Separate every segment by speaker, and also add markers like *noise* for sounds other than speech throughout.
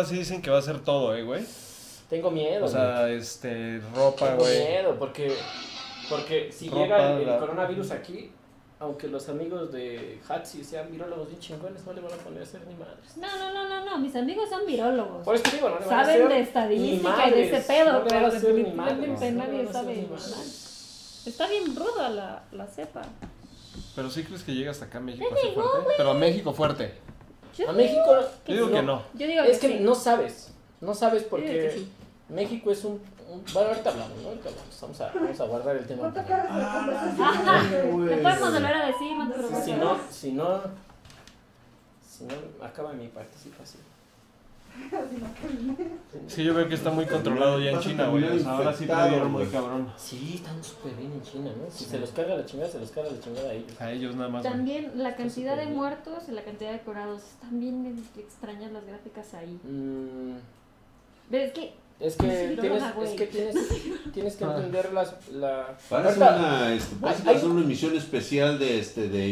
Speaker 1: Así dicen que va a ser todo, ¿eh, güey?
Speaker 2: Tengo miedo.
Speaker 1: O sea, este, ropa,
Speaker 2: Tengo
Speaker 1: güey.
Speaker 2: miedo, porque, porque si
Speaker 1: Ropa,
Speaker 2: llega el, el
Speaker 1: la-
Speaker 2: coronavirus aquí, aunque los amigos de Hatsi sean virólogos bien chingones, no le van a poner a hacer ni madres.
Speaker 3: No, no, no, no, no, mis amigos son virólogos.
Speaker 2: Por eso te digo, no le van a hacer
Speaker 3: Saben de
Speaker 2: ni
Speaker 3: estadística y de ese
Speaker 2: madres, no le
Speaker 3: pedo,
Speaker 2: van a
Speaker 3: pero
Speaker 2: hacer ni madres, no
Speaker 3: definitivamente
Speaker 2: le
Speaker 3: nadie
Speaker 2: van a hacer
Speaker 3: sabe
Speaker 2: ni
Speaker 3: nada.
Speaker 2: madres.
Speaker 3: Está bien ruda la, la cepa.
Speaker 1: Pero sí crees que llega hasta acá a México
Speaker 3: Ya
Speaker 1: así
Speaker 3: llegó,
Speaker 1: fuerte. Pero a México fuerte.
Speaker 3: Yo
Speaker 2: A
Speaker 3: digo-
Speaker 2: México
Speaker 1: Yo digo que no.
Speaker 3: Yo digo
Speaker 2: Es que
Speaker 3: sí.
Speaker 2: no sabes, no sabes
Speaker 3: Yo digo que
Speaker 2: porque
Speaker 3: sí.
Speaker 2: México es un, un- bueno ahorita hablamos, ¿no? ahorita hablamos, vamos a, vamos a guardar el tema.
Speaker 3: Ajá. Lo podemos volver a decir, no te preocupes.
Speaker 2: Pues, Si no, si no, si no acaba mi participación.
Speaker 1: Es que yo veo que está muy controlado ya en
Speaker 4: Vas a
Speaker 1: China, güey.
Speaker 4: terminar
Speaker 1: O sea, ahora sí
Speaker 4: infectado,
Speaker 1: perdieron muy
Speaker 4: güey.
Speaker 1: cabrón.
Speaker 2: Sí, están súper bien en China, ¿no? Si se los carga la chingada, se los carga la chingada a ellos.
Speaker 1: A ellos nada más. güey.
Speaker 3: También
Speaker 2: pues,
Speaker 3: la cantidad de
Speaker 2: súper bien.
Speaker 3: muertos y la cantidad de curados. También me extrañan las gráficas ahí.
Speaker 2: Mm,
Speaker 3: Pero es que
Speaker 2: es
Speaker 3: Sí,
Speaker 2: que
Speaker 3: lo
Speaker 2: tienes,
Speaker 3: haga, güey.
Speaker 2: es que
Speaker 3: *laughs*
Speaker 2: tienes, tienes que entender las, la...
Speaker 4: Ah. Parece
Speaker 2: Ahorita-
Speaker 4: una, este, parece que
Speaker 2: Ay,
Speaker 4: va a ser una emisión especial de, este, de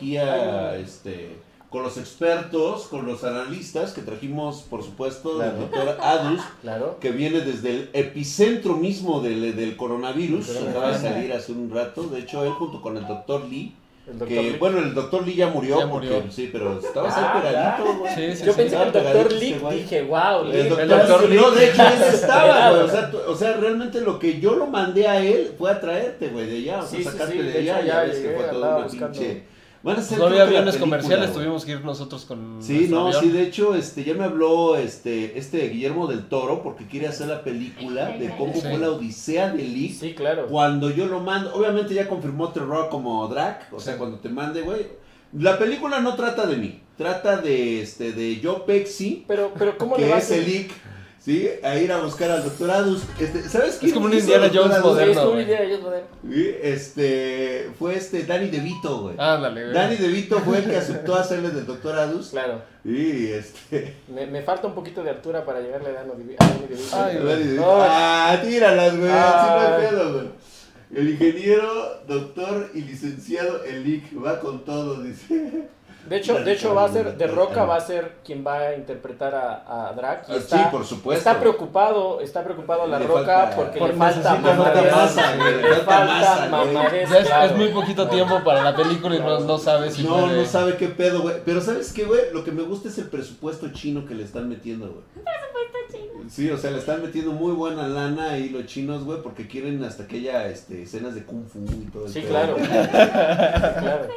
Speaker 4: infectología
Speaker 2: Ay.
Speaker 4: este, con los expertos, con los analistas que trajimos, por supuesto, del
Speaker 2: Claro.
Speaker 4: doctor Adus,
Speaker 2: Claro.
Speaker 4: que viene desde el epicentro mismo del, del coronavirus.
Speaker 2: Del coronavirus.
Speaker 4: Acaba de salir hace un rato. De hecho, él junto con el doctor Lee,
Speaker 2: El doctor
Speaker 4: que
Speaker 2: Lee.
Speaker 4: bueno, el doctor Lee ya murió,
Speaker 1: Ya murió.
Speaker 4: porque- sí, pero estaba
Speaker 2: Ah,
Speaker 4: ahí pegadito, güey.
Speaker 1: Sí, sí,
Speaker 2: Yo pensé
Speaker 1: sí.
Speaker 2: que el
Speaker 4: Estaba
Speaker 2: doctor
Speaker 4: pegadito
Speaker 2: Lee,
Speaker 4: ese güey.
Speaker 2: dije, wow, Lee.
Speaker 4: El doctor,
Speaker 1: doctor
Speaker 4: Lee. No, de hecho, él
Speaker 2: *laughs*
Speaker 4: estaba,
Speaker 2: Pegado.
Speaker 4: güey. O sea, tú- o sea, realmente lo que yo lo mandé a él fue a traerte, güey, de allá. O sea,
Speaker 2: Sí, sí,
Speaker 4: sacarte
Speaker 2: sí,
Speaker 4: de
Speaker 2: de hecho,
Speaker 4: allá.
Speaker 2: ya
Speaker 4: ya ves que
Speaker 2: llegué,
Speaker 4: fue toda
Speaker 2: andaba
Speaker 4: una
Speaker 2: buscando.
Speaker 4: pinche. Van a ser
Speaker 1: No había
Speaker 4: creo que la
Speaker 1: aviones
Speaker 4: película,
Speaker 1: comerciales,
Speaker 4: güey.
Speaker 1: tuvimos que ir nosotros con.
Speaker 4: Sí,
Speaker 1: nuestro
Speaker 4: no,
Speaker 1: avión.
Speaker 4: sí, de hecho, este, ya me habló este, este Guillermo del Toro porque quiere hacer la película de cómo
Speaker 1: Sí.
Speaker 4: fue la odisea de Lee
Speaker 2: Sí, claro.
Speaker 4: cuando yo lo mando, obviamente ya confirmó Terror como Drac, o sea,
Speaker 1: Sí.
Speaker 4: cuando te mande, güey. La película no trata de mí, trata de este de Joe Pexi,
Speaker 2: Pero, pero ¿cómo le
Speaker 4: que
Speaker 2: vas
Speaker 4: es el Ick, ¿sí? A ir a buscar al Dr. Adus. Este, ¿Sabes quién
Speaker 1: como un
Speaker 4: hizo
Speaker 1: Indiana
Speaker 4: Dr.
Speaker 1: Jones
Speaker 4: Adus?
Speaker 1: moderno.
Speaker 2: Es tu
Speaker 1: güey.
Speaker 2: idea, yo joder.
Speaker 4: Sí, Este, fue este Danny DeVito, güey.
Speaker 1: Ándale, güey.
Speaker 4: Danny DeVito fue el que aceptó hacerle del Dr. Adus.
Speaker 2: Claro.
Speaker 4: Y este.
Speaker 2: Me, me falta un poquito de altura para llegar a la edad no vivi- a Danny DeVito.
Speaker 1: Ay, güey.
Speaker 4: Danny DeVito.
Speaker 2: Ay.
Speaker 4: Ah, tíralas, güey. Así no hay
Speaker 2: Ay.
Speaker 4: pedo, güey. El ingeniero, doctor y licenciado Elick va con todo, dice.
Speaker 2: De hecho, de hecho va a ser, de Roca va a ser quien va a interpretar a, a Drac. y
Speaker 4: Ah,
Speaker 2: está,
Speaker 4: sí, por supuesto.
Speaker 2: Está preocupado, está preocupado la
Speaker 4: Le
Speaker 2: Roca
Speaker 4: falta-
Speaker 2: porque
Speaker 1: Por
Speaker 2: le falta
Speaker 1: necesita-
Speaker 4: Le falta masa, güey,
Speaker 2: mamadez.
Speaker 4: le
Speaker 2: Le
Speaker 4: falta masa,
Speaker 2: falta
Speaker 4: güey.
Speaker 2: mamadez,
Speaker 1: Ya es,
Speaker 2: claro.
Speaker 1: es muy poquito tiempo para la película y no, no sabes si
Speaker 4: No,
Speaker 1: puede-
Speaker 4: no sabe qué pedo, güey. Pero ¿sabes qué, güey? Lo que me gusta es el presupuesto chino que le están metiendo, güey. presupuesto chino. Sí, o sea, le están metiendo muy buena lana ahí los chinos, güey, porque quieren hasta aquella este, escenas de kung fu y todo el
Speaker 2: Sí,
Speaker 4: pedo.
Speaker 2: claro. Sí, claro.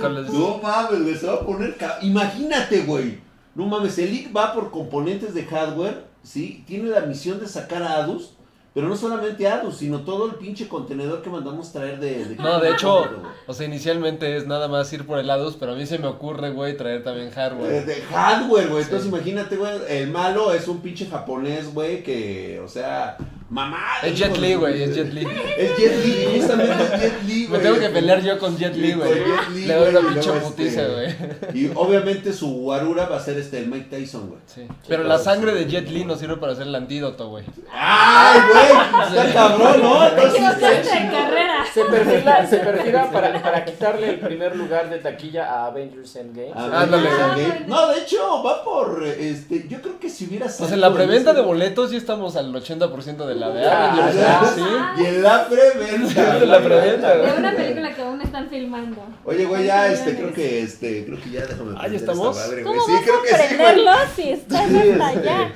Speaker 1: con las-
Speaker 4: No mames, güey, se va a poner... ca- Imagínate, güey. No mames, el IC va por componentes de hardware, ¿sí? Tiene la misión de sacar a Adus, pero no solamente Adus, sino todo el pinche contenedor que mandamos traer de...
Speaker 1: No, de hecho,
Speaker 4: güey.
Speaker 1: o sea, inicialmente es nada más ir por helados, pero a mí se me ocurre, güey, traer también
Speaker 4: Eh,
Speaker 1: hardware.
Speaker 4: De hardware, güey.
Speaker 1: Sí.
Speaker 4: Entonces imagínate, güey. El malo es un pinche japonés, güey. Que, o sea, mamá.
Speaker 1: Es Jet Li, güey, es Jet Li.
Speaker 4: Es Jet Li, justamente es Jet Li,
Speaker 1: Me
Speaker 4: güey.
Speaker 1: tengo que pelear yo con Jet Li,
Speaker 4: Con
Speaker 1: güey.
Speaker 4: Jet Li,
Speaker 1: Le doy
Speaker 4: güey,
Speaker 1: una
Speaker 4: y
Speaker 1: pinche
Speaker 4: luego,
Speaker 1: putiza,
Speaker 4: este,
Speaker 1: güey.
Speaker 4: Y obviamente su guarura va a ser este, el Mike Tyson, güey.
Speaker 1: Sí. Pero la sangre de Jet Li no sirve para hacer el antídoto, güey.
Speaker 4: ¡Ay, güey! Está cabrón, ¿no? Entonces,
Speaker 3: quiero
Speaker 4: este,
Speaker 3: suerte de carrera.
Speaker 2: Se perfila, se perfila para, para quitarle el primer lugar de taquilla a Avengers Endgame.
Speaker 4: a ver,
Speaker 1: Ándale.
Speaker 4: Endgame. No, de hecho, va por. Este, yo creo que si hubiera
Speaker 1: O sea,
Speaker 4: salido
Speaker 1: en la preventa
Speaker 4: ese-
Speaker 1: de boletos sí estamos al 80% de la de
Speaker 2: Ah,
Speaker 1: Avengers,
Speaker 4: ya.
Speaker 1: ¿sí?
Speaker 4: Y en la preventa.
Speaker 1: En *laughs* la preventa,
Speaker 3: De
Speaker 1: güey.
Speaker 3: una película que aún están filmando.
Speaker 4: Oye, güey, ya, este,
Speaker 3: Millones.
Speaker 4: creo que, este, creo que ya déjame
Speaker 1: Ah, ¿ya
Speaker 4: prender esta
Speaker 1: estamos?
Speaker 4: madre, güey.
Speaker 3: ¿Cómo
Speaker 4: Sí,
Speaker 3: vas
Speaker 4: creo que
Speaker 3: a
Speaker 4: sí, güey.
Speaker 3: aprenderlo si estás
Speaker 4: Sí,
Speaker 3: hasta
Speaker 4: este.
Speaker 3: allá?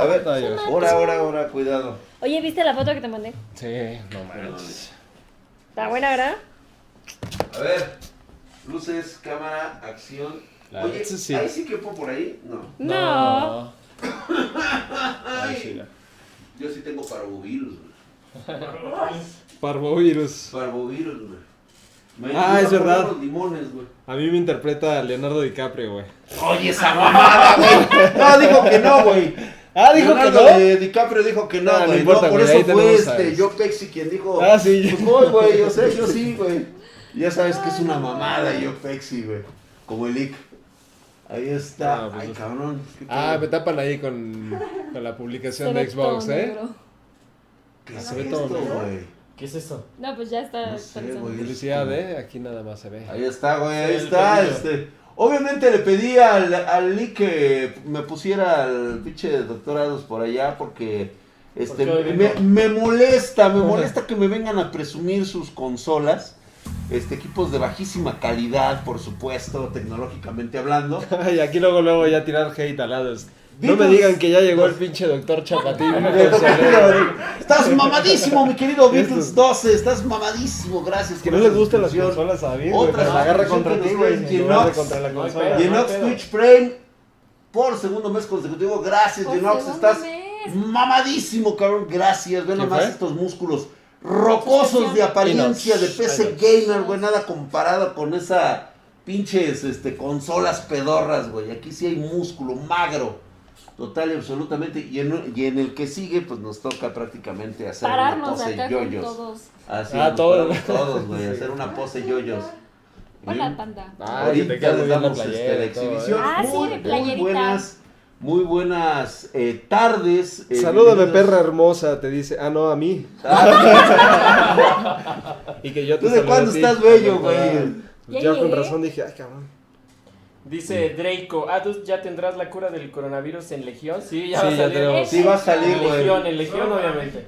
Speaker 4: A ver,
Speaker 1: Ay, Dios.
Speaker 4: ahora, ahora, ahora, cuidado.
Speaker 3: Oye, ¿viste la foto que te mandé?
Speaker 1: Sí, no manches.
Speaker 3: Está buena, ¿verdad?
Speaker 4: A ver, luces, cámara, acción.
Speaker 1: La
Speaker 4: Oye,
Speaker 1: neta, sí.
Speaker 4: ahí sí que fue por ahí, no.
Speaker 3: No.
Speaker 4: Ay, yo sí tengo parvovirus, güey.
Speaker 5: Parvovirus.
Speaker 4: Parvovirus, güey. Me-
Speaker 5: Ah,
Speaker 4: me
Speaker 5: es
Speaker 4: voy a poner
Speaker 5: verdad.
Speaker 4: los limones,
Speaker 1: *laughs*
Speaker 4: güey.
Speaker 5: A mí me interpreta a Leonardo DiCaprio, güey.
Speaker 4: Oye, esa mamada, güey. No, dijo que no, güey.
Speaker 5: Ah,
Speaker 4: Leonardo de- DiCaprio dijo que no,
Speaker 5: Ah,
Speaker 4: güey.
Speaker 5: no
Speaker 4: No,
Speaker 5: importa,
Speaker 4: por
Speaker 5: güey, ahí
Speaker 4: eso fue
Speaker 5: tenemos a-
Speaker 4: este, yo Pexi quien dijo.
Speaker 5: Ah, sí,
Speaker 4: Pues voy, güey, yo sé, yo sí, güey. Ya sabes que es una mamada yo Pexi, güey. Como el Ick. Ahí está.
Speaker 5: Ah, pues
Speaker 4: Ay,
Speaker 5: es-
Speaker 4: cabrón. qué
Speaker 5: Ah,
Speaker 4: pedo.
Speaker 5: me tapan ahí con, con la publicación
Speaker 3: Se ve
Speaker 5: de Xbox,
Speaker 3: todo
Speaker 5: ¿eh?
Speaker 3: negro.
Speaker 4: ¿Qué es
Speaker 5: se ve todo
Speaker 4: esto,
Speaker 5: negro.
Speaker 4: güey?
Speaker 2: ¿Qué es eso?
Speaker 3: No, pues ya está.
Speaker 4: No sé,
Speaker 3: actualizando.
Speaker 4: güey.
Speaker 5: Publicidad, ¿eh? Aquí nada más se ve.
Speaker 4: Ahí está, güey, ahí
Speaker 2: Sí,
Speaker 4: está,
Speaker 2: el pelillo.
Speaker 4: este. Obviamente le pedí al, al Lee que me pusiera al pinche doctorados por allá porque este,
Speaker 2: Porque hoy
Speaker 4: me,
Speaker 2: vengo.
Speaker 4: me
Speaker 2: *laughs*
Speaker 4: molesta, me molesta que me vengan a presumir sus consolas. Este, equipos de bajísima calidad, por supuesto, tecnológicamente hablando. *laughs*
Speaker 5: Ay, aquí luego, luego ya tirar hate al lado. No
Speaker 4: Dinos-
Speaker 5: me digan que ya llegó el pinche doctor
Speaker 4: *laughs*
Speaker 5: Chapatín.
Speaker 4: estás mamadísimo, mi querido Beatles
Speaker 5: Estos-
Speaker 4: 12, estás mamadísimo, gracias.
Speaker 5: que no les gustan las
Speaker 4: suscripción.
Speaker 5: consolas a bien,
Speaker 4: Otra
Speaker 5: Otra la agarra
Speaker 4: suscripción
Speaker 5: contra
Speaker 4: que
Speaker 5: ti,
Speaker 4: nos
Speaker 5: güey.
Speaker 4: den
Speaker 5: en lugar de
Speaker 4: Ginox.
Speaker 5: contra la
Speaker 2: No hay
Speaker 5: consola.
Speaker 2: pedo.
Speaker 4: Genox
Speaker 2: pedo.
Speaker 4: Twitch Prime por segundo mes consecutivo. Gracias,
Speaker 3: Por
Speaker 4: Genox.
Speaker 3: segundo
Speaker 4: pues Estás
Speaker 3: mes.
Speaker 4: mamadísimo, cabrón. Gracias. Ve
Speaker 5: ¿Qué
Speaker 4: nomás
Speaker 5: fue?
Speaker 4: estos músculos rocosos de apariencia de
Speaker 5: Genox.
Speaker 4: PC Gamer, güey. Nada comparado con esa pinches este, consolas pedorras, güey. Aquí sí hay músculo magro. Total y absolutamente. Y en, y en el que sigue, pues nos toca prácticamente hacer
Speaker 3: Pararnos
Speaker 4: una
Speaker 3: de
Speaker 4: pose
Speaker 3: acá con
Speaker 4: yoyos.
Speaker 3: todos.
Speaker 4: Así,
Speaker 5: Ah,
Speaker 4: nos
Speaker 5: todos.
Speaker 4: paramos todos, güey.
Speaker 5: *laughs* Sí.
Speaker 4: Hacer una pose yoyos.
Speaker 3: Ah, Hola,
Speaker 4: Y-
Speaker 3: tanda.
Speaker 5: Ah, que te
Speaker 4: Ahorita
Speaker 5: queda muy
Speaker 4: les
Speaker 5: bien la
Speaker 4: damos este, la
Speaker 5: playera. y todo,
Speaker 4: exhibición.
Speaker 5: ¿eh?
Speaker 3: Ah, sí,
Speaker 4: muy,
Speaker 3: de
Speaker 4: muy
Speaker 3: playerita.
Speaker 4: buenas, muy buenas eh, tardes. eh,
Speaker 5: Salúdame,
Speaker 4: bienvenidos. *laughs* Ah,
Speaker 5: perra hermosa, te dice. Ah, no, a mí. y que yo te
Speaker 4: ¿Tú de
Speaker 5: salude
Speaker 4: cuándo
Speaker 5: a ti.
Speaker 4: estás bello, güey?
Speaker 3: Ya
Speaker 5: Yo con
Speaker 3: llegué.
Speaker 5: razón dije, ay, cabrón.
Speaker 2: Dice Draco, ah, tú ya tendrás la cura del coronavirus en Legión. Sí, ya
Speaker 5: Sí,
Speaker 2: va a
Speaker 5: ya
Speaker 2: salir.
Speaker 5: tenemos.
Speaker 4: Sí, va a salir,
Speaker 2: En
Speaker 4: güey.
Speaker 2: Legión, en Legión, obviamente.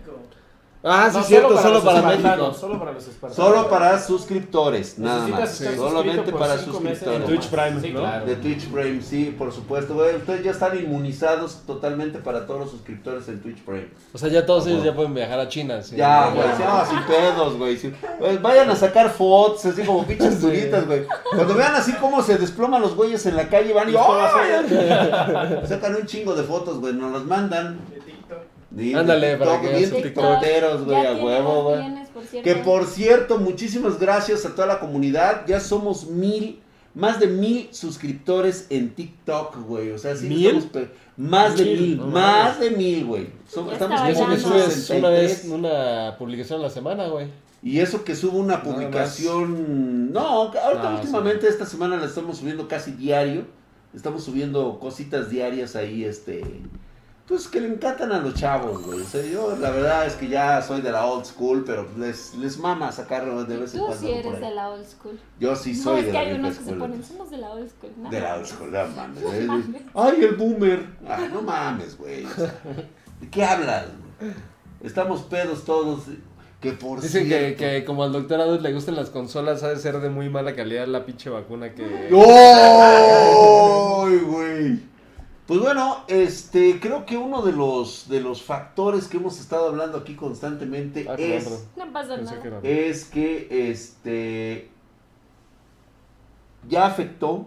Speaker 5: Ah, sí,
Speaker 2: No,
Speaker 5: cierto, solo
Speaker 2: los
Speaker 5: para,
Speaker 2: espartanos,
Speaker 5: México.
Speaker 2: Solo para los espartanos.
Speaker 4: Solo para suscriptores, nada
Speaker 2: Necesitas
Speaker 4: más.
Speaker 2: estar suscrito
Speaker 4: Solamente
Speaker 2: por
Speaker 4: para
Speaker 2: cinco meses.
Speaker 4: suscriptores.
Speaker 5: En Twitch Prime,
Speaker 2: Sí,
Speaker 5: ¿no?
Speaker 2: claro.
Speaker 4: De Twitch Prime, sí, por supuesto, güey. Ustedes ya están inmunizados totalmente para todos los suscriptores en Twitch Prime.
Speaker 1: O sea, ya todos ellos ya pueden viajar a China. sí.
Speaker 4: Ya, güey, sí, no, sin pedos, güey. sí. Pues vayan a sacar fotos, así como pinches duritas, güey. Cuando vean así cómo se desploman los güeyes en la calle, van y
Speaker 1: *laughs*
Speaker 4: ¡ay! sacan un chingo de fotos, güey, nos las mandan. Di-
Speaker 1: Ándale,
Speaker 4: TikTok,
Speaker 1: para que
Speaker 4: bien
Speaker 1: veas
Speaker 4: tiktokeros, güey,
Speaker 3: Ya
Speaker 4: a
Speaker 3: tiene
Speaker 4: huevo,
Speaker 3: dos
Speaker 4: güey.
Speaker 3: bienes, por cierto.
Speaker 4: Que por cierto, muchísimas gracias a toda la comunidad. Ya somos mil, más de mil suscriptores en TikTok, güey. O sea, sí,
Speaker 5: ¿Mil?
Speaker 4: estamos pe- más de
Speaker 5: Mil,
Speaker 4: mil,
Speaker 5: no
Speaker 4: más de mil, güey. Som-
Speaker 3: Ya
Speaker 4: Estamos
Speaker 3: está
Speaker 1: Y eso
Speaker 4: como
Speaker 1: que
Speaker 3: bailando.
Speaker 1: subes una vez
Speaker 4: 63.
Speaker 1: una publicación a la semana, güey.
Speaker 4: Y eso que subo una
Speaker 5: Nada más.
Speaker 4: publicación. No, ahorita
Speaker 5: Ah,
Speaker 4: últimamente esta semana la estamos subiendo casi diario. Estamos subiendo cositas diarias ahí, este. Pues que le encantan a los chavos, güey. O sea, yo la verdad es que ya soy de la old school, pero les, les mama sacar de vez en
Speaker 3: Tú
Speaker 4: cuando.
Speaker 3: sí
Speaker 4: por
Speaker 3: eres
Speaker 4: ahí.
Speaker 3: de la old school.
Speaker 4: Yo sí
Speaker 3: no,
Speaker 4: soy
Speaker 3: es
Speaker 4: de
Speaker 3: que
Speaker 4: la
Speaker 3: hay
Speaker 4: vieja
Speaker 3: unos que se
Speaker 4: escuela.
Speaker 3: ponen, somos de la old school. ¿no?
Speaker 4: De la old school, no mames. Ay, el boomer. Ay, no mames, güey. O sea, ¿De qué hablas? güey? Estamos pedos todos. Que por
Speaker 1: Dicen que,
Speaker 4: cierto-
Speaker 1: que como al doctor Adult le gustan las consolas, ha de ser de muy mala calidad la pinche vacuna que... Ah,
Speaker 4: ¡Ay, güey! Pues bueno, este, creo que uno de los, de los factores que hemos estado hablando aquí constantemente
Speaker 5: Ah,
Speaker 4: es,
Speaker 5: cabrón.
Speaker 3: No pasa
Speaker 5: Pensé
Speaker 3: nada.
Speaker 5: que era-
Speaker 4: es que este ya afectó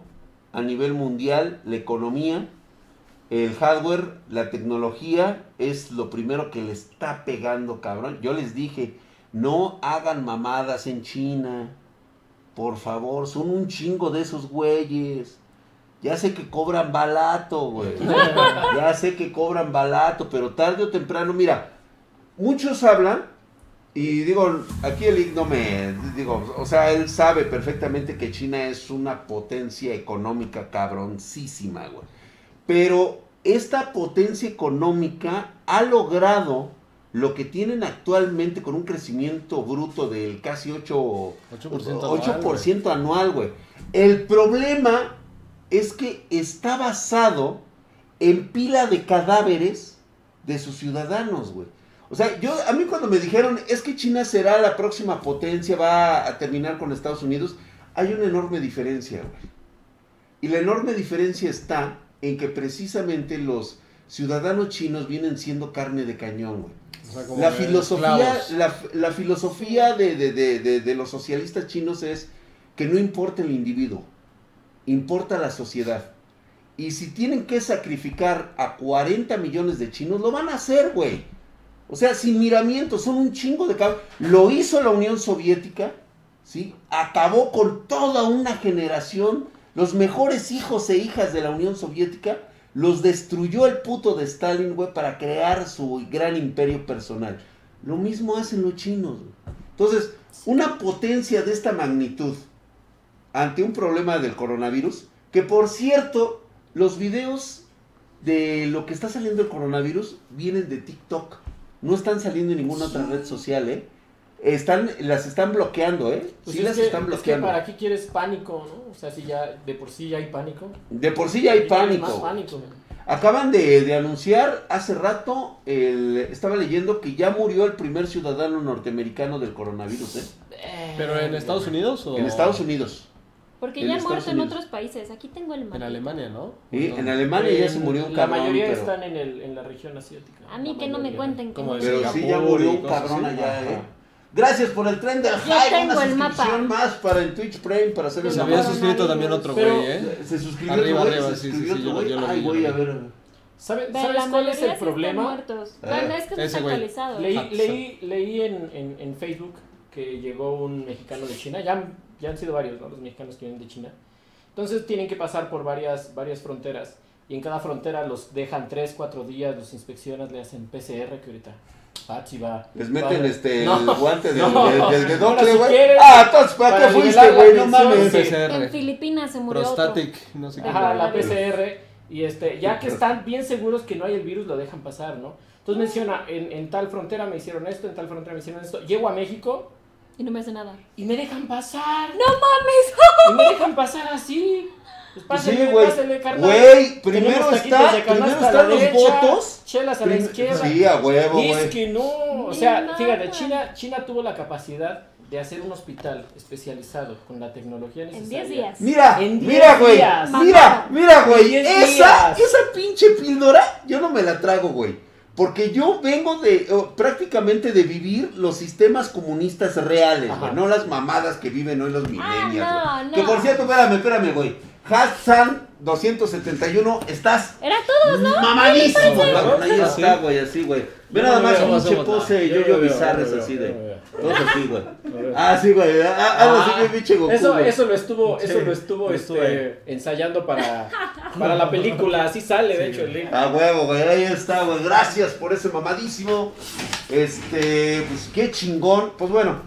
Speaker 4: a nivel mundial la economía, el hardware, la tecnología es lo primero que le está pegando, cabrón. Yo les dije, no hagan mamadas en China. Por favor, son un chingo de esos güeyes. Ya sé que cobran balato, güey. Ya sé que cobran balato, pero tarde o temprano, mira, muchos hablan y digo, aquí el Ig no me digo, o sea, él sabe perfectamente que China es una potencia económica cabroncísima, güey. Pero esta potencia económica ha logrado lo que tienen actualmente con un crecimiento bruto del casi 8
Speaker 1: 8% anual,
Speaker 4: 8% anual, güey. El problema es que está basado en pila de cadáveres de sus ciudadanos, güey. O sea, yo a mí cuando me dijeron, es que China será la próxima potencia, va a terminar con Estados Unidos, hay una enorme diferencia, güey. Y la enorme diferencia está en que precisamente los ciudadanos chinos vienen siendo carne de cañón, güey.
Speaker 5: O sea, como
Speaker 4: La
Speaker 5: que-
Speaker 4: filosofía,
Speaker 1: esclavos.
Speaker 4: la, la filosofía de, de- de- de- de los socialistas chinos es que no importa el individuo, importa la sociedad. Y si tienen que sacrificar a 40 millones de chinos, lo van a hacer, güey. O sea, sin miramiento, son un chingo de cab- Lo hizo la Unión Soviética, ¿sí? Acabó con toda una generación, los mejores hijos e hijas de la Unión Soviética, los destruyó el puto de Stalin, güey, para crear su gran imperio personal. Lo mismo hacen los chinos. güey. Entonces, una potencia de esta magnitud ante un problema del coronavirus, que por cierto, los videos de lo que está saliendo el coronavirus vienen de TikTok. No están saliendo en ninguna otra red social, ¿eh? Están, las están bloqueando, ¿eh?
Speaker 2: Pues
Speaker 4: sí,
Speaker 2: es
Speaker 4: las
Speaker 2: que-
Speaker 4: están
Speaker 2: es que
Speaker 4: bloqueando.
Speaker 2: para qué quieres pánico, ¿no? O sea, si ya de por sí ya hay pánico.
Speaker 4: De por sí ya hay
Speaker 2: Más
Speaker 4: pánico.
Speaker 2: pánico.
Speaker 4: Acaban de, de anunciar hace rato, el, estaba leyendo que ya murió el primer ciudadano norteamericano del coronavirus, ¿eh?
Speaker 1: ¿Pero en Estados Unidos o...?
Speaker 4: En Estados Unidos.
Speaker 3: Porque
Speaker 4: En
Speaker 3: ya han
Speaker 4: Estados
Speaker 3: muerto en
Speaker 4: Unidos.
Speaker 3: otros países. Aquí tengo el
Speaker 1: En
Speaker 3: mapa.
Speaker 1: Alemania, ¿no?
Speaker 4: ¿sí?
Speaker 1: Entonces,
Speaker 4: En Alemania ya se murió un
Speaker 2: La
Speaker 4: cabrón.
Speaker 2: mayoría
Speaker 4: pero-
Speaker 2: están en, el, en la región asiática.
Speaker 3: A mí
Speaker 2: La
Speaker 3: que no me
Speaker 2: mayoría.
Speaker 3: cuenten que
Speaker 1: Como
Speaker 3: no
Speaker 1: de
Speaker 3: sé.
Speaker 4: Pero sí, ya
Speaker 1: Singapur
Speaker 4: murió
Speaker 1: y
Speaker 4: un
Speaker 1: cosas
Speaker 4: cabrón
Speaker 1: así.
Speaker 4: allá,
Speaker 1: Ajá.
Speaker 4: ¿eh? Gracias por el tren del hype.
Speaker 3: tengo
Speaker 4: una
Speaker 3: el mapa.
Speaker 4: suscripción más para el Twitch Prime para hacer
Speaker 3: Pero
Speaker 1: Se
Speaker 3: no
Speaker 4: esa
Speaker 1: había
Speaker 4: mamada.
Speaker 3: pasa
Speaker 1: suscrito
Speaker 3: nada,
Speaker 1: también
Speaker 3: güey.
Speaker 1: otro
Speaker 2: Pero-
Speaker 1: güey, ¿eh?
Speaker 4: Se suscribió
Speaker 1: Arriba,
Speaker 4: otro güey,
Speaker 1: arriba,
Speaker 4: se
Speaker 1: sí, sí,
Speaker 4: suscribió
Speaker 1: sí,
Speaker 4: otro
Speaker 1: yo lo-
Speaker 4: güey.
Speaker 1: yo lo vi,
Speaker 4: Ay,
Speaker 1: yo lo
Speaker 4: güey,
Speaker 1: vi.
Speaker 4: a ver, a ver.
Speaker 2: ¿Sabe- ¿Sabes
Speaker 3: Ve, la
Speaker 2: cuál es
Speaker 3: mayoría
Speaker 2: el
Speaker 3: sí Están
Speaker 2: problema?
Speaker 3: muertos.
Speaker 4: Ah,
Speaker 3: Bueno, es que no
Speaker 1: ese
Speaker 3: está
Speaker 1: güey.
Speaker 3: actualizado.
Speaker 2: Leí,
Speaker 1: Hudson.
Speaker 2: leí, leí en, en, en Facebook que llegó un mexicano de China, ya, han- ya han sido varios ¿no? los mexicanos que vienen de China. Entonces tienen que pasar por varias, varias fronteras y en cada frontera los dejan 3, 4 días, los inspeccionas, le hacen PCR que ahorita Pachi va.
Speaker 4: Les
Speaker 2: va-
Speaker 4: meten
Speaker 2: *laughs*
Speaker 4: este
Speaker 2: No,
Speaker 4: el guante
Speaker 1: *laughs*
Speaker 4: del
Speaker 2: no.
Speaker 4: del- del dedocle,
Speaker 2: Ahora, si
Speaker 4: güey.
Speaker 2: quieres,
Speaker 4: ah, entonces, ¿para,
Speaker 2: para
Speaker 4: qué fuiste,
Speaker 2: nivelar la
Speaker 4: güey? No
Speaker 2: tensión,
Speaker 4: mames.
Speaker 2: sí.
Speaker 3: En
Speaker 1: PCR.
Speaker 3: Filipinas se murió otro.
Speaker 1: Prostatic. No sé qué.
Speaker 2: Ajá, la
Speaker 1: Pero-
Speaker 2: PCR. Y este, ya que están bien seguros que no hay el virus, lo dejan pasar, ¿no? Entonces menciona, en, en tal frontera me hicieron esto, en tal frontera me hicieron esto. Llego a México
Speaker 3: Y no me hace nada.
Speaker 2: y me dejan pasar.
Speaker 3: ¡No mames!
Speaker 2: Y me dejan pasar así. Pues
Speaker 4: Pues
Speaker 2: pásenle,
Speaker 4: sí, güey.
Speaker 2: pásenle, carnal. Tenemos
Speaker 4: Güey, primero
Speaker 2: taquitos
Speaker 4: está,
Speaker 2: de canasta
Speaker 4: primero
Speaker 2: a la
Speaker 4: están los
Speaker 2: derecha,
Speaker 4: votos.
Speaker 2: Chelas a la izquierda.
Speaker 4: Sí, a huevo,
Speaker 2: y es
Speaker 4: güey.
Speaker 2: que no. O
Speaker 3: Ni
Speaker 2: sea,
Speaker 3: nada.
Speaker 2: fíjate, China, China tuvo la capacidad de hacer un hospital especializado con la tecnología
Speaker 3: En
Speaker 2: necesaria.
Speaker 3: 10 días.
Speaker 4: Mira,
Speaker 2: En diez
Speaker 4: mira, güey.
Speaker 2: días.
Speaker 4: Mira,
Speaker 3: Mamá.
Speaker 4: mira, güey.
Speaker 2: En diez
Speaker 4: Esa,
Speaker 2: días.
Speaker 4: esa pinche píldora, yo no me la trago, güey. Porque yo vengo de oh, prácticamente de vivir los sistemas comunistas reales,
Speaker 2: Ajá.
Speaker 4: güey. No las mamadas que viven hoy los millennials.
Speaker 3: Ah, no,
Speaker 4: güey. Que
Speaker 3: no.
Speaker 4: por cierto, espérame, espérame, güey. Hassan 271, estás
Speaker 3: Era todo.
Speaker 4: Mamadísimo,
Speaker 1: Sí, sí, sí.
Speaker 4: cabrón. Ahí
Speaker 1: Ah,
Speaker 4: está,
Speaker 1: sí.
Speaker 4: güey, así, güey. Ve
Speaker 1: Yo
Speaker 4: nada
Speaker 1: no
Speaker 4: más
Speaker 1: veo, no
Speaker 4: pinche
Speaker 1: hacemos
Speaker 4: pose
Speaker 1: nada.
Speaker 4: y yo, yo bizarres así de. Todos así, güey. Ah, sí, güey. Ah, ah,
Speaker 2: Ah,
Speaker 4: así, bien pinche Goku.
Speaker 2: eso,
Speaker 4: güey.
Speaker 2: eso lo estuvo, eso
Speaker 1: Sí,
Speaker 2: lo estuvo
Speaker 1: lo
Speaker 2: este,
Speaker 1: estuve.
Speaker 2: ensayando para, para la película, así sale, de
Speaker 1: Sí,
Speaker 2: hecho, el
Speaker 1: güey.
Speaker 2: link.
Speaker 4: A huevo, güey. Ahí está, güey. Gracias por ese mamadísimo. Este, pues qué chingón. Pues bueno,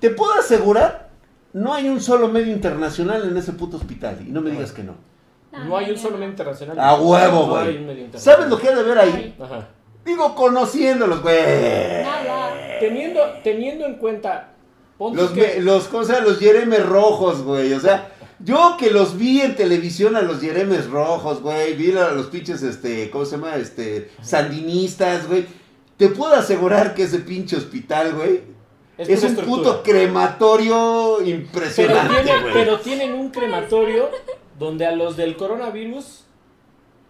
Speaker 4: te puedo asegurar, no hay un solo medio internacional en ese puto hospital. Y no me digas que no.
Speaker 2: No hay un solo medio internacional.
Speaker 4: A huevo,
Speaker 2: No hay
Speaker 4: güey.
Speaker 2: un medio internacional.
Speaker 4: ¿Sabes lo que ha de ver ahí?
Speaker 2: Ajá.
Speaker 4: Digo, conociéndolos, güey.
Speaker 3: Nada.
Speaker 2: Teniendo, teniendo en cuenta. pon tú
Speaker 4: Los,
Speaker 2: que-
Speaker 4: me- los, ¿cómo se llama? los Jeremes rojos, güey. O sea, yo que los vi en televisión a los Jeremes rojos, güey. Vi a los pinches, este, ¿cómo se llama? Este, sandinistas, güey. Te puedo asegurar que ese pinche hospital, güey, es,
Speaker 2: pura
Speaker 4: un
Speaker 2: estructura.
Speaker 4: puto crematorio
Speaker 2: pero,
Speaker 4: impresionante,
Speaker 2: tienen,
Speaker 4: güey.
Speaker 2: pero tienen un crematorio donde a los del coronavirus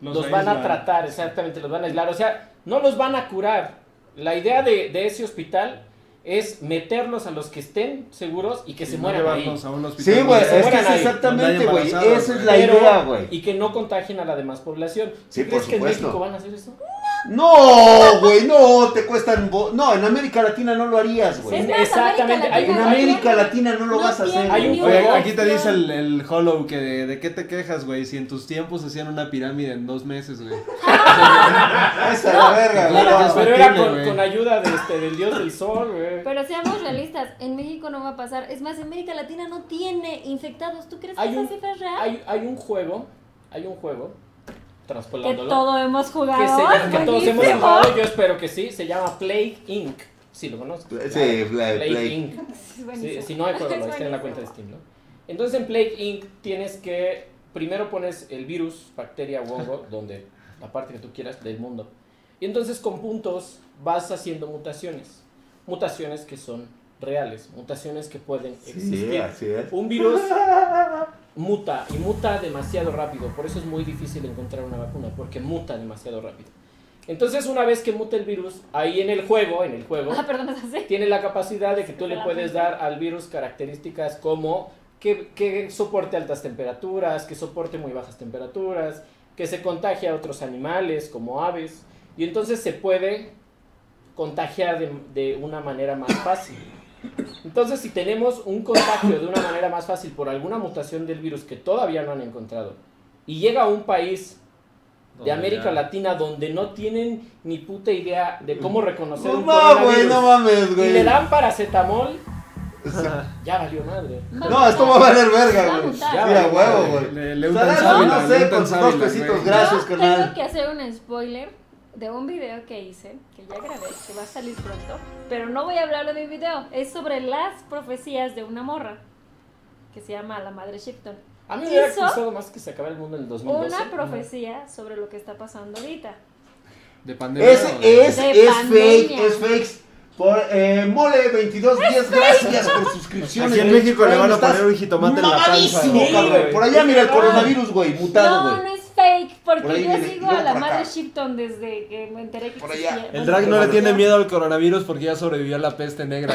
Speaker 2: los, van a
Speaker 1: aíslan.
Speaker 2: tratar, exactamente, los van a aislar. O sea, no los van a curar. La idea de, de ese hospital es meterlos a los que estén seguros y que se
Speaker 1: Y no
Speaker 2: mueran ahí.
Speaker 1: llevarnos a un hospital.
Speaker 4: Sí, güey,
Speaker 2: que se
Speaker 4: es que
Speaker 2: mueran
Speaker 4: es
Speaker 2: ahí,
Speaker 4: exactamente,
Speaker 1: donde hay
Speaker 4: güey. Esa
Speaker 1: embarazadas,
Speaker 4: es
Speaker 1: güey.
Speaker 4: la
Speaker 2: Pero-
Speaker 4: idea, güey.
Speaker 2: Y que no contagien a la demás población.
Speaker 4: Sí,
Speaker 2: ¿Tú
Speaker 4: por
Speaker 2: ¿Crees que en
Speaker 4: supuesto.
Speaker 2: México van a hacer eso?
Speaker 4: No, güey, no, te cuestan... bo- No, en América Latina no lo harías,
Speaker 3: Es
Speaker 4: güey.
Speaker 3: más,
Speaker 2: Exactamente, hay-
Speaker 4: En
Speaker 3: Latina
Speaker 4: América
Speaker 3: no-
Speaker 4: Latina no lo
Speaker 3: no
Speaker 4: vas a hacer,
Speaker 3: tiene
Speaker 2: Hay
Speaker 4: güey.
Speaker 2: un
Speaker 1: Oye,
Speaker 2: juego.
Speaker 1: aquí te dice el, el Hollow que de, de qué te quejas, güey. Si en tus tiempos hacían una pirámide en dos meses, güey.
Speaker 4: Ah, Esa es la verga, Ah, güey.
Speaker 1: Claro que
Speaker 4: no.
Speaker 1: es
Speaker 2: Pero era
Speaker 1: factible,
Speaker 2: con,
Speaker 1: güey.
Speaker 2: con ayuda de este, del dios del sol, güey.
Speaker 3: Pero seamos realistas, en México no va a pasar. Es más, América Latina no tiene infectados. ¿Tú crees que
Speaker 2: Hay un-
Speaker 3: esa cifra es real?
Speaker 2: Hay, hay un juego, hay un juego,
Speaker 3: que
Speaker 2: transpolándolo.
Speaker 3: todo hemos
Speaker 2: que, se-
Speaker 3: jugado.
Speaker 2: que todos hemos
Speaker 3: buenísimo.
Speaker 2: jugado, yo espero que sí, se llama Plague Inc. Sí, lo conozco.
Speaker 4: Sí, Play,
Speaker 2: Plague
Speaker 4: Play.
Speaker 2: Inc.
Speaker 3: Es
Speaker 2: Sí,
Speaker 3: buenísimo.
Speaker 2: si no, hay
Speaker 4: *laughs*
Speaker 2: problema,
Speaker 3: Es
Speaker 2: está en la cuenta de
Speaker 3: buenísimo.
Speaker 2: Steam, ¿no? Entonces en Plague Inc. tienes que, primero pones el virus, bacteria o
Speaker 4: *laughs*
Speaker 2: hongo, donde la parte que tú quieras del mundo. Y entonces con puntos vas haciendo mutaciones. Mutaciones que son reales, mutaciones que pueden existir.
Speaker 4: Sí, así es.
Speaker 2: Un virus
Speaker 4: *laughs*
Speaker 2: muta y muta demasiado rápido, por eso es muy difícil encontrar una vacuna, porque muta demasiado rápido. Entonces, una vez que muta el virus, ahí en el juego, en el juego,
Speaker 3: Ah, perdón, es así.
Speaker 2: tiene la capacidad de que tú
Speaker 3: Se
Speaker 2: le
Speaker 3: la
Speaker 2: puedes
Speaker 3: apunta.
Speaker 2: dar al virus características como que, que soporte altas temperaturas, que soporte muy bajas temperaturas, que se contagie a otros animales como aves, y entonces se puede contagiar de, de una manera más fácil. Entonces, si tenemos un contagio de una manera más fácil por alguna mutación del virus que todavía no han encontrado, y llega a un país de
Speaker 1: Donde
Speaker 2: América
Speaker 1: ya-
Speaker 2: Latina donde no tienen ni puta idea de cómo reconocer un
Speaker 4: No, güey,
Speaker 2: coronavirus,
Speaker 4: no mames,
Speaker 2: y le
Speaker 4: güey.
Speaker 2: dan paracetamol, ya valió madre.
Speaker 4: No, esto va a valer verga, güey.
Speaker 3: Vamos a-
Speaker 4: Sí, a huevo,
Speaker 1: Le-
Speaker 4: güey.
Speaker 1: le- le untan
Speaker 4: Salario,
Speaker 1: sábila,
Speaker 4: no
Speaker 1: le
Speaker 4: sé,
Speaker 1: untan
Speaker 4: con sus dos
Speaker 1: sábila,
Speaker 4: pesitos,
Speaker 1: güey.
Speaker 4: gracias,
Speaker 3: Yo
Speaker 4: carnal.
Speaker 3: Tengo que hacer un spoiler de un video que hice, que ya grabé, que va a salir pronto, pero no voy a hablar de mi video. Es sobre las profecías de una morra que se llama La Madre Shipton.
Speaker 2: A mí me hubiera
Speaker 3: Hizo
Speaker 2: gustado más que se acabara el mundo en el 2012.
Speaker 3: Una profecía sobre lo que está pasando ahorita.
Speaker 1: De pandemia.
Speaker 4: Ese
Speaker 1: ¿no?
Speaker 4: es,
Speaker 3: De
Speaker 4: es
Speaker 3: pandemia.
Speaker 4: fake, es fake. Por eh, mole 2210, gracias por suscripciones.
Speaker 5: Aquí en
Speaker 4: güey.
Speaker 5: México le van a
Speaker 4: Estás
Speaker 5: poner un jitomate en la panza,
Speaker 4: mamadísimo,
Speaker 5: güey.
Speaker 4: cabrón.
Speaker 2: Sí,
Speaker 4: Por
Speaker 2: güey.
Speaker 4: allá mira el
Speaker 2: Ah.
Speaker 4: coronavirus, güey, mutado,
Speaker 3: No,
Speaker 4: güey.
Speaker 3: no es fake, porque
Speaker 4: Por ahí
Speaker 3: yo
Speaker 4: viene, y
Speaker 3: sigo
Speaker 4: luego
Speaker 3: a la
Speaker 4: por acá.
Speaker 3: madre Shipton desde que me enteré que
Speaker 4: Por allá.
Speaker 3: existía.
Speaker 5: El
Speaker 3: Bueno,
Speaker 5: drag no le
Speaker 3: pero-
Speaker 5: tiene miedo al coronavirus porque ya sobrevivió a la peste negra,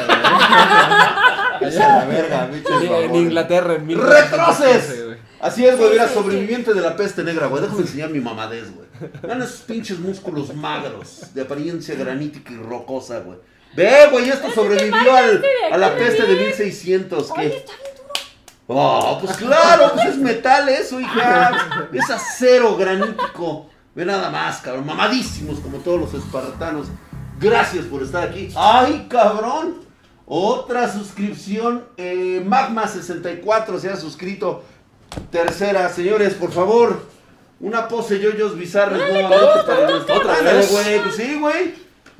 Speaker 5: güey.
Speaker 1: *laughs*
Speaker 4: Esa es la
Speaker 5: Allá,
Speaker 4: verga, bicho,
Speaker 5: en- en
Speaker 4: favor.
Speaker 5: Inglaterra, en mil-
Speaker 4: ¡Retroces!
Speaker 5: güey.
Speaker 4: Así es, güey,
Speaker 3: Sí,
Speaker 4: era
Speaker 3: sí,
Speaker 4: sobreviviente de la peste negra, güey. Déjame enseñar mi mamadez, güey. Vean esos pinches músculos magros, de apariencia granítica y rocosa, güey. Ve, güey, esto sobrevivió
Speaker 3: este
Speaker 4: al, a la peste de 1600.
Speaker 3: Oye,
Speaker 4: ¿qué?
Speaker 3: está bien duro.
Speaker 4: Oh, pues claro, pues es metal eso,
Speaker 3: *laughs*
Speaker 4: hija. Es acero granítico. Ve nada más, cabrón. Mamadísimos como todos los espartanos. Gracias por estar aquí. ¡Ay, cabrón! Otra suscripción. eh, Magma64 se ha suscrito. Tercera, señores, por favor. Una pose yoyos bizarros nuevamente para nuestra- Otra vez, güey. Pues sí, güey.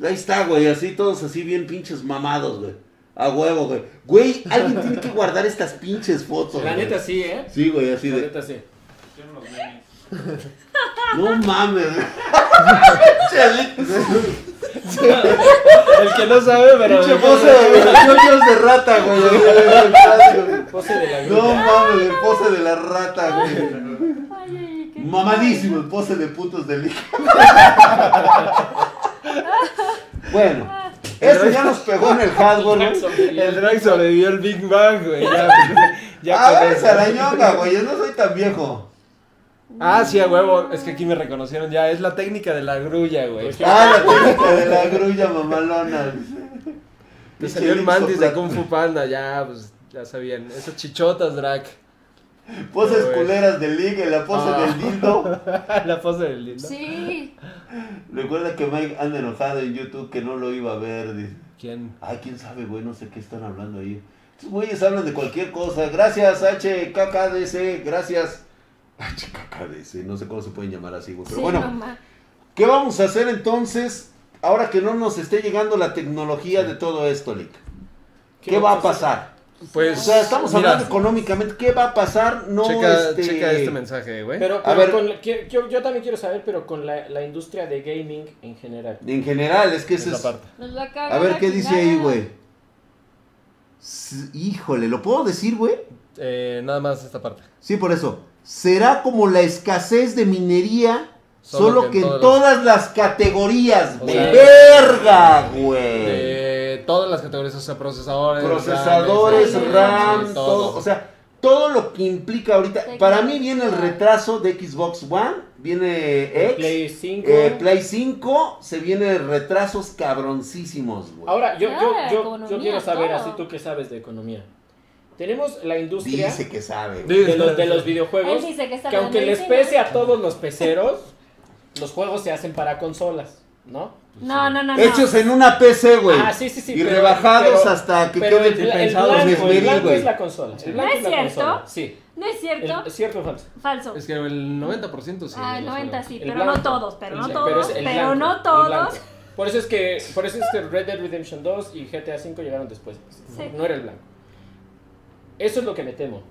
Speaker 4: Ahí está, güey. Así todos así bien pinches mamados, güey. A huevo, güey. Güey, alguien tiene que guardar estas pinches fotos.
Speaker 2: La
Speaker 4: güey.
Speaker 2: neta sí, ¿eh?
Speaker 4: Sí, güey, así
Speaker 2: La
Speaker 4: de.
Speaker 2: neta sí.
Speaker 4: No mames. Chale.
Speaker 5: El que no sabe, pero.
Speaker 4: Pinche pose de yoyos de rata, güey.
Speaker 2: Pose de la
Speaker 4: No
Speaker 2: gruta.
Speaker 4: mames, el pose de la rata, güey.
Speaker 3: Ay, ay, qué-
Speaker 4: Mamadísimo, el pose de putos del hijo. bueno, eso ya *laughs* nos pegó en el hardware, güey.
Speaker 5: El drag sobrevivió al Big Bang, güey. Ya,
Speaker 4: *laughs*
Speaker 5: güey. Ya
Speaker 4: A
Speaker 5: con
Speaker 4: ver,
Speaker 5: eso.
Speaker 4: Sarañonga, güey, yo no soy tan viejo.
Speaker 5: Ah, sí, a huevo. Es que aquí me reconocieron ya. Es la técnica de la grulla, güey.
Speaker 4: Ah, la técnica de la grulla mamalona.
Speaker 5: Me salió el mantis de
Speaker 4: Plat-
Speaker 5: Kung Fu Panda. Ya, pues, ya sabían. Esas chichotas, drag.
Speaker 4: *laughs* Poses
Speaker 5: güey.
Speaker 4: culeras de liga y la pose
Speaker 5: Ah.
Speaker 4: del
Speaker 5: *laughs*
Speaker 4: dildo.
Speaker 5: la pose del lindo.
Speaker 3: Sí.
Speaker 4: Recuerda que Mike anda enojado en YouTube que no lo iba a ver, dice.
Speaker 5: ¿Quién?
Speaker 4: Ay, quién sabe, güey, no sé qué están hablando ahí. Estos güeyes hablan de cualquier cosa. Gracias, HKKDC, gracias. HKKDC, no sé cómo se pueden llamar así, güey. Pero
Speaker 3: sí,
Speaker 4: bueno,
Speaker 3: mamá.
Speaker 4: ¿qué vamos a hacer entonces ahora que no nos esté llegando la tecnología de todo esto, Lick? ¿Qué, va a pasar?
Speaker 5: Pues.
Speaker 4: O sea, estamos
Speaker 5: mira,
Speaker 4: hablando económicamente. ¿Qué va a pasar? No,
Speaker 5: Checa,
Speaker 4: este...
Speaker 5: checa este mensaje, güey.
Speaker 2: Pero,
Speaker 4: A
Speaker 2: pero
Speaker 4: ver.
Speaker 2: con la- que- yo, yo también quiero saber, pero con la, la industria de gaming en general.
Speaker 4: En general, es que
Speaker 5: Es
Speaker 4: ese
Speaker 5: la
Speaker 4: es...
Speaker 5: parte.
Speaker 3: Nos va a cagar.
Speaker 4: A ver,
Speaker 3: la
Speaker 4: ¿qué dice
Speaker 3: chingada.
Speaker 4: ahí, güey? S- Híjole, ¿lo puedo decir, güey?
Speaker 5: Eh, nada más esta parte.
Speaker 4: Sí, por eso. Será como la escasez de minería, solo, que, en
Speaker 5: todas
Speaker 4: todas las categorías,
Speaker 5: O
Speaker 4: güey.
Speaker 5: sea,
Speaker 4: ¡Verga, güey!
Speaker 5: De todas las categorías, o sea, procesadores,
Speaker 4: Procesadores,
Speaker 5: RAM,
Speaker 3: RAM,
Speaker 4: RAM,
Speaker 5: sí,
Speaker 4: todo. O sea, todo lo que implica ahorita.
Speaker 3: Tecnología.
Speaker 4: Para mí viene el retraso de Xbox One, viene X, Play,
Speaker 2: Play 5.
Speaker 4: Play 5, se vienen retrasos cabroncísimos, güey.
Speaker 2: Ahora, yo, yo,
Speaker 3: Ah,
Speaker 2: yo, yo
Speaker 3: economía,
Speaker 2: quiero saber,
Speaker 3: todo.
Speaker 2: así tú que sabes de economía. Tenemos la industria
Speaker 4: Dice que sabe. güey.
Speaker 2: de los, de
Speaker 4: *laughs*
Speaker 2: los videojuegos,
Speaker 3: Él dice que está
Speaker 2: que aunque les
Speaker 3: hablando de
Speaker 2: pese a todos los peceros, los juegos se hacen para consolas, ¿no?
Speaker 3: No, Ah, no, no. no.
Speaker 4: Hechos en una PC, güey.
Speaker 2: Ah, sí, sí, sí,
Speaker 4: Y
Speaker 2: pero-
Speaker 4: rebajados
Speaker 2: pero-
Speaker 4: hasta que
Speaker 2: Pero
Speaker 4: quede
Speaker 2: el, el
Speaker 4: pensado en
Speaker 2: blanco, el
Speaker 4: esmeril,
Speaker 2: blanco
Speaker 4: güey.
Speaker 2: es la consola. El
Speaker 3: ¿No
Speaker 2: blanco
Speaker 3: es
Speaker 2: la
Speaker 3: cierto?
Speaker 2: consola. Sí.
Speaker 3: No es cierto.
Speaker 2: El- ¿Cierto o falso?
Speaker 3: Falso.
Speaker 5: Es que el 90% sí.
Speaker 3: Ah, el
Speaker 5: no sé,
Speaker 3: 90 sí,
Speaker 2: El
Speaker 3: pero
Speaker 2: blanco.
Speaker 3: no todos, pero no
Speaker 2: Sí,
Speaker 3: todos,
Speaker 2: es el
Speaker 3: pero
Speaker 2: blanco,
Speaker 3: no
Speaker 2: el
Speaker 3: todos.
Speaker 2: blanco. Por eso es que por eso es que Red Dead Redemption 2 y GTA 5 llegaron después.
Speaker 3: Sí.
Speaker 2: No era el blanco. Eso es lo que me temo.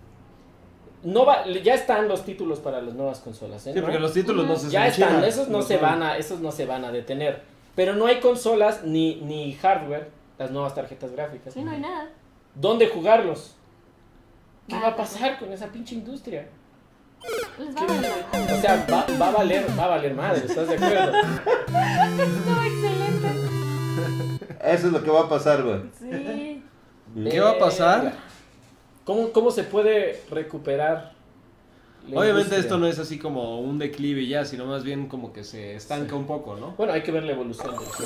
Speaker 2: No va, ya están los títulos para las nuevas consolas, ¿eh?
Speaker 5: Sí, porque
Speaker 2: ¿No?
Speaker 5: los títulos Pues no se
Speaker 2: ya están,
Speaker 5: enchilan.
Speaker 2: esos no, se van a, esos no se van a detener. Pero no hay consolas ni, ni hardware, las nuevas tarjetas gráficas.
Speaker 3: Sí, no hay nada.
Speaker 2: ¿Dónde jugarlos? ¿Qué
Speaker 3: Ah,
Speaker 2: va a
Speaker 3: pues
Speaker 2: pasar con esa pinche industria?
Speaker 3: Les va a valer.
Speaker 2: O sea, va, va a valer, va a valer madre, ¿estás de acuerdo?
Speaker 3: Estuvo excelente.
Speaker 4: Eso es lo que va a pasar, güey.
Speaker 3: Sí.
Speaker 5: *laughs* ¿Qué va a
Speaker 2: Eh,
Speaker 5: pasar?
Speaker 2: ¿Cómo, cómo se puede recuperar? la
Speaker 5: Obviamente
Speaker 2: industria?
Speaker 5: esto no es así como un declive y ya, sino más bien como que se estanca un poco, ¿no?
Speaker 2: Bueno, hay que ver la evolución. de los juegos,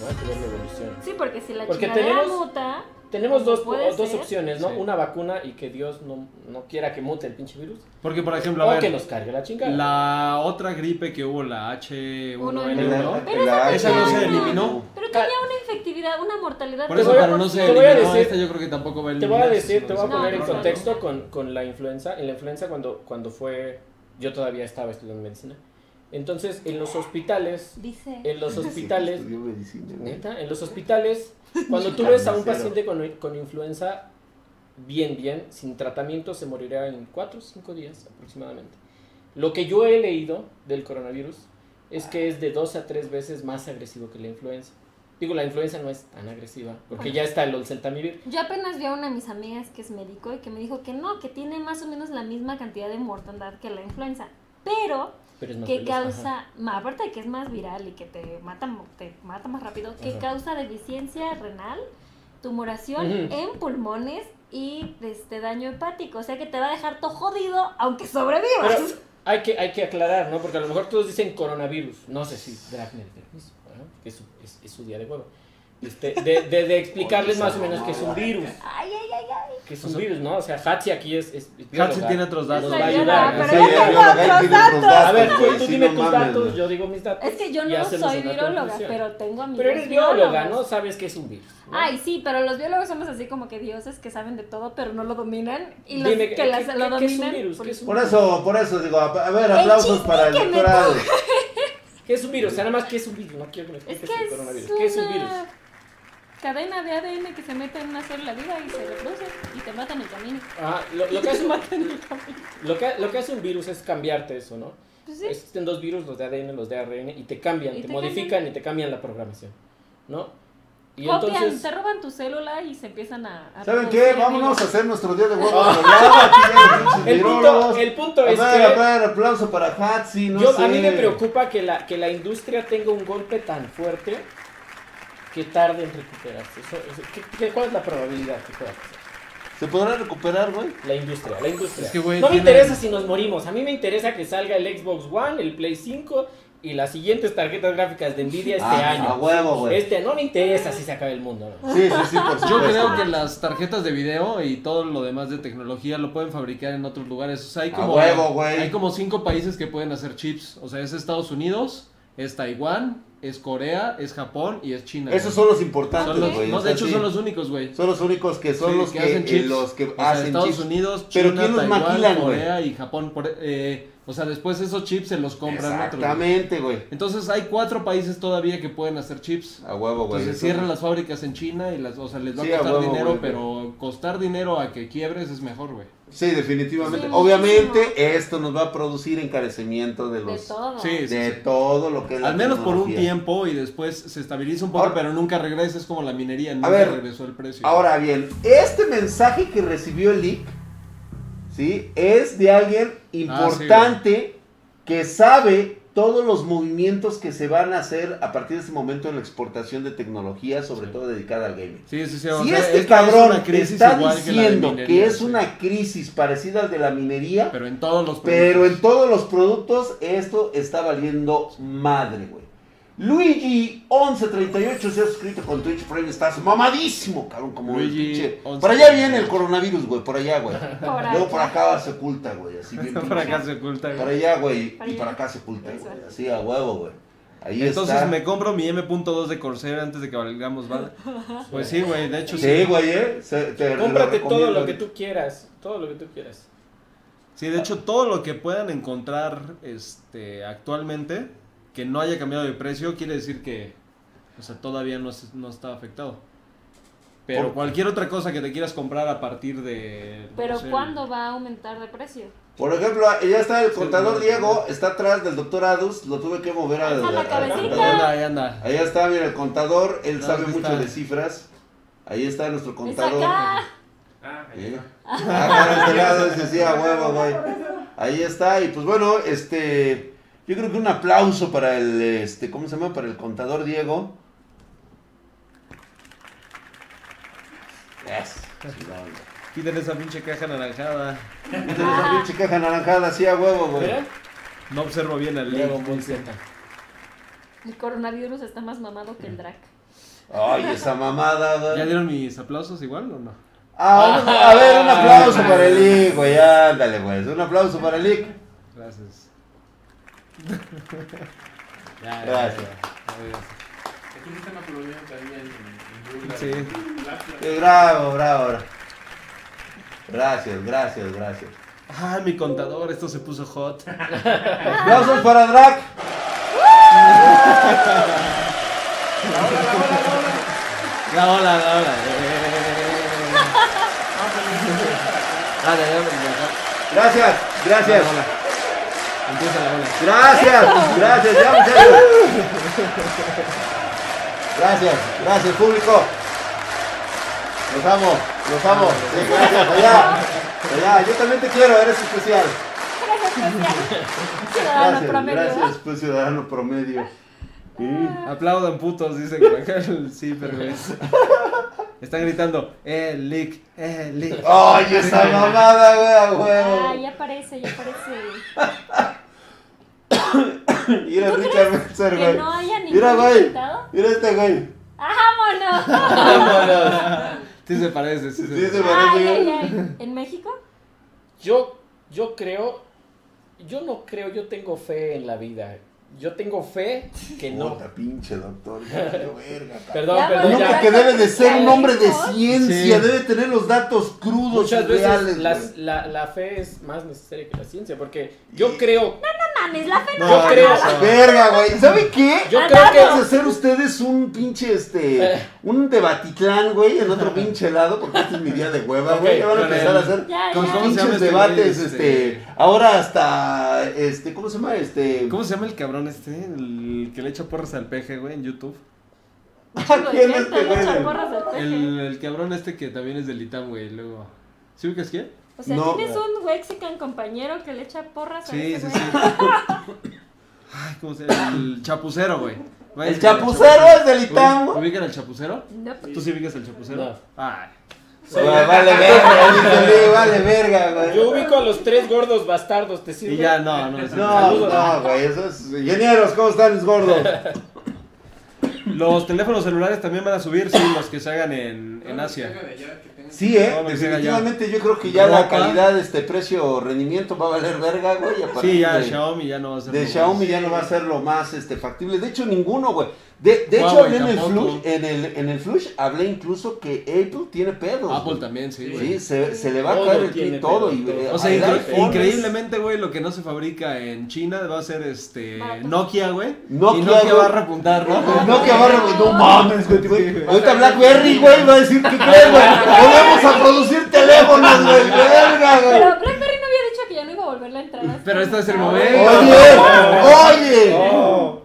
Speaker 2: ¿no? Hay que ver la evolución.
Speaker 3: Sí, porque si la
Speaker 2: Porque
Speaker 3: chingadera
Speaker 2: tenemos-
Speaker 3: muta,
Speaker 2: Tenemos dos,
Speaker 3: Puede
Speaker 2: dos
Speaker 3: ser.
Speaker 2: opciones, ¿no?
Speaker 5: Sí.
Speaker 2: Una vacuna y que Dios no, no quiera que mute el pinche virus.
Speaker 5: Porque, por ejemplo, a
Speaker 2: O que
Speaker 5: ver,
Speaker 2: nos cargue la chingada.
Speaker 5: la otra gripe que hubo, la
Speaker 3: Uno,
Speaker 5: H1N1,
Speaker 3: Pero esa
Speaker 5: esa no se
Speaker 3: Claro.
Speaker 5: eliminó.
Speaker 3: pero tenía una infectividad, una mortalidad.
Speaker 5: Por
Speaker 2: Te
Speaker 5: eso,
Speaker 2: voy a-
Speaker 5: pero no se
Speaker 2: te voy a
Speaker 5: eliminó.
Speaker 2: decir-
Speaker 5: Esta yo creo que tampoco va a
Speaker 2: Te
Speaker 5: eliminar.
Speaker 2: voy a decir, te voy a
Speaker 3: No,
Speaker 2: poner en
Speaker 3: no, no,
Speaker 2: contexto
Speaker 3: no.
Speaker 2: con, con la influenza. En la influenza cuando, cuando fue, yo todavía estaba estudiando medicina. Entonces, en los hospitales,
Speaker 3: Dice.
Speaker 2: en los hospitales, ¿Eh?
Speaker 4: Estudió medicina, güey.
Speaker 2: neta, en los hospitales, cuando tú ves a un paciente con, con influenza bien, bien, sin tratamiento, se morirá en 4 o 5 días aproximadamente. Lo que yo he leído del coronavirus es que es de 2 a 3 veces más agresivo que la influenza. Digo, la influenza no es tan agresiva, porque ya está el olseltamivir.
Speaker 3: Yo apenas vi a una de mis amigas que es médico y que me dijo que no, que tiene más o menos la misma cantidad de mortandad que la influenza, pero
Speaker 2: Pero es más
Speaker 3: que
Speaker 2: veloz, ajá.
Speaker 3: causa, ma- aparte de que es más viral y que te mata, mo- te mata más rápido, que
Speaker 2: Ajá.
Speaker 3: causa deficiencia renal, tumoración
Speaker 2: Ujú.
Speaker 3: en pulmones y este daño hepático, o sea que te va a dejar todo jodido aunque sobrevivas.
Speaker 2: Pero hay que, hay que aclarar, ¿no? Porque a lo mejor todos dicen coronavirus. No sé si Dragner permiso, ¿no? que es su, es, es su día de huevo. Este, de, de- de explicarles más o menos que es un virus.
Speaker 3: Ay, ay, ay, ay.
Speaker 2: Que es un virus, ¿no? O sea, Hatsi aquí es. es es
Speaker 5: Gatsi
Speaker 2: bióloga.
Speaker 5: tiene otros
Speaker 2: Nos
Speaker 5: datos.
Speaker 2: va
Speaker 3: Soy
Speaker 2: a
Speaker 3: bióloga,
Speaker 2: ayudar.
Speaker 3: Ah, pero
Speaker 2: Sí,
Speaker 3: yo
Speaker 2: ya,
Speaker 3: tengo
Speaker 4: bióloga, ahí
Speaker 3: otros
Speaker 4: tiene otros
Speaker 3: datos.
Speaker 4: datos.
Speaker 2: A ver, tú,
Speaker 4: güey,
Speaker 2: tú
Speaker 4: sí,
Speaker 2: dime
Speaker 4: no
Speaker 2: tus
Speaker 4: mames,
Speaker 2: datos,
Speaker 4: güey.
Speaker 2: yo digo mis datos.
Speaker 3: Es que yo
Speaker 2: y
Speaker 3: no
Speaker 2: hacemos
Speaker 3: soy
Speaker 2: una
Speaker 3: bióloga,
Speaker 2: conclusión.
Speaker 3: pero tengo amigos.
Speaker 2: Pero eres bióloga,
Speaker 3: biólogos.
Speaker 2: ¿no? Sabes que es un virus. ¿no?
Speaker 3: Ay, sí, pero los biólogos somos así como que dioses que saben de todo, pero no lo dominan. Y los
Speaker 2: Dime,
Speaker 3: que
Speaker 2: ¿qué-
Speaker 3: las,
Speaker 2: qué-
Speaker 3: lo
Speaker 2: qué es un
Speaker 3: dominan.
Speaker 2: virus?
Speaker 3: por-
Speaker 2: ¿Qué es un-
Speaker 4: Por eso, por eso digo, a, a ver,
Speaker 3: El
Speaker 4: aplausos
Speaker 3: chiste
Speaker 4: para el
Speaker 3: que me
Speaker 4: doctorado.
Speaker 2: ¿Qué es un virus? O sea, nada más que es un virus. No quiero que me
Speaker 3: es
Speaker 2: expliques
Speaker 3: que
Speaker 2: el
Speaker 3: es
Speaker 2: coronavirus.
Speaker 3: una
Speaker 2: ¿Qué es un virus?
Speaker 3: cadena de ADN que se mete en una célula viva y se reproduce y te matan el camino.
Speaker 2: Ah, lo, lo que
Speaker 3: Te
Speaker 2: hace,
Speaker 3: matan el camino.
Speaker 2: lo, que, lo que hace un virus es cambiarte eso, ¿no?
Speaker 3: Pues sí.
Speaker 2: Existen dos virus, los de ADN, los de ARN, y te cambian,
Speaker 3: Y
Speaker 2: te,
Speaker 3: te
Speaker 2: modifican
Speaker 3: cambian.
Speaker 2: y te cambian la programación, ¿no? Y
Speaker 3: Copian,
Speaker 2: entonces...
Speaker 3: te roban tu célula y se empiezan a. a
Speaker 4: ¿Saben
Speaker 3: reproducir
Speaker 4: qué?
Speaker 3: el
Speaker 4: Vámonos a
Speaker 3: virus.
Speaker 4: hacer nuestro día de huevo.
Speaker 2: *laughs*
Speaker 4: Aquí
Speaker 2: El
Speaker 4: vienen los
Speaker 2: punto,
Speaker 4: virólogos.
Speaker 2: el punto
Speaker 4: a
Speaker 2: es
Speaker 4: ver,
Speaker 2: que...
Speaker 4: a ver, aplauso para Hatsi, no
Speaker 2: Yo,
Speaker 4: sé.
Speaker 2: A mí me preocupa que la, que la industria tenga un golpe tan fuerte que tarde en recuperarse. Eso- eso- ¿qué- qué- cuál es la probabilidad que pueda pasar?
Speaker 4: ¿Se podrá recuperar, güey?
Speaker 2: La industria, la industria.
Speaker 5: Es que, güey,
Speaker 2: no me
Speaker 5: tiene-
Speaker 2: interesa si nos morimos. A mí me interesa que salga el Xbox One, el Play 5 y las siguientes tarjetas gráficas de Nvidia este
Speaker 4: Ah,
Speaker 2: año.
Speaker 4: A huevo, güey.
Speaker 2: Este, no me interesa si se acaba el mundo. ¿no?
Speaker 4: Sí, sí, sí, por supuesto.
Speaker 5: Yo creo que las tarjetas de video y todo lo demás de tecnología lo pueden fabricar en otros lugares. O sea, hay
Speaker 4: A
Speaker 5: como,
Speaker 4: huevo, güey.
Speaker 5: hay como cinco países que pueden hacer chips. O sea, es Estados Unidos, es Taiwán, es Corea, es Japón y es China. güey.
Speaker 4: Esos son los
Speaker 5: Son
Speaker 4: importantes,
Speaker 5: los-
Speaker 4: güey. o
Speaker 5: No, de
Speaker 4: sea,
Speaker 5: hecho
Speaker 4: sí.
Speaker 5: son los únicos, güey.
Speaker 4: Son los únicos que son
Speaker 5: Sí,
Speaker 4: los que, eh, los que
Speaker 5: O sea,
Speaker 4: hacen
Speaker 5: Estados
Speaker 4: chips.
Speaker 5: Unidos, China,
Speaker 4: Pero ¿quién los
Speaker 5: Taiwán,
Speaker 4: maquilan, güey?
Speaker 5: Corea y Japón. por- eh, o sea, después esos chips se los compran otros. güey.
Speaker 4: Exactamente, güey.
Speaker 5: Entonces hay cuatro países todavía que pueden hacer chips.
Speaker 4: A huevo, Ah, güey.
Speaker 5: Entonces cierran las fábricas en China y las, o sea, les va
Speaker 4: Sí,
Speaker 5: a
Speaker 4: a
Speaker 5: costar
Speaker 4: huevo,
Speaker 5: dinero,
Speaker 4: güey.
Speaker 5: pero costar dinero a que quiebres es mejor, güey.
Speaker 4: Sí, definitivamente.
Speaker 3: Sí, muchísimo.
Speaker 4: Obviamente, esto nos va a producir encarecimiento de
Speaker 3: De
Speaker 4: los.
Speaker 3: todo.
Speaker 5: Sí, sí,
Speaker 4: de
Speaker 5: sí.
Speaker 4: todo lo que es la
Speaker 5: Al menos por un
Speaker 4: tecnología.
Speaker 5: tiempo y después se estabiliza un poco,
Speaker 4: Ahora-
Speaker 5: pero nunca regresa. Es como la minería, nunca
Speaker 4: ver,
Speaker 5: regresó el precio.
Speaker 4: Ahora bien, este mensaje que recibió el leak, ¿sí? Es de
Speaker 5: Ah,
Speaker 4: alguien importante que sabe todos los movimientos que se van a hacer a partir de este momento en la exportación de tecnología, sobre todo dedicada al gaming.
Speaker 5: Sí, sí, sí. o
Speaker 4: si
Speaker 5: sea,
Speaker 4: este
Speaker 5: esta es
Speaker 4: cabrón
Speaker 5: una crisis
Speaker 4: está
Speaker 5: igual que la de
Speaker 4: diciendo que,
Speaker 5: minería,
Speaker 4: es
Speaker 5: sí.
Speaker 4: una crisis parecida al de la minería,
Speaker 5: Pero en todos los
Speaker 4: pero en
Speaker 5: productos.
Speaker 4: todos los productos esto está valiendo madre, güey. Luigi1138 se ha suscrito con Twitch Prime, estás mamadísimo, cabrón, como el
Speaker 5: Luigi
Speaker 4: pinche.
Speaker 5: 1138.
Speaker 4: Por allá viene el coronavirus, güey, por allá, güey.
Speaker 3: *laughs* Por
Speaker 4: *laughs* Luego por
Speaker 3: acá.
Speaker 4: acá se oculta, güey, así
Speaker 5: *laughs*
Speaker 4: bien
Speaker 5: Por
Speaker 4: pinche.
Speaker 5: acá se oculta. güey.
Speaker 4: Para allá, güey,
Speaker 3: Para
Speaker 4: y
Speaker 3: allá.
Speaker 4: para acá se oculta,
Speaker 3: Eso.
Speaker 4: güey, así a huevo, güey. Ahí
Speaker 5: Entonces
Speaker 4: está.
Speaker 5: me compro mi M.2 de Corsair antes de que valgamos,
Speaker 3: *laughs*
Speaker 5: ¿vale? Pues sí, güey, de hecho sí.
Speaker 4: Sí, güey, eh. se- te lo
Speaker 2: Cómprate todo
Speaker 4: recomiendo.
Speaker 2: lo que tú quieras, todo lo que tú quieras.
Speaker 5: Sí, de hecho todo lo que puedan encontrar este actualmente que no haya cambiado de precio quiere decir que o sea, todavía no, es- no está afectado. Pero
Speaker 4: Por-
Speaker 5: cualquier otra cosa que te quieras comprar a partir de no
Speaker 3: Pero
Speaker 5: sé,
Speaker 3: ¿cuándo va a aumentar de precio?
Speaker 4: Por ejemplo, ya está el
Speaker 5: Sí,
Speaker 4: contador
Speaker 5: güey.
Speaker 4: Diego, está atrás del doctor Adus, lo tuve que mover al.
Speaker 3: Alza la
Speaker 4: al
Speaker 3: cabecita.
Speaker 5: Ahí
Speaker 4: contador.
Speaker 5: anda, ahí anda.
Speaker 4: Allá está, mira, el contador, él
Speaker 5: No,
Speaker 4: sabe
Speaker 5: aquí
Speaker 4: mucho
Speaker 5: está.
Speaker 4: de cifras. Ahí está nuestro
Speaker 3: Es
Speaker 4: contador.
Speaker 3: acá.
Speaker 1: Ah, ahí
Speaker 4: ¿Eh?
Speaker 1: está.
Speaker 4: Ah, claro, este lado, ese sí, a huevo, güey. Ahí está, y pues bueno, este, yo creo que un aplauso para el, este, ¿cómo se llama? Para el contador Diego. Yes.
Speaker 5: *laughs*
Speaker 4: chingón.
Speaker 5: Quiten esa pinche caja naranjada.
Speaker 4: Entonces, esa pinche caja naranjada, sí, a huevo,
Speaker 5: ¿Eh?
Speaker 4: güey.
Speaker 2: ¿Verdad?
Speaker 5: No observo bien el
Speaker 2: Luego,
Speaker 5: link.
Speaker 2: muy cerca.
Speaker 3: El coronavirus está más mamado que el drag.
Speaker 4: Ay, esa mamada,
Speaker 5: ¿Ya
Speaker 4: güey.
Speaker 5: dieron mis aplausos igual o no?
Speaker 4: Ah, un- a ver, un aplauso para el Ick, güey. Ándale, güey. Un aplauso para el Ick.
Speaker 5: Gracias.
Speaker 2: Ya, ya,
Speaker 4: Gracias.
Speaker 1: Aquí me están aplaudiendo también en, en burla.
Speaker 5: Sí.
Speaker 1: Gracias.
Speaker 4: Eh, bravo, bravo. bra- Gracias, gracias, gracias.
Speaker 5: Ah, mi contador, esto se puso hot.
Speaker 4: ¡Aplausos para Drac!
Speaker 5: La ola, la ola. Ah, de allá, de acá.
Speaker 4: Gracias, gracias,
Speaker 5: La ola. Empieza la ola.
Speaker 4: gracias, gracias, ya muchachos. Gracias, gracias público. Los amo, los amo. Sí, gracias, allá. Allá, yo también te quiero, eres especial.
Speaker 3: Ciudadano
Speaker 4: Gracias,
Speaker 3: promedio.
Speaker 4: gracias, pues ciudadano promedio. Sí.
Speaker 5: Aplaudan putos, dice Grangel. Sí, perverso. Están gritando, eh, lick, eh, lick.
Speaker 4: ¡Ay, esa mamada, güey, a
Speaker 3: Ah,
Speaker 4: huevo!
Speaker 3: ya aparece, ya aparece.
Speaker 4: Mira,
Speaker 3: ¿Tú
Speaker 4: Richard Mercer,
Speaker 3: Que
Speaker 4: güey.
Speaker 3: no haya ningún
Speaker 4: Mira, güey.
Speaker 3: invitado.
Speaker 4: Mira este güey.
Speaker 3: ¡Vámonos!
Speaker 4: *laughs*
Speaker 5: Sí se parece, sí se
Speaker 4: Sí, se
Speaker 5: parece.
Speaker 3: Ay, ay,
Speaker 4: parece.
Speaker 3: ay. ¿En México?
Speaker 2: Yo, yo creo, yo no creo, yo tengo fe en la vida. Yo tengo fe que no.
Speaker 4: Puta pinche doctor. ya valió verga,
Speaker 2: *laughs*
Speaker 4: cabrón.
Speaker 2: Perdón,
Speaker 3: Ya,
Speaker 2: perdón.
Speaker 4: Un
Speaker 3: bueno,
Speaker 2: ya.
Speaker 4: hombre que debe de ser un hombre de
Speaker 3: Sí.
Speaker 4: ciencia, debe tener los datos crudos y
Speaker 2: Muchas veces
Speaker 4: reales.
Speaker 2: las-
Speaker 4: güey.
Speaker 2: la, la fe es más necesaria que la ciencia, porque yo
Speaker 4: Y-
Speaker 2: creo,
Speaker 3: No mames, la fe no.
Speaker 2: yo creo-
Speaker 4: Verga, güey. ¿Sabe qué?
Speaker 2: yo
Speaker 3: Ah,
Speaker 2: creo
Speaker 4: Vamos a
Speaker 2: que
Speaker 4: hacer ustedes un pinche, este,
Speaker 2: Eh.
Speaker 4: un debatitlán, güey, en
Speaker 2: *laughs*
Speaker 4: otro pinche lado, porque este es mi día de hueva, güey.
Speaker 2: Ok,
Speaker 4: Ya van a
Speaker 5: con
Speaker 4: empezar a
Speaker 5: el-
Speaker 4: hacer
Speaker 3: Ya,
Speaker 4: con
Speaker 3: ya.
Speaker 4: sus
Speaker 5: ¿Cómo se llama
Speaker 4: pinches
Speaker 5: este
Speaker 4: debates,
Speaker 5: güey,
Speaker 4: este,
Speaker 5: este?
Speaker 4: ahora hasta, este, ¿cómo se llama? Este, *laughs*
Speaker 5: ¿Cómo se llama el cabrón este? El que le echa porras al peje, güey, en YouTube.
Speaker 4: ¿quién
Speaker 3: Yo
Speaker 4: es este
Speaker 3: estoy
Speaker 4: güey?
Speaker 3: hecha porras del peje.
Speaker 5: El, el cabrón este que también es del ITAM, güey, luego. ¿Sí ubicas quién?
Speaker 3: O sea,
Speaker 4: No,
Speaker 3: tienes
Speaker 4: güey.
Speaker 3: un Wexican compañero que le echa porras a
Speaker 5: Sí,
Speaker 3: ese
Speaker 5: sí,
Speaker 3: güey.
Speaker 5: sí. Ay, ¿cómo se llama? El chapucero, güey. Vayan
Speaker 4: El
Speaker 5: con
Speaker 4: chapucero es del ITAM,
Speaker 5: ¿Ubi-
Speaker 4: güey.
Speaker 5: ¿Ubican al chapucero?
Speaker 3: Nope.
Speaker 5: ¿Tú sí Pues, ubicas al chapucero? Ah,
Speaker 2: No.
Speaker 5: Ay.
Speaker 4: Vale,
Speaker 5: *laughs*
Speaker 4: verga, dígale, vale verga, güey.
Speaker 2: yo ubico a los tres gordos bastardos, ¿te sirve?
Speaker 5: Y ya, no, no. es-
Speaker 4: No,
Speaker 2: Saludos.
Speaker 4: no, güey, esos ingenieros, ¿cómo están mis gordos?
Speaker 5: Los teléfonos celulares también van a subir, sí, los que se hagan en, en Asia.
Speaker 4: Sí, eh,
Speaker 5: No, me llega
Speaker 4: definitivamente yo creo que ya la
Speaker 5: Ropa.
Speaker 4: calidad, este precio, rendimiento va a valer verga, güey. a partir
Speaker 5: Sí, ya
Speaker 4: de,
Speaker 5: Xiaomi ya no va a ser.
Speaker 4: de
Speaker 5: lo
Speaker 4: Xiaomi
Speaker 5: más.
Speaker 4: ya no va a ser lo más este factible. De hecho, ninguno, güey. De, de hecho,
Speaker 5: Huawei
Speaker 4: hablé en el,
Speaker 5: tampoco.
Speaker 4: flush, en, el, en el flush, hablé incluso que Apple tiene pedos.
Speaker 5: Apple
Speaker 4: güey.
Speaker 5: también, sí, güey.
Speaker 4: Sí, se, se le va a
Speaker 2: Todo
Speaker 4: caer el
Speaker 2: tiene
Speaker 4: pie todo.
Speaker 2: pedos,
Speaker 4: Y, eh,
Speaker 5: O sea,
Speaker 4: hay
Speaker 5: incre-
Speaker 4: iPhones.
Speaker 5: increíblemente, güey, lo que no se fabrica en China va a ser este
Speaker 3: Barato.
Speaker 5: Nokia, güey.
Speaker 4: Nokia,
Speaker 5: y Nokia
Speaker 4: güey.
Speaker 5: va a repuntar, ¿no?
Speaker 4: No, que agarra, güey. No mames, güey.
Speaker 5: Sí,
Speaker 4: güey.
Speaker 5: güey.
Speaker 4: Ahorita Blackberry, güey, va a decir que crees, güey. Volvemos a producir teléfonos, güey. Verga, güey.
Speaker 3: Pero Blackberry no había dicho que ya no iba a volver la entrada.
Speaker 5: Pero este es el
Speaker 4: Oye,
Speaker 5: momento.
Speaker 4: oye.
Speaker 5: Oh.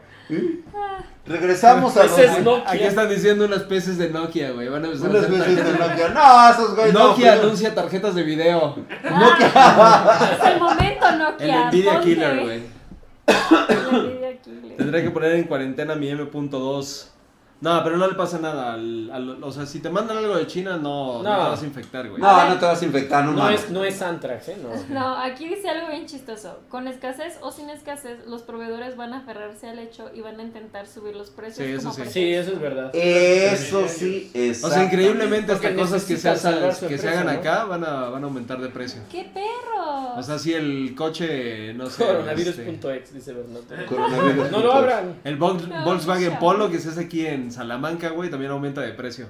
Speaker 4: Regresamos a los
Speaker 2: Oh. Ese es Nokia.
Speaker 5: Aquí están diciendo unas peces de Nokia, güey. Van a empezar a
Speaker 4: unas
Speaker 5: hacer
Speaker 4: veces
Speaker 2: *laughs*
Speaker 4: de
Speaker 5: tarjetas.
Speaker 4: Nokia. No, esos güey. no,
Speaker 5: Nokia
Speaker 4: güey.
Speaker 5: anuncia tarjetas de video.
Speaker 3: Ah, Es el momento,
Speaker 5: *laughs* El
Speaker 3: Nokia.
Speaker 5: Nvidia
Speaker 3: ponte.
Speaker 5: Killer, güey.
Speaker 3: El Nvidia Killer.
Speaker 5: Tendré que poner en cuarentena mi M.2. No, pero no le pasa nada. al- al- o sea, si te mandan algo de China, no, no.
Speaker 2: No.
Speaker 5: te vas a infectar, güey.
Speaker 4: No, no te vas a infectar, no,
Speaker 2: No
Speaker 4: mames.
Speaker 2: es, no es Antrax, ¿eh? No.
Speaker 3: No, aquí dice algo bien chistoso. Con escasez o sin escasez, los proveedores van a aferrarse al hecho y van a intentar subir los precios.
Speaker 5: Sí, eso
Speaker 3: como
Speaker 5: sí.
Speaker 3: pretexto.
Speaker 2: Sí, eso es verdad.
Speaker 4: Eso sí, es.
Speaker 5: O sea, increíblemente hasta
Speaker 2: Porque
Speaker 5: cosas que se,
Speaker 2: necesitan
Speaker 5: hacen-
Speaker 2: salvar su
Speaker 5: que se
Speaker 2: empresa,
Speaker 5: hagan
Speaker 2: ¿no?
Speaker 5: acá van a, van a aumentar de precio.
Speaker 3: ¡Qué perro!
Speaker 5: O sea, si el coche, no sé. este,
Speaker 2: Coronavirus.ex, dice Bernardo.
Speaker 4: Coronavirus.
Speaker 2: No lo abran.
Speaker 5: el Vol-
Speaker 3: No,
Speaker 5: Volkswagen
Speaker 3: no.
Speaker 5: Polo que se hace aquí en Salamanca, güey, también aumenta de precio.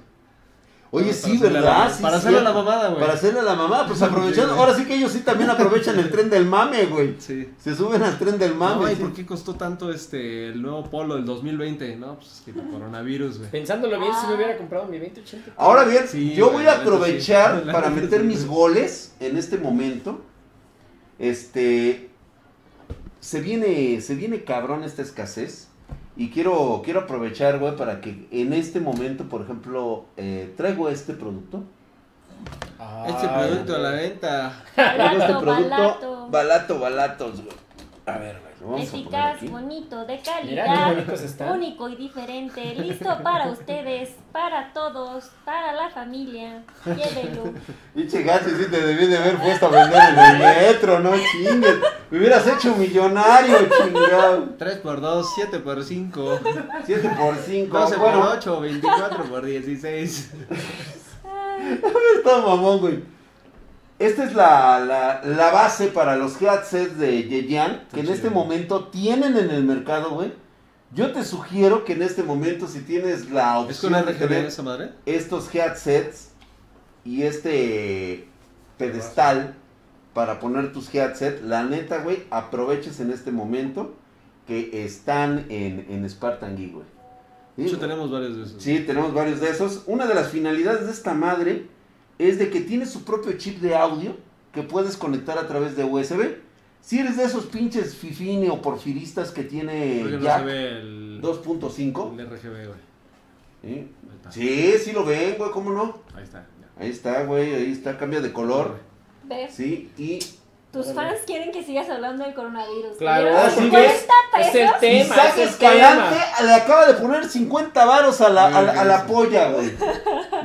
Speaker 4: Oye,
Speaker 5: Para
Speaker 4: sí,
Speaker 5: hacerle
Speaker 4: ¿verdad?
Speaker 5: la-
Speaker 4: Sí,
Speaker 5: para
Speaker 4: sí.
Speaker 5: hacerle la mamada, güey.
Speaker 4: Para hacerle la
Speaker 5: *laughs*
Speaker 4: mamada, pues aprovechando. Ahora sí que ellos sí también aprovechan el tren del mame, güey.
Speaker 5: Sí.
Speaker 4: Se suben al tren del mame.
Speaker 5: Ay,
Speaker 4: sí.
Speaker 5: ¿por qué costó tanto este el nuevo Polo del 2020? No, pues es que el coronavirus, güey.
Speaker 2: Pensándolo bien, si me hubiera comprado mi 2080.
Speaker 4: Ahora bien,
Speaker 5: Sí,
Speaker 4: yo
Speaker 5: güey,
Speaker 4: voy a
Speaker 5: la neta
Speaker 4: aprovechar
Speaker 5: sí. La
Speaker 4: para
Speaker 5: neta
Speaker 4: meter
Speaker 5: sí.
Speaker 4: mis goles en este momento. Este se viene se viene cabrón esta escasez y quiero quiero aprovechar, güey, para que en este momento, por ejemplo, eh, traigo este producto,
Speaker 5: Este producto a la venta.
Speaker 4: traigo este
Speaker 3: Barato,
Speaker 4: producto
Speaker 3: balato.
Speaker 4: balato balatos, güey. A ver, güey, lo vamos a poner
Speaker 3: Eficaz,
Speaker 4: aquí.
Speaker 3: bonito, de
Speaker 2: Mira, qué
Speaker 3: calidad,
Speaker 2: bonitos están.
Speaker 3: único y diferente, listo para ustedes, para todos, para la familia. Llévelo.
Speaker 4: Pinche gacho, sí te debí de haber puesto a vender en el metro, no chingues. Me hubieras hecho millonario, chingado.
Speaker 5: 3 por 2, 7 por 5,
Speaker 4: 7 por 5,
Speaker 5: 12 por
Speaker 4: Ah, bueno,
Speaker 5: 8, 24 por
Speaker 4: *laughs*
Speaker 5: 16.
Speaker 4: Está mamón, güey. Esta es la, la, la base para los headsets de Yeyan, que en
Speaker 5: chido.
Speaker 4: este momento tienen en el mercado, güey. Yo te sugiero que en este momento, si tienes la
Speaker 5: ¿Es
Speaker 4: opción
Speaker 5: con
Speaker 4: de
Speaker 5: RGB
Speaker 4: tener
Speaker 5: esa madre?
Speaker 4: estos headsets y este pedestal para poner tus headset. La neta, güey, aproveches en este momento que están en, en Spartan Geek, güey. Sí,
Speaker 1: De hecho,
Speaker 4: güey.
Speaker 1: tenemos varios de esos.
Speaker 4: Sí, tenemos varios de esos. Una de las finalidades de esta madre es de que tiene su propio chip de audio que puedes conectar a través de USB. Si eres de esos pinches fifine o porfiristas que tiene
Speaker 1: Creo que no se
Speaker 4: jack
Speaker 1: ve el,
Speaker 4: 2.5.
Speaker 1: el RGB, güey.
Speaker 4: ¿sí?
Speaker 1: Ahí está.
Speaker 4: ¿eh? Sí, sí lo ven, güey, ¿cómo no?
Speaker 1: Ahí está. ya.
Speaker 4: Ahí está, güey, ahí está, cambia de color.
Speaker 3: Ve,
Speaker 4: Sí, y
Speaker 3: tus fans quieren que sigas hablando del coronavirus.
Speaker 2: Claro,
Speaker 3: ¿Vieron?
Speaker 4: así
Speaker 3: ¿Cuesta
Speaker 2: Es
Speaker 3: pesos?
Speaker 2: el tema.
Speaker 4: Isaac
Speaker 2: es el
Speaker 4: Escalante
Speaker 2: tema.
Speaker 4: le acaba de poner 50 varos a la, a la- a la
Speaker 1: Sí, sí.
Speaker 4: polla, güey.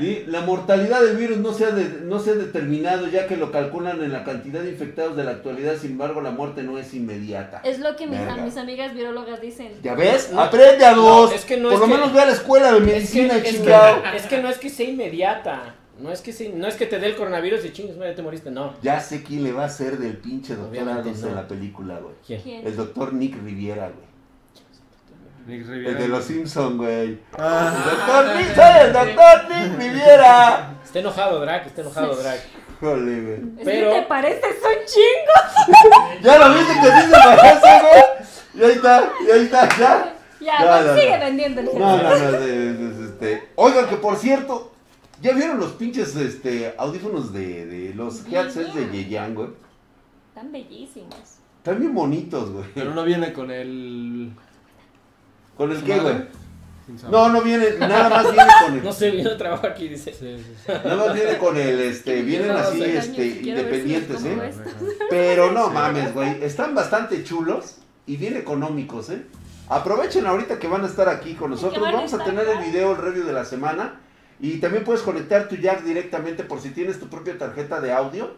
Speaker 4: Y La mortalidad del virus no se, ha de- no se ha determinado ya que lo calculan en la cantidad de infectados de la actualidad, sin embargo la muerte no es inmediata.
Speaker 3: Es lo que mis,
Speaker 4: Verga.
Speaker 3: mis amigas virólogas dicen.
Speaker 4: ¿Ya ves?
Speaker 2: No.
Speaker 4: Aprende a dos.
Speaker 2: No, es que no
Speaker 4: Por
Speaker 2: es
Speaker 4: lo
Speaker 2: que-
Speaker 4: menos ve a la escuela de
Speaker 2: Es que,
Speaker 4: medicina,
Speaker 2: es que-
Speaker 4: chingado.
Speaker 2: es que no es que sea inmediata. No es que, sea- no es que te dé el coronavirus y chingues, madre, te moriste. No.
Speaker 4: Ya sé quién le va a hacer del pinche doctor
Speaker 2: Obviamente
Speaker 4: Adams
Speaker 2: no.
Speaker 4: en la película, güey.
Speaker 2: ¿Quién?
Speaker 3: ¿Quién?
Speaker 4: El doctor Nick Riviera, güey.
Speaker 1: Nick
Speaker 4: El
Speaker 1: Riviera.
Speaker 4: de los Simpsons, güey. El
Speaker 1: Ah,
Speaker 4: doctor Nick, soy el doctor Nick Riviera.
Speaker 2: Está enojado, Drag. Está enojado, Drag.
Speaker 4: Jole, güey.
Speaker 3: Es
Speaker 2: Pero-
Speaker 3: que te pareces un chingo.
Speaker 4: ¿Ya lo viste que dice payaso, güey? Y ahí está, y ahí está, ya.
Speaker 3: Ya,
Speaker 4: No,
Speaker 3: bueno,
Speaker 4: no, no.
Speaker 3: sigue vendiendo el
Speaker 4: No,
Speaker 3: jersey.
Speaker 4: no, no, de- de- de- este. Oigan, que por cierto, ¿ya vieron los pinches este, audífonos de, de los headsets de Yeyang, güey?
Speaker 3: Están bellísimos.
Speaker 4: Están bien bonitos, güey.
Speaker 1: Pero no viene con el.
Speaker 4: ¿Con el qué, güey?
Speaker 1: sin sabor.
Speaker 4: No, no viene, nada más
Speaker 2: *laughs*
Speaker 4: viene con el.
Speaker 2: No sé, vino trabajo aquí, dice.
Speaker 1: Sí, sí, sí.
Speaker 4: Nada más viene con el, este, vienen
Speaker 3: Yo no
Speaker 4: así,
Speaker 3: sé,
Speaker 4: este,
Speaker 3: ni siquiera voy a decir
Speaker 4: independientes,
Speaker 3: cómo
Speaker 4: ¿eh?
Speaker 3: es.
Speaker 4: Pero no mames, güey. Están bastante chulos y bien económicos, ¿eh? Aprovechen ahorita que van a estar aquí con nosotros.
Speaker 3: van a
Speaker 4: Vamos a
Speaker 3: estar
Speaker 4: tener el
Speaker 3: acá.
Speaker 4: video, el review de la semana. Y también puedes conectar tu jack directamente por si tienes tu propia tarjeta de audio.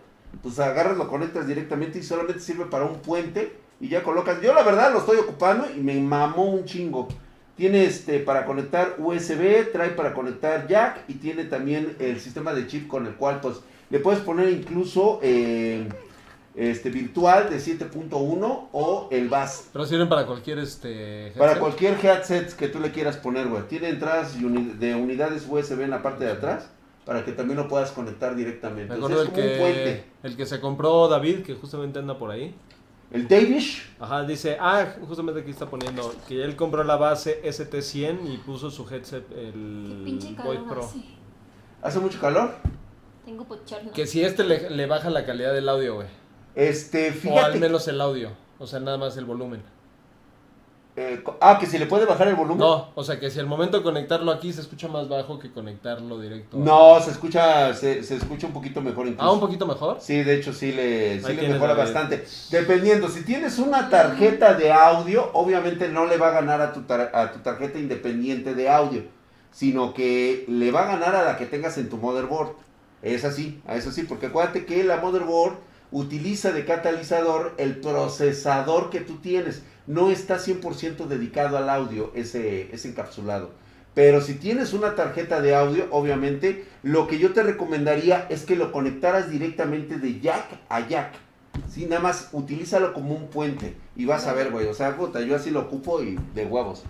Speaker 4: Pues agarras, lo conectas directamente y solamente sirve para un puente. Y ya colocas. Yo la verdad lo estoy ocupando y me mamó un chingo. Tiene este para conectar USB, trae para conectar jack y tiene también el sistema de chip con el cual pues le puedes poner incluso eh, este virtual de 7.1 o el VAS.
Speaker 1: Pero sirven para cualquier este.
Speaker 4: Para
Speaker 1: headset.
Speaker 4: cualquier headset que tú le quieras poner, güey. Tiene entradas y uni- de unidades USB en la parte de atrás para que también lo puedas conectar directamente.
Speaker 1: Me
Speaker 4: O sea,
Speaker 1: acuerdo
Speaker 4: es
Speaker 1: el
Speaker 4: como un
Speaker 1: que,
Speaker 4: puente.
Speaker 1: el que se compró David, que justamente anda por ahí.
Speaker 4: El Davish.
Speaker 1: Ajá, dice, ah, justamente aquí está poniendo que él compró la base ST100 y puso su headset,
Speaker 2: Mm,
Speaker 3: Qué
Speaker 1: el
Speaker 3: pinche
Speaker 1: Void
Speaker 3: calor
Speaker 1: Pro.
Speaker 3: hace.
Speaker 4: Hace mucho calor.
Speaker 3: Tengo pochorno.
Speaker 5: Que si este le, le baja la calidad del audio, güey. O
Speaker 4: Este,
Speaker 5: al
Speaker 4: fíjate.
Speaker 5: menos el audio. O sea, nada más el volumen.
Speaker 4: eh, co- ah, que si le puede bajar el volumen.
Speaker 5: No, o sea que si al momento de conectarlo aquí se escucha más bajo que conectarlo directo.
Speaker 4: No, se escucha, se, se escucha un poquito mejor incluso.
Speaker 5: Ah, un poquito mejor.
Speaker 4: Sí, de hecho sí le, sí
Speaker 1: Ahí
Speaker 4: le
Speaker 1: tienes,
Speaker 4: mejora
Speaker 1: David.
Speaker 4: bastante. Dependiendo, si tienes una tarjeta de audio, obviamente no le va a ganar a tu, tar- a tu tarjeta independiente de audio, sino que le va a ganar a la que tengas en tu motherboard. Es así, a eso sí, porque acuérdate que la motherboard utiliza de catalizador el procesador que tú tienes. No está 100% dedicado al audio ese, ese encapsulado. Pero si tienes una tarjeta de audio, obviamente, lo que yo te recomendaría es que lo conectaras directamente de jack a jack. Sí, nada más utilízalo como un puente y vas a ver, güey. O sea, puta, yo así lo ocupo y de huevos.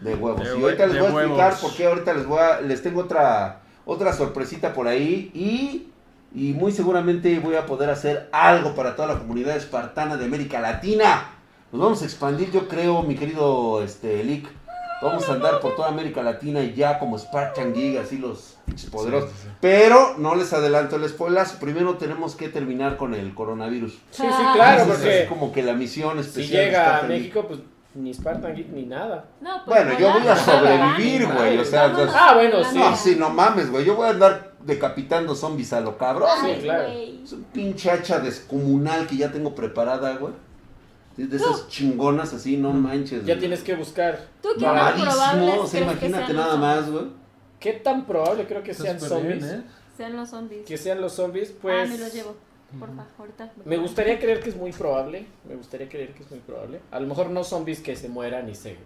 Speaker 4: De huevos.
Speaker 1: De
Speaker 4: y ahorita
Speaker 1: hue-
Speaker 4: les
Speaker 1: de
Speaker 4: voy a explicar
Speaker 1: huevos.
Speaker 4: por qué ahorita les voy a, les tengo otra otra sorpresita por ahí y y muy seguramente voy a poder hacer algo para toda la comunidad espartana de América Latina. Nos vamos a expandir, yo creo, mi querido este Lick. Vamos a andar por toda América Latina y ya como Spartan Geek, así los poderosos. Pero no les adelanto el spoiler. Primero tenemos que terminar con el coronavirus.
Speaker 2: Sí, sí, claro,
Speaker 4: Esa es
Speaker 2: porque
Speaker 4: así como que la misión
Speaker 2: si
Speaker 4: especial. de
Speaker 2: llega a
Speaker 4: Spartan Geek.
Speaker 2: México, pues ni Spartan Geek ni nada.
Speaker 3: No, pues,
Speaker 4: Bueno, yo voy a
Speaker 3: volando,
Speaker 4: sobrevivir,
Speaker 3: volando.
Speaker 4: güey. O sea,
Speaker 3: No, no, no,
Speaker 2: Ah, bueno,
Speaker 3: volando.
Speaker 2: sí.
Speaker 4: no, sí, no mames, güey. Yo voy a andar decapitando zombies a lo cabrón.
Speaker 3: Ay,
Speaker 2: Sí, claro.
Speaker 3: güey.
Speaker 4: Es un pinche hacha descomunal que ya tengo preparada, güey. Sí, De esas chingonas así, no manches.
Speaker 2: Ya
Speaker 4: güey.
Speaker 2: tienes que buscar.
Speaker 3: ¿Tú qué más probables
Speaker 4: Mamadísimo, o sea,
Speaker 3: crees que
Speaker 4: imagínate
Speaker 3: sean
Speaker 4: nada
Speaker 3: los-
Speaker 4: más, güey.
Speaker 2: ¿Qué tan probable creo que
Speaker 1: Está
Speaker 2: sean
Speaker 1: súper bien,
Speaker 2: zombies?
Speaker 1: ¿eh?
Speaker 3: Sean los zombies.
Speaker 2: Que sean los zombies,
Speaker 3: Ah,
Speaker 2: pues.
Speaker 3: me los llevo. Por favor, ahorita.
Speaker 2: Me gustaría creer que es muy probable. Me gustaría creer que es muy probable. A lo mejor no zombies que se mueran y se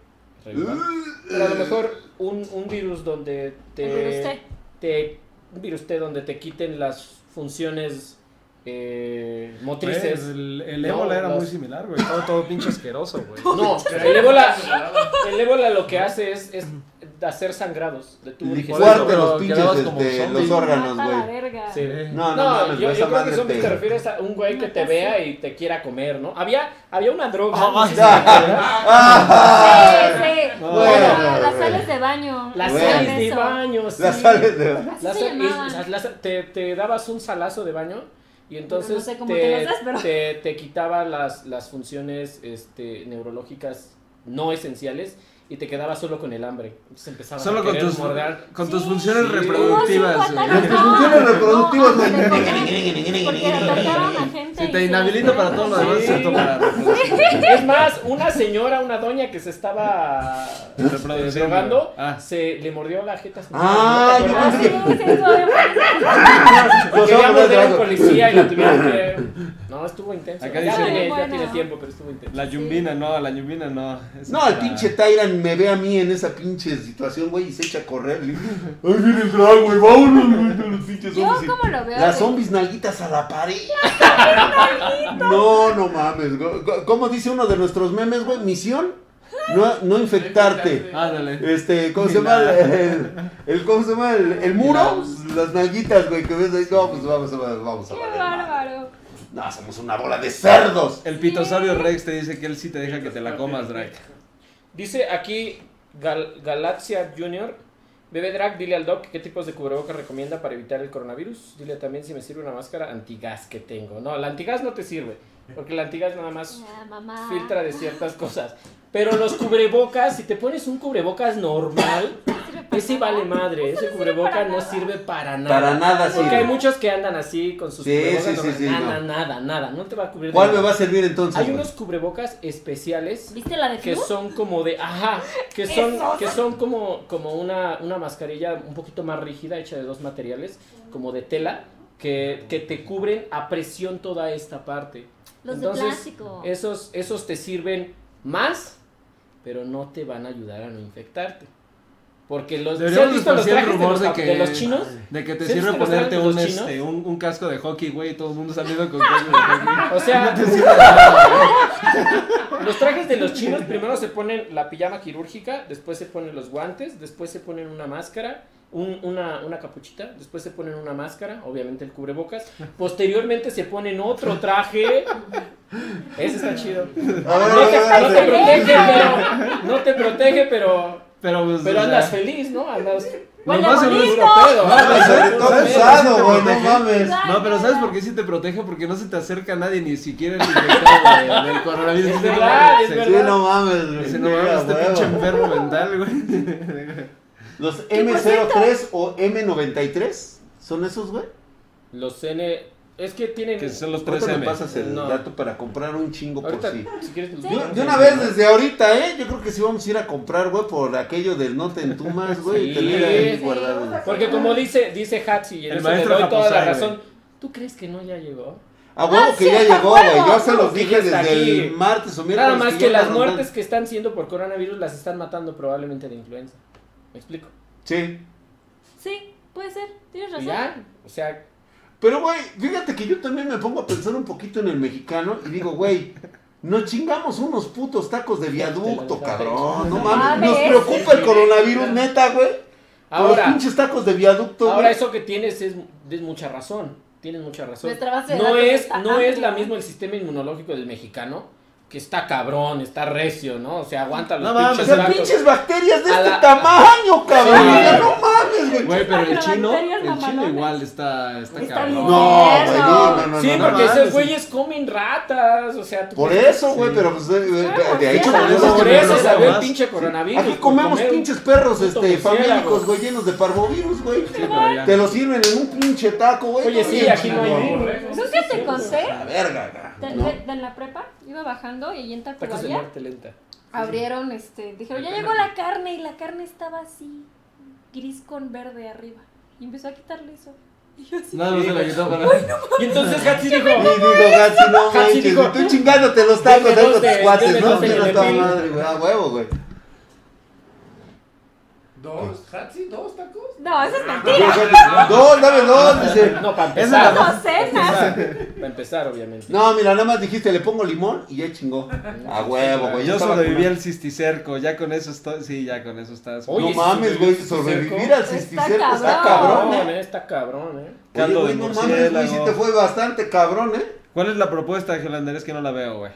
Speaker 2: revivan. Pero a lo mejor un, un virus donde
Speaker 3: El virus T.
Speaker 2: te, te. Un virus T donde te quiten las funciones eh,
Speaker 1: Güey,
Speaker 2: motrices.
Speaker 4: Pues,
Speaker 1: el, el
Speaker 2: No,
Speaker 1: ébola era
Speaker 2: los-
Speaker 1: muy
Speaker 4: *laughs*
Speaker 1: similar, güey. Estaba todo pinche asqueroso, güey.
Speaker 2: No, el ébola, el ébola lo que hace es, es hacer sangrados de tubo
Speaker 4: Licuarte
Speaker 2: digestor.
Speaker 4: los
Speaker 5: pero
Speaker 4: pinches
Speaker 5: quedabas
Speaker 4: este,
Speaker 5: como zombie.
Speaker 4: los órganos,
Speaker 3: Mata la
Speaker 4: güey.
Speaker 3: verga.
Speaker 2: Sí.
Speaker 1: Eh.
Speaker 4: No, no,
Speaker 2: No,
Speaker 4: mames,
Speaker 2: yo,
Speaker 4: güey,
Speaker 2: yo
Speaker 4: esa
Speaker 2: creo que
Speaker 4: madre
Speaker 2: zombies
Speaker 4: te-
Speaker 2: te refieres a un güey que te vea y te quiera comer, ¿no? Había, había una droga.
Speaker 1: Ah,
Speaker 2: no sé si
Speaker 4: ah,
Speaker 2: se acuerdan.
Speaker 3: Sí, sí.
Speaker 1: No.
Speaker 3: Bueno,
Speaker 4: Bueno.
Speaker 3: las sales de baño.
Speaker 2: Las
Speaker 4: Bueno.
Speaker 2: sales de
Speaker 3: Eso.
Speaker 2: baño, sí.
Speaker 4: Las sales de...
Speaker 3: Así
Speaker 2: Las-
Speaker 3: se
Speaker 2: y-
Speaker 3: llamaban.
Speaker 2: las- las- te, te dabas un salazo de baño y entonces
Speaker 3: No sé cómo te las das, pero-
Speaker 2: te- te quitaba las, las funciones este, neurológicas no esenciales y te quedabas solo con el hambre. Entonces empezabas
Speaker 1: Solo
Speaker 2: a
Speaker 1: con
Speaker 2: querer
Speaker 1: tus,
Speaker 2: morder.
Speaker 1: con tus
Speaker 3: Sí.
Speaker 1: funciones
Speaker 2: Sí.
Speaker 3: No,
Speaker 1: reproductivas.
Speaker 3: sí,
Speaker 1: güey.
Speaker 3: guacala,
Speaker 4: tus
Speaker 3: no.
Speaker 4: funciones reproductivas,
Speaker 3: No,
Speaker 4: güey.
Speaker 3: te mataron, Porque atacaron a gente.
Speaker 1: Si
Speaker 3: y
Speaker 1: te
Speaker 3: se-
Speaker 1: inhabilita para todo lo demás,
Speaker 2: Sí.
Speaker 1: excepto para reproducir.
Speaker 2: Es más, una señora, una doña que se estaba eh,
Speaker 1: Reproduciendo.
Speaker 2: drogando,
Speaker 1: Ah.
Speaker 2: se le mordió la jeta.
Speaker 4: Ah,
Speaker 2: ¿No te
Speaker 4: yo
Speaker 3: Ah,
Speaker 2: acuerdas?
Speaker 3: sí, sí, sí,
Speaker 4: Los
Speaker 2: Quería morder
Speaker 4: hombres
Speaker 2: a un
Speaker 4: drogando.
Speaker 2: policía y la tuvieron que... No, estuvo intenso.
Speaker 1: Acá
Speaker 2: ya
Speaker 1: dice-
Speaker 2: tiene, ya
Speaker 3: Bueno.
Speaker 2: tiene tiempo, pero estuvo intenso.
Speaker 1: La yumbina, no, la yumbina no. Esa
Speaker 4: No, el
Speaker 1: está-
Speaker 4: pinche Tyran me ve a mí en esa pinche situación, güey, y se echa a correr. Le digo, ay, viene el drag, güey, vámonos, güey, con los pinches
Speaker 3: Yo
Speaker 4: zombies.
Speaker 3: como lo veo.
Speaker 4: Las
Speaker 3: güey.
Speaker 4: zombies nalguitas a la pared. No, no mames. go- go- ¿Cómo dice uno de nuestros memes, güey? Misión, no, no infectarte.
Speaker 1: Ándale.
Speaker 4: Este, ¿cómo se llama? *laughs* El, el- ¿Cómo se llama? El, el muro, pues, las nalguitas, güey, que ves ahí. No, pues vamos, vamos, vamos a
Speaker 3: Qué
Speaker 4: valer madre.
Speaker 3: bárbaro.
Speaker 4: No, somos una bola de cerdos.
Speaker 1: El pitosaurio Rex te dice que él sí te deja que te la comas, Drake.
Speaker 2: Dice aquí Gal- Galaxia Junior. Bebe Drag, dile al doc qué tipos de cubrebocas recomienda para evitar el coronavirus. Dile también si me sirve una máscara antigas que tengo. No, la antigas no te sirve. Porque la antigas nada más
Speaker 3: Ah, mamá.
Speaker 2: filtra de ciertas cosas. Pero los cubrebocas, si te pones un cubrebocas normal, ese vale madre. Ese cubreboca no sirve para nada.
Speaker 4: Para nada
Speaker 2: Porque hay
Speaker 4: sirve.
Speaker 2: muchos que andan así con sus
Speaker 4: Sí,
Speaker 2: cubrebocas.
Speaker 4: sí,
Speaker 2: normales.
Speaker 4: sí, sí,
Speaker 2: nada,
Speaker 4: no.
Speaker 2: nada, nada. No te va a cubrir. de
Speaker 4: ¿Cuál me
Speaker 2: nada.
Speaker 4: va a servir entonces?
Speaker 2: Hay
Speaker 4: güey?
Speaker 2: unos cubrebocas especiales
Speaker 3: ¿Viste la de
Speaker 2: que
Speaker 3: Flu?
Speaker 2: son como de ajá que son
Speaker 3: Eso.
Speaker 2: que son como como una, una mascarilla un poquito más rígida hecha de dos materiales como de tela que, que te cubren a presión toda esta parte
Speaker 3: Los de
Speaker 2: entonces
Speaker 3: plástico.
Speaker 2: esos esos te sirven más pero no te van a ayudar a no infectarte porque los ¿se han
Speaker 1: Deberíamos
Speaker 2: visto los
Speaker 1: esparcir
Speaker 2: trajes de
Speaker 1: rumor
Speaker 2: los,
Speaker 1: de
Speaker 2: de
Speaker 1: que-
Speaker 2: los chinos
Speaker 1: De que te
Speaker 2: ¿Sí
Speaker 1: sirve
Speaker 2: viste los
Speaker 1: ponerte
Speaker 2: trajes de
Speaker 1: un,
Speaker 2: los chinos?
Speaker 1: este, un, un casco de hockey, güey, y todo el mundo saliendo con casco de hockey.
Speaker 2: o sea Los trajes de los chinos primero se ponen la pijama quirúrgica, después se ponen los guantes, después se ponen una máscara, un- una, una capuchita, después se ponen una máscara, obviamente el cubrebocas, posteriormente se ponen otro traje. Ese está chido.
Speaker 4: A ver,
Speaker 2: No te,
Speaker 4: a ver,
Speaker 2: no
Speaker 4: a
Speaker 2: te
Speaker 4: ver.
Speaker 2: protege, pero. No te protege, pero.
Speaker 1: Pero, pues,
Speaker 2: Pero
Speaker 1: o sea,
Speaker 2: andas feliz, ¿no? Andas.
Speaker 1: lo
Speaker 3: Huele
Speaker 1: más seguro es-
Speaker 3: bonito.
Speaker 2: Puro pedo.
Speaker 1: No, pero sobre
Speaker 2: Puro
Speaker 1: todo
Speaker 2: pedo.
Speaker 1: usado.
Speaker 4: Pesado, güey, no mames.
Speaker 1: No, pero ¿sabes por qué sí te protege? Porque no se te acerca nadie, ni siquiera el infectado de- del coronavirus.
Speaker 2: Es verdad, es
Speaker 1: Sí.
Speaker 2: verdad.
Speaker 4: Sí, no mames, güey.
Speaker 1: Dice, no mames, este
Speaker 4: A huevo.
Speaker 1: pinche enfermo mental, güey.
Speaker 4: Los M03 o M93 son esos, güey.
Speaker 2: Los N. Es que tienen.
Speaker 1: Que son los
Speaker 4: ¿Cuánto
Speaker 1: 3
Speaker 4: me
Speaker 1: M.
Speaker 4: pasas el
Speaker 2: No.
Speaker 4: dato para comprar un chingo por
Speaker 2: Ahorita,
Speaker 4: sí?
Speaker 2: si quieres, los-
Speaker 4: Yo, de una vez desde ahorita, ¿eh? Yo creo que sí vamos a ir a comprar, güey, por aquello del no te entumas, güey, y
Speaker 2: Sí.
Speaker 4: tener ahí
Speaker 2: Sí.
Speaker 4: guardado. güey.
Speaker 2: Porque como dice, dice Hatsi, y en
Speaker 1: El
Speaker 2: eso le
Speaker 1: maestro
Speaker 2: doy toda la
Speaker 1: Japosai,
Speaker 2: razón. ¿Tú crees que no ya llegó?
Speaker 4: A huevo que ya
Speaker 3: sí,
Speaker 4: llegó,
Speaker 3: a
Speaker 4: güey. Yo
Speaker 3: huevo.
Speaker 4: se los
Speaker 2: Que
Speaker 4: dije
Speaker 2: ya está
Speaker 4: desde el
Speaker 2: aquí.
Speaker 4: martes o miércoles.
Speaker 2: Nada más
Speaker 4: ya
Speaker 2: que las
Speaker 4: la rondaron.
Speaker 2: muertes que están siendo por coronavirus las están matando probablemente de influenza. ¿Me explico?
Speaker 4: Sí.
Speaker 3: Sí, puede ser. Tienes
Speaker 2: Y
Speaker 3: razón.
Speaker 2: ya, o sea,
Speaker 4: Pero, güey, fíjate que yo también me pongo a pensar un poquito en el mexicano y digo, güey, nos chingamos unos putos tacos de viaducto, cabrón. No mames, nos preocupa el coronavirus, neta, güey. los
Speaker 2: ahora,
Speaker 4: pinches tacos de viaducto,
Speaker 2: ahora
Speaker 4: güey.
Speaker 2: eso que tienes es, es mucha razón. Tienes mucha razón.
Speaker 3: Nuestra base de
Speaker 2: No
Speaker 3: datos
Speaker 2: es,
Speaker 3: está
Speaker 2: no es
Speaker 3: amplia.
Speaker 2: la misma el sistema inmunológico del mexicano, que está cabrón, está recio, ¿no? O sea, aguanta los
Speaker 1: No mames,
Speaker 2: pinches
Speaker 1: el
Speaker 4: Esas
Speaker 2: tacos.
Speaker 4: pinches bacterias de
Speaker 2: A
Speaker 4: este
Speaker 2: la-
Speaker 4: tamaño, cabrón.
Speaker 1: Sí.
Speaker 4: Ya no mames, güey.
Speaker 1: Güey, pero el chino,
Speaker 3: Bacterias
Speaker 1: el chino
Speaker 3: mamalones.
Speaker 1: igual está, está
Speaker 3: Está
Speaker 1: cabrón.
Speaker 3: bien.
Speaker 4: No, güey, no, no, no.
Speaker 2: Sí,
Speaker 4: no, no,
Speaker 2: porque
Speaker 1: mames.
Speaker 2: esos güeyes comen ratas, o sea, tú
Speaker 4: Por
Speaker 2: crees-
Speaker 4: eso, güey, pero pues, eh, eh, de hecho,
Speaker 3: Por
Speaker 4: por
Speaker 1: eso
Speaker 4: eso,
Speaker 1: es
Speaker 2: Por
Speaker 1: que
Speaker 2: eso
Speaker 1: me
Speaker 2: salió
Speaker 1: gusta
Speaker 2: el
Speaker 1: más.
Speaker 2: pinche coronavirus.
Speaker 4: Aquí
Speaker 2: por
Speaker 4: comemos
Speaker 2: comer un-
Speaker 4: pinches perros,
Speaker 2: puto
Speaker 4: este,
Speaker 2: murciélago.
Speaker 4: famélicos, güey, llenos de parvovirus, güey.
Speaker 1: Sí, pero ya.
Speaker 4: Te lo sirven en un pinche taco, güey.
Speaker 2: Oye, sí,
Speaker 4: Bien,
Speaker 2: aquí no hay
Speaker 4: chingón,
Speaker 2: ningún-
Speaker 4: güey.
Speaker 3: ¿Nunca te conté?
Speaker 4: La verga,
Speaker 3: De,
Speaker 4: güey, ¿no?
Speaker 3: de- de la prepa iba bajando y allí en
Speaker 2: Tacos de
Speaker 3: Tacubaya
Speaker 2: muerte lenta.
Speaker 3: abrieron, este, dijeron, ya llegó la carne y la carne estaba así, gris con verde arriba. Y empezó a quitarle eso. Y yo así,
Speaker 1: Nada más se la quitó para.
Speaker 2: Y entonces Hatsi dijo,
Speaker 4: Y digo, Gatsi, no
Speaker 2: Gatsi
Speaker 4: manches,
Speaker 2: dijo,
Speaker 4: y tú chingándote los tacos
Speaker 2: deme
Speaker 4: de
Speaker 2: dos
Speaker 4: los
Speaker 2: de-
Speaker 4: cuates,
Speaker 2: deme
Speaker 4: ¿no?
Speaker 2: dos de
Speaker 4: Pero toda
Speaker 2: Nepil.
Speaker 4: madre, güey, a huevo, güey.
Speaker 6: ¿Dos? ¿Hatsi? ¿Dos tacos?
Speaker 3: no, eso es mentira.
Speaker 4: Dos, dame dos, dice.
Speaker 2: no, para
Speaker 1: Esa
Speaker 2: empezar.
Speaker 1: era-
Speaker 3: Docena.
Speaker 2: Para empezar, obviamente.
Speaker 4: No, mira, nada más dijiste, le pongo limón y ya chingó. A huevo, güey.
Speaker 1: Yo
Speaker 4: Eh, estaba
Speaker 1: sobreviví
Speaker 4: con-
Speaker 1: al cisticerco, ya con eso estoy, sí, ya con eso estás.
Speaker 2: Oye,
Speaker 4: No
Speaker 2: ¿sí
Speaker 4: mames, güey,
Speaker 2: sobrevivió el
Speaker 4: sobrevivir
Speaker 2: cisticerco?
Speaker 4: al cisticerco está
Speaker 3: Está
Speaker 4: cabrón,
Speaker 2: Cabrón,
Speaker 4: eh.
Speaker 2: eh, está cabrón, eh.
Speaker 4: Oye,
Speaker 1: Caldo
Speaker 4: güey,
Speaker 1: de
Speaker 4: no mames, güey, sí
Speaker 1: murciélago.
Speaker 4: te fue bastante cabrón, eh.
Speaker 1: ¿Cuál es la propuesta, Gelander? Es que no la veo, güey.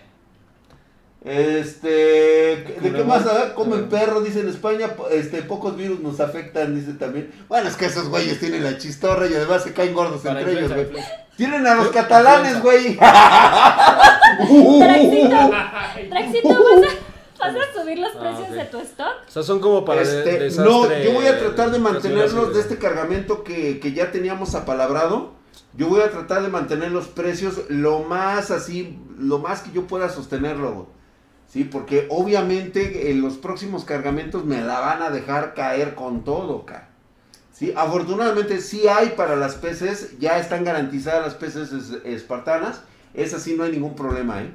Speaker 4: Este, ¿de qué
Speaker 1: Culebón.
Speaker 4: más? Ah, Comen
Speaker 1: Culebón.
Speaker 4: perro, dice en España, po- este, pocos virus nos afectan, dice también. Bueno, es que esos güeyes tienen la chistorra y además se caen gordos
Speaker 2: Para
Speaker 4: entre ellos,
Speaker 2: influenza,
Speaker 4: güey.
Speaker 2: influenza.
Speaker 4: Tienen a los catalanes, *laughs* güey.
Speaker 3: Traxito, Traxito, ¿vas a, vas a subir los
Speaker 1: Ah,
Speaker 3: precios
Speaker 1: ok.
Speaker 3: de tu stock?
Speaker 5: O sea, son como para de-
Speaker 4: Este,
Speaker 5: desastre.
Speaker 4: no, yo voy a tratar de mantenerlos
Speaker 5: naturales.
Speaker 4: de este cargamento que, que ya teníamos apalabrado. Yo voy a tratar de mantener los precios lo más así, lo más que yo pueda sostenerlo, güey. Sí, porque obviamente en los próximos cargamentos me la van a dejar caer con todo, cara. Sí, afortunadamente sí hay para las peces, ya están garantizadas las peces es- espartanas. Esas sí no hay ningún problema, ¿eh?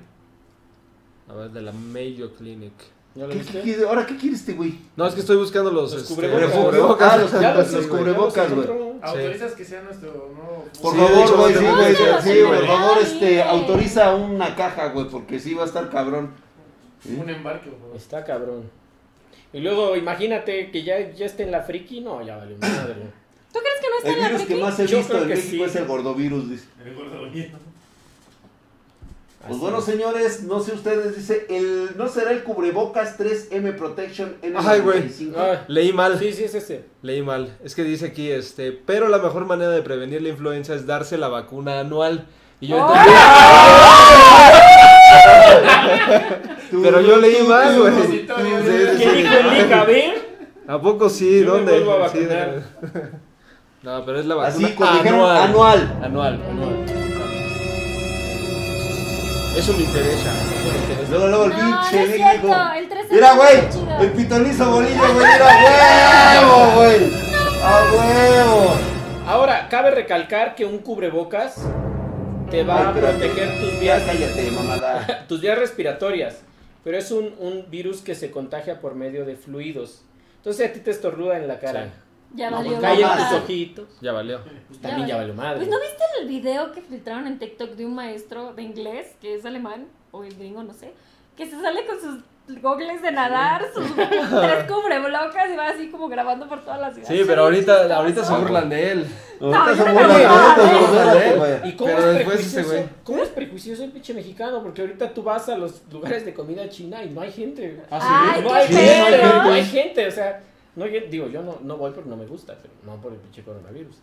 Speaker 5: A ver, de la Mayo Clinic.
Speaker 2: *laughs* ¿Ya lo
Speaker 4: ¿Qué- qué
Speaker 2: viste?
Speaker 4: quieres? ¿Ahora qué quieres, este güey?
Speaker 5: No, es que estoy buscando los,
Speaker 2: Los
Speaker 5: este,
Speaker 2: cubrebocas.
Speaker 4: Ah, los-
Speaker 2: Ya
Speaker 4: los
Speaker 2: sé, güey, ya
Speaker 4: cubrebocas,
Speaker 2: los
Speaker 4: güey.
Speaker 2: encontró.
Speaker 6: ¿Autorizas que sea nuestro nuevo
Speaker 4: Por
Speaker 5: Sí, de
Speaker 4: favor,
Speaker 5: hecho,
Speaker 4: güey, sí,
Speaker 5: tenemos
Speaker 4: güey,
Speaker 5: que hacer
Speaker 4: sí,
Speaker 5: así,
Speaker 4: por
Speaker 5: güey.
Speaker 4: favor, este,
Speaker 3: Ay.
Speaker 4: autoriza una caja, güey, porque sí va a estar cabrón.
Speaker 6: un embarque? por favor?
Speaker 2: Está cabrón. Y luego, imagínate que ya, ya esté en la friki. No, ya vale, madre.
Speaker 4: *laughs*
Speaker 3: ¿Tú crees que no está
Speaker 4: El
Speaker 3: en la
Speaker 4: virus que
Speaker 3: friki?
Speaker 4: más he
Speaker 2: Yo
Speaker 4: visto
Speaker 2: creo
Speaker 4: en
Speaker 2: que
Speaker 4: México
Speaker 2: sí.
Speaker 4: es el gordovirus, dice.
Speaker 6: El gordo bonito.
Speaker 4: Pues bueno, señores, no sé ustedes, dice, el, ¿no será el cubrebocas 3M Protection N95?
Speaker 5: Ay, güey.
Speaker 2: Ah,
Speaker 5: Leí mal,
Speaker 2: sí, sí, es ese.
Speaker 5: leí mal. Es que dice aquí, este, pero la mejor manera de prevenir la influenza es darse la vacuna anual. Y yo
Speaker 2: Oh.
Speaker 5: entendí,
Speaker 2: *laughs*
Speaker 4: Tú,
Speaker 5: pero yo leí mal,
Speaker 4: tú,
Speaker 5: güey.
Speaker 4: tú,
Speaker 6: Sí,
Speaker 4: tú,
Speaker 6: sí,
Speaker 2: ¿Qué dijo el Lick? A ver.
Speaker 5: ¿A poco sí?
Speaker 2: Yo me
Speaker 5: ¿Dónde?
Speaker 2: vuelvo a
Speaker 5: Sí,
Speaker 2: vacunar.
Speaker 5: de- no, pero es la vacuna
Speaker 4: Así, corrigieron,
Speaker 5: anual.
Speaker 4: anual.
Speaker 5: Anual, anual. Eso me interesa.
Speaker 4: Luego, luego, el
Speaker 3: No,
Speaker 4: pinche
Speaker 3: no es
Speaker 4: Lick
Speaker 3: cierto,
Speaker 4: dijo,
Speaker 3: el 3M
Speaker 4: Mira,
Speaker 3: está chido".
Speaker 4: güey, el pitonizo bolillo, güey, mira, huevo, güey. A huevo.
Speaker 2: Ahora, cabe recalcar que un cubrebocas te va a
Speaker 4: Ay, espérate.
Speaker 2: proteger tus
Speaker 4: Ya
Speaker 2: vías,
Speaker 4: cállate, mamada.
Speaker 2: tus vías respiratorias. Pero es un, un virus que se contagia por medio de fluidos. Entonces a ti te estornuda en la cara.
Speaker 3: Ya
Speaker 4: No,
Speaker 3: valió.
Speaker 4: pues,
Speaker 2: Caen
Speaker 4: mamá.
Speaker 2: tus
Speaker 3: madre.
Speaker 2: ojitos.
Speaker 5: Ya valió.
Speaker 2: Pues también ya valió madre.
Speaker 3: Pues no viste el video que filtraron en TikTok de un maestro de inglés, que es alemán, o el gringo, no sé, que se sale con sus gogles de nadar, sus
Speaker 4: *laughs*
Speaker 3: tres cubrebocas y va así como grabando por toda la ciudad.
Speaker 5: Sí, pero ahorita, ahorita se burlan de él.
Speaker 4: Ahorita se
Speaker 3: yo no
Speaker 4: burlan,
Speaker 3: me
Speaker 4: ahorita se
Speaker 3: burlo,
Speaker 4: burlan,
Speaker 5: ¿eh?
Speaker 4: güey.
Speaker 2: ¿Y cómo
Speaker 5: Pero
Speaker 2: es
Speaker 5: después
Speaker 2: prejuicioso?
Speaker 5: ese güey.
Speaker 2: ¿Cómo es prejuicioso el pinche mexicano? Porque ahorita tú vas a los lugares de comida china y no hay gente.
Speaker 3: Ay,
Speaker 2: no
Speaker 3: qué
Speaker 2: hay gente, no hay
Speaker 3: feo.
Speaker 2: gente, no hay gente, o sea, no hay gente. digo, yo no, no voy porque no me gusta, pero no por el pinche coronavirus.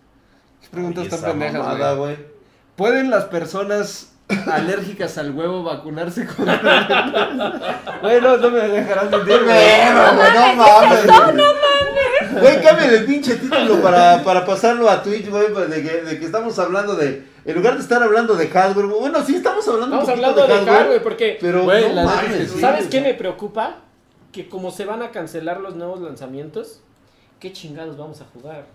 Speaker 1: ¿Qué preguntas
Speaker 4: Oye,
Speaker 1: tan
Speaker 4: esa
Speaker 1: pendejas,
Speaker 4: mamada,
Speaker 1: güey?
Speaker 4: güey.
Speaker 1: ¿Pueden las personas alérgicas al huevo vacunarse con *laughs*
Speaker 5: Güey, no, no me dejarás mentir, güey.
Speaker 4: Pero, güey, no mames. Güey, cámbiale el pinche título para, para pasarlo a Twitch, güey, pues, de que, de que estamos hablando de... En lugar de estar hablando de hardware, güey, bueno, sí estamos hablando
Speaker 2: Estamos
Speaker 4: un poquito
Speaker 2: hablando de
Speaker 4: hardware,
Speaker 2: hardware porque,
Speaker 4: pero
Speaker 5: Güey,
Speaker 4: no
Speaker 5: la neta
Speaker 4: mames,
Speaker 5: es que
Speaker 4: güey.
Speaker 2: ¿sabes qué me preocupa? Que como se van a cancelar los nuevos lanzamientos, ¿qué chingados vamos a jugar?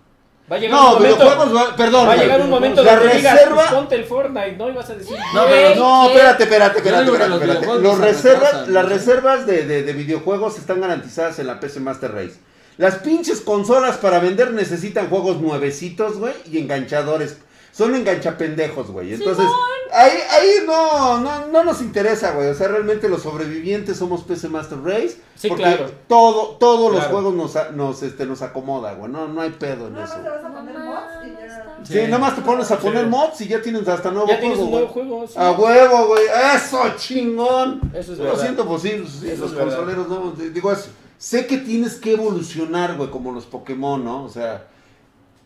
Speaker 2: Va a llegar
Speaker 4: No,
Speaker 2: un momento,
Speaker 4: videojuegos, va- perdón.
Speaker 2: va a
Speaker 4: güey.
Speaker 2: llegar un momento
Speaker 4: la
Speaker 2: donde digas,
Speaker 4: reserva-
Speaker 2: pues, ponte el Fortnite, ¿no? Y vas a decir,
Speaker 3: No,
Speaker 2: "Güey,
Speaker 3: pero
Speaker 4: No, espérate, espérate,
Speaker 5: Yo
Speaker 4: espérate,
Speaker 5: digo que
Speaker 4: espérate.
Speaker 5: los
Speaker 4: espérate.
Speaker 5: videojuegos
Speaker 4: Los
Speaker 5: se
Speaker 4: reservas,
Speaker 5: retrasan,
Speaker 4: las
Speaker 5: ¿no?
Speaker 4: reservas de, de- de videojuegos están garantizadas en la PC Master Race. Las pinches consolas para vender necesitan juegos nuevecitos, güey, y enganchadores. Son enganchapendejos, güey. Entonces, ahí, ahí no, no, no nos interesa, güey. O sea, realmente los sobrevivientes somos PC Master Race.
Speaker 2: Sí,
Speaker 4: porque
Speaker 2: claro.
Speaker 4: Todo, todos los
Speaker 2: Claro.
Speaker 4: juegos nos, a- nos, este, nos acomoda, güey. No, no hay pedo en
Speaker 7: Nada
Speaker 4: eso.
Speaker 7: más te vas a poner mods y ya.
Speaker 4: Sí, nomás te pones a poner
Speaker 5: Sí.
Speaker 4: mods y ya tienes hasta nuevo
Speaker 2: ya tienes
Speaker 4: juego, ¿eh? Ah,
Speaker 2: un
Speaker 4: güey.
Speaker 2: nuevo juego. sí.
Speaker 4: A huevo, güey. Eso, chingón.
Speaker 2: Eso es
Speaker 4: Yo lo
Speaker 2: verdad.
Speaker 4: siento posible. sí,
Speaker 2: Eso
Speaker 4: los
Speaker 2: es verdad.
Speaker 4: consoleros nuevos. de- Digo, es- sé que tienes que evolucionar, güey, como los Pokémon, ¿no? O sea,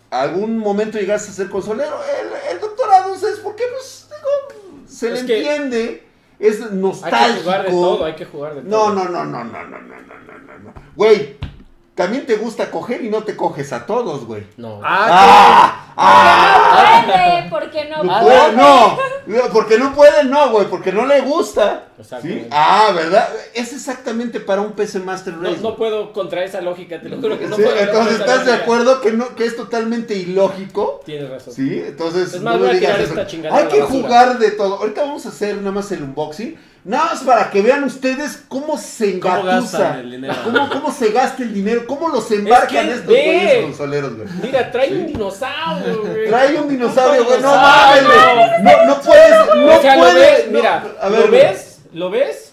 Speaker 4: algún momento llegaste a ser consolero. El, el doctorado es porque, pues, digo, se le
Speaker 2: Es que-
Speaker 4: entiende. Es
Speaker 2: Hay
Speaker 4: nostálgico.
Speaker 2: que jugar de todo, hay que jugar de
Speaker 4: No,
Speaker 2: todo.
Speaker 4: no, no, no, no, no, no, no, no, no. Güey, también te gusta coger y no te coges a todos, güey.
Speaker 2: No.
Speaker 4: ¡Ah! ¡Ah!
Speaker 3: Vende, porque no
Speaker 4: No,
Speaker 2: Ah,
Speaker 3: vende.
Speaker 4: puede, no, no, porque no puede, no, güey, porque no le gusta. ¿Sí?
Speaker 2: Exactamente.
Speaker 4: Ah, ¿verdad? Es exactamente para un PC Master
Speaker 2: No,
Speaker 4: Race.
Speaker 2: no puedo contra esa lógica, te lo juro que no
Speaker 4: Sí,
Speaker 2: puedo.
Speaker 4: entonces,
Speaker 2: contra esa
Speaker 4: ¿estás de
Speaker 2: lógica.
Speaker 4: acuerdo que, no, que es totalmente ilógico?
Speaker 2: Tienes razón.
Speaker 4: Sí, entonces
Speaker 2: Es más,
Speaker 4: no
Speaker 2: voy
Speaker 4: me
Speaker 2: a
Speaker 4: digas
Speaker 2: tirar
Speaker 4: eso.
Speaker 2: esta chingadera
Speaker 4: Hay
Speaker 2: a la
Speaker 4: que
Speaker 2: basura.
Speaker 4: jugar de todo. Ahorita vamos a hacer nada más el unboxing. Nada más para que vean ustedes cómo se
Speaker 1: ¿Cómo gastan
Speaker 4: engatusa.
Speaker 1: el dinero?
Speaker 4: ¿Cómo, cómo se gasta el dinero? ¿Cómo los embarcan
Speaker 2: Es que
Speaker 4: estos
Speaker 2: ve.
Speaker 4: güeyes consoleros, güey?
Speaker 2: Mira, trae un
Speaker 4: *laughs*
Speaker 2: dinosaurio, güey.
Speaker 4: Trae un dinosaurio, güey. No mames,
Speaker 2: dinosaurio.
Speaker 4: güey. No, no puedes. No
Speaker 2: o sea,
Speaker 4: puedes.
Speaker 2: lo ves,
Speaker 4: no.
Speaker 2: mira,
Speaker 4: A ver,
Speaker 2: lo
Speaker 4: güey.
Speaker 2: ves, lo ves,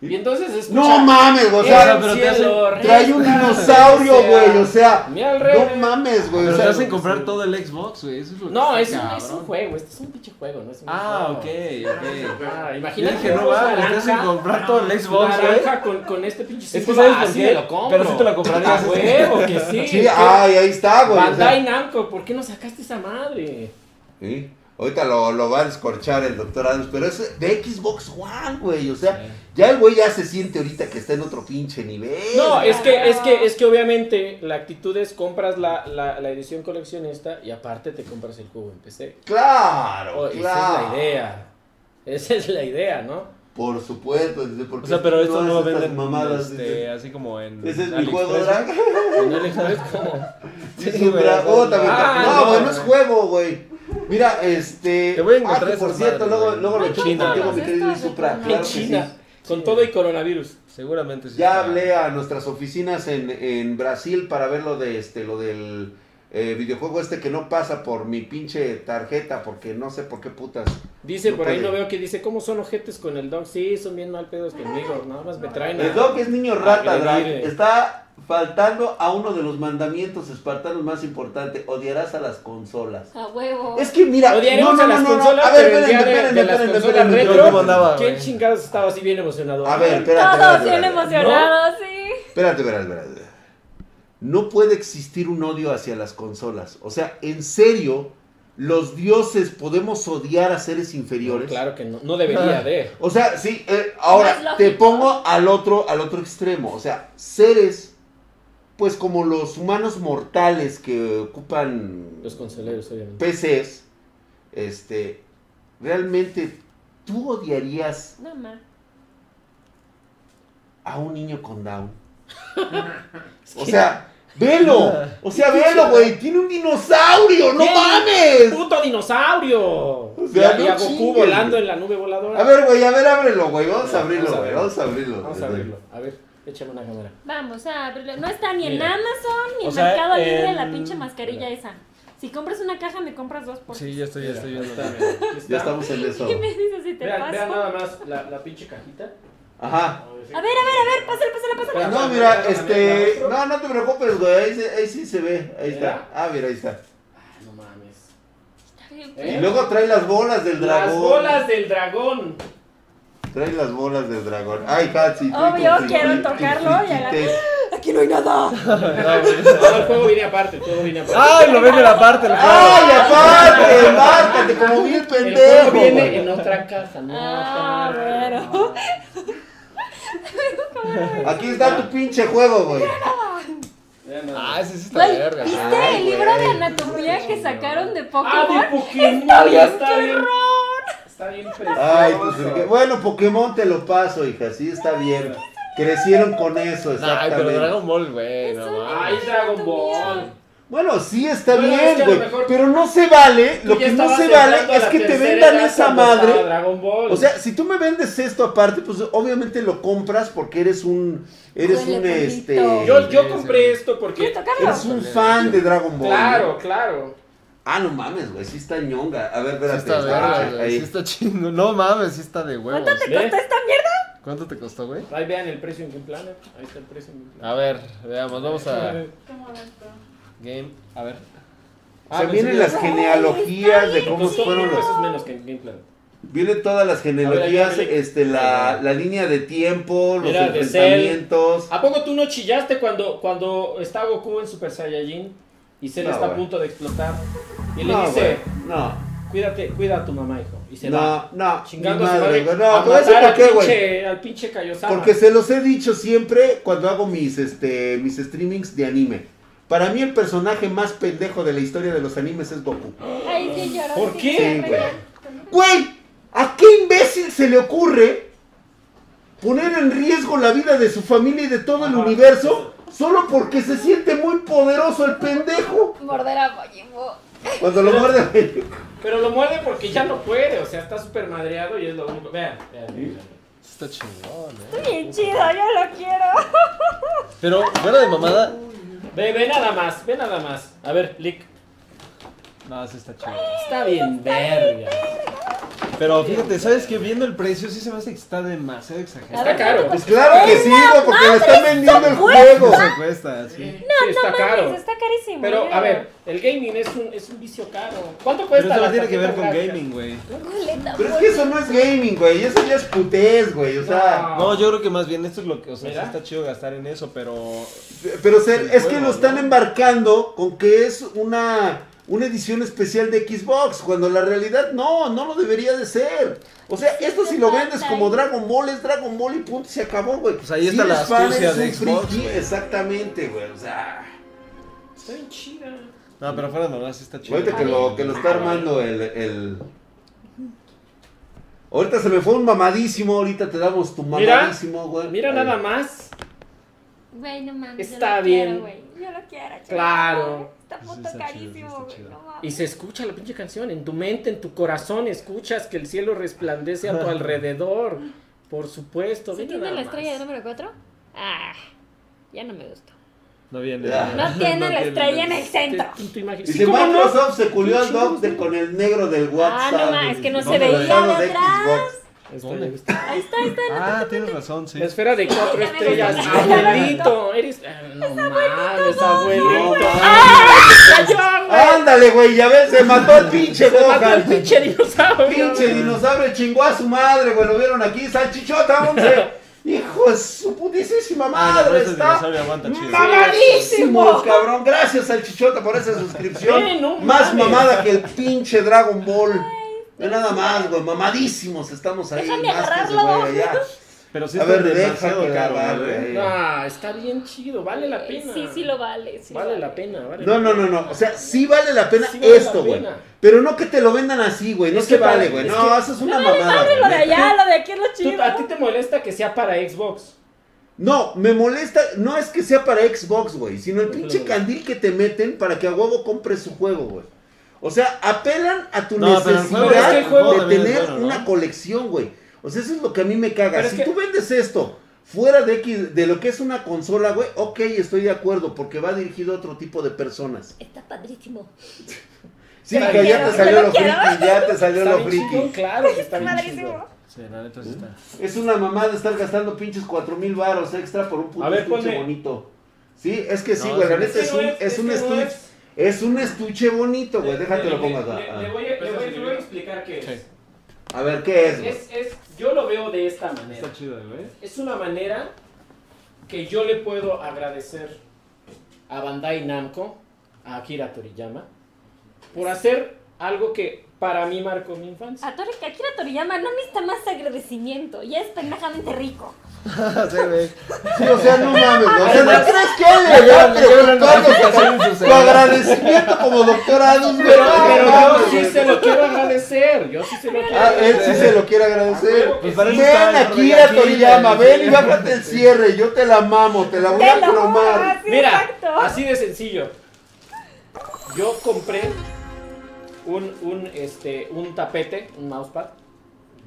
Speaker 2: y entonces escucha.
Speaker 4: No mames, güey. O sea,
Speaker 2: El
Speaker 1: pero te
Speaker 2: cielo
Speaker 1: hacen-
Speaker 2: *laughs*
Speaker 4: trae un
Speaker 2: resta,
Speaker 4: dinosaurio, güey. O sea,
Speaker 2: mira el rey.
Speaker 4: no mames, güey.
Speaker 1: Pero
Speaker 4: O
Speaker 1: te
Speaker 4: sea,
Speaker 1: hacen comprar todo el Xbox, güey. Eso es lo que
Speaker 2: No,
Speaker 1: está
Speaker 2: es un, es
Speaker 1: cabrón.
Speaker 2: un juego, este es un pinche juego, no es un
Speaker 1: Ah,
Speaker 2: juego.
Speaker 1: ok, ok.
Speaker 2: Ah,
Speaker 1: Yo
Speaker 2: imagínate
Speaker 1: dije, no
Speaker 2: una
Speaker 1: va, te hacen
Speaker 2: naranja,
Speaker 1: comprar todo el Xbox, güey.
Speaker 2: naranja con, con este pinche
Speaker 1: que
Speaker 2: símbolo,
Speaker 1: ¿sabes
Speaker 2: ah,
Speaker 1: por
Speaker 2: sí
Speaker 1: qué?
Speaker 2: me lo compro.
Speaker 1: Pero sí te lo comprarías.
Speaker 2: A *laughs* huevo que sí.
Speaker 4: Sí,
Speaker 2: ¿qué?
Speaker 4: ay, ahí está, güey. o sea.
Speaker 2: Bandai Namco, ¿por qué no sacaste esa madre?
Speaker 4: Sí. Ahorita lo, lo va a descorchar el doctor Adams, pero es de Xbox One, güey. O sea, ya el güey ya se siente ahorita que está en otro pinche nivel.
Speaker 2: No,
Speaker 4: güey.
Speaker 2: es que, es que, es que obviamente la actitud es compras la, la, la edición coleccionista y aparte te compras el juego en PC.
Speaker 4: Claro,
Speaker 2: Oh,
Speaker 4: claro.
Speaker 2: Esa es la idea. Esa es la idea, ¿no?
Speaker 4: Por supuesto, dice, porque
Speaker 5: O sea, pero esto
Speaker 4: todas
Speaker 5: no lo
Speaker 4: estas
Speaker 5: venden
Speaker 4: mamadas,
Speaker 5: este,
Speaker 4: dice,
Speaker 5: así como en.
Speaker 4: Ese es mi
Speaker 5: AliExpress.
Speaker 4: juego, drag.
Speaker 2: En AliExpress,
Speaker 4: *laughs*
Speaker 2: como-
Speaker 4: Sí,
Speaker 5: Sí, güey,
Speaker 4: dragota,
Speaker 5: no,
Speaker 4: güey.
Speaker 2: no,
Speaker 4: no, güey,
Speaker 2: no,
Speaker 4: no es juego, güey. Mira, este.
Speaker 5: Te voy a
Speaker 4: ah,
Speaker 5: encontrar
Speaker 4: que
Speaker 5: esas
Speaker 4: por cierto,
Speaker 5: madres,
Speaker 4: luego,
Speaker 5: güey.
Speaker 4: luego lo
Speaker 5: En
Speaker 4: checo
Speaker 5: China.
Speaker 4: contigo, mi querido
Speaker 3: Estas de
Speaker 4: Supra.
Speaker 3: China.
Speaker 2: en
Speaker 4: Claro que sí.
Speaker 2: China, con todo y coronavirus.
Speaker 5: Seguramente sí.
Speaker 4: Ya
Speaker 5: está.
Speaker 4: hablé a nuestras oficinas en, en Brasil para ver lo de este, lo del eh, videojuego este que no pasa por mi pinche tarjeta, porque no sé por qué putas.
Speaker 2: Dice
Speaker 4: No
Speaker 2: por ahí,
Speaker 4: puede.
Speaker 2: no veo que dice, ¿cómo son ojetes con el dog? Sí, son bien mal pedos conmigo, nada más me traen. a-
Speaker 4: El Doc es niño rata, Drag.
Speaker 2: Agredirle.
Speaker 4: Está faltando a uno de los mandamientos espartanos más importantes. Odiarás a las consolas.
Speaker 3: A huevo.
Speaker 4: Es que mira,
Speaker 2: Odiaremos a las consolas,
Speaker 4: A ver,
Speaker 2: pero el día
Speaker 4: espérenme,
Speaker 2: de-
Speaker 4: espérenme,
Speaker 2: de las
Speaker 4: espérenme,
Speaker 2: consolas
Speaker 4: espérenme.
Speaker 5: retro,
Speaker 4: Yo cómo andaba,
Speaker 2: ¿Quién
Speaker 5: güey.
Speaker 2: chingados estaba así bien emocionado?
Speaker 4: Ah,
Speaker 2: Ah,
Speaker 4: A ver, espérate.
Speaker 3: Todos
Speaker 4: espérate,
Speaker 3: bien
Speaker 4: espérate.
Speaker 3: emocionados, sí.
Speaker 4: Espérate, espérate, espérate. No puede existir un odio hacia las consolas. O sea, en serio, los dioses podemos odiar a seres inferiores.
Speaker 2: Claro que no, no
Speaker 4: Ah.
Speaker 2: debería de.
Speaker 4: O sea, sí, eh,
Speaker 3: No
Speaker 4: ahora
Speaker 3: es
Speaker 4: te
Speaker 3: lógico.
Speaker 4: pongo al otro, al otro extremo. O sea, seres, pues como los humanos mortales que ocupan
Speaker 2: Los consoleros, obviamente.
Speaker 4: PCs, este, realmente tú odiarías
Speaker 3: No, ma.
Speaker 4: a un niño
Speaker 2: *laughs*
Speaker 4: con Down.
Speaker 2: Es
Speaker 4: O
Speaker 2: que-
Speaker 4: sea, velo. O sea, velo, güey. Tiene un dinosaurio, no
Speaker 2: Tiene un
Speaker 4: mames.
Speaker 2: ¡Puto dinosaurio!
Speaker 4: O sea,
Speaker 2: Y a- y
Speaker 4: no
Speaker 2: a Goku
Speaker 4: chingues,
Speaker 2: volando
Speaker 4: güey.
Speaker 2: en la nube voladora.
Speaker 4: A ver, Este. güey, a ver, ábrelo, güey. Vamos a
Speaker 2: Vamos
Speaker 4: abrirlo,
Speaker 2: a
Speaker 4: güey.
Speaker 2: abrirlo.
Speaker 4: Vamos a abrirlo.
Speaker 2: Vamos a abrirlo. A ver, échame una cámara.
Speaker 3: Vamos a abrirlo. No está ni en
Speaker 2: Mira.
Speaker 3: Amazon ni
Speaker 5: O
Speaker 3: en
Speaker 5: sea,
Speaker 3: Mercado Libre
Speaker 5: en-
Speaker 3: la pinche mascarilla esa. Si compras una caja, me compras dos por
Speaker 5: Sí, ya estoy, ya
Speaker 2: Mira,
Speaker 5: estoy
Speaker 2: ahí
Speaker 5: viendo.
Speaker 2: está, mira, aquí
Speaker 4: Ya
Speaker 2: está.
Speaker 4: estamos en eso.
Speaker 3: ¿Qué *laughs* me dices si te
Speaker 2: Vean,
Speaker 3: paso?
Speaker 2: vean nada más la, la pinche cajita.
Speaker 4: Ajá.
Speaker 3: A ver, a ver, a ver, pásale, pásale, pásale.
Speaker 2: Espera,
Speaker 4: No,
Speaker 2: espera,
Speaker 4: mira,
Speaker 2: espera,
Speaker 4: este.
Speaker 2: espera,
Speaker 4: No, no te preocupes, güey. Ahí, se- ahí sí se ve. Ahí está.
Speaker 2: Mira.
Speaker 4: Ah, mira, ahí está.
Speaker 2: Ay, No mames.
Speaker 4: Y
Speaker 2: ¿Eh?
Speaker 4: luego trae las bolas del dragón.
Speaker 2: Las bolas del dragón.
Speaker 4: Trae las bolas del dragón. Ay, Patsy. tú y
Speaker 3: Obvio,
Speaker 4: tu
Speaker 3: Oh, quiero
Speaker 4: friqui-
Speaker 3: tocarlo
Speaker 4: tu
Speaker 3: y agarrar.
Speaker 4: friquites.
Speaker 3: Aquí no hay nada.
Speaker 2: Todo el juego viene aparte, todo viene
Speaker 4: Ah,
Speaker 2: aparte.
Speaker 5: ¡Ay, lo venden aparte! el juego!
Speaker 2: *laughs*
Speaker 4: ¡Ay, aparte! ¡Márcate como bien
Speaker 2: el
Speaker 4: pendejo!
Speaker 2: juego viene
Speaker 4: güey.
Speaker 2: en otra caja, no.
Speaker 3: Ah,
Speaker 2: no,
Speaker 3: bueno.
Speaker 2: no.
Speaker 4: Aquí está tu pinche juego, güey.
Speaker 2: Vean nada más.
Speaker 5: ¡Ah, ese sí está
Speaker 3: Güey,
Speaker 5: verga!
Speaker 3: ¿viste
Speaker 4: Ay,
Speaker 3: el libro de
Speaker 4: güey.
Speaker 3: anatomía que sacaron de
Speaker 2: Ah,
Speaker 3: Pokémon?
Speaker 2: de Pokémon.
Speaker 3: Está bien,
Speaker 2: bien.
Speaker 3: perro.
Speaker 2: Está bien precioso.
Speaker 4: Ay, pues, porque- bueno, Pokémon te lo paso, hija, sí está bien. Crecieron con eso,
Speaker 5: Ay, pero
Speaker 4: exactamente.
Speaker 5: Dragon Ball, güey, no
Speaker 3: Eso no.
Speaker 5: mames.
Speaker 2: Ay, Dragon Ball.
Speaker 4: Bueno, sí está
Speaker 2: Bueno, es que
Speaker 4: bien,
Speaker 2: a lo
Speaker 4: güey.
Speaker 2: mejor-
Speaker 4: Pero no se vale,
Speaker 2: Tú
Speaker 4: lo
Speaker 2: ya
Speaker 4: que no
Speaker 2: estabas
Speaker 4: se vale
Speaker 2: entrando a
Speaker 4: es
Speaker 2: la
Speaker 4: que te
Speaker 2: tercera
Speaker 4: vendan
Speaker 2: edad
Speaker 4: esa
Speaker 2: cuando estaba
Speaker 4: madre.
Speaker 2: Dragon Ball.
Speaker 4: O sea, si tú me vendes esto aparte, pues obviamente lo compras porque eres un. Eres
Speaker 3: Huele
Speaker 4: un
Speaker 3: bonito.
Speaker 4: este.
Speaker 2: yo, yo
Speaker 5: Sí,
Speaker 2: compré
Speaker 5: sí.
Speaker 2: esto porque.
Speaker 3: ¿Quieres tocarlo?
Speaker 4: Eres un fan de Dragon Ball.
Speaker 2: Claro,
Speaker 4: güey.
Speaker 2: claro.
Speaker 4: Ah, no mames, güey, sí está ñonga. A ver,
Speaker 5: Sí
Speaker 4: espérate.
Speaker 5: está verga,
Speaker 4: espérate,
Speaker 5: güey. Sí
Speaker 4: ahí.
Speaker 5: está chingo. No mames, sí está de huevos.
Speaker 3: ¿Cuánto te
Speaker 2: ¿Ve?
Speaker 3: costó esta mierda?
Speaker 5: ¿Cuánto te costó, güey?
Speaker 2: Ahí vean el precio en Game Planet. Ahí está el precio en Game Planet. Eh,
Speaker 5: A ver, veamos, vamos a Game. A ver.
Speaker 4: O
Speaker 2: Ah,
Speaker 4: sea, vienen las genealogías de cómo
Speaker 2: Costó
Speaker 4: fueron
Speaker 2: mil
Speaker 4: los.
Speaker 2: pesos menos que en Game Planet.
Speaker 4: Vienen todas las genealogías,
Speaker 2: A ver, ahí,
Speaker 4: este, la, la línea de tiempo, los
Speaker 2: Mira, de Cell.
Speaker 4: enfrentamientos.
Speaker 2: ¿A poco tú no chillaste cuando, cuando está Goku en Super Saiyajin y se le
Speaker 4: No,
Speaker 2: está a
Speaker 4: güey.
Speaker 2: punto de explotar? Y le
Speaker 4: No,
Speaker 2: dice,
Speaker 4: güey, no,
Speaker 2: cuídate, cuida a tu mamá, hijo. Y se va
Speaker 4: no, no,
Speaker 2: chingando
Speaker 4: mi
Speaker 2: a su
Speaker 4: madre,
Speaker 2: madre.
Speaker 4: güey,
Speaker 2: a
Speaker 4: no, te voy a decir
Speaker 2: matar
Speaker 4: por
Speaker 2: al
Speaker 4: qué, güey.
Speaker 2: pinche, al pinche Kaiosama.
Speaker 4: Porque se los he dicho siempre cuando hago mis, este, mis streamings de anime. Para mí el personaje más pendejo de la historia de los animes es Goku.
Speaker 3: Ay, sí lloró.
Speaker 2: ¿Por
Speaker 3: sí,
Speaker 2: qué?
Speaker 3: se
Speaker 4: Sí, güey.
Speaker 3: reía.
Speaker 4: Güey, ¿a qué imbécil se le ocurre poner en riesgo la vida de su familia y de todo el
Speaker 6: Ajá.
Speaker 4: universo solo porque se siente muy poderoso el pendejo.
Speaker 3: Morder a Majimbo.
Speaker 4: Cuando lo
Speaker 5: *laughs*
Speaker 4: muerde.
Speaker 2: Pero lo muerde porque ya no puede, o sea, está súper madreado y es lo único. Vean, vean. vean.
Speaker 5: Está chingón, eh.
Speaker 3: Está bien chido, yo lo quiero.
Speaker 5: Pero fuera de mamada.
Speaker 2: Ve, ve nada más, ve nada más. A ver, Lick.
Speaker 5: No, sí está chido.
Speaker 2: Está bien verga.
Speaker 5: Pero fíjate, ¿sabes que Viendo el precio sí se me hace que está demasiado
Speaker 3: A
Speaker 5: exagerado.
Speaker 2: Está
Speaker 3: ver,
Speaker 2: caro.
Speaker 4: Pues claro que sí, güey, porque le están vendiendo el juego.
Speaker 5: Se cuesta, sí.
Speaker 6: Sí.
Speaker 2: Sí, está caro.
Speaker 3: Está carísimo.
Speaker 2: Pero,
Speaker 3: yo
Speaker 2: a
Speaker 3: digo.
Speaker 2: ver, el gaming es un, es un vicio caro. ¿Cuánto
Speaker 5: Pero
Speaker 2: cuesta
Speaker 5: eso no
Speaker 2: la
Speaker 5: tiene que ver con
Speaker 2: tarjeta gráfica?
Speaker 5: gaming, güey.
Speaker 3: Culeta,
Speaker 4: Pero es que eso no es gaming, güey. Eso ya es putés, güey. O sea.
Speaker 5: No, yo creo que más bien esto es lo que, o sea, sí
Speaker 2: Mira.
Speaker 5: está chido gastar en eso, pero
Speaker 4: Pero se- es que
Speaker 5: juego,
Speaker 4: lo están
Speaker 5: ¿no?
Speaker 4: embarcando con que es una. Una edición especial de Xbox, cuando la realidad no, no lo debería de ser. O sea, esto si lo vendes como Dragon Ball, es Dragon Ball y punto, se acabó, güey.
Speaker 5: Pues ahí
Speaker 4: Si
Speaker 5: está la
Speaker 4: eres fan,
Speaker 5: astucia
Speaker 4: eres un
Speaker 5: de Xbox,
Speaker 4: friki,
Speaker 5: güey.
Speaker 4: Exactamente, güey. O sea,
Speaker 2: Está bien chida.
Speaker 5: no, pero fuera de mamada sí está chido.
Speaker 4: ahorita que lo, que lo
Speaker 3: Ah,
Speaker 4: está armando el, el- Ahorita se me fue un mamadísimo, ahorita te damos tu
Speaker 2: Mira,
Speaker 4: mamadísimo, güey.
Speaker 2: Mira
Speaker 4: Ahí.
Speaker 2: nada más.
Speaker 3: Güey, no mames. yo
Speaker 2: Está
Speaker 3: lo
Speaker 2: bien.
Speaker 3: quiero, güey. Yo lo quiero, chaval.
Speaker 2: Claro.
Speaker 3: Está
Speaker 5: Sí,
Speaker 3: puto
Speaker 5: Pues está chido, sí,
Speaker 3: carísimo,
Speaker 5: está
Speaker 3: güey.
Speaker 5: chido.
Speaker 3: No mames.
Speaker 2: Y se escucha la pinche canción. En tu mente, en tu corazón, escuchas que el cielo resplandece
Speaker 4: *laughs*
Speaker 2: a tu alrededor. Por supuesto.
Speaker 3: ¿Sí
Speaker 2: mira
Speaker 3: tiene
Speaker 2: nada
Speaker 3: la
Speaker 2: más.
Speaker 3: estrella de número 4? Ah, ya no me gustó.
Speaker 5: *laughs* No viene.
Speaker 4: Ya.
Speaker 3: No tiene la estrella en el
Speaker 2: Te-
Speaker 3: centro.
Speaker 2: tú- tú imaginas-
Speaker 4: Dice
Speaker 2: Sí, ¿cómo no?
Speaker 4: Microsoft se culió al dog de- con el negro del
Speaker 3: Ah,
Speaker 4: WhatsApp.
Speaker 3: no
Speaker 4: güey.
Speaker 3: mames, es que no
Speaker 4: Los
Speaker 3: se veía de
Speaker 4: regresados
Speaker 3: atrás.
Speaker 4: Xbox.
Speaker 2: Está
Speaker 5: ¿Dónde?
Speaker 2: bien, está-
Speaker 3: Ahí está, ahí está.
Speaker 5: Ah, tienes razón, sí.
Speaker 2: La esfera de cuatro
Speaker 3: Ya me
Speaker 2: estrellas.
Speaker 3: gustó.
Speaker 2: Abuelito. Eres. ah, No mames,
Speaker 4: No,
Speaker 2: abuelito. Ya,
Speaker 4: mames.
Speaker 2: ya, güey.
Speaker 4: Ándale, güey, ya ves, se mató al pinche
Speaker 2: Se mató el
Speaker 4: Gohan.
Speaker 2: pinche dinosaurio.
Speaker 4: Pinche dinosaurio chingó a su madre, güey. Lo vieron aquí, salchichota,
Speaker 2: *laughs*
Speaker 4: once. Hijo de su putísima
Speaker 5: Ah, no,
Speaker 4: madre,
Speaker 5: ese
Speaker 4: está.
Speaker 5: dinosaurio aguanta chido.
Speaker 4: Mamadísimo, cabrón. Gracias al Chichota por esa suscripción.
Speaker 2: Eh, no
Speaker 4: más
Speaker 2: mames.
Speaker 4: mamada que el pinche Dragon Ball. Ve nada más, güey. Mamadísimos estamos ahí.
Speaker 3: Déjame
Speaker 4: más que ese
Speaker 3: agarrarlo.
Speaker 4: güey allá.
Speaker 5: Pero sí
Speaker 4: A
Speaker 5: está
Speaker 4: ver,
Speaker 5: demasiado
Speaker 4: déjame
Speaker 5: caro, Eh,
Speaker 4: acabar,
Speaker 5: güey.
Speaker 4: güey.
Speaker 2: Ah, está bien chido, vale la pena.
Speaker 3: Eh, Sí, sí lo vale. sí lo
Speaker 2: vale la pena, vale.
Speaker 4: No,
Speaker 2: la
Speaker 4: no,
Speaker 2: pena.
Speaker 4: no, no. O sea, sí vale la pena
Speaker 2: Sí vale la
Speaker 4: esto, güey.
Speaker 2: pena.
Speaker 4: Pero no que te lo vendan así, güey. No
Speaker 2: Es
Speaker 4: se
Speaker 2: que para-
Speaker 4: vale, güey.
Speaker 2: es
Speaker 4: No,
Speaker 2: que-
Speaker 4: eso es una mamada.
Speaker 3: Lo de
Speaker 4: güey.
Speaker 3: allá, lo de aquí es lo
Speaker 2: Tú-
Speaker 3: chido.
Speaker 2: a ti te molesta que sea para Xbox.
Speaker 4: No, me molesta. No es que sea para Xbox, güey. Sino el pinche candil que te meten para que a huevo compres su juego, güey. O sea, apelan a tu
Speaker 5: No, pero el
Speaker 4: necesidad
Speaker 5: juego-
Speaker 2: pero es que el juego
Speaker 4: de
Speaker 5: también es
Speaker 4: tener
Speaker 5: bueno, ¿no?
Speaker 4: una colección, güey. O sea, eso es lo que a mí me caga.
Speaker 2: Pero es
Speaker 4: si
Speaker 2: que-
Speaker 4: tú vendes esto fuera de, X, de lo que es una consola, güey, ok, estoy de acuerdo, porque va dirigido a otro tipo de personas.
Speaker 3: Está padrísimo.
Speaker 4: Sí,
Speaker 2: Pero
Speaker 4: que ya
Speaker 3: quiero,
Speaker 4: te salió
Speaker 3: pero
Speaker 4: lo friki,
Speaker 3: quiero.
Speaker 4: ya te salió
Speaker 2: Está
Speaker 4: lo
Speaker 2: bien
Speaker 4: friki.
Speaker 2: chido, claro que está bien
Speaker 3: Madrísimo.
Speaker 2: chido.
Speaker 5: Sí, la neta sí está.
Speaker 4: Es una mamada estar gastando pinches cuatro mil varos extra por un puto
Speaker 2: A ver,
Speaker 4: estuche
Speaker 2: ponme.
Speaker 4: bonito. Sí, es que sí,
Speaker 5: No,
Speaker 4: güey, la
Speaker 5: sí,
Speaker 4: neta Este es
Speaker 2: que
Speaker 4: un,
Speaker 2: no
Speaker 4: es un
Speaker 2: que no
Speaker 4: estuche,
Speaker 2: es.
Speaker 4: es un estuche bonito, güey,
Speaker 2: Le-
Speaker 4: déjate
Speaker 2: le-
Speaker 4: lo pongas ah,
Speaker 2: le- le voy a- le voy a- le voy a explicar qué
Speaker 5: Sí.
Speaker 2: es.
Speaker 4: A ver, ¿qué es, güey?
Speaker 2: Es, es- yo lo veo de esta manera.
Speaker 5: Está chido, güey.
Speaker 2: Es una manera que yo le puedo agradecer a Bandai Namco, a Akira Toriyama, por hacer algo que para mí marcó mi infancia.
Speaker 3: A Tori, que Akira Toriyama no necesita más agradecimiento. Ya es pendejamente rico.
Speaker 5: Sí, güey.
Speaker 4: Sí, o sea, no mames, güey, o sea, ¿no crees que
Speaker 5: Le
Speaker 4: hay
Speaker 5: llevan- le llevan
Speaker 4: tu,
Speaker 5: una notificación en su
Speaker 4: tu
Speaker 5: celular.
Speaker 4: agradecimiento como doctor Adams, güey?
Speaker 2: Pero,
Speaker 4: no
Speaker 2: pero
Speaker 4: mames,
Speaker 2: yo sí
Speaker 4: ah, güey.
Speaker 2: se lo quiero agradecer. Yo sí se lo quiero
Speaker 4: Ah, él sí
Speaker 2: agradecer.
Speaker 4: se lo quiere
Speaker 2: Ah,
Speaker 4: agradecer.
Speaker 5: Pues para eso
Speaker 4: Ven
Speaker 5: está el
Speaker 4: aquí
Speaker 5: Rey
Speaker 4: a
Speaker 5: Akira,
Speaker 4: Toriyama,
Speaker 5: el
Speaker 4: ven y
Speaker 5: Rey
Speaker 4: bájate el
Speaker 5: Akira.
Speaker 4: cierre, yo te la mamo, te la voy a
Speaker 3: Te lo juro,
Speaker 4: cromar.
Speaker 3: así,
Speaker 2: Mira,
Speaker 3: exacto.
Speaker 2: así de sencillo. Yo compré un, un, este, un tapete, un mousepad,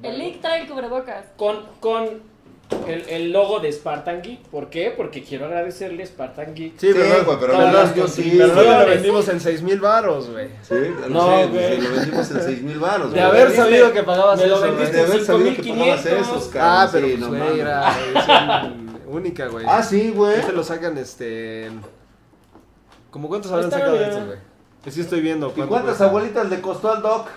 Speaker 3: El Lick trae el cubrebocas.
Speaker 2: con, con el, el logo de Spartan Geek. ¿Por qué? Porque quiero agradecerle a Spartan Geek.
Speaker 5: Sí,
Speaker 4: Sí,
Speaker 5: pero
Speaker 4: güey,
Speaker 5: no-
Speaker 4: pero
Speaker 5: no,
Speaker 4: la
Speaker 5: no,
Speaker 4: verdad yo sí.
Speaker 5: pero no
Speaker 2: sí,
Speaker 5: lo
Speaker 2: sí.
Speaker 5: vendimos en 6 mil varos, güey.
Speaker 4: Sí,
Speaker 5: No,
Speaker 4: no, sé,
Speaker 5: güey.
Speaker 4: se lo vendimos en 6 mil baros.
Speaker 5: De haber sabido que pagabas
Speaker 2: Me lo
Speaker 5: eso, güey.
Speaker 2: vendiste
Speaker 4: de haber sabido que
Speaker 2: 5,500.
Speaker 4: pagabas esos, cabrón.
Speaker 5: Ah, pero
Speaker 4: sí,
Speaker 5: pues,
Speaker 4: no
Speaker 5: güey,
Speaker 4: mames.
Speaker 5: era edición única, güey.
Speaker 4: Ah, sí, güey.
Speaker 5: Este lo sacan, este... ¿Cómo cuántos habrán
Speaker 2: Está
Speaker 5: sacado de
Speaker 2: bien.
Speaker 5: estos, güey? Que sí estoy viendo.
Speaker 4: ¿Y
Speaker 5: cuánto
Speaker 4: cuántas
Speaker 5: cuesta.
Speaker 4: abuelitas le costó al doc?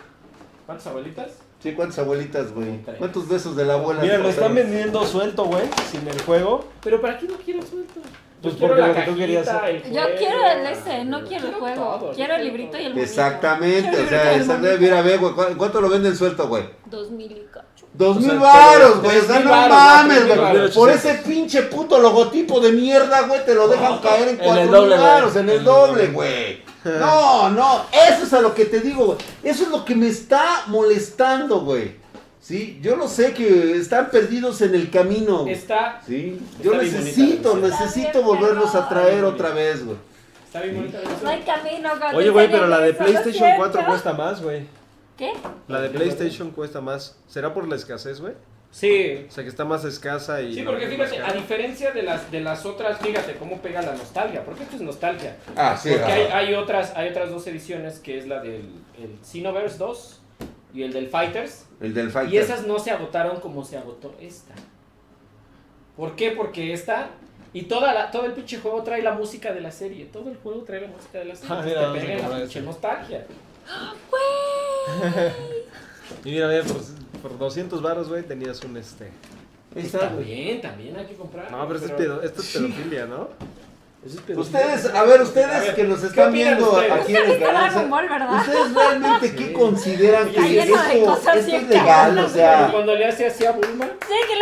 Speaker 2: ¿Cuántas abuelitas?
Speaker 4: Sí, cuántas abuelitas, güey.
Speaker 2: Tres.
Speaker 4: ¿Cuántos besos de la abuela?
Speaker 5: Mira,
Speaker 4: le
Speaker 5: lo están
Speaker 4: costaron?
Speaker 5: vendiendo suelto, güey, sin el juego.
Speaker 2: ¿Pero para qué lo quiero suelto?
Speaker 5: Pues
Speaker 2: Yo quiero
Speaker 5: porque
Speaker 2: la
Speaker 5: lo que tú querías
Speaker 2: cajita,
Speaker 5: hacer.
Speaker 2: el
Speaker 3: Yo
Speaker 2: juego.
Speaker 3: quiero el ese, no quiero el
Speaker 2: Quiero
Speaker 3: juego.
Speaker 2: todo,
Speaker 3: quiero el
Speaker 2: quiero
Speaker 3: librito
Speaker 2: todo.
Speaker 3: y el monito.
Speaker 4: Exactamente, o sea, exactamente, mira, ve, güey, ¿cu- ¿cuánto lo venden suelto, güey?
Speaker 3: Dos mil y cacho.
Speaker 4: Dos
Speaker 5: O sea,
Speaker 4: mil
Speaker 5: pero-
Speaker 4: varos, güey, o
Speaker 2: tres
Speaker 4: sea,
Speaker 2: mil
Speaker 4: no
Speaker 2: varos,
Speaker 4: mames,
Speaker 2: cuatro mil
Speaker 4: güey,
Speaker 5: varos.
Speaker 4: por ese pinche puto logotipo de mierda, güey, te lo dejan caer en
Speaker 5: el
Speaker 4: cuatro mil
Speaker 5: doble, güey.
Speaker 4: varos, en el
Speaker 5: En el
Speaker 4: doble,
Speaker 5: doble.
Speaker 4: güey. No, no, eso es a lo que te digo, güey, eso es lo que me está molestando, güey. Sí, yo lo sé que están perdidos en el camino. güey.
Speaker 2: Está,
Speaker 4: Sí, yo
Speaker 6: Está bien
Speaker 4: necesito,
Speaker 6: bonita la
Speaker 4: necesito
Speaker 3: Está bien
Speaker 4: volverlos a
Speaker 3: perrón.
Speaker 4: traer otra vez, güey.
Speaker 6: Está bien bonita la
Speaker 3: No hay
Speaker 6: canción.
Speaker 3: camino, cuando
Speaker 5: Oye, güey,
Speaker 3: te
Speaker 5: pero la de
Speaker 3: regreso, lo
Speaker 5: PlayStation pues. 4
Speaker 3: siento.
Speaker 5: cuesta más, güey.
Speaker 3: ¿Qué?
Speaker 5: La de PlayStation cuesta más. ¿Será por la escasez, güey?
Speaker 2: sí,
Speaker 5: O sea, que está más escasa y...
Speaker 2: Sí, porque fíjate, a diferencia de las, de las otras, fíjate cómo pega la nostalgia, porque esto es nostalgia.
Speaker 4: Ah, sí.
Speaker 2: Porque hay,
Speaker 4: ajá.
Speaker 2: hay otras, hay otras dos ediciones, que es la del el Xenoverse 2 y el del Fighters,
Speaker 4: El del
Speaker 2: y
Speaker 4: Fighter.
Speaker 2: esas no se agotaron como se agotó esta. ¿Por qué? Porque esta... Y toda la, todo el pinche juego trae la música de la serie. Todo el juego trae la música de la serie.
Speaker 5: Ah,
Speaker 2: entonces
Speaker 5: mira,
Speaker 2: te
Speaker 5: vamos a
Speaker 2: pega en la
Speaker 5: comprar
Speaker 2: pinche
Speaker 5: esa.
Speaker 2: nostalgia.
Speaker 5: *laughs* Y mira, mira, por, por 200 varos, güey, tenías un este...
Speaker 4: Está, güey.
Speaker 2: También, también hay que comprar.
Speaker 5: No, pero, esto, es pedo- esto es pedofilia, ¿no?
Speaker 4: Ustedes, a ver,
Speaker 2: A
Speaker 4: ustedes
Speaker 2: ver,
Speaker 4: que nos
Speaker 2: ¿qué
Speaker 4: están
Speaker 2: opinan
Speaker 4: viendo
Speaker 2: ustedes?
Speaker 4: aquí en el
Speaker 3: Viste
Speaker 4: canal. o
Speaker 3: Dragon
Speaker 4: sea,
Speaker 3: Ball, ¿verdad?
Speaker 4: ¿Ustedes realmente qué consideran
Speaker 2: Está
Speaker 4: que
Speaker 3: lleno de
Speaker 4: esto,
Speaker 3: cosas
Speaker 4: esto
Speaker 3: bien
Speaker 4: es legal? O
Speaker 3: cabronas,
Speaker 2: Pero
Speaker 4: sea,
Speaker 2: cuando le hace así a Bulma...
Speaker 3: Sí, ¿qué le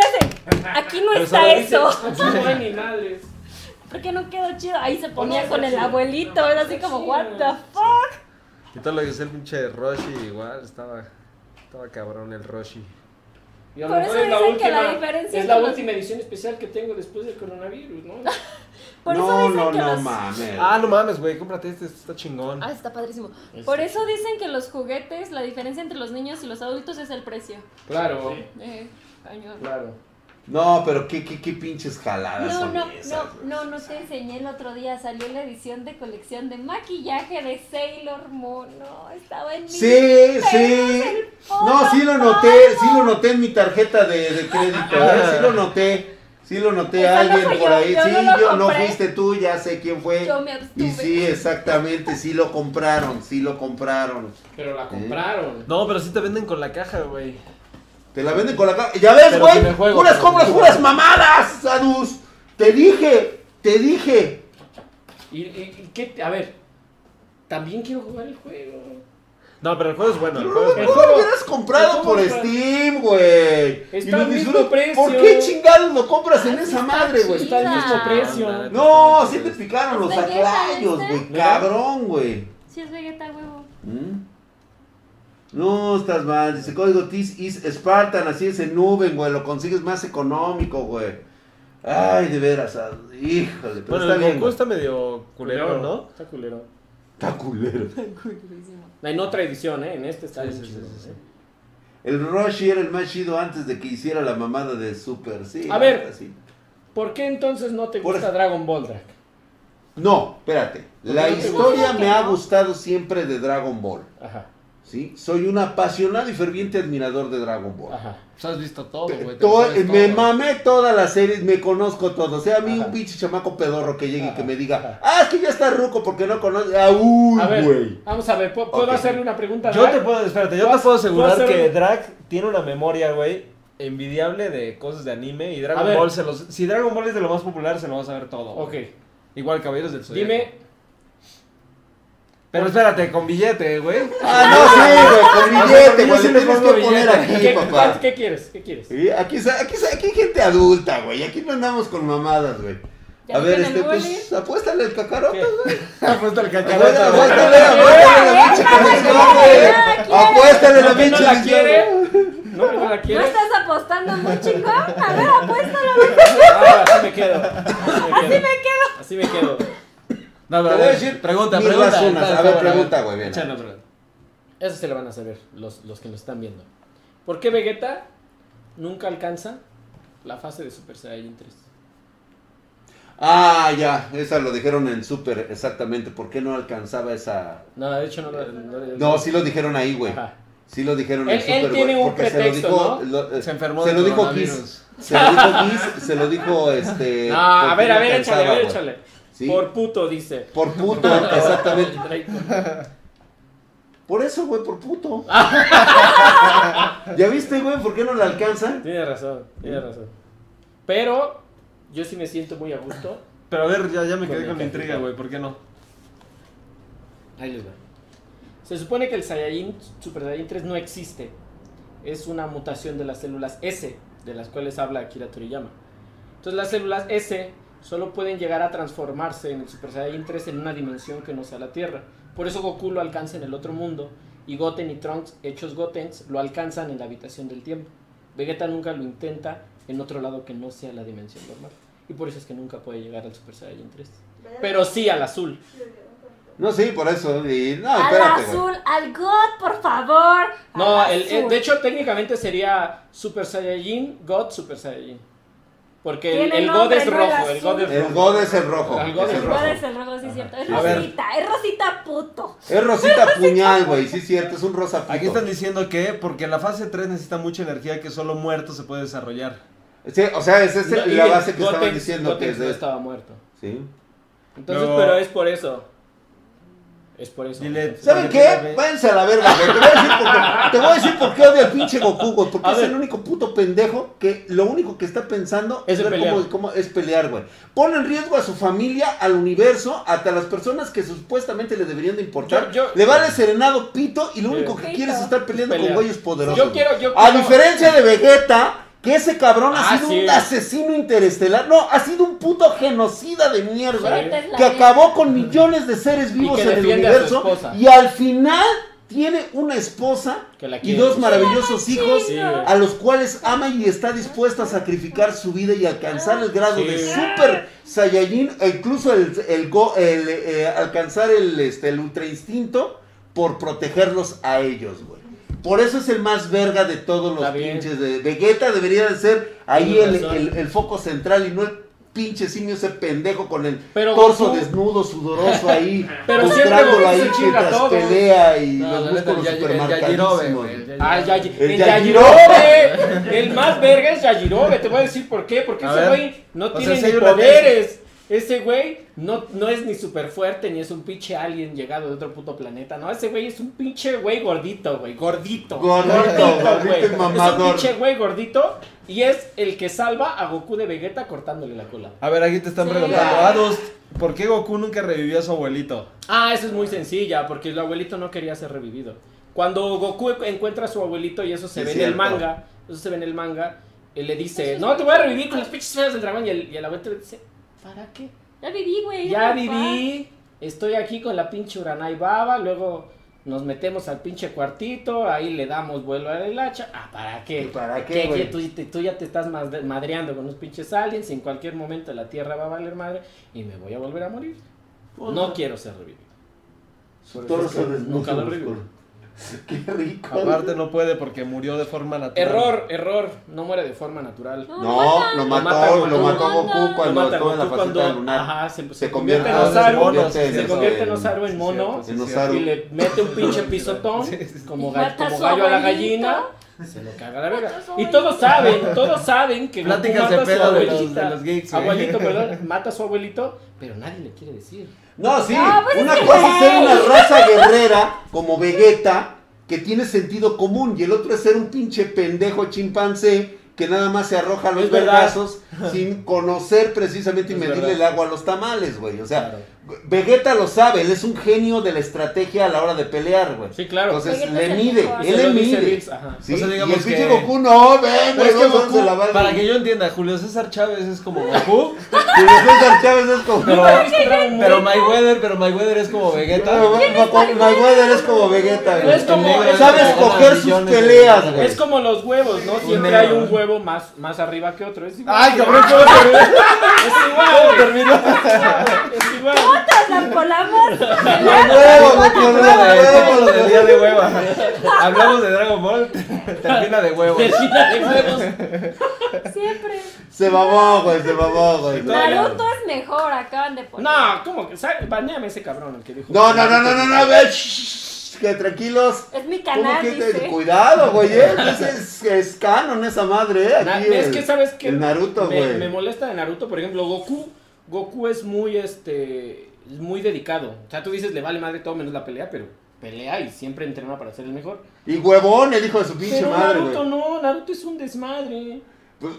Speaker 3: hace? Aquí no
Speaker 5: Pero
Speaker 3: está
Speaker 5: solo dice-
Speaker 3: eso.
Speaker 2: Aquí no hay ni madres.
Speaker 3: Porque no quedó chido. Ahí se
Speaker 2: No,
Speaker 3: ponía
Speaker 2: no
Speaker 3: con
Speaker 2: está
Speaker 3: el
Speaker 2: chido.
Speaker 3: abuelito.
Speaker 2: No,
Speaker 3: Era
Speaker 2: no
Speaker 3: así
Speaker 2: está
Speaker 3: como,
Speaker 2: chido.
Speaker 3: what the fuck?
Speaker 5: Y todo lo que es el pinche Roshi, igual, estaba... Estaba cabrón el Roshi.
Speaker 2: Y a lo
Speaker 3: Por
Speaker 2: mejor
Speaker 3: eso
Speaker 2: es la
Speaker 3: dicen que la
Speaker 2: última-
Speaker 3: diferencia
Speaker 2: es
Speaker 3: entre
Speaker 2: la
Speaker 3: los-
Speaker 2: última edición especial que tengo después del coronavirus,
Speaker 3: *laughs*
Speaker 2: ¿no?
Speaker 3: Por eso
Speaker 4: no,
Speaker 3: dicen
Speaker 4: no,
Speaker 3: que
Speaker 4: no
Speaker 3: los...
Speaker 4: mames.
Speaker 5: Ah, no mames, güey, cómprate este, este está chingón.
Speaker 3: Ah, está padrísimo.
Speaker 5: Este.
Speaker 3: Por eso dicen que los juguetes, la diferencia entre los niños y los adultos es el precio.
Speaker 2: Claro,
Speaker 6: Sí.
Speaker 3: Eh, cañón.
Speaker 2: claro.
Speaker 4: No, pero qué, qué, qué pinches jaladas
Speaker 3: No,
Speaker 4: son
Speaker 3: no,
Speaker 4: esas,
Speaker 3: no,
Speaker 4: güey.
Speaker 3: no, no te enseñé el otro día. Salió la edición de colección de maquillaje de Sailor Moon. No, estaba en mi.
Speaker 4: Sí,
Speaker 3: Pero
Speaker 4: sí.
Speaker 3: es el
Speaker 4: No, sí lo
Speaker 3: fotopago.
Speaker 4: noté, sí lo noté en mi tarjeta de, de crédito, ¿eh? sí lo noté. Sí lo noté a
Speaker 3: Esa no
Speaker 4: alguien
Speaker 3: fui
Speaker 4: por
Speaker 3: yo,
Speaker 4: ahí.
Speaker 3: yo
Speaker 4: sí,
Speaker 3: no lo
Speaker 4: yo no
Speaker 3: compré.
Speaker 4: fuiste tú, ya sé quién fue.
Speaker 3: Yo me
Speaker 4: y
Speaker 3: abstuve.
Speaker 4: sí, exactamente, sí lo compraron, sí lo compraron.
Speaker 2: Pero la compraron.
Speaker 5: No, pero sí te venden con la caja, güey.
Speaker 4: Te la venden con la cara. Ya ves,
Speaker 5: Pero
Speaker 4: güey.
Speaker 5: si me juego,
Speaker 4: puras
Speaker 5: pero si
Speaker 4: compras,
Speaker 5: me
Speaker 4: puras
Speaker 5: juego.
Speaker 4: mamadas, Sadus. Te dije, te dije.
Speaker 2: Y, y- y qué te- a ver, también quiero jugar el juego.
Speaker 5: No, pero el juego es bueno, el juego es
Speaker 4: Mejor
Speaker 5: bueno.
Speaker 2: juego-
Speaker 4: lo hubieras comprado
Speaker 2: el
Speaker 4: por
Speaker 2: juego está-
Speaker 4: Steam, güey.
Speaker 2: Está al mismo
Speaker 4: disfrutas.
Speaker 2: precio.
Speaker 4: ¿Por qué chingados lo compras en esa madre, güey?
Speaker 2: Está al mismo
Speaker 3: Mira.
Speaker 2: precio.
Speaker 4: No, sí te picaron los
Speaker 3: Pues belleza,
Speaker 4: aclayos,
Speaker 3: ¿viste?
Speaker 4: güey.
Speaker 2: ¿No?
Speaker 4: Cabrón, güey.
Speaker 3: Sí, es Vegeta, huevo.
Speaker 4: ¿Mm? No, estás mal. Dice código TIS is Spartan. Así es en Nuben, güey. Lo consigues más económico, güey. Ay, de veras. ah, Híjole, pero
Speaker 5: Bueno,
Speaker 4: está
Speaker 5: el
Speaker 4: bien.
Speaker 5: Goku
Speaker 4: güey.
Speaker 5: está medio culero, ¿no?
Speaker 2: Está culero.
Speaker 4: Está culero.
Speaker 2: En otra edición, ¿eh? En este está
Speaker 5: Sí,
Speaker 2: bien
Speaker 5: sí,
Speaker 2: chido,
Speaker 5: sí, sí,
Speaker 2: ¿eh?
Speaker 4: El Roshi era el más chido antes de que hiciera la mamada de Super. Sí,
Speaker 2: A
Speaker 4: la
Speaker 2: ver.
Speaker 4: neta, sí.
Speaker 2: ¿Por qué entonces no te
Speaker 4: Por-
Speaker 2: gusta Dragon Ball, Drac?
Speaker 4: No, espérate. La
Speaker 2: no te
Speaker 4: historia
Speaker 3: gusta?
Speaker 4: me ha gustado siempre de Dragon Ball.
Speaker 2: Ajá,
Speaker 4: ¿sí? Soy un apasionado y ferviente admirador de Dragon Ball.
Speaker 2: ajá.
Speaker 1: Pues has visto todo, güey. te
Speaker 4: To-
Speaker 1: lo sabes
Speaker 4: me
Speaker 1: todo.
Speaker 4: mamé todas las series, me conozco todo. O sea, a mí
Speaker 2: Ajá.
Speaker 4: un pinche chamaco pedorro que llegue y que
Speaker 2: Ajá,
Speaker 4: me diga,
Speaker 2: ajá.
Speaker 4: ah, es que ya está ruco porque no conoce. Ah, uy,
Speaker 2: A ver, *laughs*
Speaker 4: güey.
Speaker 2: vamos a ver, ¿puedo, puedo
Speaker 4: Ok.
Speaker 2: hacerle una pregunta a
Speaker 5: Yo
Speaker 2: Drac?
Speaker 5: te puedo, espérate, yo te
Speaker 2: ¿Puedo-
Speaker 5: puedo asegurar
Speaker 2: puedo hacer
Speaker 5: que
Speaker 2: un-
Speaker 5: Drag tiene una memoria, güey, envidiable de cosas de anime y
Speaker 2: A
Speaker 5: Dragon
Speaker 2: ver.
Speaker 5: Ball se los... Si Dragon Ball es de lo más popular, se lo vas a ver todo.
Speaker 2: Ok,
Speaker 5: güey. Igual Caballeros del Zodíaco.
Speaker 2: dime,
Speaker 5: Pero espérate, con billete, güey.
Speaker 4: Ah, no, sí, güey, con
Speaker 5: Ah,
Speaker 4: billete,
Speaker 5: pero yo
Speaker 4: güey.
Speaker 5: sí
Speaker 4: le
Speaker 5: le
Speaker 4: tienes
Speaker 5: pongo
Speaker 4: que poner
Speaker 5: billete.
Speaker 4: aquí,
Speaker 2: ¿qué,
Speaker 4: papá.
Speaker 2: ¿qué quieres? ¿Qué quieres?
Speaker 4: Sí, aquí, sa- aquí, sa- aquí hay gente adulta, güey. Aquí no andamos con mamadas, güey.
Speaker 3: Ya
Speaker 4: A ver,
Speaker 3: dijeron
Speaker 4: este,
Speaker 3: el
Speaker 4: pues,
Speaker 3: bullying.
Speaker 4: apuéstale al cacarote, güey.
Speaker 5: Apuesta el
Speaker 4: Apuéstale,
Speaker 5: cacahuete, güey.
Speaker 4: apuéstale, apuéstale ¡Eh, la pinche canción, güey. Apuéstale la
Speaker 2: ¿No que no
Speaker 4: pinche
Speaker 2: la quiere?
Speaker 4: canción.
Speaker 2: ¿No que no la
Speaker 3: ¿No
Speaker 2: quiere?
Speaker 3: estás apostando muy chingón? A ver, apuéstalo.
Speaker 2: Ah, así me quedo. Así me quedo. Así me quedo.
Speaker 5: No,
Speaker 4: Te
Speaker 5: pero a
Speaker 4: voy a
Speaker 5: ver,
Speaker 4: decir
Speaker 5: pregunta,
Speaker 4: mil
Speaker 5: pregunta.
Speaker 4: razones.
Speaker 5: Está-
Speaker 4: A ver,
Speaker 5: está bueno,
Speaker 4: pregunta, güey, bien.
Speaker 5: Échala, bro.
Speaker 2: Eso se lo van a saber los, los que nos están viendo. ¿Por qué Vegeta nunca alcanza la fase de Super Saiyan 3?
Speaker 4: Ah, ya, esa lo dijeron en Super, exactamente. ¿Por qué no alcanzaba esa...?
Speaker 2: No, de hecho no lo... No, lo- Ah.
Speaker 4: No, sí lo dijeron ahí, güey.
Speaker 2: Ajá.
Speaker 4: Sí lo dijeron
Speaker 2: Él-
Speaker 4: en Super,
Speaker 2: él tiene
Speaker 4: güey,
Speaker 2: un
Speaker 4: porque
Speaker 2: pretexto,
Speaker 4: se lo dijo,
Speaker 2: ¿no?
Speaker 4: lo- eh,
Speaker 5: Se enfermó
Speaker 4: se
Speaker 5: de
Speaker 4: lo dijo Kiss,
Speaker 5: coronavirus.
Speaker 4: se lo dijo Kiss, se lo dijo,
Speaker 2: *laughs*
Speaker 4: este...
Speaker 2: No, a
Speaker 4: porque
Speaker 2: ver,
Speaker 4: no
Speaker 2: a ver,
Speaker 4: alcanzaba,
Speaker 2: échale, a ver,
Speaker 4: güey.
Speaker 2: échale.
Speaker 4: Sí,
Speaker 2: Por puto, dice. *laughs*
Speaker 4: por puto, exactamente. Por eso, güey, por
Speaker 2: *laughs*
Speaker 4: puto. *laughs* ¿Ya viste, güey? ¿Por qué no la alcanzan?
Speaker 2: Tiene razón, tiene razón. Pero yo sí me siento muy a gusto.
Speaker 5: Pero a ver, ya, ya me quedé
Speaker 2: Con
Speaker 5: con
Speaker 2: la
Speaker 5: la intriga,
Speaker 2: caja.
Speaker 5: güey, ¿por qué no?
Speaker 2: Ahí les va. Se supone que el Saiyajin, Super Saiyajin 3 no existe. Es una mutación de las células S, de las cuales habla Akira Toriyama. Entonces las células S solo pueden llegar a transformarse en el Super Saiyajin 3 en una dimensión que no sea la Tierra. Por eso Goku lo alcanza en el otro mundo y Goten y Trunks, hechos Gotens, lo alcanzan en la habitación del tiempo. Vegeta nunca lo intenta en otro lado que no sea la dimensión normal. Y por eso es que nunca puede llegar al Super Saiyan 3. Pero sí al azul.
Speaker 4: No, sí, por eso. y- no,
Speaker 3: Al
Speaker 4: espérate, güey.
Speaker 3: azul, al God, por favor. al
Speaker 2: No, el- el-
Speaker 3: azul.
Speaker 2: de hecho técnicamente sería Super Saiyajin, God Super Saiyajin. Porque el,
Speaker 3: Tiene
Speaker 2: el God
Speaker 3: nombre,
Speaker 2: es
Speaker 3: no el
Speaker 2: rojo, el
Speaker 3: azul.
Speaker 2: God es
Speaker 4: El
Speaker 2: rojo.
Speaker 4: God es el rojo.
Speaker 2: El God es
Speaker 4: es el
Speaker 3: El
Speaker 4: rojo.
Speaker 3: God es el rojo, sí, es cierto. Es
Speaker 4: A ver.
Speaker 3: Rosita, es Rosita puto.
Speaker 4: Es Rosita Puñal, güey. *laughs* Sí, es cierto, es un rosa
Speaker 1: Aquí
Speaker 4: puto.
Speaker 1: están diciendo que porque la fase 3 necesita mucha energía que solo muerto se puede desarrollar.
Speaker 4: Sí, o sea, esa es
Speaker 2: No, y
Speaker 4: la
Speaker 2: el
Speaker 4: base que
Speaker 2: Gotenks-
Speaker 4: estaban diciendo que
Speaker 2: Gotenks
Speaker 4: es
Speaker 2: no
Speaker 4: de... este,
Speaker 2: estaba muerto.
Speaker 4: Sí.
Speaker 2: Entonces,
Speaker 1: No.
Speaker 2: pero es por eso. Es por eso.
Speaker 1: Dile-
Speaker 2: Entonces,
Speaker 4: ¿Saben qué? Váyanse a la verga, güey. Te voy a decir por qué, te voy a decir por qué odio al pinche Goku, güey. Porque
Speaker 2: A
Speaker 4: es
Speaker 2: ver.
Speaker 4: el único puto pendejo que lo único que está pensando
Speaker 2: Es
Speaker 4: es,
Speaker 2: de
Speaker 4: ver
Speaker 2: pelear.
Speaker 4: cómo, cómo es pelear, güey. Pone en riesgo a su familia, al universo, hasta las personas que supuestamente le deberían de importar.
Speaker 2: Yo- yo-
Speaker 4: le vale serenado pito y lo único que
Speaker 3: Pito.
Speaker 4: quiere es estar peleando
Speaker 2: Pelear.
Speaker 4: con güeyes poderosos.
Speaker 2: Yo
Speaker 4: güey.
Speaker 2: quiero, yo
Speaker 4: A
Speaker 2: quiero-
Speaker 4: diferencia de Vegeta, que ese cabrón ha
Speaker 2: Ah,
Speaker 4: sido
Speaker 2: sí.
Speaker 4: un asesino interestelar. No, ha sido un puto genocida de mierda.
Speaker 3: Vegeta es la
Speaker 4: Que
Speaker 3: verga.
Speaker 4: acabó con millones de seres vivos
Speaker 2: que
Speaker 4: en el
Speaker 2: defiende a su
Speaker 4: universo.
Speaker 2: esposa.
Speaker 4: Y al final tiene una esposa
Speaker 2: Que la
Speaker 4: y
Speaker 2: quiere.
Speaker 4: dos maravillosos hijos
Speaker 2: Sí, güey.
Speaker 4: a los cuales ama y está dispuesta a sacrificar su vida y alcanzar el grado
Speaker 2: Sí.
Speaker 4: de Super Saiyajin, e incluso el, el go- el, eh, alcanzar el, este, el Ultra Instinto por protegerlos a ellos, güey. Por eso es el más verga de todos los
Speaker 2: Está bien.
Speaker 4: pinches. De, Vegeta debería de ser ahí
Speaker 2: Tienes
Speaker 4: el,
Speaker 2: razón.
Speaker 4: el- el foco central y no el pinche simio ese pendejo con el
Speaker 2: Pero
Speaker 4: torso
Speaker 2: Goku-
Speaker 4: desnudo, sudoroso ahí,
Speaker 2: *laughs* Pero siempre
Speaker 4: mostrándolo
Speaker 2: Goku se
Speaker 4: ahí
Speaker 2: chinga
Speaker 4: mientras
Speaker 2: todo.
Speaker 4: pelea y
Speaker 5: No, la
Speaker 4: los
Speaker 5: neta, el
Speaker 4: músculos
Speaker 5: Ya- el Yajirobe,
Speaker 4: supermarcadísimos.
Speaker 5: güey, el Yajirobe.
Speaker 2: Ah, Yaji-
Speaker 4: El
Speaker 2: el
Speaker 4: Yajirobe.
Speaker 2: Yajirobe. El más verga es Yajirobe. Te voy a decir por qué. Porque
Speaker 1: A
Speaker 2: ese
Speaker 1: ver.
Speaker 2: güey no
Speaker 1: O
Speaker 2: tiene
Speaker 1: sea, sí hay
Speaker 2: ni
Speaker 1: una
Speaker 2: poderes. Ese güey no, no es ni súper fuerte, ni es un pinche alien llegado de otro puto planeta. No, ese güey es un pinche güey gordito, güey. Gordito.
Speaker 4: Gordito, gordito y
Speaker 2: güey. Es un
Speaker 4: mamador.
Speaker 2: pinche güey gordito. Y es el que salva a Goku de Vegeta cortándole la cola.
Speaker 1: A ver, aquí te están
Speaker 3: Sí.
Speaker 1: preguntando, Adust, ¿por qué Goku nunca revivió a su abuelito?
Speaker 2: Ah, eso es muy sencilla, porque el abuelito no quería ser revivido. Cuando Goku encuentra a su abuelito y eso se
Speaker 4: Es
Speaker 2: ve en el
Speaker 4: cierto.
Speaker 2: manga, eso se ve en el manga, él le dice, no, te voy a revivir con las pinches esferas del dragón y el, y el abuelito le dice, ¿para qué?
Speaker 3: Ya viví, güey.
Speaker 2: Ya
Speaker 3: papá.
Speaker 2: viví, estoy aquí con la pinche Uranai Baba, luego nos metemos al pinche cuartito, ahí le damos vuelo a la hacha, ah, ¿para qué?
Speaker 4: ¿Para qué,
Speaker 2: Que- que
Speaker 4: güey?
Speaker 2: tú, te- tú ya te estás madre- madreando con los pinches aliens, en cualquier momento la tierra va a valer madre y me voy a volver a morir. No quiero ser revivido.
Speaker 4: Su torso desnudo.
Speaker 2: Nunca lo revivió.
Speaker 4: *laughs* Qué rico.
Speaker 1: Aparte no puede porque murió de forma natural.
Speaker 2: Error, error, no muere de forma natural.
Speaker 3: No,
Speaker 4: No, lo
Speaker 2: mata
Speaker 4: mató,
Speaker 2: Goku.
Speaker 4: lo mató Goku
Speaker 2: Lo
Speaker 4: cuando
Speaker 2: mata
Speaker 4: estaba en la
Speaker 2: Goku
Speaker 4: faceta
Speaker 2: cuando-
Speaker 4: lunar.
Speaker 2: Ajá, se,
Speaker 4: Se
Speaker 2: se convierte en
Speaker 4: convierte en
Speaker 2: Osaru,
Speaker 1: mono, sí,
Speaker 2: se
Speaker 1: sí,
Speaker 2: convierte en
Speaker 4: sí.
Speaker 2: Osaru en mono
Speaker 1: Sí,
Speaker 4: En
Speaker 1: sí,
Speaker 4: Osaru.
Speaker 2: y le mete un pinche pisotón como,
Speaker 3: Y
Speaker 2: ga-
Speaker 3: mata a
Speaker 2: como
Speaker 3: su
Speaker 2: gallo a la
Speaker 3: abuelito. *laughs*
Speaker 2: gallina. Se lo caga la verga.
Speaker 3: Mata a su
Speaker 2: Y todos
Speaker 3: abuelito.
Speaker 2: saben, todos saben que Goku
Speaker 1: Pláticas
Speaker 2: mata
Speaker 1: de
Speaker 2: a su
Speaker 1: pedo de los-
Speaker 2: abuelita.
Speaker 1: de los geeks, güey.
Speaker 2: abuelito, perdón, mata a su abuelito, pero nadie le quiere decir.
Speaker 4: No, sí.
Speaker 3: No, pues
Speaker 4: una
Speaker 3: es que
Speaker 4: cosa es ser
Speaker 3: güey.
Speaker 4: una raza guerrera como Vegeta que tiene sentido común y el otro es ser un pinche pendejo chimpancé que nada más se arroja a los
Speaker 2: Es verdad.
Speaker 4: vergazos sin conocer precisamente y
Speaker 2: Es
Speaker 4: medirle
Speaker 2: verdad.
Speaker 4: el agua a los tamales, güey. O sea, Vegeta lo sabe, él es un genio de la estrategia a la hora de pelear, güey.
Speaker 2: Sí, claro.
Speaker 4: Entonces
Speaker 3: Vegeta
Speaker 4: le
Speaker 3: es el
Speaker 4: mide,
Speaker 3: mejor.
Speaker 2: Se
Speaker 4: él le
Speaker 2: lo dice
Speaker 4: mide.
Speaker 2: Bills, ajá.
Speaker 4: Sí,
Speaker 1: O sea,
Speaker 4: y
Speaker 1: digamos
Speaker 4: el pinche
Speaker 1: que-
Speaker 4: Goku no, ven,
Speaker 1: Pero es que Goku,
Speaker 4: se la va *laughs*
Speaker 1: para que yo entienda, Julio César Chávez es como Goku,
Speaker 4: Julio César Chávez es como...
Speaker 1: pero,
Speaker 2: ¿Nunca viste Dragon Ball?
Speaker 1: pero Mayweather, pero Mayweather es como Vegeta.
Speaker 4: Mayweather es como Vegeta,
Speaker 2: No es
Speaker 4: güey.
Speaker 2: como-
Speaker 4: Sabe
Speaker 2: es como-
Speaker 4: escoger sus
Speaker 1: millones de
Speaker 4: peleas, güey.
Speaker 2: Es como los huevos, ¿no? Siempre hay un huevo más, más arriba que otro. Es igual.
Speaker 1: Ay, cabrón, ¿cómo
Speaker 5: *laughs*
Speaker 1: terminó?
Speaker 2: Es igual.
Speaker 1: ¿Cómo terminó?
Speaker 2: Es
Speaker 4: *laughs*
Speaker 2: igual.
Speaker 3: Todas las colamos.
Speaker 4: Los huevos, los huevos, los
Speaker 1: Hablamos de- hablamos
Speaker 4: huevos.
Speaker 1: del día de hueva. Hablamos de Dragon Ball, termina de huevos.
Speaker 2: Termina de huevos.
Speaker 4: *laughs*
Speaker 3: Siempre.
Speaker 4: Se babó, güey, se babó, güey.
Speaker 3: Naruto es mejor, acaban de poner.
Speaker 2: No, ¿cómo que? sa- Baneame ese cabrón el que dijo.
Speaker 4: No, no, no, no, no, no, ve, shh, shh, shh, que tranquilos.
Speaker 3: Es mi
Speaker 4: ¿Cómo
Speaker 3: canal,
Speaker 4: que te-
Speaker 3: dice.
Speaker 4: Cuidado, güey, eh. Es, es, es canon esa madre, eh.
Speaker 2: Na-
Speaker 4: Aquí
Speaker 2: es
Speaker 4: el-
Speaker 2: que sabes que
Speaker 4: El Naruto,
Speaker 2: me,
Speaker 4: güey.
Speaker 2: me molesta de Naruto, por ejemplo, Goku. Goku es muy este muy dedicado. O sea, tú dices le vale madre todo menos la pelea, pero pelea y siempre entrena para ser el mejor.
Speaker 4: Y huevón, el hijo de su pinche
Speaker 2: Pero
Speaker 4: madre,
Speaker 2: Naruto
Speaker 4: güey.
Speaker 2: no, Naruto es un desmadre.
Speaker 4: Pues,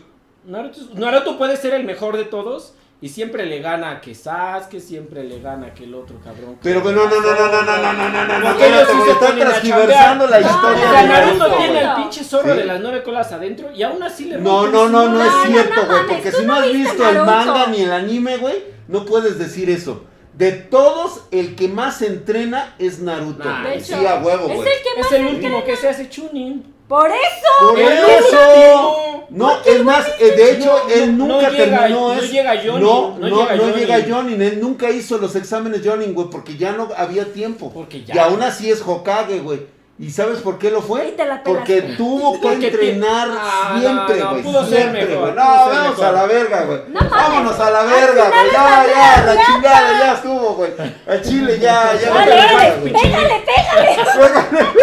Speaker 2: Naruto, es- Naruto puede ser el mejor de todos y siempre le gana a que Sasuke, siempre le gana a que el otro cabrón. que-
Speaker 4: Pero que no, no, no, no, no, no, no, no, no, no, no,
Speaker 2: Porque ellos
Speaker 4: espérate,
Speaker 2: sí
Speaker 4: güey,
Speaker 2: se
Speaker 4: están
Speaker 2: ponen a
Speaker 4: transgiversando la
Speaker 2: chambear. O
Speaker 4: historia de
Speaker 2: sea,
Speaker 4: Naruto,
Speaker 2: Naruto
Speaker 4: güey.
Speaker 2: tiene al pinche zorro
Speaker 4: Sí.
Speaker 2: de las nueve colas adentro y aún así le
Speaker 4: No,
Speaker 2: rompen
Speaker 4: no,
Speaker 2: su
Speaker 4: no, no
Speaker 2: madre.
Speaker 4: es
Speaker 3: No, no
Speaker 4: cierto, güey,
Speaker 3: mames,
Speaker 4: porque
Speaker 3: tú
Speaker 4: si no
Speaker 3: no
Speaker 4: has
Speaker 3: viste
Speaker 4: visto el
Speaker 3: Naruto.
Speaker 4: manga ni el anime, güey, no puedes decir eso. De todos, el que más entrena es Naruto.
Speaker 2: Nah.
Speaker 3: De
Speaker 4: sí,
Speaker 3: hecho,
Speaker 4: a huevo,
Speaker 3: es
Speaker 4: güey.
Speaker 3: el que
Speaker 2: Es
Speaker 3: más
Speaker 2: el
Speaker 3: se
Speaker 2: último que se hace chunin.
Speaker 3: Por eso.
Speaker 4: Por
Speaker 2: ¡El
Speaker 4: eso.
Speaker 2: último!
Speaker 4: No, es más, eh, de hecho,
Speaker 2: No, no,
Speaker 4: él
Speaker 2: no
Speaker 4: nunca
Speaker 2: llega-
Speaker 4: terminó
Speaker 2: no
Speaker 4: eso.
Speaker 2: llega Johnny, no
Speaker 4: No, no,
Speaker 2: llega
Speaker 4: no
Speaker 2: Johnny.
Speaker 4: llega Johnny. Él nunca hizo los exámenes Johnny, güey, porque ya no había tiempo.
Speaker 2: Porque ya.
Speaker 4: Y aún así es Hokage, güey. ¿Y sabes por qué lo fue?
Speaker 3: Y te la
Speaker 4: porque
Speaker 3: pelaste.
Speaker 4: tuvo que
Speaker 2: Porque
Speaker 4: entrenar
Speaker 2: ti- Ah, no,
Speaker 4: siempre,
Speaker 2: no,
Speaker 4: güey.
Speaker 2: pudo ser
Speaker 4: siempre,
Speaker 2: mejor,
Speaker 4: güey. No,
Speaker 2: pudo ser
Speaker 4: vamos
Speaker 2: mejor.
Speaker 4: a la verga, güey.
Speaker 3: No mames.
Speaker 4: Vámonos a la verga,
Speaker 3: final
Speaker 4: güey.
Speaker 3: le
Speaker 4: Ya,
Speaker 3: mandó
Speaker 4: ya,
Speaker 3: la
Speaker 4: la chingada, ya estuvo, güey. Al chile, ya, ya.
Speaker 3: Vale,
Speaker 4: vete a la
Speaker 3: vale,
Speaker 4: verga, Ah, güey.
Speaker 3: pégale, pégale.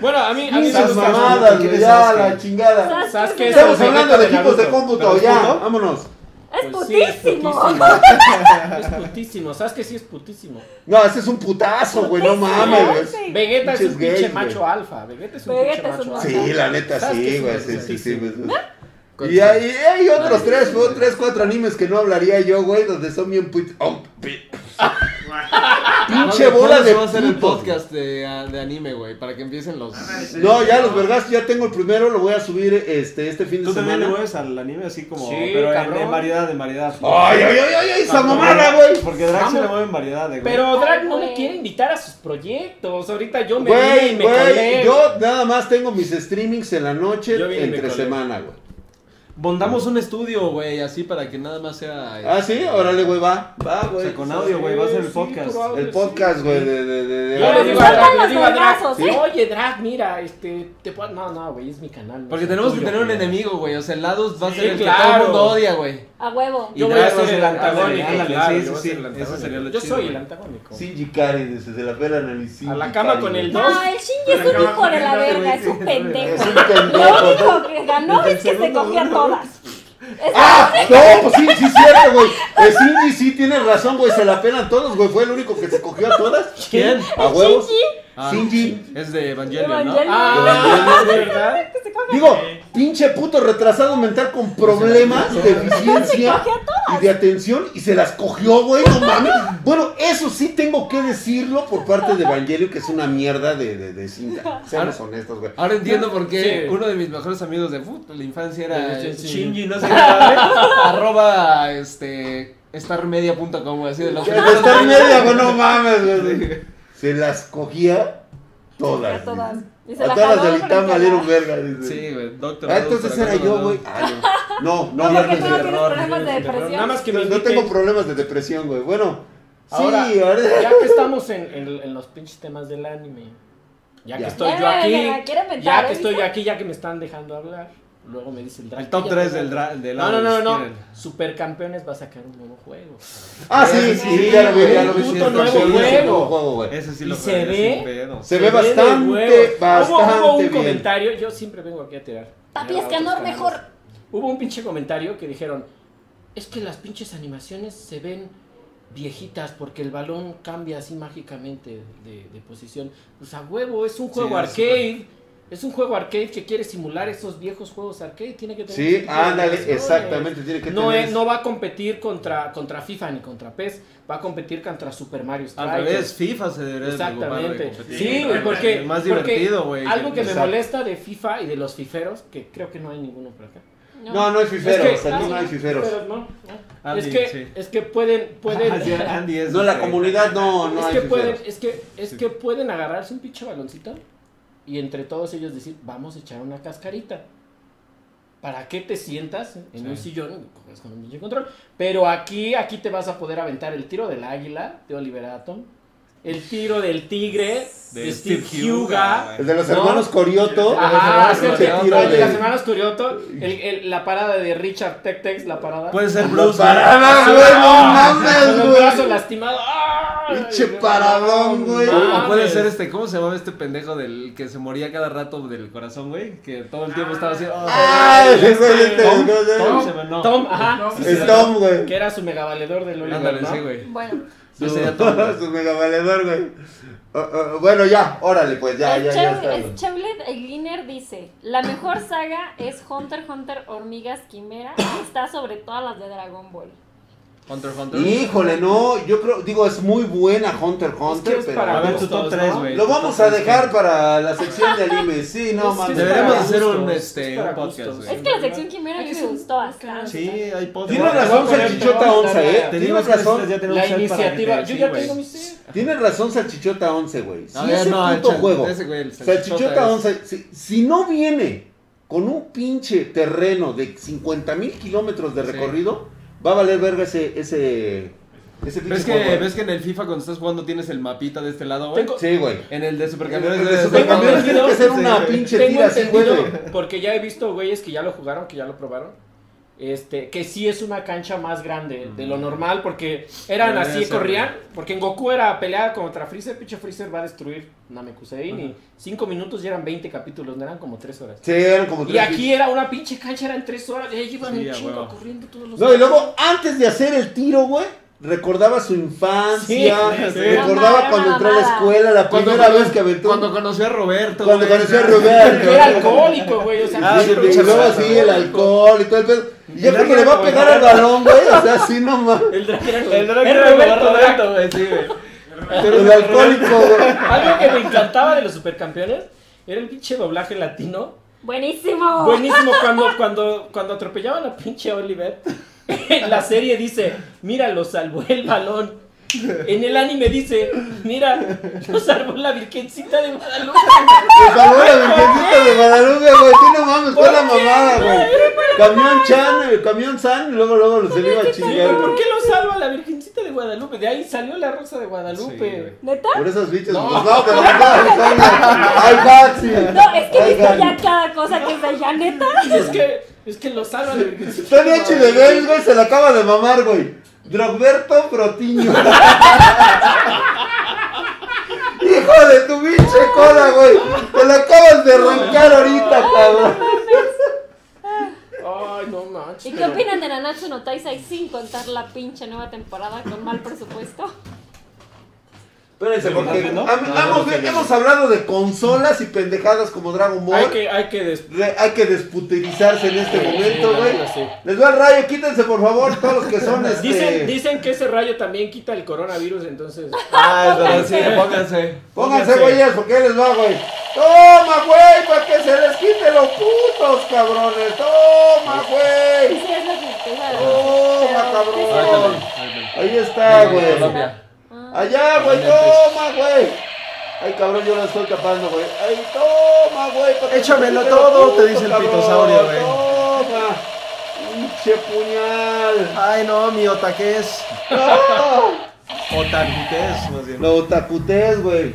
Speaker 2: Bueno, a mí, a mí me
Speaker 4: Esas
Speaker 2: gusta.
Speaker 4: mamadas, güey, ya, la chingada.
Speaker 3: Sasuke.
Speaker 2: Sasuke es
Speaker 4: Estamos
Speaker 2: el
Speaker 4: hablando de
Speaker 2: Vegeta
Speaker 4: equipos de
Speaker 2: Naruto.
Speaker 4: cómputo, ya, vámonos.
Speaker 3: Es
Speaker 2: Pues sí, es
Speaker 3: putísimo.
Speaker 2: putísimo.
Speaker 3: *laughs*
Speaker 2: Es putísimo. ¿Sabes que sí es putísimo?
Speaker 4: No, ese es un putazo, güey, no mames, güey.
Speaker 3: Sí.
Speaker 2: Vegeta es
Speaker 4: Pinches
Speaker 2: un pinche
Speaker 4: gays,
Speaker 2: macho
Speaker 4: güey.
Speaker 2: alfa. Vegeta es un
Speaker 3: Vegeta
Speaker 2: pinche
Speaker 3: es un
Speaker 2: macho alfa.
Speaker 3: macho.
Speaker 4: Sí, la neta,
Speaker 2: ¿Sabes qué
Speaker 4: sí,
Speaker 2: es
Speaker 4: güey,
Speaker 2: eso?
Speaker 4: sí, sí, sí.
Speaker 2: Sí.
Speaker 4: güey, sí. Y hay, hay otros
Speaker 3: ¿Eh? Sí.
Speaker 4: tres, güey, tres, cuatro animes que no hablaría yo, güey, donde son bien put... oh, pi- Pinche bola de
Speaker 5: va a hacer el
Speaker 4: putos,
Speaker 5: podcast de, ah, de anime, güey, para que empiecen los...
Speaker 2: Ah,
Speaker 4: güey. No, ya los vergas, ya tengo el primero, lo voy a subir este, este fin de
Speaker 1: Tú también le
Speaker 4: semana.
Speaker 1: mueves al anime así como.
Speaker 2: Sí,
Speaker 1: pero en,
Speaker 2: cabrón.
Speaker 1: en variedad, en variedad.
Speaker 4: Ay, ay, ay, ay, ay, esa
Speaker 1: Porque-
Speaker 4: mamada, güey.
Speaker 1: Porque Drax se
Speaker 2: Vamos.
Speaker 1: le mueve en variedad, güey.
Speaker 2: Pero Drag no me
Speaker 3: Güey.
Speaker 2: quiere invitar a sus proyectos. Ahorita yo me vine
Speaker 4: Güey,
Speaker 2: y me colé.
Speaker 4: güey, yo nada más tengo mis streamings en la noche,
Speaker 2: Yo vine y me
Speaker 4: entre
Speaker 2: colé.
Speaker 4: semana, güey.
Speaker 5: Bondamos un estudio, güey, así para que nada más sea... este,
Speaker 4: Ah, sí, órale, güey, va. Va,
Speaker 1: O
Speaker 4: güey.
Speaker 1: sea, con audio, güey, va a ser el
Speaker 2: Sí,
Speaker 1: podcast.
Speaker 2: puro audio,
Speaker 4: El
Speaker 2: sí.
Speaker 4: podcast, güey, de, de, de, de-
Speaker 2: Yo le digo a
Speaker 3: Saltan
Speaker 2: Drag,
Speaker 3: los
Speaker 2: le digo a Drag,
Speaker 3: vergazos, ¿eh?
Speaker 2: oye Drag, mira, este, te puedo... No, no, güey, es mi canal. no
Speaker 5: Porque
Speaker 2: es
Speaker 5: tenemos que
Speaker 2: tuyo,
Speaker 5: tener un
Speaker 2: güey.
Speaker 5: enemigo, güey, o sea, el lado va a
Speaker 2: Sí,
Speaker 5: ser el que todo
Speaker 2: claro.
Speaker 5: el mundo odia, güey.
Speaker 3: A huevo.
Speaker 2: Yo
Speaker 1: Y
Speaker 2: voy a
Speaker 1: Drax va
Speaker 2: ser el
Speaker 1: ándale,
Speaker 2: antagónico,
Speaker 1: ándale,
Speaker 2: claro,
Speaker 1: sí,
Speaker 2: yo voy a
Speaker 1: sí,
Speaker 2: ser el
Speaker 1: sí. Eso sería lo
Speaker 2: Yo
Speaker 1: chido,
Speaker 2: soy el
Speaker 1: güey.
Speaker 2: antagónico.
Speaker 4: Shinji Kari, desde la pera análisis.
Speaker 2: A la cama con el dos.
Speaker 3: No, el Shinji es un hijo de la verga, es un
Speaker 2: *laughs*
Speaker 4: Es
Speaker 3: pendejo.
Speaker 4: un
Speaker 3: Lo
Speaker 4: pendejo. ¿no?
Speaker 3: único que ganó es que se cogió a todas. Es
Speaker 4: ¡Ah! No, pues sí, sí es cierto, güey. El Shinji sí tiene razón, güey. Se la pelan todos, güey. Fue el único que se cogió a todas.
Speaker 5: ¿Quién?
Speaker 4: A
Speaker 3: el
Speaker 4: huevos.
Speaker 3: Shinji
Speaker 5: Ah,
Speaker 4: Shinji.
Speaker 5: Es de Evangelion, ¿no?
Speaker 3: Evangelion.
Speaker 2: Ah, ¿es verdad?
Speaker 3: que se coge-
Speaker 4: Digo, pinche puto retrasado mental con problemas de eficiencia y de atención y se las cogió, güey, no mames. Bueno, eso sí tengo que decirlo por parte de Evangelio, que es una mierda de, de, de cinta. Seamos honestos, güey.
Speaker 5: Ahora entiendo por qué
Speaker 2: Sí.
Speaker 5: uno de mis mejores amigos de fútbol, la infancia era
Speaker 2: Sí, sí, sí.
Speaker 5: Shinji,
Speaker 1: *laughs*
Speaker 5: no sé qué ¿eh? era, *laughs* arroba este starmedia.com, güey, así de los *laughs*
Speaker 4: Que de estar media, güey, no mames, güey. Se las cogía todas.
Speaker 3: A todas.
Speaker 4: dice.
Speaker 3: Y se
Speaker 4: A
Speaker 3: la
Speaker 4: todas las
Speaker 3: jaló
Speaker 4: del
Speaker 3: frente a
Speaker 4: Itán
Speaker 3: la-
Speaker 4: valieron verga, dice.
Speaker 5: Sí, güey, doctor.
Speaker 4: Ah, entonces
Speaker 5: Doctor,
Speaker 4: era
Speaker 5: doctor,
Speaker 4: yo,
Speaker 5: doctor.
Speaker 4: güey. Ah, No, no,
Speaker 3: No,
Speaker 4: no,
Speaker 3: porque tú no
Speaker 4: no,
Speaker 3: tienes problemas de
Speaker 2: Nada más
Speaker 3: depresión.
Speaker 2: que me
Speaker 4: no
Speaker 2: inviten.
Speaker 4: tengo problemas de depresión, güey. Bueno,
Speaker 2: Ahora,
Speaker 4: sí, ahora.
Speaker 2: ya que estamos en, en- en los pinches temas del anime, ya,
Speaker 4: Ya.
Speaker 2: que estoy
Speaker 3: Ya,
Speaker 2: yo
Speaker 3: ya,
Speaker 2: aquí,
Speaker 3: ya, ya, quiero
Speaker 2: ya
Speaker 3: inventar,
Speaker 2: que
Speaker 3: ¿eh?
Speaker 2: estoy yo aquí, ya que me están dejando hablar, luego me dice el drag.
Speaker 1: El top
Speaker 2: "Ya
Speaker 1: 3
Speaker 2: te
Speaker 1: del
Speaker 2: hablo".
Speaker 1: dra- del
Speaker 2: No, no, no,
Speaker 1: Ares,
Speaker 2: no,
Speaker 1: miren.
Speaker 2: Supercampeones va a sacar un nuevo juego.
Speaker 4: Ah, sí,
Speaker 3: Sí,
Speaker 4: sí, ya lo vi, ya lo vi.
Speaker 2: puto
Speaker 4: sí, está
Speaker 2: nuevo
Speaker 4: chido,
Speaker 2: juego.
Speaker 4: sí, nuevo juego, güey.
Speaker 1: Ese sí lo
Speaker 2: ¿Y se
Speaker 1: jugaría
Speaker 2: ve?
Speaker 1: sin pedo.
Speaker 4: Se ve
Speaker 2: de huevos.
Speaker 4: bastante,
Speaker 2: Hubo, hubo un
Speaker 4: bastante bien.
Speaker 2: comentario, yo siempre vengo aquí a tirar.
Speaker 3: Papi
Speaker 2: a otros
Speaker 3: Escanor
Speaker 2: canales.
Speaker 3: mejor.
Speaker 2: Hubo un pinche comentario que dijeron, es que las pinches animaciones se ven viejitas porque el balón cambia así mágicamente de, de posición. Pues a huevo, es un juego
Speaker 1: es
Speaker 2: arcade. Es un juego arcade que quiere simular esos viejos juegos arcade. Tiene que tener ese
Speaker 4: Sí,
Speaker 2: tipo de
Speaker 4: ándale,
Speaker 2: animaciones.
Speaker 4: exactamente, tiene que
Speaker 2: No,
Speaker 4: tener.
Speaker 2: es- no va a competir contra, contra FIFA ni contra PES, va a competir contra Super Mario
Speaker 5: Al
Speaker 2: Strikers.
Speaker 5: revés, FIFA se debería de preocupar de
Speaker 2: Exactamente.
Speaker 5: competir.
Speaker 2: Sí, güey, porque.
Speaker 5: Es más
Speaker 2: porque
Speaker 5: divertido, güey.
Speaker 2: Algo que me
Speaker 4: Exacto.
Speaker 2: molesta de FIFA y de los fiferos, que creo que no hay ninguno por acá.
Speaker 4: No, no hay fiferos,
Speaker 2: Es que-
Speaker 4: aquí no hay fiferos.
Speaker 2: Pero no, no.
Speaker 5: Ah,
Speaker 1: Andy,
Speaker 2: es que,
Speaker 1: sí.
Speaker 2: es que pueden, pueden,
Speaker 1: Ah, sí, Andy es.
Speaker 4: No, la
Speaker 1: este,
Speaker 4: comunidad no, ah, no
Speaker 2: es
Speaker 4: hay
Speaker 2: que pueden,
Speaker 4: fiferos.
Speaker 2: es que, es que pueden agarrarse un pinche baloncito y entre todos ellos decir, vamos a echar una cascarita. ¿Para qué te sientas en un sillón y juegas con un pinche control? Pero aquí, aquí te vas a poder aventar el tiro del águila de Oliver Atom, el tiro del tigre de, Steve, Huga.
Speaker 4: El de los
Speaker 2: No.
Speaker 4: hermanos Corioto.
Speaker 2: Ajá,
Speaker 4: ese
Speaker 2: sí, sí.
Speaker 4: tiro
Speaker 2: Oye,
Speaker 4: de-
Speaker 2: las hermanas Curioto, el- el- la parada de Richard Tectex, la parada.
Speaker 1: Puede
Speaker 5: Pues,
Speaker 1: ser
Speaker 4: Los
Speaker 1: Bruce.
Speaker 4: paradas, güey,
Speaker 2: Con
Speaker 4: no
Speaker 2: el
Speaker 4: mames,
Speaker 2: brazo
Speaker 4: güey.
Speaker 2: lastimado. ¡Ay!
Speaker 4: Pinche paradón, güey.
Speaker 2: No
Speaker 5: O
Speaker 2: mames.
Speaker 5: puede ser este, ¿cómo se llamaba este pendejo del que se moría cada rato del corazón, güey? Que todo el tiempo estaba así. oh,
Speaker 4: Ay, Ah, ese es el de-
Speaker 1: Tom,
Speaker 4: no, no,
Speaker 1: Tom,
Speaker 4: no.
Speaker 1: se me- no.
Speaker 2: Tom, ajá.
Speaker 6: Tom.
Speaker 2: sí, sí,
Speaker 4: Es Tom, güey.
Speaker 2: Que era su megavaledor del Oliver,
Speaker 5: Ándale,
Speaker 2: ¿no?
Speaker 5: sí, güey.
Speaker 3: Bueno,
Speaker 5: Yo
Speaker 4: Su,
Speaker 5: sería
Speaker 4: *laughs*
Speaker 5: Tom, güey.
Speaker 4: su megavaledor, güey. Ah, ah, bueno, ya, órale, pues ya,
Speaker 3: el
Speaker 4: ya, ya está.
Speaker 3: Chev-
Speaker 4: güey.
Speaker 3: el Chevlet Egliner dice: La mejor saga es Hunter x Hunter Hormigas Quimera y está sobre todas las de Dragon Ball.
Speaker 1: Hunter x Hunter.
Speaker 4: Híjole, no, yo creo, digo, es muy buena Hunter x Hunter,
Speaker 2: que es
Speaker 4: pero...
Speaker 2: para
Speaker 1: A ver, tu
Speaker 2: gustos,
Speaker 1: top 3,
Speaker 2: ¿no?
Speaker 1: güey.
Speaker 4: Lo
Speaker 1: tu
Speaker 4: vamos
Speaker 1: top
Speaker 4: a
Speaker 1: tres,
Speaker 4: dejar
Speaker 1: güey.
Speaker 4: para la sección de anime. Sí, no
Speaker 2: Es que
Speaker 4: mames.
Speaker 2: es
Speaker 1: Deberíamos
Speaker 2: para
Speaker 1: hacer un,
Speaker 2: gustos,
Speaker 1: este,
Speaker 2: es para
Speaker 1: un podcast,
Speaker 2: gustos.
Speaker 1: güey.
Speaker 3: Es que la sección quimera a mí me gustó bastante.
Speaker 1: Sí, hay podcast.
Speaker 4: Tienes razón,
Speaker 2: Vamos a
Speaker 4: Salchichota
Speaker 2: poner-
Speaker 4: 11, ¿eh?
Speaker 1: Te digo
Speaker 4: Tienes
Speaker 1: que nosotros
Speaker 4: razón.
Speaker 1: ya tenemos
Speaker 2: La
Speaker 1: set para que
Speaker 2: iniciativa.
Speaker 1: te-
Speaker 2: Yo
Speaker 1: sí,
Speaker 2: ya
Speaker 1: güey.
Speaker 2: tengo mi set.
Speaker 4: Tienes razón, Salchichota 11, güey. Si
Speaker 1: A ver,
Speaker 4: ese
Speaker 1: no, el
Speaker 4: puto
Speaker 1: chal-
Speaker 4: juego.
Speaker 1: ese güey, el
Speaker 4: Salchichota
Speaker 1: es-
Speaker 4: 11, si, si no viene con un pinche terreno de 50 mil kilómetros de
Speaker 1: Sí.
Speaker 4: recorrido, va a valer verga ese, ese, ese pinche
Speaker 1: ¿Ves que,
Speaker 4: juego.
Speaker 1: ¿Ves que en el FIFA cuando estás jugando tienes el mapita de este lado, güey?
Speaker 2: Tengo-
Speaker 4: Sí, güey.
Speaker 1: En el de Supercampeones
Speaker 4: El de
Speaker 1: debes-
Speaker 4: Supercampeones
Speaker 2: Tengo
Speaker 4: tiene que ser
Speaker 1: Sí,
Speaker 4: una
Speaker 1: güey.
Speaker 4: pinche
Speaker 2: Tengo
Speaker 4: tira así, güey.
Speaker 2: entendido, porque ya he visto güeyes que ya lo jugaron, que ya lo probaron. Este, que sí es una cancha más grande de lo normal, porque eran
Speaker 1: Mm. Debería
Speaker 2: así,
Speaker 1: ser,
Speaker 2: corrían. Porque en Goku era peleada contra Freezer, pinche Freezer va a destruir Namekusein. Y 5 minutos ya eran 20 capítulos, no eran como 3 horas.
Speaker 4: Sí, eran como
Speaker 2: Y
Speaker 4: tres
Speaker 2: aquí era una pinche cancha, eran 3 horas. Y ahí iban
Speaker 1: Sí,
Speaker 2: un
Speaker 1: a
Speaker 2: chingo
Speaker 1: huevo.
Speaker 2: corriendo todos los
Speaker 4: No, y luego antes de hacer el tiro, güey, recordaba su infancia,
Speaker 2: Sí, sí.
Speaker 4: recordaba
Speaker 3: Mamá,
Speaker 4: cuando entró a la
Speaker 3: mamá.
Speaker 4: escuela, la primera vez que aventó.
Speaker 1: Cuando conoció a Roberto.
Speaker 4: cuando
Speaker 1: güey.
Speaker 4: conoció a
Speaker 2: Porque era
Speaker 4: Roberto.
Speaker 2: alcohólico, güey. O sea,
Speaker 1: Ah,
Speaker 4: Sí,
Speaker 1: sí,
Speaker 4: y
Speaker 1: pinche
Speaker 4: luego
Speaker 1: rato,
Speaker 4: así, el alcohol y todo el pedo. Y yo
Speaker 1: Y
Speaker 4: creo que le
Speaker 1: luego
Speaker 4: va a
Speaker 1: como
Speaker 4: pegar al balón, güey. O sea, así nomás.
Speaker 2: El drag era
Speaker 1: El drag
Speaker 2: Es
Speaker 1: era
Speaker 2: Roberto Drag.
Speaker 1: Roberto, güey, sí, güey.
Speaker 4: El alcohólico, güey.
Speaker 2: Algo que me encantaba de los supercampeones era el pinche doblaje latino.
Speaker 3: Buenísimo.
Speaker 2: Buenísimo cuando, cuando, cuando atropellaban a pinche Oliver. en la serie dice, mira, lo salvó el balón. En el anime dice, mira, lo salvó la virgencita de Guadalupe.
Speaker 4: Por favor, la virgencita de Guadalupe, güey. Tú no mames, fue la mamada, güey. Camión Chan, el camión San, y luego, luego se le iba a chingar,
Speaker 2: Digo, ¿por
Speaker 4: güey.
Speaker 2: qué lo salva la virgencita de Guadalupe? De ahí salió la rosa de
Speaker 1: Sí,
Speaker 2: Guadalupe.
Speaker 1: güey.
Speaker 3: ¿Neta?
Speaker 4: Por esas bichas, pues no, pero no, no, no. Ay, Baxi.
Speaker 3: No, es que he
Speaker 4: Ay,
Speaker 3: visto
Speaker 4: Gaby.
Speaker 3: ya cada cosa que es de ya, neta.
Speaker 2: es, que, es que lo salva la virgencita.
Speaker 4: Tony H. de Bell, güey, se la acaba de mamar, güey. Roberto Protiño. *laughs* Hijo de tu pinche cola, güey. Te la acabas de arrancar ahorita, cabrón.
Speaker 2: Ay, no manches.
Speaker 3: ¿Y qué
Speaker 2: pero-
Speaker 3: opinan de Nanatsu no Taizai sin contar la pinche nueva temporada con mal presupuesto?
Speaker 4: Espérense, porque
Speaker 1: ¿No?
Speaker 4: am-
Speaker 1: No, no,
Speaker 4: hemos,
Speaker 1: no, no, no.
Speaker 4: hemos hablado de consolas y pendejadas como Dragon Ball.
Speaker 2: Hay que, hay que des-
Speaker 4: Re- hay que desputerizarse en este momento,
Speaker 2: la
Speaker 4: güey.
Speaker 2: neta, sí.
Speaker 4: Les va el rayo, quítense por favor todos los que son este.
Speaker 2: *laughs* Dicen, dicen que ese rayo también quita el coronavirus, entonces.
Speaker 5: Ah, es verdad, sí, pónganse.
Speaker 4: Pónganse, güeyes, porque ahí les va, güey. Toma, güey, para que se les quite los putos, cabrones. Toma,
Speaker 3: Sí,
Speaker 4: güey.
Speaker 3: es lo que te iba a decir,
Speaker 4: Toma,
Speaker 3: pero-
Speaker 4: cabrón. Ahí está, güey. Allá, güey, toma, güey. Ay, cabrón, yo lo estoy tapando, güey. Ay, toma, güey. pa' que se
Speaker 5: Échamelo
Speaker 4: quite los
Speaker 5: todo, te
Speaker 4: putos,
Speaker 5: dice el
Speaker 4: cabrón.
Speaker 5: pitosaurio, güey.
Speaker 4: Toma. Pinche
Speaker 1: *laughs*
Speaker 4: puñal.
Speaker 5: Ay, no, mi otaqués.
Speaker 4: No.
Speaker 5: Otaquités, más bien.
Speaker 4: Lo taputés, güey.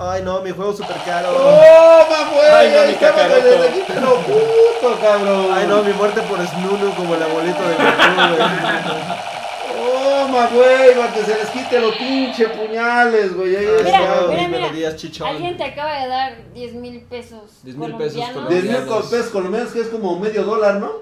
Speaker 5: Ay, no, mi juego super
Speaker 4: ¡Oh!
Speaker 5: caro.
Speaker 4: Toma, güey.
Speaker 2: Ay, no, mi
Speaker 4: Ahí está, pa' que se
Speaker 2: cacaroto.
Speaker 4: les quite los putos, cabrón.
Speaker 5: Ay, no, mi muerte por Snunu como el abuelito de Goku, güey.
Speaker 4: Toma, güey, para que se les quite los pinche puñales, güey. Ahí
Speaker 3: Mira,
Speaker 4: está,
Speaker 3: mira,
Speaker 4: güey.
Speaker 5: Mis melodías, chichón.
Speaker 3: Alguien te acaba de dar 10 mil pesos.
Speaker 5: 10,000 pesos
Speaker 3: colombianos.
Speaker 5: colombianos.
Speaker 4: De mil col- pesos colombianos, que es como medio dólar, ¿no?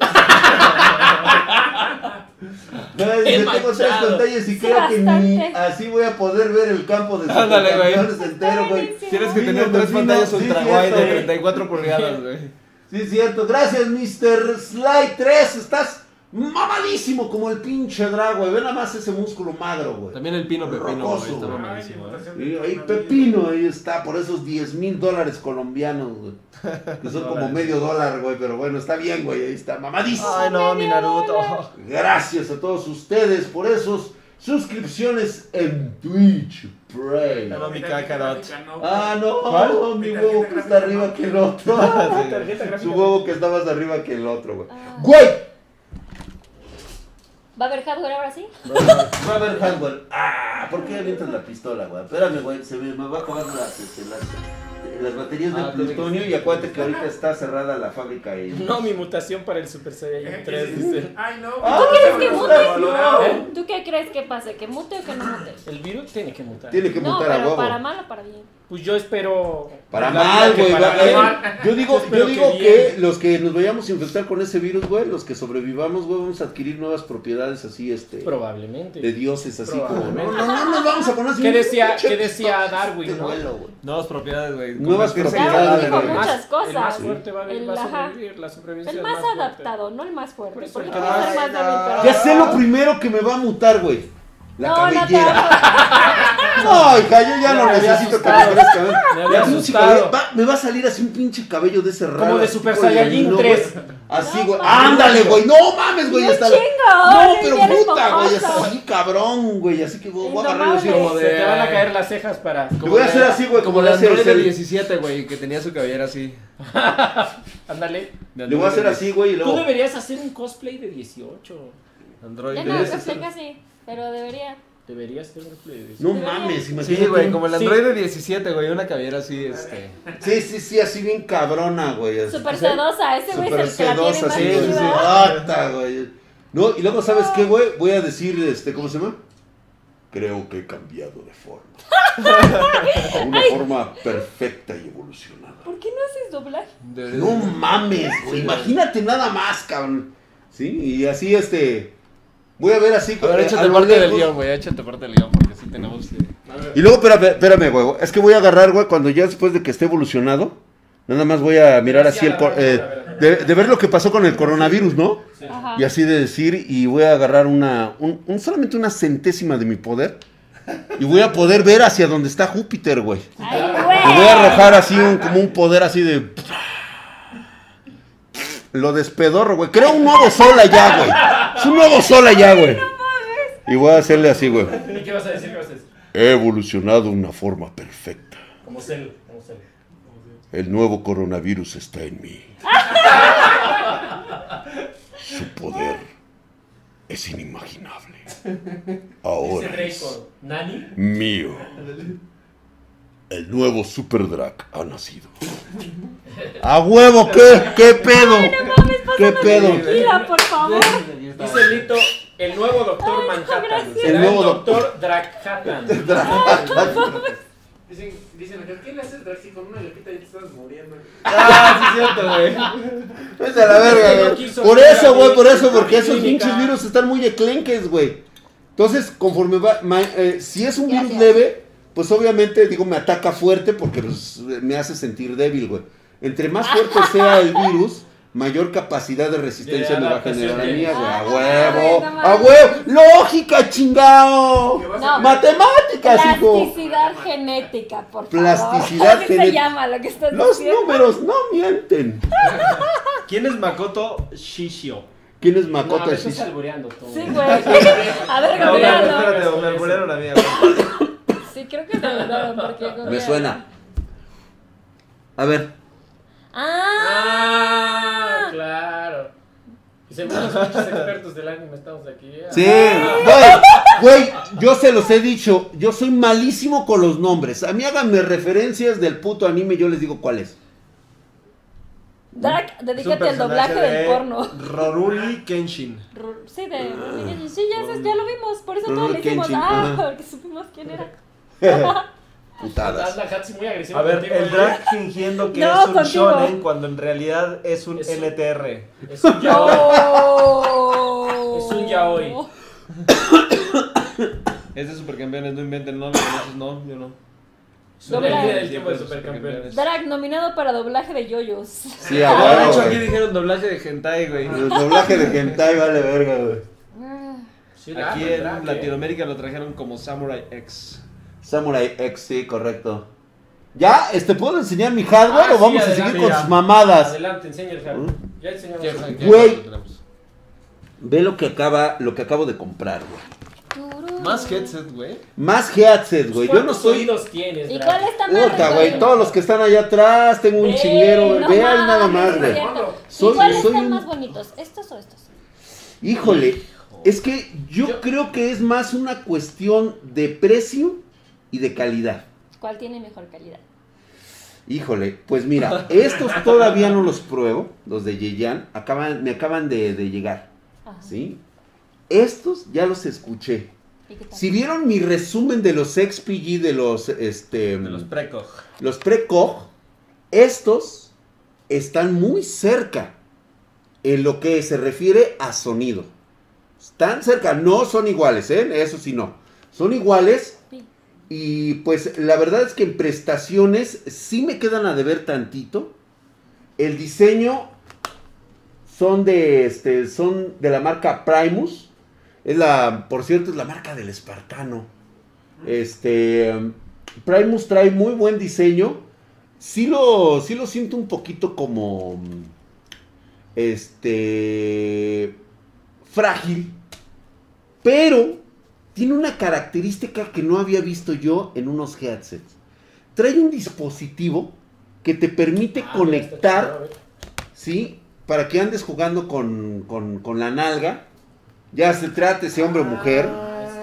Speaker 4: No,
Speaker 2: Qué
Speaker 4: yo tengo tres
Speaker 2: manchado.
Speaker 4: pantallas y
Speaker 3: Sí,
Speaker 4: creo que ni
Speaker 3: bastante.
Speaker 4: así voy a poder ver el campo de
Speaker 5: Ándale, güey.
Speaker 4: supercampeones entero, güey.
Speaker 3: buenísimo.
Speaker 5: Tienes que
Speaker 4: Vino
Speaker 5: tener tres
Speaker 4: vecino,
Speaker 5: pantallas
Speaker 4: sí,
Speaker 5: ultra
Speaker 4: cierto,
Speaker 5: wide de
Speaker 4: güey.
Speaker 5: 34 pulgadas, güey.
Speaker 4: Sí, es cierto. Gracias, Mr. Sly 3. Estás mamadísimo como el pinche drag, güey. Ve nada más ese músculo magro, güey.
Speaker 5: También el pino pepino,
Speaker 4: Rocoso,
Speaker 5: güey. Estaba
Speaker 4: güey.
Speaker 5: malísimo, ¿eh?
Speaker 4: Y ahí Pepino, ahí está, por esos 10 mil dólares colombianos, güey. Que son como medio dólar, güey, pero bueno, está bien, güey, ahí está, mamadísimo.
Speaker 5: Ay, no, mi Naruto.
Speaker 4: Gracias a todos ustedes por esos suscripciones en Twitch, pray.
Speaker 5: No, mi cacarot.
Speaker 4: Ah, no,
Speaker 5: ¿Cuál?
Speaker 4: mi huevo que está arriba que el otro.
Speaker 5: *laughs*
Speaker 2: Tarjeta
Speaker 4: Su
Speaker 2: gráfica.
Speaker 4: huevo que está más arriba que el otro, güey.
Speaker 3: Ah.
Speaker 4: ¡Güey!
Speaker 3: ¿Va a haber hardware ahora sí?
Speaker 4: Va a haber handball. Ah, ¿por qué avientas la pistola, güey? Espérame, güey, se me, me va a acabar las, este, las, las baterías de
Speaker 5: Ah, tiene que
Speaker 4: plutonio
Speaker 5: ser.
Speaker 4: y acuérdate que ahorita está cerrada la fábrica y...
Speaker 2: No, mi mutación para el Super Saiyan 3, dice.
Speaker 6: Eh, Ay, no.
Speaker 4: Ah,
Speaker 3: quieres que mute?
Speaker 6: valorado.
Speaker 2: ¿Eh?
Speaker 3: ¿Tú qué crees que pase? ¿Que mute o que no mute?
Speaker 2: El virus tiene que mutar.
Speaker 4: Tiene que
Speaker 3: No,
Speaker 4: mutar a
Speaker 3: pero
Speaker 4: huevo.
Speaker 3: para mal o para bien.
Speaker 2: Pues yo espero.
Speaker 4: Para
Speaker 2: la-
Speaker 4: mal,
Speaker 2: que
Speaker 4: güey.
Speaker 2: para
Speaker 4: va- eh,
Speaker 2: mal.
Speaker 4: Yo digo, yo
Speaker 2: Espero
Speaker 4: digo
Speaker 2: que
Speaker 4: que,
Speaker 2: bien.
Speaker 4: los que nos vayamos a infectar con ese virus, güey, los que sobrevivamos, güey, vamos a adquirir nuevas propiedades así, este... De
Speaker 2: Probablemente.
Speaker 4: dioses, así como... No,
Speaker 2: Probablemente.
Speaker 4: no, no nos vamos a poner...
Speaker 2: ¿Qué decía, qué decía Darwin?
Speaker 4: Este
Speaker 2: ¿no?
Speaker 4: vuelo, güey.
Speaker 1: Nuevas propiedades, güey.
Speaker 4: Nuevas
Speaker 1: convertirse en
Speaker 4: propiedades.
Speaker 3: Darwin
Speaker 1: cadáver,
Speaker 3: dijo
Speaker 1: güey.
Speaker 3: muchas
Speaker 2: El más
Speaker 3: cosas.
Speaker 2: fuerte va a,
Speaker 3: El-
Speaker 2: va a
Speaker 3: ajá.
Speaker 2: sobrevivir, la sobrevivencia
Speaker 3: El
Speaker 2: es
Speaker 3: más
Speaker 2: fuerte.
Speaker 3: adaptado, no el más
Speaker 2: Por
Speaker 3: fuerte.
Speaker 2: eso
Speaker 3: Porque
Speaker 2: el
Speaker 3: puede
Speaker 1: más-
Speaker 3: ser más débil.
Speaker 4: Ya sé lo primero que me va a mutar, güey. La
Speaker 3: No, no te
Speaker 4: cabellera.
Speaker 3: hago.
Speaker 4: No, hija, yo ya no
Speaker 2: me había
Speaker 4: necesito que me
Speaker 2: asustado.
Speaker 4: crezca. ¿eh?
Speaker 2: Me
Speaker 4: Ya
Speaker 2: había
Speaker 4: tengo un
Speaker 2: asustado.
Speaker 4: cabello- va- me va a salir así un pinche cabello de ese raro.
Speaker 2: Como de
Speaker 4: así,
Speaker 2: Super
Speaker 4: güey,
Speaker 2: Saiyajin
Speaker 4: no, pues,
Speaker 2: 3.
Speaker 4: güey. Así,
Speaker 3: No,
Speaker 4: güey.
Speaker 3: mames.
Speaker 4: Ándale, güey. No mames, *laughs* güey.
Speaker 3: Muy
Speaker 4: hasta la-
Speaker 3: chingón,
Speaker 4: No, pero
Speaker 3: eres
Speaker 4: puta, güey.
Speaker 3: mocoso.
Speaker 4: Está así cabrón, güey. Así que güey, voy a agarrar así.
Speaker 3: Indomable.
Speaker 2: Se te van a caer las cejas para.
Speaker 4: Le voy a hacer así, güey.
Speaker 5: Como
Speaker 4: le
Speaker 5: la
Speaker 4: hace
Speaker 5: Android del
Speaker 4: el-
Speaker 5: 17, güey, que tenía su cabellera así.
Speaker 2: Ándale.
Speaker 5: De
Speaker 4: Le voy a hacer
Speaker 5: Android
Speaker 4: así, güey. Y
Speaker 2: Tú
Speaker 4: luego.
Speaker 2: deberías hacer un cosplay de 18.
Speaker 5: Android
Speaker 3: Ya
Speaker 5: del
Speaker 3: no,
Speaker 4: Deberías
Speaker 3: cosplay
Speaker 4: hacer-
Speaker 3: casi. Pero debería.
Speaker 2: Deberías hacer un cosplay de 18.
Speaker 4: No mames, imagínate.
Speaker 5: Sí, güey, como el
Speaker 2: Sí.
Speaker 5: Android de 17, güey, una cabellera así, este.
Speaker 4: Sí, sí, sí, así bien cabrona, güey. así.
Speaker 3: Super sedosa. Ese güey
Speaker 4: Súper
Speaker 3: es el que la tiene
Speaker 4: sedosa,
Speaker 3: más
Speaker 4: así,
Speaker 5: sí,
Speaker 4: güey,
Speaker 5: sí.
Speaker 3: viva.
Speaker 4: ata, güey. No, y luego, ¿sabes qué, güey? Voy a decir, este, ¿cómo se llama? Creo que he cambiado de forma. A una forma perfecta y evolucionada.
Speaker 3: ¿Por qué no haces doblaje?
Speaker 5: debería
Speaker 4: No
Speaker 5: de-
Speaker 4: mames, güey. Imagínate nada más, cabrón. Sí, y así, este. Voy a ver así.
Speaker 5: A ver,
Speaker 4: eh,
Speaker 5: échate
Speaker 4: lo
Speaker 5: parte del
Speaker 4: lejos.
Speaker 5: guión, güey, échate parte del guión, porque sí tenemos. eh,
Speaker 4: Y luego, espérame, espérame, güey. Es que voy a agarrar, güey, cuando ya después de que esté evolucionado, nada más voy a mirar así el. cor- eh, de, de ver lo que pasó con el coronavirus, ¿no?
Speaker 3: Ajá.
Speaker 4: Y así de decir, y voy a agarrar una. un- un- solamente una centésima de mi poder. Y voy a poder ver hacia donde está Júpiter, güey.
Speaker 3: Ay,
Speaker 4: Y voy a
Speaker 3: güey.
Speaker 4: arrojar así un, como un poder así de. Lo despedorro, güey. Creo un nuevo sol allá, güey. Es un nuevo sol allá, güey. Y voy a hacerle así, güey.
Speaker 6: ¿Y qué vas a decir? ¿Qué vas a decir?
Speaker 4: He evolucionado de una forma perfecta.
Speaker 6: Como cel, como cel.
Speaker 4: El nuevo coronavirus está en mí. Su poder es inimaginable. Ahora es
Speaker 6: Draco, ¿Nani?
Speaker 4: mío. El nuevo Super Drac ha nacido. ¡A huevo! ¿Qué, qué pedo?
Speaker 3: Mames,
Speaker 4: ¿Qué pedo?
Speaker 3: Tranquila, por favor.
Speaker 2: Dice Lito, el nuevo Doctor Manhattan.
Speaker 3: gracias.
Speaker 2: Será
Speaker 4: El
Speaker 2: el
Speaker 4: nuevo
Speaker 2: Doctor Drachattan.
Speaker 6: Dicen, dicen acá, ¿qué le haces Draxi con una gafita y te estás muriendo?
Speaker 5: Ah, sí, cierto, güey.
Speaker 4: Vete a la verga, güey. Por eso, güey, por eso, porque esos pinches virus están muy eclenques, güey. Entonces, conforme va. ma- eh, si es un virus
Speaker 3: Gracias.
Speaker 4: leve, pues obviamente, digo, me ataca fuerte porque pues, me hace sentir débil, güey. Entre más fuerte sea
Speaker 3: *laughs*
Speaker 4: el virus, mayor capacidad de resistencia
Speaker 2: De
Speaker 4: me va a
Speaker 2: adaptación
Speaker 4: generar a
Speaker 2: tienes.
Speaker 4: mí, güey. A
Speaker 3: Ah,
Speaker 4: huevo,
Speaker 3: no mames.
Speaker 4: a huevo. ¡Lógica, chingao!
Speaker 3: No.
Speaker 4: ¡Matemáticas, hijo!
Speaker 3: Plasticidad genética, por favor.
Speaker 4: Plasticidad
Speaker 3: ¿Qué se
Speaker 4: genética.
Speaker 3: llama lo que estás
Speaker 4: Los
Speaker 3: diciendo?
Speaker 4: números no mienten.
Speaker 1: ¿Quién es Makoto Shishio?
Speaker 4: ¿Quién es
Speaker 2: No,
Speaker 4: Makoto
Speaker 2: me
Speaker 4: Shishi?
Speaker 2: estás albureando tú.
Speaker 3: Sí, güey. *laughs* A ver,
Speaker 5: No, espérate,
Speaker 3: googlealo.
Speaker 5: espérate, me arbolearon la mía, güey.
Speaker 3: Sí, creo que te lo daron porque googlealo.
Speaker 4: Me suena. A ver.
Speaker 3: Ah,
Speaker 2: Ah, claro. Y según los pinches expertos del anime estamos aquí. ah.
Speaker 4: Sí, güey, güey, yo se los he dicho, yo soy malísimo con los nombres. A mí háganme referencias del puto anime, yo les digo cuál es.
Speaker 3: Drac,
Speaker 1: Es un
Speaker 3: dedícate al doblaje
Speaker 1: personaje
Speaker 3: del
Speaker 1: de
Speaker 3: porno.
Speaker 1: Roruli Kenshin.
Speaker 3: Ru- Sí, de Rurouni Kenshin. Sí, ya, sabes, ya lo vimos, por eso todos
Speaker 4: Rurouni
Speaker 3: le hicimos.
Speaker 4: Kenshin,
Speaker 3: Ah,
Speaker 4: ajá.
Speaker 3: porque supimos quién era.
Speaker 4: Putadas.
Speaker 2: Anda, Hatsi, muy agresivo
Speaker 1: A ver,
Speaker 2: contigo,
Speaker 1: el
Speaker 2: ¿eh?
Speaker 1: drag fingiendo que
Speaker 3: No,
Speaker 1: es un
Speaker 3: contigo.
Speaker 1: shonen cuando en realidad es un
Speaker 2: Es un-
Speaker 1: LTR.
Speaker 2: Es *laughs* un yaoi.
Speaker 3: No.
Speaker 2: Es un yaoi.
Speaker 5: Es de supercampeones, no inventen, no, lo conoces, no, yo no.
Speaker 2: Es una
Speaker 3: Doblaje.
Speaker 2: idea del tiempo de supercampeones.
Speaker 3: Drag nominado para doblaje de yoyos.
Speaker 4: Sí, a
Speaker 5: Ah, de
Speaker 4: huevo,
Speaker 5: hecho, aquí
Speaker 4: güey.
Speaker 5: dijeron doblaje de hentai, güey.
Speaker 4: El doblaje de hentai vale verga, güey.
Speaker 2: Sí, la
Speaker 5: Aquí
Speaker 2: aman,
Speaker 1: eh.
Speaker 2: ¿verdad?
Speaker 5: en Latinoamérica lo trajeron como Samurai X.
Speaker 4: Samurai X, sí, correcto. ¿Ya? Este, ¿Puedo enseñar mi hardware
Speaker 2: Ah,
Speaker 4: o
Speaker 2: sí,
Speaker 4: vamos a
Speaker 2: adelante,
Speaker 4: seguir con
Speaker 1: ya.
Speaker 4: sus mamadas?
Speaker 2: Adelante, enseña el hack. ¿Mm? Ya enseñamos. el hack.
Speaker 4: Güey. Ve lo que acaba, lo que acabo de comprar, güey.
Speaker 5: Más headset, güey.
Speaker 4: Más headsets, güey. Yo no
Speaker 2: ¿Cuántos
Speaker 4: soy...
Speaker 2: oídos tienes,
Speaker 3: ¿Y
Speaker 2: Drac?
Speaker 3: cuál está más
Speaker 4: Puta,
Speaker 3: rico?
Speaker 4: güey. Todos los que están allá atrás, tengo un
Speaker 3: Ve,
Speaker 4: chinguero, güey.
Speaker 3: no
Speaker 4: Vean nada más,
Speaker 3: es
Speaker 4: güey.
Speaker 3: cierto.
Speaker 4: Soy-
Speaker 3: ¿Y cuáles
Speaker 4: soy
Speaker 3: están
Speaker 4: un-
Speaker 3: más bonitos? ¿Estos o estos?
Speaker 4: Híjole, es que yo,
Speaker 2: Yo-
Speaker 4: creo que es más una cuestión de precio y de calidad.
Speaker 3: ¿Cuál tiene mejor calidad?
Speaker 4: Híjole, pues
Speaker 1: *laughs*
Speaker 4: mira, estos todavía no los pruebo, los de Yeyan, acaban, me acaban de, de llegar,
Speaker 3: Ajá.
Speaker 4: ¿sí? Estos ya los escuché.
Speaker 3: ¿Y qué tal?
Speaker 4: Si vieron mi resumen de los XPG de los, este,
Speaker 1: De los
Speaker 4: los,
Speaker 1: precog.
Speaker 4: pre-cog, estos están muy cerca en lo que se refiere a sonido. Están cerca, no son iguales, ¿eh? Eso sí no. Son iguales,
Speaker 3: Sí.
Speaker 4: Y pues la verdad es que en prestaciones sí me quedan a deber tantito. El diseño son de este son de la marca Primus. Es la, por cierto, es la marca del espartano. Este Primus trae muy buen diseño. Sí lo, sí lo siento un poquito como este frágil, pero tiene una característica que no había visto yo en unos headsets. Trae un dispositivo que te permite
Speaker 2: Ah, mira, está
Speaker 4: conectar,
Speaker 2: chido, a ver.
Speaker 4: ¿sí? Para que andes jugando con, con- con la nalga. Ya se trate ese hombre o mujer.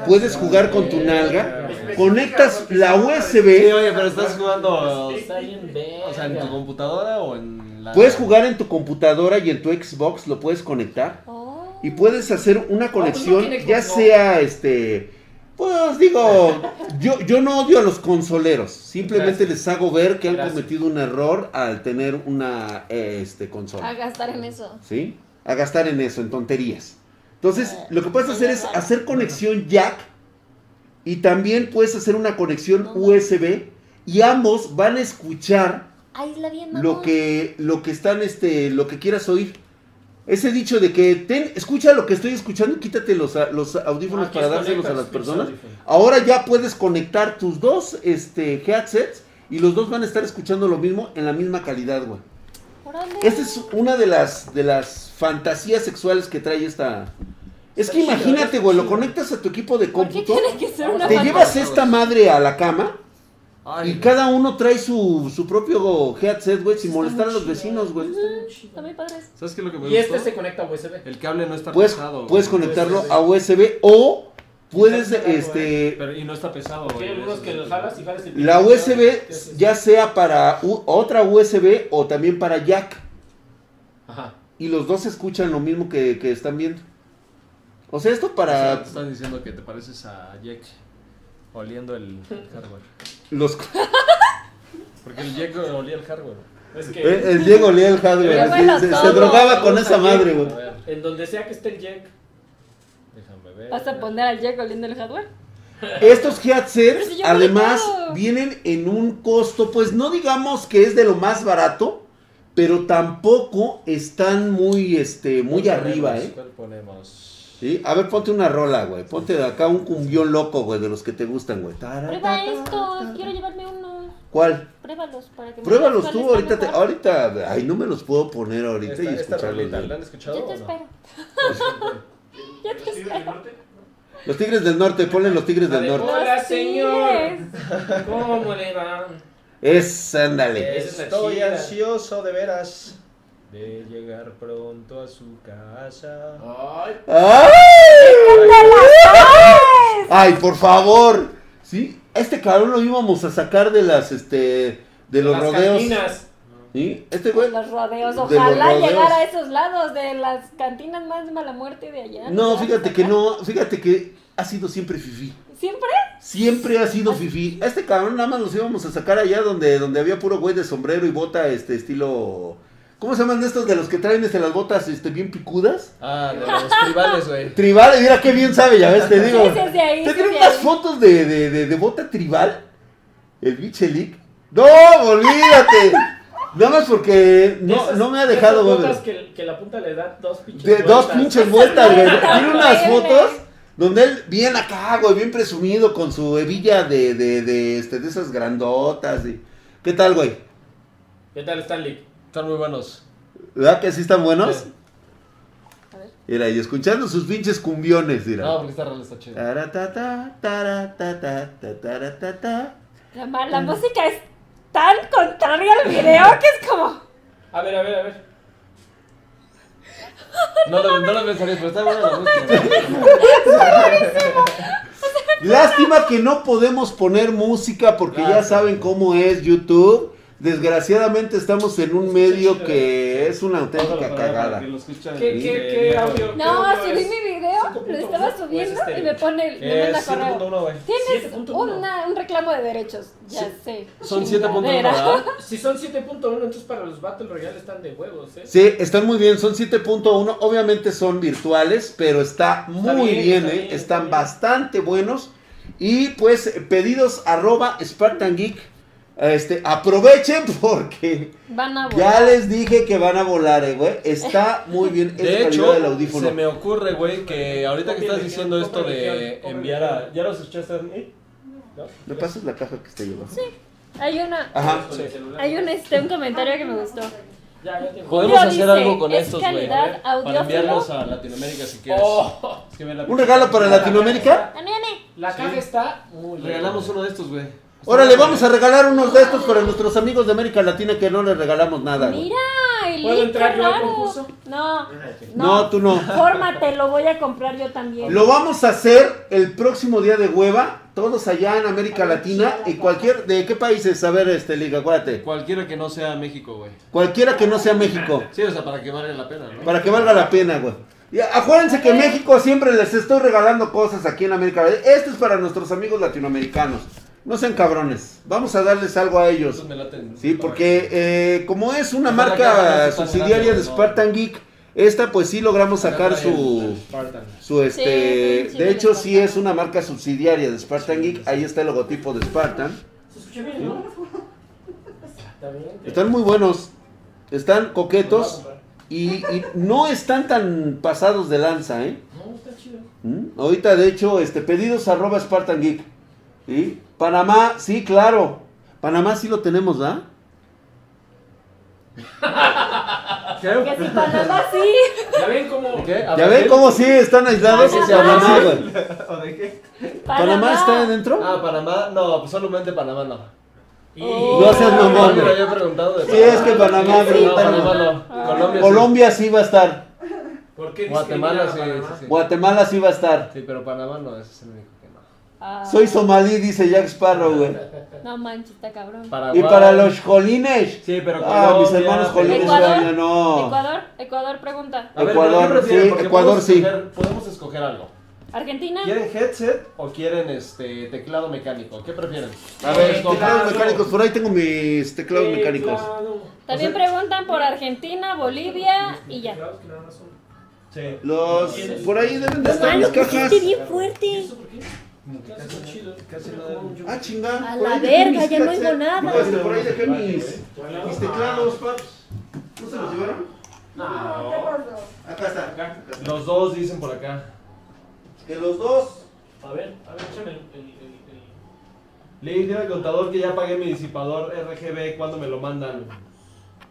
Speaker 4: Puedes jugar con tu nalga. Conectas la
Speaker 1: Sí,
Speaker 4: USB.
Speaker 1: oye, pero estás jugando.
Speaker 2: Está bien
Speaker 1: O sea, en tu
Speaker 2: verga.
Speaker 1: computadora o en la.
Speaker 4: Puedes jugar en tu computadora y en tu Xbox lo puedes conectar.
Speaker 3: Oh.
Speaker 4: y puedes hacer una conexión,
Speaker 2: tiene
Speaker 4: ya
Speaker 2: control.
Speaker 4: sea este. Pues digo, yo, yo no odio a los consoleros, simplemente les hago ver que han
Speaker 2: Gracias.
Speaker 4: cometido un error al tener una eh, este,
Speaker 3: A
Speaker 4: consola,
Speaker 3: gastar en eso.
Speaker 4: ¿sí? A gastar en eso, en tonterías.
Speaker 3: Eh,
Speaker 4: Entonces, lo que puedes hacer es
Speaker 3: Bueno.
Speaker 4: hacer conexión jack y también puedes hacer una conexión
Speaker 3: No, no.
Speaker 4: USB y ambos van a escuchar
Speaker 3: Ay, la bien, mamón.
Speaker 4: lo que lo que están este lo que quieras oír ese dicho de que ten, escucha lo que estoy escuchando y quítate los, a- los audífonos
Speaker 3: Ah,
Speaker 2: Aquí
Speaker 4: para
Speaker 2: es
Speaker 4: dárselos a
Speaker 2: Ah, conectas
Speaker 4: las
Speaker 2: tus
Speaker 4: personas
Speaker 2: audífonos.
Speaker 4: ahora ya puedes conectar tus dos este headsets y los dos van a estar escuchando lo mismo en la misma calidad güey
Speaker 3: Órale.
Speaker 4: esta es una de las de las fantasías sexuales que trae esta es que
Speaker 2: Está chido,
Speaker 4: imagínate
Speaker 2: está
Speaker 4: güey lo
Speaker 2: chido.
Speaker 4: conectas a tu equipo de
Speaker 3: ¿Por qué
Speaker 4: cómputo
Speaker 3: tiene que ser una
Speaker 4: te
Speaker 3: fantasía?
Speaker 4: llevas esta madre a la cama
Speaker 1: Ay,
Speaker 4: y cada uno trae su, su propio headset, güey, sin
Speaker 1: Está
Speaker 4: molestar a
Speaker 1: muy
Speaker 4: los
Speaker 1: chido.
Speaker 4: vecinos, güey.
Speaker 3: Está muy padre.
Speaker 1: ¿Sabes qué es lo que me
Speaker 2: Y este
Speaker 1: gustó?
Speaker 2: se conecta a USB.
Speaker 1: El cable no está
Speaker 4: Puedes,
Speaker 1: pesado. güey.
Speaker 4: puedes conectarlo a USB o puedes,
Speaker 2: Está pesado,
Speaker 4: este,
Speaker 1: Pero, y no está pesado.
Speaker 2: Porque
Speaker 1: güey,
Speaker 2: hay algunos
Speaker 1: eso
Speaker 2: que
Speaker 1: sí.
Speaker 2: los jalas y jalas el
Speaker 4: la
Speaker 2: pinche
Speaker 4: USB
Speaker 2: cable. Sí, sí,
Speaker 4: ya
Speaker 2: sí.
Speaker 4: sea para u- otra USB o también para jack.
Speaker 2: Ajá.
Speaker 4: Y los dos escuchan lo mismo que, que están viendo. O sea, esto
Speaker 1: O sea,
Speaker 4: para
Speaker 1: te están diciendo que te pareces a Jack oliendo el
Speaker 2: *laughs*
Speaker 1: hardware.
Speaker 4: los... *laughs*
Speaker 1: Porque el Jack olía el hardware.
Speaker 2: Es que.
Speaker 4: El, Eh, el Diego Leal
Speaker 3: Pero
Speaker 4: hardware,
Speaker 3: bueno,
Speaker 4: se, se
Speaker 3: todo.
Speaker 4: drogaba con esa madre, güey.
Speaker 2: A ver, En donde sea que esté el jack.
Speaker 4: *laughs*
Speaker 1: Déjame ver.
Speaker 3: ¿Vas a poner al Jack oliendo el hardware?
Speaker 4: Estos
Speaker 3: Pero si
Speaker 4: headsets,
Speaker 3: yo no
Speaker 4: además,
Speaker 3: lo quiero.
Speaker 4: vienen en un costo, pues no digamos que es de lo más barato, pero tampoco están muy, este, muy
Speaker 1: ¿Cuál
Speaker 4: arriba,
Speaker 1: ponemos?
Speaker 4: ¿eh?
Speaker 1: ¿Cuál ponemos?
Speaker 4: ¿Sí? A ver, ponte una rola, güey. Ponte acá un cumbión loco, güey, de los que te gustan, güey. Tara,
Speaker 3: Prueba
Speaker 4: ta, ta,
Speaker 3: esto.
Speaker 4: ta.
Speaker 3: Quiero llevarme uno.
Speaker 4: ¿Cuál?
Speaker 3: Pruébalos para que me
Speaker 4: Pruébalos
Speaker 3: digas cuál
Speaker 4: tú,
Speaker 3: está
Speaker 4: ahorita te,
Speaker 3: mejor.
Speaker 4: ahorita, ay, no me los puedo poner ahorita y
Speaker 1: esta
Speaker 4: escucharlos.
Speaker 1: rolita,
Speaker 4: güey.
Speaker 1: ¿la han
Speaker 3: Yo
Speaker 1: escuchado
Speaker 3: te
Speaker 1: o no?
Speaker 3: espero.
Speaker 6: ¿Los tigres del norte?
Speaker 4: Los Tigres del Norte, ponle los Tigres
Speaker 2: La
Speaker 4: del
Speaker 2: de
Speaker 4: Norte.
Speaker 2: Bob. Hola,
Speaker 3: Los
Speaker 2: señor.
Speaker 3: tigres.
Speaker 2: ¿Cómo le va?
Speaker 4: Es, ándale.
Speaker 2: Esa es la chida.
Speaker 1: ansioso de veras de llegar pronto a su casa.
Speaker 6: Ay,
Speaker 4: ¡Ay! ¡Ay, por favor! Sí, este cabrón lo íbamos a sacar de las, este, de los
Speaker 2: Las
Speaker 4: rodeos.
Speaker 2: cantinas.
Speaker 4: ¿Sí? Este
Speaker 3: De
Speaker 4: güey.
Speaker 3: los rodeos.
Speaker 4: De los
Speaker 3: Ojalá
Speaker 4: rodeos.
Speaker 3: llegara a esos lados de las cantinas más de mala muerte de allá.
Speaker 4: No, fíjate que no, fíjate que ha sido siempre fifi.
Speaker 3: ¿Siempre?
Speaker 4: Siempre ha sido fifi. Este cabrón nada más los íbamos a sacar allá donde, donde había puro güey de sombrero y bota, este, estilo. ¿Cómo se llaman estos de los que traen este, las botas este, bien picudas?
Speaker 1: Ah, de los tribales, güey.
Speaker 4: Tribales, mira qué bien sabe, ya ves, te
Speaker 3: Sí,
Speaker 4: digo.
Speaker 3: sí, es de ahí.
Speaker 4: ¿Te
Speaker 3: sí, es
Speaker 4: tienen
Speaker 3: de
Speaker 4: unas
Speaker 3: ahí.
Speaker 4: fotos de, de, de, de bota tribal? El Michelic. ¡No, olvídate! Nada más porque no,
Speaker 2: Esas-
Speaker 4: no me ha dejado,
Speaker 2: esas
Speaker 4: güey.
Speaker 2: botas que, que la punta le da dos pinches.
Speaker 4: De dos
Speaker 2: vueltas.
Speaker 4: pinches vueltas, güey. Tiene unas
Speaker 3: Horrible.
Speaker 4: fotos donde él bien acá, güey, bien presumido con su hebilla de, de, de, este, de esas grandotas. y- ¿Qué tal, güey?
Speaker 2: ¿Qué tal, Stanley?
Speaker 1: Están muy buenos.
Speaker 4: ¿Verdad que sí están buenos?
Speaker 1: Sí.
Speaker 3: A ver.
Speaker 4: Mira, y escuchando sus pinches cumbiones,
Speaker 1: No,
Speaker 4: mira.
Speaker 1: porque esta rola está chida.
Speaker 4: Taratata, taratata, taratata.
Speaker 3: La, ma- la música es tan contraria al video que es como.
Speaker 2: A ver, a ver, a ver.
Speaker 1: No lo, no lo pensarías, pero está buena la
Speaker 4: *laughs*
Speaker 1: música.
Speaker 4: Lástima que no podemos poner música porque ya
Speaker 1: Lástima.
Speaker 4: saben cómo es YouTube. Desgraciadamente estamos en un medio que es una auténtica cagada.
Speaker 1: Lo escuchan
Speaker 2: ¿Qué,
Speaker 1: en-
Speaker 2: qué, qué
Speaker 1: en-
Speaker 2: audio?
Speaker 3: No,
Speaker 2: ¿Qué audio
Speaker 3: subí
Speaker 2: es?
Speaker 3: mi video, lo
Speaker 2: 5.1,
Speaker 3: estaba
Speaker 2: pues,
Speaker 3: subiendo y
Speaker 2: estéreo.
Speaker 3: me pone. Me
Speaker 1: Eh,
Speaker 3: manda correo.
Speaker 1: 7.1, güey.
Speaker 3: Tienes
Speaker 2: 7.1.
Speaker 3: una- un reclamo de derechos. Ya
Speaker 2: Sí.
Speaker 3: sé.
Speaker 1: Son
Speaker 3: Chingadera.
Speaker 1: 7.1, ¿verdad?
Speaker 2: Si son 7.1, entonces para los Battle Royale están de huevos, ¿eh?
Speaker 4: Sí, están muy bien, son 7.1, obviamente son virtuales, pero está muy
Speaker 2: bien,
Speaker 4: bien,
Speaker 2: está
Speaker 4: ¿eh?
Speaker 2: bien, está
Speaker 4: están
Speaker 2: bien.
Speaker 4: bastante buenos. Y pues eh, pedidos arroba Spartan Geek. Este, aprovechen *laughs* porque
Speaker 3: Van a
Speaker 4: ya
Speaker 3: volar.
Speaker 4: les dije que van a volar, eh, güey. Está muy bien. Es
Speaker 5: De
Speaker 4: calidad
Speaker 5: hecho,
Speaker 4: del audífono.
Speaker 5: se me ocurre, güey, que ahorita que estás diciendo esto de
Speaker 6: Comprensión,
Speaker 5: enviar a... ¿Ya los escuchaste, Dani?
Speaker 4: ¿Me pasas la caja que está ahí abajo?
Speaker 3: Hay una.
Speaker 4: Ajá.
Speaker 6: Con el celular.
Speaker 3: Hay un, este, un comentario que me gustó.
Speaker 2: Ya, ya tengo.
Speaker 5: Podemos
Speaker 3: Yo
Speaker 5: hacer
Speaker 3: dice,
Speaker 5: algo con
Speaker 3: es
Speaker 5: estos, güey.
Speaker 3: calidad
Speaker 5: ¿eh? Para
Speaker 3: audiófilo.
Speaker 5: enviarlos a Latinoamérica si quieres.
Speaker 2: Oh,
Speaker 5: Es que me la-
Speaker 4: ¿Un regalo para Latinoamérica?
Speaker 3: Anene.
Speaker 2: la caja está muy bien.
Speaker 5: Regalamos uno de estos, güey.
Speaker 4: Órale, vamos a regalar unos de estos para nuestros amigos de América Latina que no les regalamos nada. güey.
Speaker 3: Mira, el
Speaker 2: ¿Puedo
Speaker 3: link,
Speaker 2: entrar
Speaker 3: qué
Speaker 2: yo al
Speaker 3: raro.
Speaker 2: concurso?
Speaker 3: No,
Speaker 4: No, tú no.
Speaker 3: Fórmate, lo voy a comprar yo también.
Speaker 4: Lo vamos a hacer el próximo día de hueva, todos allá en América Latina y cualquier de qué países, a ver este liga, acuérdate.
Speaker 5: Cualquiera que no sea México, güey.
Speaker 4: Cualquiera que no sea México,
Speaker 5: Sí, o sea, para que valga la pena, ¿no?
Speaker 4: para que valga la pena, güey. Y acuérdense que México siempre les estoy regalando cosas aquí en América Latina. Esto es para nuestros amigos latinoamericanos. No sean cabrones. Vamos a darles algo a ellos.
Speaker 5: Estos me laten.
Speaker 4: Sí, porque eh, como es una
Speaker 5: Para acá, para
Speaker 4: marca
Speaker 5: acá,
Speaker 4: subsidiaria de
Speaker 5: ¿no?
Speaker 4: Spartan Geek, esta pues sí logramos sacar
Speaker 5: Acá trae
Speaker 4: su
Speaker 5: el Spartan.
Speaker 3: Sí,
Speaker 4: su
Speaker 3: sí,
Speaker 4: este
Speaker 3: sí,
Speaker 4: de
Speaker 3: me
Speaker 4: hecho
Speaker 3: lo
Speaker 4: sí
Speaker 3: contaron.
Speaker 4: es una marca subsidiaria de Spartan Geek ahí está el logotipo de Spartan
Speaker 2: ¿Se escucha bien, no? Está bien.
Speaker 4: están muy buenos están coquetos
Speaker 2: Lo voy a comprar.
Speaker 4: y, y no están tan pasados de lanza eh
Speaker 2: No, está chido.
Speaker 4: ¿Mm? ahorita de hecho este pedidos arroba Spartan Geek ¿Sí? Panamá sí claro Panamá sí lo tenemos ¿ah?
Speaker 3: Que si Panamá sí.
Speaker 2: ¿Ya ven cómo?
Speaker 5: ¿Qué? ¿A
Speaker 4: ya
Speaker 5: ver?
Speaker 4: ven cómo sí están aislados
Speaker 3: Panamá.
Speaker 4: de Panamá, güey. Panamá
Speaker 3: Panamá.
Speaker 4: está adentro
Speaker 5: Ah, Panamá. No, pues solamente Panamá no.
Speaker 3: Oh.
Speaker 5: Ah,
Speaker 4: No seas mamón,
Speaker 5: Yo
Speaker 4: güey.
Speaker 5: había preguntado de
Speaker 4: Sí, es que Panamá,
Speaker 5: Sí, no,
Speaker 4: Panamá.
Speaker 5: Panamá no. Colombia sí.
Speaker 4: Colombia sí va a estar
Speaker 6: ¿Por qué
Speaker 5: Guatemala sí,
Speaker 6: discriminan
Speaker 5: sí,
Speaker 6: a
Speaker 5: sí.
Speaker 4: Guatemala sí va a estar
Speaker 5: Sí, pero Panamá no, ese es el único que no.
Speaker 3: Ah,
Speaker 4: soy somalí dice Jack Sparrow güey
Speaker 3: No manches, está cabrón.
Speaker 5: Paraguay.
Speaker 4: Y para los jolines.
Speaker 5: Sí, pero
Speaker 4: Ah, mis
Speaker 5: Colombia,
Speaker 4: hermanos
Speaker 5: Perú.
Speaker 4: jolines,
Speaker 3: Ecuador.
Speaker 4: bueno, no.
Speaker 3: Ecuador, Ecuador pregunta.
Speaker 5: A ver,
Speaker 4: Ecuador,
Speaker 5: ¿pero qué prefieren?
Speaker 4: sí,
Speaker 5: Porque
Speaker 4: Ecuador
Speaker 5: podemos
Speaker 4: sí.
Speaker 5: escoger- podemos escoger algo.
Speaker 3: Argentina.
Speaker 5: ¿Quieren headset o quieren este teclado mecánico? ¿Qué prefieren? Ah,
Speaker 4: A ver,
Speaker 5: Escojan.
Speaker 4: teclados mecánicos, por ahí tengo mis teclados
Speaker 2: Eh,
Speaker 4: mecánicos.
Speaker 2: claro.
Speaker 3: También preguntan por Argentina, Bolivia y ya.
Speaker 6: Claro, que nada más son-
Speaker 5: Sí.
Speaker 4: Los por ahí deben de estar
Speaker 3: Mano,
Speaker 4: mis cajas.
Speaker 3: pusiste bien fuerte.
Speaker 6: Casi chido. Casi
Speaker 4: Ah, chingada.
Speaker 3: A la verga, ya no oigo nada.
Speaker 4: por ahí dejé mis, mis teclados, paps. ¿No se los llevaron? Acá está. acá está.
Speaker 5: Los dos dicen por acá.
Speaker 4: Que los dos.
Speaker 2: A ver, a ver, échame el. el- el- el-
Speaker 5: Le dije al contador que ya pagué mi disipador RGB cuando me lo mandan.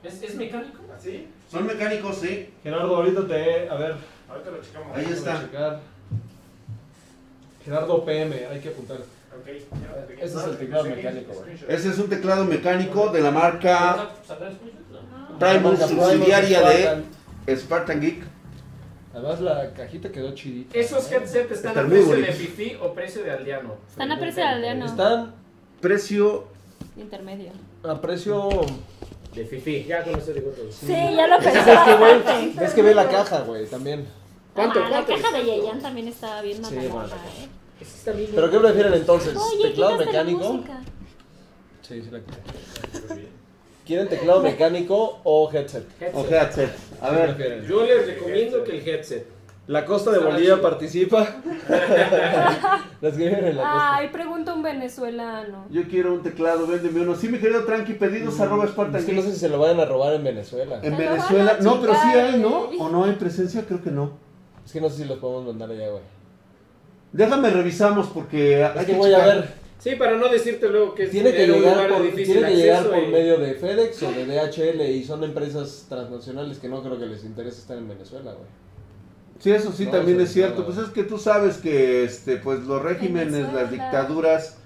Speaker 2: ¿Es, ¿Es mecánico? ¿Sí?
Speaker 4: Son mecánicos, sí.
Speaker 5: Gerardo, ahorita te. A ver,
Speaker 6: Ahorita lo checamos.
Speaker 4: Ahí
Speaker 5: voy a
Speaker 4: está.
Speaker 5: checar. Gerardo PM, hay que apuntar.
Speaker 6: Ok, ya,
Speaker 5: Ese es el teclado mecánico, güey.
Speaker 4: Ese es un teclado mecánico de la marca
Speaker 2: ¿Saldrá el
Speaker 4: Primus,
Speaker 5: La marca Primus,
Speaker 4: subsidiaria de
Speaker 5: Spartan.
Speaker 4: Spartan Geek.
Speaker 5: Además, la cajita quedó chidita. ¿eh?
Speaker 2: ¿Esos headsets están
Speaker 4: Están
Speaker 2: a
Speaker 4: muy
Speaker 2: precio de
Speaker 4: bonitos.
Speaker 2: fifí o precio de aldeano?
Speaker 3: Están a precio de aldeano.
Speaker 5: Están
Speaker 4: Precio
Speaker 3: Intermedio.
Speaker 5: a precio.
Speaker 2: De fifí, ya con eso digo todo.
Speaker 3: Sí, ya lo pensé.
Speaker 5: *laughs* Es que, güey,
Speaker 3: bastante.
Speaker 5: es que ve la caja, güey, también.
Speaker 2: ¿Cuánto?
Speaker 3: Ah, la
Speaker 2: ¿Cuánto?
Speaker 3: caja de Yeyan también estaba bien
Speaker 5: Sí,
Speaker 3: mamalona,
Speaker 5: bueno.
Speaker 3: ¿eh?
Speaker 2: Ese está bien.
Speaker 5: ¿Pero qué prefieren entonces?
Speaker 3: Oye,
Speaker 5: ¿Teclado
Speaker 3: quítate la
Speaker 5: mecánico?
Speaker 3: música.
Speaker 5: Sí, sí, la quité. ¿Quieren teclado mecánico o headset?
Speaker 2: Headset.
Speaker 4: o headset. A
Speaker 5: ¿Qué
Speaker 4: ver.
Speaker 5: prefieren?
Speaker 2: Yo les recomiendo que el headset.
Speaker 5: La costa de Bolivia participa. Las que viven en la costa.
Speaker 3: Ay, pregunta un venezolano.
Speaker 4: Yo quiero un teclado, véndeme uno. Sí, mi querido Tranqui, pedidos arroba Spartan
Speaker 5: Mm, Es que no
Speaker 4: Geek.
Speaker 5: sé si se lo vayan a robar en Venezuela.
Speaker 4: En
Speaker 3: Te lo
Speaker 4: Venezuela.
Speaker 3: van a
Speaker 4: No, pero sí
Speaker 3: chingar,
Speaker 4: hay, ¿no?
Speaker 3: güey.
Speaker 4: ¿O no hay presencia? Creo que no.
Speaker 5: Es que no sé si los podemos mandar allá, güey.
Speaker 4: Déjame revisamos porque hay
Speaker 5: Es que,
Speaker 4: que
Speaker 5: voy a
Speaker 4: checar.
Speaker 5: ver.
Speaker 2: Sí, para no decirte luego que es
Speaker 5: Tiene que
Speaker 2: era un
Speaker 5: llegar
Speaker 2: lugar de
Speaker 5: por,
Speaker 2: difícil
Speaker 5: tiene que llegar
Speaker 2: acceso eh.
Speaker 5: por
Speaker 2: y-
Speaker 5: medio de FedEx o de DHL y son empresas transnacionales que no creo que les interese estar en Venezuela, güey.
Speaker 4: Sí, eso sí
Speaker 5: No,
Speaker 4: también
Speaker 5: eso
Speaker 4: es
Speaker 5: sí,
Speaker 4: cierto.
Speaker 5: no.
Speaker 4: Pues es que tú sabes que este, pues los regímenes,
Speaker 3: Venezuela.
Speaker 4: las dictaduras,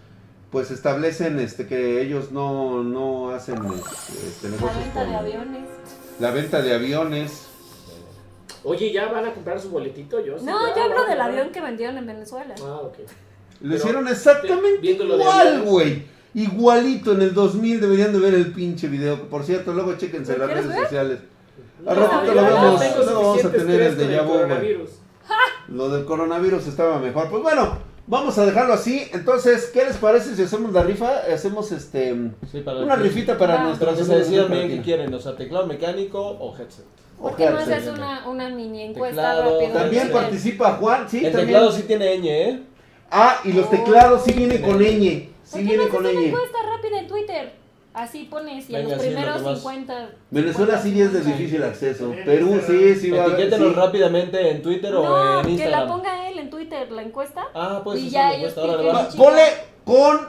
Speaker 4: pues establecen este que ellos no, no hacen este, este,
Speaker 3: La
Speaker 4: negocios
Speaker 3: venta de
Speaker 4: con
Speaker 3: aviones.
Speaker 4: la venta de aviones.
Speaker 2: Oye, ¿ya van a comprar su boletito? Yo sí,
Speaker 3: No,
Speaker 2: ya,
Speaker 3: yo hablo
Speaker 2: vamos,
Speaker 3: del
Speaker 2: ya.
Speaker 3: avión que vendieron en Venezuela.
Speaker 2: Ah, ok.
Speaker 4: Lo
Speaker 2: Pero
Speaker 4: hicieron exactamente
Speaker 2: viéndolo de
Speaker 4: igual,
Speaker 2: aviones.
Speaker 4: güey. Igualito en el 2000 deberían de ver el pinche video. Por cierto, luego chéquense
Speaker 3: ¿Lo
Speaker 4: las redes
Speaker 3: quieres ver?
Speaker 4: sociales.
Speaker 2: No,
Speaker 4: Al ratito
Speaker 2: yo
Speaker 4: lo
Speaker 2: no
Speaker 4: vemos.
Speaker 2: tengo
Speaker 4: Luego vamos a
Speaker 2: suficiente
Speaker 4: tener el
Speaker 2: estrés con
Speaker 4: de Yabo, güey.
Speaker 2: coronavirus.
Speaker 4: Lo del coronavirus estaba mejor. Pues bueno, vamos a dejarlo así. Entonces, ¿qué les parece si hacemos la rifa? Hacemos este
Speaker 5: Sí, para
Speaker 4: una rifita para
Speaker 3: Va.
Speaker 5: Pero
Speaker 4: nuestros
Speaker 5: que se
Speaker 4: amigos de
Speaker 5: decidan bien
Speaker 4: América
Speaker 5: qué quieren, o sea, teclado mecánico o headset.
Speaker 3: ¿Por qué no
Speaker 4: Latina.
Speaker 3: haces una, una mini encuesta
Speaker 5: Teclado,
Speaker 3: rápido?
Speaker 4: También
Speaker 5: Sí.
Speaker 4: participa Juan, sí,
Speaker 5: el
Speaker 4: también.
Speaker 5: teclado sí tiene ñ, ¿eh?
Speaker 4: Ah, y los teclados sí vienen
Speaker 5: Venga.
Speaker 4: con ñ.
Speaker 3: Oh.
Speaker 4: Sí
Speaker 3: ¿Por qué no
Speaker 4: vienen
Speaker 3: haces
Speaker 4: con
Speaker 3: una
Speaker 4: ñ.
Speaker 3: encuesta rápida en Twitter? Así pones y a
Speaker 5: Venga,
Speaker 3: los
Speaker 5: sí, lo
Speaker 3: primeros
Speaker 5: demás.
Speaker 3: 50.
Speaker 4: Venezuela
Speaker 3: 50,
Speaker 4: sí es de
Speaker 3: 50.
Speaker 4: difícil acceso. Perú sí, sí va a haber.
Speaker 5: Etiquétenos
Speaker 4: sí.
Speaker 5: rápidamente en Twitter o
Speaker 3: No,
Speaker 5: en
Speaker 3: que la
Speaker 5: Instagram.
Speaker 3: ponga él en Twitter, la encuesta.
Speaker 5: Ah, puedes
Speaker 3: Y
Speaker 5: hacer
Speaker 3: ya
Speaker 5: la encuesta.
Speaker 3: ellos
Speaker 5: Ahora le
Speaker 3: piquen.
Speaker 5: va.
Speaker 4: Va, Ponle con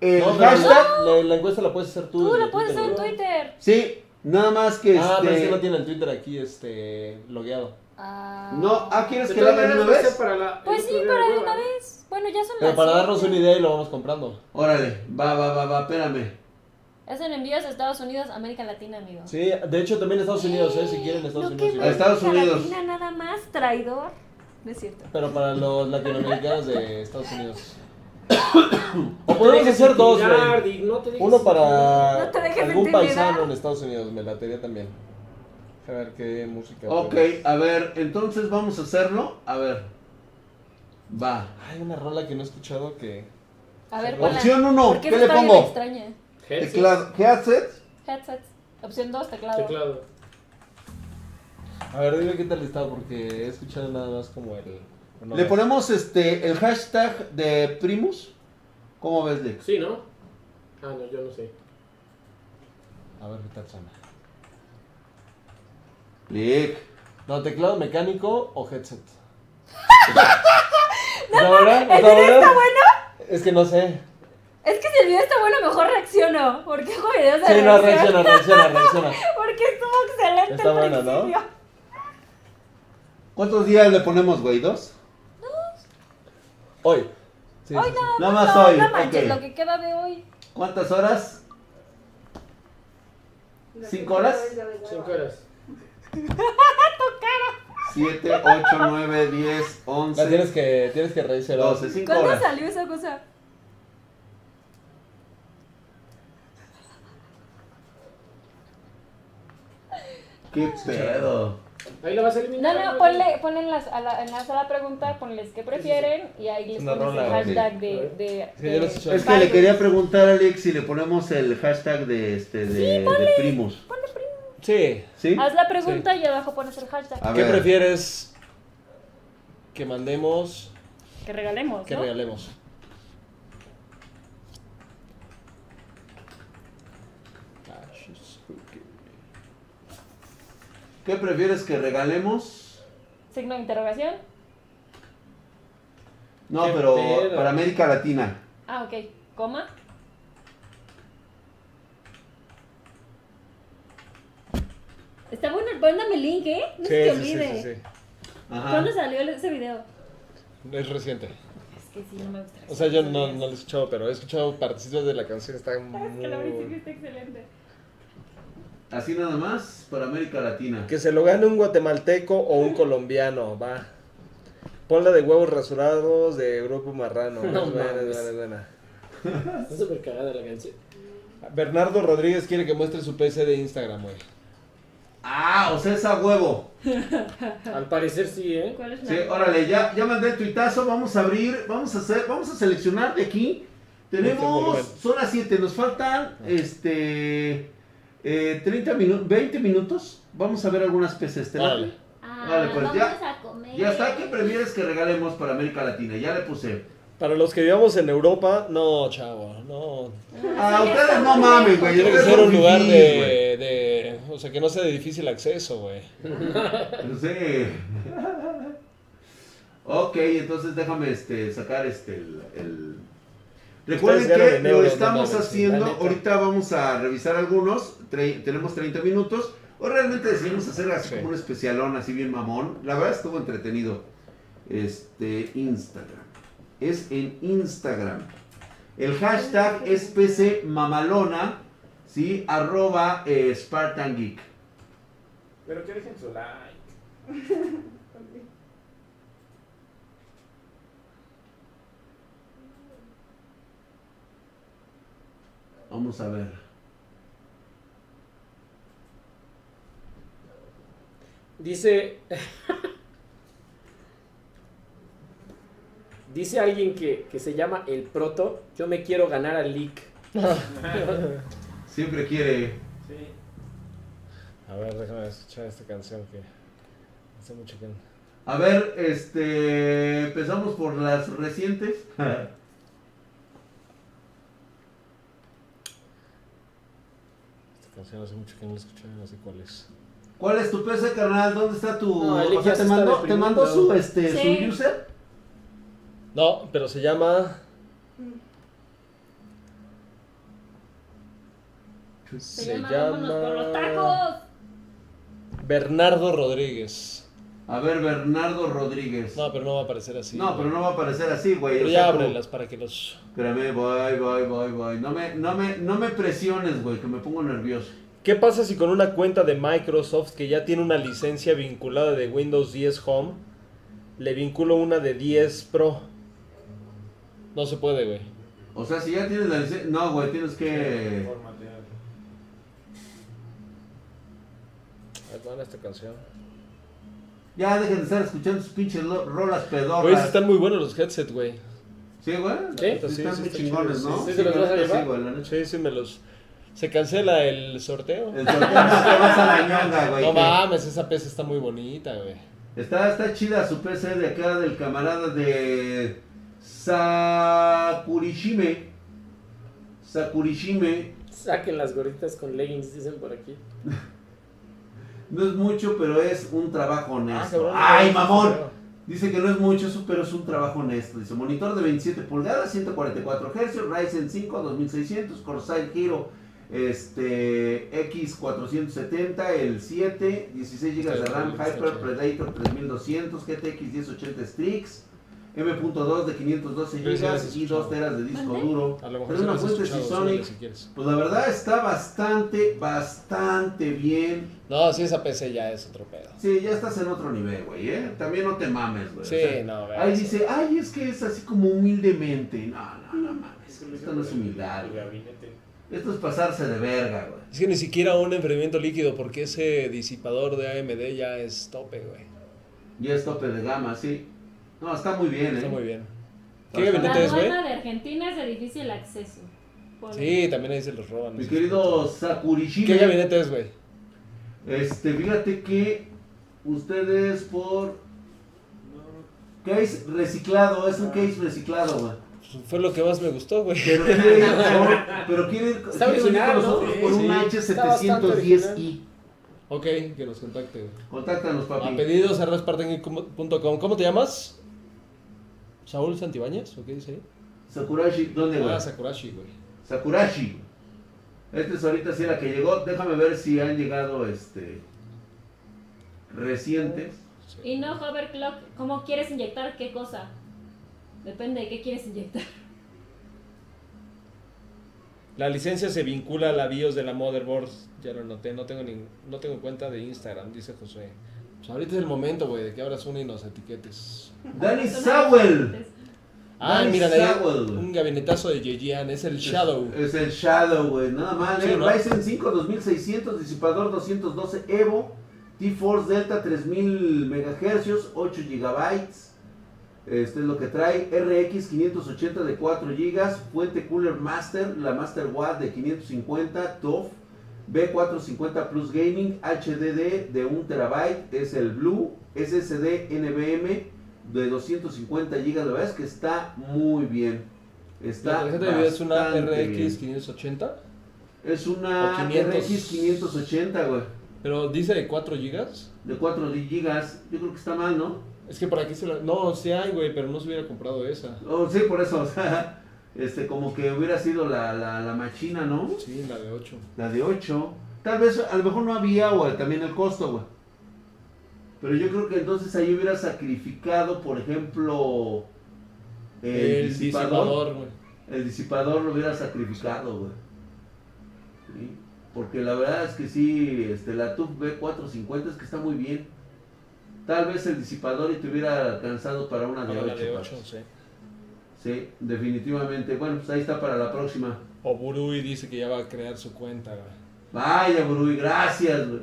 Speaker 4: el
Speaker 5: No, pero
Speaker 4: hashtag.
Speaker 5: la, la encuesta la puedes hacer tú.
Speaker 3: Tú
Speaker 5: desde
Speaker 3: la puedes hacer en
Speaker 5: ¿verdad?
Speaker 3: Twitter.
Speaker 4: Sí, nada más que
Speaker 5: Ah, pero es
Speaker 4: este.
Speaker 5: que no tiene el Twitter aquí, este, logueado.
Speaker 3: Ah.
Speaker 4: No, ah, ¿quieres
Speaker 6: De
Speaker 4: que la
Speaker 6: todas
Speaker 4: haga de una
Speaker 6: maneras,
Speaker 4: vez?
Speaker 6: para la-
Speaker 3: Pues
Speaker 6: el
Speaker 3: sí,
Speaker 6: otro día
Speaker 3: para
Speaker 6: de
Speaker 3: de
Speaker 6: hueva.
Speaker 3: una vez. Bueno, ya son
Speaker 5: Pero
Speaker 3: las
Speaker 5: para darnos
Speaker 3: siete.
Speaker 5: una idea y lo vamos comprando.
Speaker 4: Órale, va, va, va, va, espérame.
Speaker 3: Hacen envíos a Estados Unidos, América Latina, amigo.
Speaker 5: Sí, de hecho también Estados Unidos, ¿eh? Si quieren Estados
Speaker 3: No,
Speaker 5: Unidos.
Speaker 3: qué
Speaker 5: igual.
Speaker 4: A Estados
Speaker 3: América
Speaker 4: Unidos.
Speaker 3: Latina nada más, traidor. No es cierto.
Speaker 5: Pero para los latinoamericanos de Estados *coughs* Unidos.
Speaker 6: No
Speaker 5: o
Speaker 6: te
Speaker 5: podemos
Speaker 6: dejes
Speaker 5: hacer dos,
Speaker 6: intimidar,
Speaker 5: güey.
Speaker 6: Dig, no te dejes
Speaker 5: Uno para
Speaker 3: No te dejes
Speaker 5: algún
Speaker 3: intimidar.
Speaker 5: paisano en Estados Unidos, me latería también. A ver qué música.
Speaker 4: Ok,
Speaker 5: ponemos.
Speaker 4: a ver, entonces vamos a hacerlo. A ver. Va.
Speaker 5: Hay una rola que no he escuchado que.
Speaker 3: A ver, ¿cuál
Speaker 4: Opción
Speaker 3: ¿Por
Speaker 4: 1,
Speaker 3: qué
Speaker 4: ¿qué
Speaker 3: eso
Speaker 4: le
Speaker 3: está este bien
Speaker 4: pongo?
Speaker 3: extraña?
Speaker 6: Headset,
Speaker 4: Teclado. ¿Qué haces?
Speaker 3: Headsets. Opción 2, teclado.
Speaker 6: Teclado.
Speaker 5: A ver, dime qué tal está, porque he escuchado nada más como el. no,
Speaker 4: Le
Speaker 5: no.
Speaker 4: ponemos este el hashtag de Primus. ¿Cómo ves, Lex?
Speaker 6: Sí, ¿no? Ah, no, yo no sé.
Speaker 5: A ver qué tal suena.
Speaker 4: Lex.
Speaker 5: No, teclado mecánico o
Speaker 3: *laughs*
Speaker 5: headset. la verdad, la verdad- Es que no
Speaker 3: *laughs*
Speaker 5: sé.
Speaker 3: Es que si el video está bueno, mejor reacciono. Porque hago videos de
Speaker 5: Sí, no,
Speaker 3: reacción.
Speaker 5: reacciona, reacciona, reacciona.
Speaker 3: *laughs* Porque estuvo excelente
Speaker 5: Está
Speaker 3: al
Speaker 5: bueno, ¿no?
Speaker 3: principio.
Speaker 4: ¿Cuántos días le ponemos, güey? ¿Dos?
Speaker 5: Hoy. Sí,
Speaker 3: Hoy
Speaker 5: sí, sí.
Speaker 4: Nada más
Speaker 3: No,
Speaker 4: hoy.
Speaker 3: no manches,
Speaker 4: ok.
Speaker 3: lo que queda de hoy.
Speaker 4: ¿Cuántas horas? ¿Cinco horas?
Speaker 6: Cinco horas.
Speaker 4: Siete, ocho, nueve, diez,
Speaker 5: La tienes
Speaker 4: once,
Speaker 5: que, tienes que reírse, ¿no?
Speaker 4: doce. Cinco
Speaker 3: ¿Cuándo
Speaker 4: horas.
Speaker 3: salió esa cosa?
Speaker 4: ¿Qué pedo?
Speaker 6: Ahí la vas a
Speaker 3: No,
Speaker 6: eliminar.
Speaker 3: no, ponle, ponle en, las- a la, en la sala pregunta, ponles qué prefieren y ahí les
Speaker 5: Una
Speaker 3: pones el
Speaker 5: rola,
Speaker 3: hashtag de,
Speaker 6: ok.
Speaker 3: de,
Speaker 5: Sí, yo
Speaker 3: de-
Speaker 5: lo he escuchado.
Speaker 4: Es que le quería preguntar a Alex si le ponemos el hashtag de este de, de Primus.
Speaker 5: Sí.
Speaker 4: ¿Sí?
Speaker 3: Haz la pregunta y abajo pones el hashtag.
Speaker 4: A
Speaker 5: ¿Qué
Speaker 4: ver.
Speaker 5: prefieres que mandemos,
Speaker 3: Que regalemos,
Speaker 5: que
Speaker 3: ¿no?
Speaker 5: regalemos?
Speaker 4: ¿Qué prefieres que regalemos?
Speaker 3: Signo de interrogación.
Speaker 4: No,
Speaker 6: ¿Qué
Speaker 4: pero
Speaker 6: pedo?
Speaker 4: para América Latina.
Speaker 3: Ah, ok. Coma. Está bueno, mándame el link, ¿eh? No se te olvide.
Speaker 4: Ajá.
Speaker 3: ¿Cuándo salió ese video?
Speaker 5: Es reciente.
Speaker 3: Es que sí, no me gusta.
Speaker 5: O sea, yo no, no lo he escuchado, pero he escuchado partecitos de la canción. Está
Speaker 3: Es que la principio
Speaker 5: muy...
Speaker 3: está excelente.
Speaker 4: Así nada más para América Latina.
Speaker 5: Que se lo gane un guatemalteco o un colombiano, va. Ponla de huevos rasurados de Grupo Marrano.
Speaker 6: No
Speaker 5: Es buena, es
Speaker 6: mames.
Speaker 5: buena, es buena.
Speaker 6: Está súper cagada la canción.
Speaker 5: Bernardo Rodríguez quiere que muestre su PC de Instagram, güey.
Speaker 4: Ah, o sea, es a huevo.
Speaker 6: Al parecer sí, ¿eh?
Speaker 3: ¿Cuál es la
Speaker 4: Sí, oh, órale, ya, ya mandé el tuitazo, vamos a abrir, vamos a hacer, vamos a seleccionar de aquí. Tenemos,
Speaker 5: Este volumen.
Speaker 4: son las 7, nos faltan este eh, 30 minutos, 20 minutos. Vamos a ver algunas peces. ¿te late?
Speaker 5: Órale.
Speaker 7: Ah,
Speaker 4: Vale, pues
Speaker 7: vamos
Speaker 4: ya.
Speaker 7: a comer.
Speaker 4: Ya está, ¿qué prefieres que regalemos para América Latina? Ya le puse.
Speaker 5: Para los que vivamos en Europa, no, chavo, no.
Speaker 7: Pues
Speaker 4: Ah, ustedes no mamen, güey.
Speaker 5: Tiene que
Speaker 4: ustedes
Speaker 5: ser
Speaker 4: son
Speaker 5: un lugar de,
Speaker 4: fifís, güey.
Speaker 5: de- O sea, que no sea de difícil acceso, güey.
Speaker 4: No sé. Pues *laughs* ok, entonces déjame este, sacar este el. el- Recuerden
Speaker 5: Ustedes ganan
Speaker 4: que
Speaker 5: en
Speaker 4: lo
Speaker 5: euros, no
Speaker 4: estamos
Speaker 5: mames,
Speaker 4: haciendo.
Speaker 5: la neta.
Speaker 4: Ahorita vamos a revisar algunos. tre- tenemos 30 minutos. O realmente decidimos hacer así
Speaker 5: Sí.
Speaker 4: como un especialón, así bien mamón. La verdad estuvo entretenido. Este, Instagram. Es en Instagram. El hashtag es PC Mamalona, ¿sí? Arroba eh, Spartan Geek.
Speaker 6: Pero que dejen su like.
Speaker 4: Vamos a ver.
Speaker 2: *laughs*
Speaker 6: Dice. Dice alguien que, que se llama El Proto. Yo me quiero ganar al leak.
Speaker 4: Siempre quiere
Speaker 6: Sí.
Speaker 5: A ver, déjame escuchar esta canción que hace mucho que. no-
Speaker 4: A ver, este. Empezamos por las recientes.
Speaker 5: Esta canción hace mucho que no la escuché, no sé cuál es.
Speaker 4: ¿Cuál es tu PC, carnal? ¿Dónde está tu.?
Speaker 2: No, el
Speaker 4: o sea,
Speaker 2: Ike ya se
Speaker 4: ¿te,
Speaker 2: está
Speaker 4: mandó, ¿Te
Speaker 2: deprimiendo.
Speaker 4: mandó su, este,
Speaker 3: Sí.
Speaker 4: su user?
Speaker 5: No, pero se llama.
Speaker 3: Se,
Speaker 5: Se
Speaker 3: llama,
Speaker 5: llama-
Speaker 3: Vámonos por los tacos.
Speaker 5: Bernardo Rodríguez.
Speaker 4: A ver, Bernardo Rodríguez. No,
Speaker 5: No, pero no va a aparecer así.
Speaker 4: pero no va a aparecer así, güey.
Speaker 5: Pero
Speaker 4: o
Speaker 5: ya
Speaker 4: sea, como-
Speaker 5: ábrelas para que los.
Speaker 4: Espérame, voy, voy, voy, voy. No me, no me, no me presiones, güey, que me pongo nervioso.
Speaker 5: ¿Qué pasa si con una cuenta de Microsoft que ya tiene una licencia vinculada de Windows 10 Home, le vinculo una de 10 Pro? No se puede, güey.
Speaker 4: O sea, si ya tienes la licencia. No, güey, tienes que.
Speaker 6: Formatear.
Speaker 5: Ahí van esta canción.
Speaker 4: Ya dejen de estar escuchando sus pinches lo- rolas
Speaker 5: Güey, sí
Speaker 4: pedorras.
Speaker 5: están muy buenos los headsets, güey.
Speaker 4: Sí, güey.
Speaker 5: Pues Sí, sí,
Speaker 4: están
Speaker 5: sí,
Speaker 4: muy
Speaker 5: están
Speaker 4: chingones,
Speaker 5: chidos,
Speaker 4: ¿no?
Speaker 5: sí. ¿Sí te los
Speaker 4: la
Speaker 5: vas a
Speaker 4: neta,
Speaker 5: llevar?
Speaker 4: sí, güey, la neta.
Speaker 5: Sí, sí, me los. Se cancela el sorteo.
Speaker 4: El sorteo no te vas a la ñonga, güey.
Speaker 5: No
Speaker 4: que-
Speaker 5: mames, esa PC está muy bonita, güey.
Speaker 4: Está, está chida su PC de acá del camarada de Sakurishime. Sakurishime.
Speaker 2: Saquen las gorritas con leggings, dicen por aquí.
Speaker 4: No es mucho, pero es un trabajo honesto.
Speaker 5: Ah, cabrón,
Speaker 4: ¡Ay,
Speaker 5: no,
Speaker 4: mamón!
Speaker 5: no.
Speaker 4: Dice que no es mucho, eso, pero es un trabajo honesto. Dice, monitor de 27 pulgadas, 144 Hz, Ryzen 5 2600, Corsair Hero este, X470, el 7, 16 GB de RAM, Hyper Predator 3200, GTX 1080 Strix, M.2 de 512
Speaker 5: Pero ese
Speaker 4: GB
Speaker 5: has
Speaker 4: y 2 TB de disco
Speaker 3: ¿Mande?
Speaker 4: duro.
Speaker 5: A lo mejor
Speaker 4: Trae
Speaker 5: se
Speaker 4: una
Speaker 5: las
Speaker 4: fuente
Speaker 5: escuchado, súbele
Speaker 4: Seasonic.
Speaker 5: si quieres.
Speaker 4: Pues la verdad está bastante, bastante bien.
Speaker 5: No, sí, esa PC ya es otro pedo.
Speaker 4: Sí, ya estás en otro nivel, güey, ¿eh? También no te mames, güey. o
Speaker 5: Sí,
Speaker 4: sea,
Speaker 5: no, güey.
Speaker 4: Ahí dice, ay, es que es así como humildemente. No, no, no mames. Esto no es humildad,
Speaker 6: El
Speaker 4: güey.
Speaker 6: gabinete.
Speaker 4: Esto es pasarse de verga, güey.
Speaker 5: Es que ni siquiera un enfriamiento líquido, porque ese disipador de AMD ya es tope, güey.
Speaker 4: Y es tope de gama, sí. No, está muy bien, ¿eh?
Speaker 5: Está muy bien. ¿Qué
Speaker 4: Bastante.
Speaker 3: La
Speaker 5: gabinete es, güey?
Speaker 3: aduana de Argentina es de difícil acceso. Por-
Speaker 5: Sí, también ahí se los roban.
Speaker 4: Mi querido Sakurishima.
Speaker 5: ¿Qué gabinete es, güey?
Speaker 4: Este, fíjate que ustedes por... Case reciclado, es un case reciclado, güey.
Speaker 5: Fue lo que más me gustó, güey.
Speaker 4: Pero quiere ir con, pero quiere ir,
Speaker 2: Está
Speaker 4: quiere venir
Speaker 2: original,
Speaker 4: con
Speaker 2: ¿no?
Speaker 4: nosotros por
Speaker 5: Sí,
Speaker 4: un
Speaker 5: sí.
Speaker 2: Está bastante
Speaker 4: H710i.
Speaker 5: *laughs* Ok, que nos contacte. güey.
Speaker 4: Contáctanos, papi.
Speaker 5: A pedidos arroba spartangui.com. ¿Cómo te llamas? ¿Saúl Santibáñez? ¿O qué dice ahí?
Speaker 4: Sakurashi, ¿dónde, güey?
Speaker 5: Ah, Sakurashi, güey.
Speaker 4: Sakurashi. Esta es ahorita sí la que llegó. Déjame ver si han llegado este recientes.
Speaker 3: Y no hoverclock, ¿cómo quieres inyectar qué cosa? Depende de qué quieres inyectar.
Speaker 5: La licencia se vincula a la BIOS de la motherboard. Ya lo noté, no tengo, nin- no tengo cuenta de Instagram, dice José. Pues ahorita es el momento, güey, de que abras una y nos etiquetes.
Speaker 4: Danny Sowell.
Speaker 5: Ah,
Speaker 4: Nice
Speaker 5: mira, de ahí,
Speaker 4: Sowell, güey.
Speaker 5: un gabinetazo de Yejian, es el Shadow.
Speaker 4: Es el Shadow, güey. Nada más.
Speaker 5: Sí,
Speaker 4: eh.
Speaker 5: ¿no?
Speaker 4: Ryzen 5 2600, disipador 212 Evo. T-Force Delta 3000 MHz, 8 GB. Este es lo que trae. RX 580 de 4 GB. Fuente Cooler Master. La Master Watt de 550. TOF. B450 Plus Gaming. HDD de 1 TB. Es el Blue. SSD NVM de 250 GB. La verdad es que está muy bien.
Speaker 5: La
Speaker 4: Está
Speaker 5: tarjeta de video es una
Speaker 4: bastante
Speaker 5: RX
Speaker 4: bien.
Speaker 5: 580,
Speaker 4: Es una
Speaker 5: o 500.
Speaker 4: RX 580, güey.
Speaker 5: pero dice de 4 GB.
Speaker 4: De 4 GB. Yo creo que está mal, ¿no?
Speaker 5: Es que para aquí se la... No, sí hay, güey, pero no se hubiera comprado esa.
Speaker 4: Oh, sí, por eso, *laughs* o sea, este, como que hubiera sido la, la, la machina, ¿no?
Speaker 5: Sí, la de 8.
Speaker 4: La de 8. Tal vez, a lo mejor no había, o también el costo, güey. Pero yo creo que entonces ahí hubiera sacrificado, por ejemplo, el,
Speaker 5: El
Speaker 4: disipador.
Speaker 5: disipador, güey.
Speaker 4: El disipador lo hubiera sacrificado, güey. Sí, Porque la verdad es que sí, este, la TUF B450 es que está muy bien. Tal vez el disipador y te hubiera alcanzado para una Ah, de pues.
Speaker 5: Para la
Speaker 4: 8.
Speaker 5: de 8, sí.
Speaker 4: Sí, definitivamente. Bueno, pues ahí está para la próxima.
Speaker 5: O Burui dice que ya va a crear su cuenta, güey.
Speaker 4: Vaya, Bruy, gracias, güey.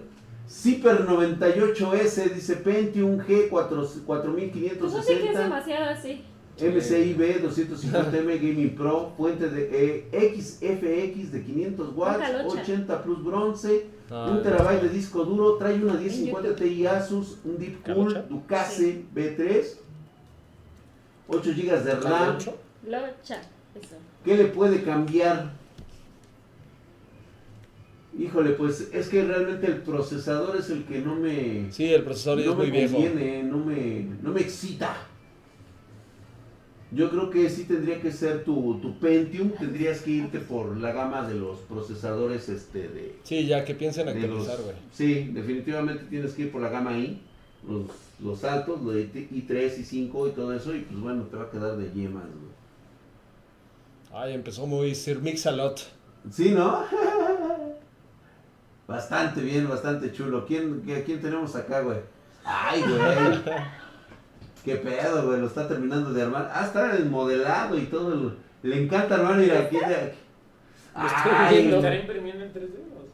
Speaker 4: Zipper 98S dice Pentium G
Speaker 3: Pues
Speaker 4: 4,
Speaker 3: no sé que es
Speaker 4: 4560.
Speaker 3: demasiado así.
Speaker 4: MCIB 250M Gaming Pro, fuente de eh, XFX de 500 watts,
Speaker 3: Calocha.
Speaker 4: 80 plus bronce,
Speaker 5: Ah,
Speaker 4: un terabyte de disco duro, trae una 1050
Speaker 3: En YouTube.
Speaker 4: Ti Asus, un
Speaker 5: ¿Calocha?
Speaker 4: Deepcool Ducase B3, 8 GB de RAM.
Speaker 5: ¿Calocho?
Speaker 3: Locha. Eso.
Speaker 4: ¿Qué le puede cambiar? Híjole, pues es que realmente el procesador es el que no me
Speaker 5: Sí, el procesador ya
Speaker 4: no
Speaker 5: es muy
Speaker 4: me
Speaker 5: viejo.
Speaker 4: conviene, no me, no me excita. Yo creo que sí tendría que ser tu, tu Pentium, tendrías que irte por la gama de los procesadores este de,
Speaker 5: Sí, ya que piensen
Speaker 4: de los-
Speaker 5: actualizar, güey.
Speaker 4: Sí, definitivamente tienes que ir por la gama I, los, los altos, los de I3, I5 y todo eso, y pues bueno, te va a quedar de yemas, güey.
Speaker 5: Ay, empezó muy Sir Mix-a-Lot.
Speaker 4: Sí, ¿no? *laughs* Bastante bien, bastante chulo. ¿Quién, qué- quién tenemos acá, güey? Ay, güey. Qué pedo, güey. Lo está terminando de armar. Ah, está el modelado y todo. el- Le encanta armar y aquí de
Speaker 2: estoy
Speaker 4: Ay,
Speaker 2: viendo.
Speaker 6: ¿Estará imprimiendo en 3D? o-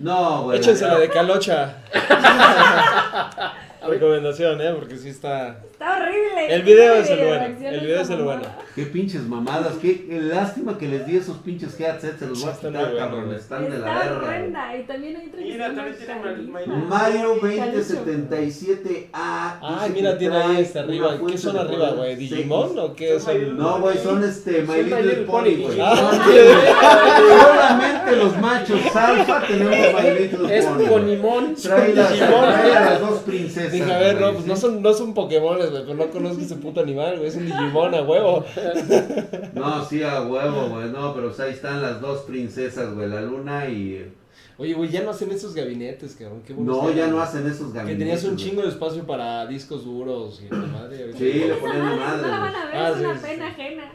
Speaker 4: no, güey.
Speaker 5: Échensela de
Speaker 4: *laughs*
Speaker 5: calocha. Recomendación, ¿eh? Porque sí está...
Speaker 3: Está horrible.
Speaker 5: El video es
Speaker 3: Ese
Speaker 5: el bueno.
Speaker 3: reacciona
Speaker 5: El video es
Speaker 3: esa
Speaker 5: el bueno.
Speaker 3: mamada.
Speaker 4: Qué pinches mamadas. Qué lástima que les di esos pinches headsets. Se los voy a
Speaker 5: Están
Speaker 4: quitar,
Speaker 5: muy buenos,
Speaker 4: cabrón.
Speaker 5: güey.
Speaker 4: Están de la
Speaker 3: Está
Speaker 4: verga. güey.
Speaker 3: horrenda. Y también hay otra que
Speaker 6: Mira,
Speaker 3: se llama
Speaker 6: también tiene mal-
Speaker 3: Califa.
Speaker 6: mal-
Speaker 4: Mario 2077A.
Speaker 5: Ay,
Speaker 4: dice
Speaker 5: mira,
Speaker 4: que
Speaker 5: tiene ahí
Speaker 4: trae
Speaker 5: este
Speaker 4: una
Speaker 5: arriba. ¿Qué
Speaker 4: fuente
Speaker 5: son
Speaker 4: de
Speaker 5: arriba,
Speaker 4: poder
Speaker 5: güey? ¿Digimon o
Speaker 4: seis.
Speaker 5: qué
Speaker 6: Son My
Speaker 5: son?
Speaker 6: Little-
Speaker 4: No, güey, son este My Little Pony, güey.
Speaker 5: *laughs* Ah,
Speaker 4: Solamente los machos alfa tenemos My Little
Speaker 2: Es
Speaker 4: Pony.
Speaker 2: Ponimon.
Speaker 4: Trae, las,
Speaker 5: Digimon.
Speaker 4: trae a las dos princesas.
Speaker 5: Dije, a ver,
Speaker 4: güey,
Speaker 5: no, pues no
Speaker 4: ¿sí?
Speaker 5: son, no son Pokémones, güey, pero no conozco ese puto animal, güey, es un Digimon a huevo.
Speaker 4: No, sí, a huevo, güey. No, pero pues, ahí están las dos princesas, güey. La luna y.
Speaker 5: Oye, güey, ya no hacen esos gabinetes, cabrón, qué bueno.
Speaker 4: No,
Speaker 5: está,
Speaker 4: ya no
Speaker 5: güey.
Speaker 4: hacen esos
Speaker 5: Que
Speaker 4: gabinetes.
Speaker 5: tenías un
Speaker 4: güey.
Speaker 5: chingo de espacio para discos duros y la madre. ahorita-
Speaker 4: Sí, le
Speaker 3: Esa
Speaker 4: ponían la
Speaker 3: madre, No la
Speaker 4: madre. güey.
Speaker 3: van a ver,
Speaker 5: Ah,
Speaker 3: es
Speaker 5: sí,
Speaker 3: una
Speaker 5: sí,
Speaker 3: pena ajena.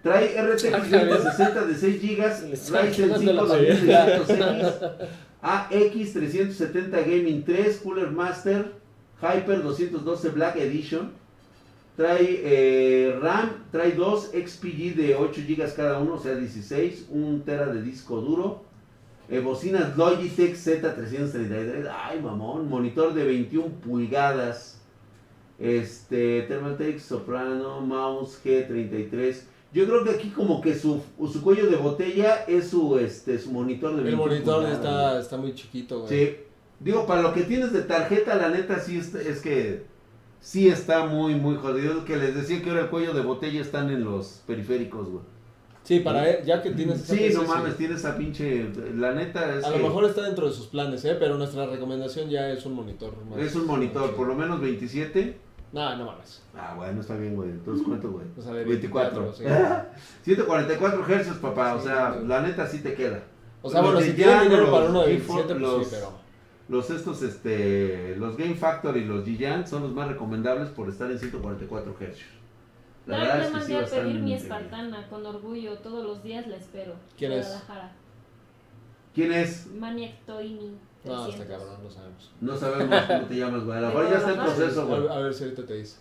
Speaker 4: Trae RTX 160 de
Speaker 2: Se
Speaker 4: 6 GB,
Speaker 2: Ah, le está
Speaker 4: Ryzen
Speaker 2: quemando
Speaker 4: 5
Speaker 2: la
Speaker 4: 2600X, AX 370 Gaming 3, Cooler Master, Hyper 212 Black Edition. Trae eh, RAM, trae dos XPG de 8 GB cada uno, o sea 16, un tera de disco duro. eh, bocinas Logitech Z333, ay mamón, monitor de 21 pulgadas. Este, Thermaltake, Soprano, Mouse G33. Yo creo que aquí como que su, su cuello de botella es su, este, su monitor de
Speaker 5: El
Speaker 4: 21
Speaker 5: monitor
Speaker 4: pulgadas,
Speaker 5: está, pues. está muy chiquito,
Speaker 4: güey.
Speaker 5: güey.
Speaker 4: Sí. Digo, para lo que tienes de tarjeta, la neta sí es, es que sí está muy, muy jodido. Que les decía que ahora el cuello de botella están en los periféricos, güey.
Speaker 5: Sí, para él, ya que tienes esa
Speaker 4: Sí,
Speaker 5: cosa,
Speaker 4: no mames, tienes a pinche, la neta es
Speaker 5: A
Speaker 4: que
Speaker 5: lo mejor está dentro de sus planes, ¿eh? Pero nuestra recomendación ya es un monitor. más-
Speaker 4: es un monitor, por lo menos 27.
Speaker 5: No, no mames.
Speaker 4: Ah, bueno, está bien, güey. Entonces, ¿cuánto, güey?
Speaker 5: O sea, de
Speaker 4: 24.
Speaker 5: 24, sí.
Speaker 4: 144 Hz, papá. o
Speaker 5: Sí,
Speaker 4: sea,
Speaker 5: güey.
Speaker 4: la neta sí te queda.
Speaker 5: O sea,
Speaker 4: Los
Speaker 5: bueno,
Speaker 4: de
Speaker 5: si tienen
Speaker 4: Jan,
Speaker 5: dinero
Speaker 4: los
Speaker 5: para uno de
Speaker 4: Gifford,
Speaker 5: 27, pues
Speaker 4: los-
Speaker 5: sí, pero...
Speaker 4: Los estos, este, los Game Factory y los Giant son los más recomendables por estar en 144 Hz. La
Speaker 3: No,
Speaker 4: verdad
Speaker 3: yo
Speaker 4: es que
Speaker 3: mandé
Speaker 4: sí
Speaker 3: a pedir
Speaker 4: están
Speaker 3: mi
Speaker 4: increíbles.
Speaker 3: espartana con orgullo. Todos los días la espero.
Speaker 5: ¿Quién es?
Speaker 3: Guadalajara.
Speaker 4: ¿Quién es?
Speaker 3: Maniac Toini.
Speaker 5: No,
Speaker 3: 300.
Speaker 5: está cabrón, no sabemos.
Speaker 4: No sabemos cómo te llamas, güey. A lo mejor ya está en proceso, Pues güey.
Speaker 5: A a ver si ahorita te dice.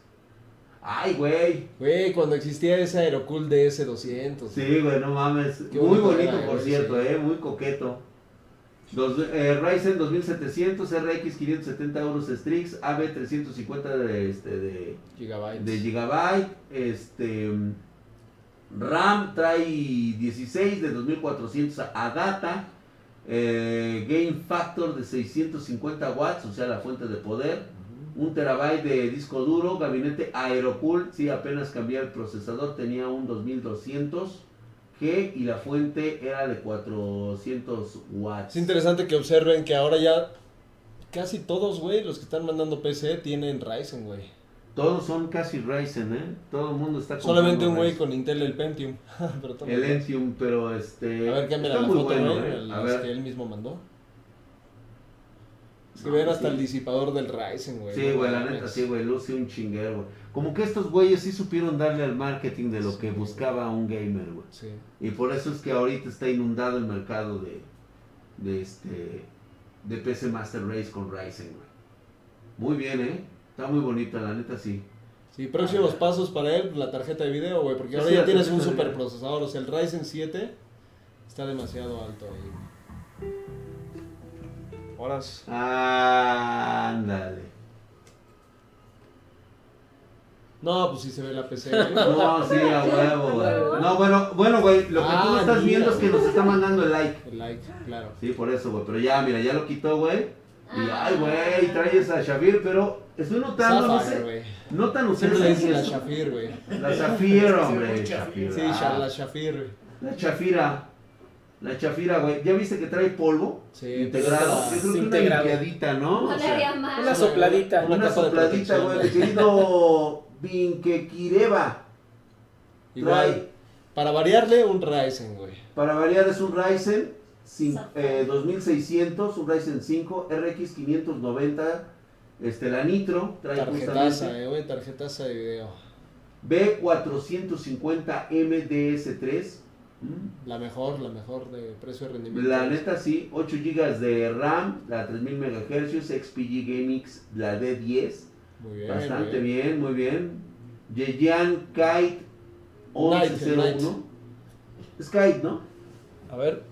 Speaker 4: Ay, güey.
Speaker 5: Güey, cuando existía ese Aerocool DS200.
Speaker 4: Sí, güey, no mames.
Speaker 5: Qué
Speaker 4: Muy
Speaker 5: bonito
Speaker 4: bonito,
Speaker 5: era,
Speaker 4: por
Speaker 5: güey,
Speaker 4: cierto,
Speaker 5: sí.
Speaker 4: eh. Muy coqueto. Dos, eh, Ryzen 2700, RX 570 euros Strix, AB 350 de, este, de,
Speaker 5: Gigabytes.
Speaker 4: de Gigabyte, este RAM trae 16 de 2400 a data, eh, Game Factor de 650 watts, o sea la fuente de poder, un terabyte de disco duro, gabinete Aerocool, sí apenas cambié el procesador, tenía un 2200 G y la fuente era de 400 watts.
Speaker 5: Es interesante que observen que ahora ya casi todos, güey, los que están mandando PC tienen Ryzen, güey.
Speaker 4: Todos son casi Ryzen, ¿eh? Todo el mundo está
Speaker 5: Solamente
Speaker 4: comprando
Speaker 5: un güey
Speaker 4: Ryzen.
Speaker 5: con Intel el Pentium. *laughs* Pero toma.
Speaker 4: El Entium, pero este.
Speaker 5: A ver, cámbiala
Speaker 4: está
Speaker 5: la
Speaker 4: muy
Speaker 5: foto,
Speaker 4: bueno,
Speaker 5: güey,
Speaker 4: ¿eh?
Speaker 5: a
Speaker 4: A
Speaker 5: las
Speaker 4: ver.
Speaker 5: que él mismo mandó. Se
Speaker 4: No,
Speaker 5: ven hasta
Speaker 4: sí.
Speaker 5: el disipador del Ryzen, güey.
Speaker 4: Sí,
Speaker 5: No
Speaker 4: güey, la
Speaker 5: mames.
Speaker 4: neta, sí, güey, luce un chinguero, güey. Como que estos güeyes sí supieron darle al marketing de lo
Speaker 5: Sí,
Speaker 4: que
Speaker 5: güey.
Speaker 4: buscaba un gamer, güey.
Speaker 5: Sí.
Speaker 4: Y por eso es que ahorita está inundado el mercado de, de este, de PC Master Race con Ryzen, güey. Muy bien, ¿eh? Está muy bonita, la neta, sí.
Speaker 5: Sí, próximos pasos para él, la tarjeta de video, güey, porque
Speaker 4: Ah, Sí,
Speaker 5: ahora
Speaker 4: sí,
Speaker 5: ya
Speaker 4: la
Speaker 5: tienes un
Speaker 4: tarjeta de video.
Speaker 5: superprocesador, o sea, el Ryzen 7 está demasiado alto ahí. Horas.
Speaker 4: Ándale.
Speaker 5: No, pues sí se ve la
Speaker 4: *laughs*
Speaker 5: PC.
Speaker 4: No, sí, a huevo, güey. No, bueno, bueno, güey, lo que tú no
Speaker 5: Ah,
Speaker 4: estás
Speaker 5: mira,
Speaker 4: viendo es que nos está mandando el like.
Speaker 5: El like, claro.
Speaker 4: Sí, por eso, güey. Pero ya, mira, ya lo quitó, güey. Y ay, güey, traes a Xavier, pero estoy notando, no
Speaker 5: Sapphire,
Speaker 4: sé.
Speaker 5: güey.
Speaker 4: Notan
Speaker 5: Siempre
Speaker 4: ustedes
Speaker 5: le dicen
Speaker 4: aquí
Speaker 5: la
Speaker 4: eso.
Speaker 5: Shafir, güey.
Speaker 4: La Zafira,
Speaker 6: Sí,
Speaker 4: hombre.
Speaker 6: Shafira.
Speaker 5: Sí,
Speaker 4: Shafira.
Speaker 5: la Shafir, güey.
Speaker 4: La Chafira. La Chafira, güey. ¿Ya viste que trae polvo?
Speaker 5: Sí,
Speaker 4: Integrado.
Speaker 5: pues,
Speaker 4: Yo creo que una
Speaker 2: integrado.
Speaker 4: limpiadita, ¿no?
Speaker 3: No
Speaker 4: O
Speaker 3: le
Speaker 4: sea,
Speaker 3: haría mal.
Speaker 2: Una sopladita.
Speaker 5: Una
Speaker 4: una
Speaker 5: capa de
Speaker 4: sopladita,
Speaker 5: protección,
Speaker 4: güey. Mi
Speaker 5: güey.
Speaker 4: querido
Speaker 5: *laughs*
Speaker 4: Vinquequireva.
Speaker 5: Igual. Para variarle, un Ryzen, güey.
Speaker 4: Para variar es un Ryzen cin-
Speaker 3: Exacto.
Speaker 4: eh, 2600, un Ryzen 5, RX 590, este, la Nitro, trae
Speaker 5: Tarjetaza,
Speaker 4: justamente
Speaker 5: eh, güey. Tarjetaza de video.
Speaker 4: B450 MDS3, ¿m?
Speaker 5: La mejor, la mejor de precio de rendimiento.
Speaker 4: la neta sí, 8 GB de RAM, la 3000 MHz, XPG Gamix, la D10,
Speaker 5: Muy bien.
Speaker 4: bastante
Speaker 5: güey.
Speaker 4: bien, muy bien. Yeyan Kite
Speaker 5: Knight, Knight.
Speaker 4: 1101, es Kite, ¿no?
Speaker 8: A ver.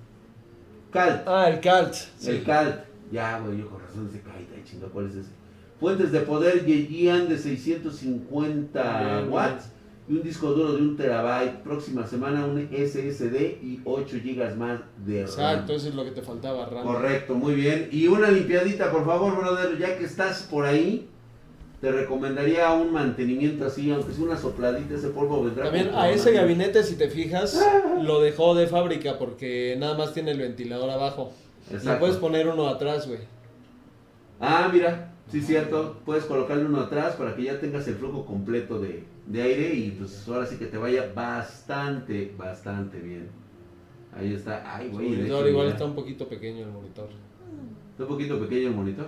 Speaker 4: Kalt.
Speaker 8: Ah, el Calt.
Speaker 4: El CALT. Ya, güey, yo con razón se cae, ay, chinga, ¿cuál es ese? Fuentes de poder Yejian de 650
Speaker 5: Bien,
Speaker 4: watts y un disco duro de un terabyte. Próxima semana un SSD y 8 gigas más de RAM.
Speaker 5: Exacto, eso es lo que te faltaba, RAM.
Speaker 4: Correcto, muy bien. Y una limpiadita, por favor, brother, ya que estás por ahí, te recomendaría un mantenimiento así, aunque sea una sopladita, ese polvo vendrá.
Speaker 5: También
Speaker 4: con-
Speaker 5: a ese gabinete, si te
Speaker 4: *laughs*
Speaker 5: fijas, lo dejó de fábrica porque nada más tiene el ventilador abajo. Le
Speaker 4: Exacto.
Speaker 5: puedes poner uno atrás, güey.
Speaker 4: Ah, mira, sí es cierto. Puedes colocarle uno atrás para que ya tengas el flujo completo de, de aire y pues ahora sí que te vaya bastante, bastante bien. Ahí está. Ay,
Speaker 5: El
Speaker 4: güey. de
Speaker 5: monitor
Speaker 4: hecho,
Speaker 5: igual
Speaker 4: mira,
Speaker 5: está un poquito pequeño el monitor.
Speaker 4: está un poquito pequeño el monitor.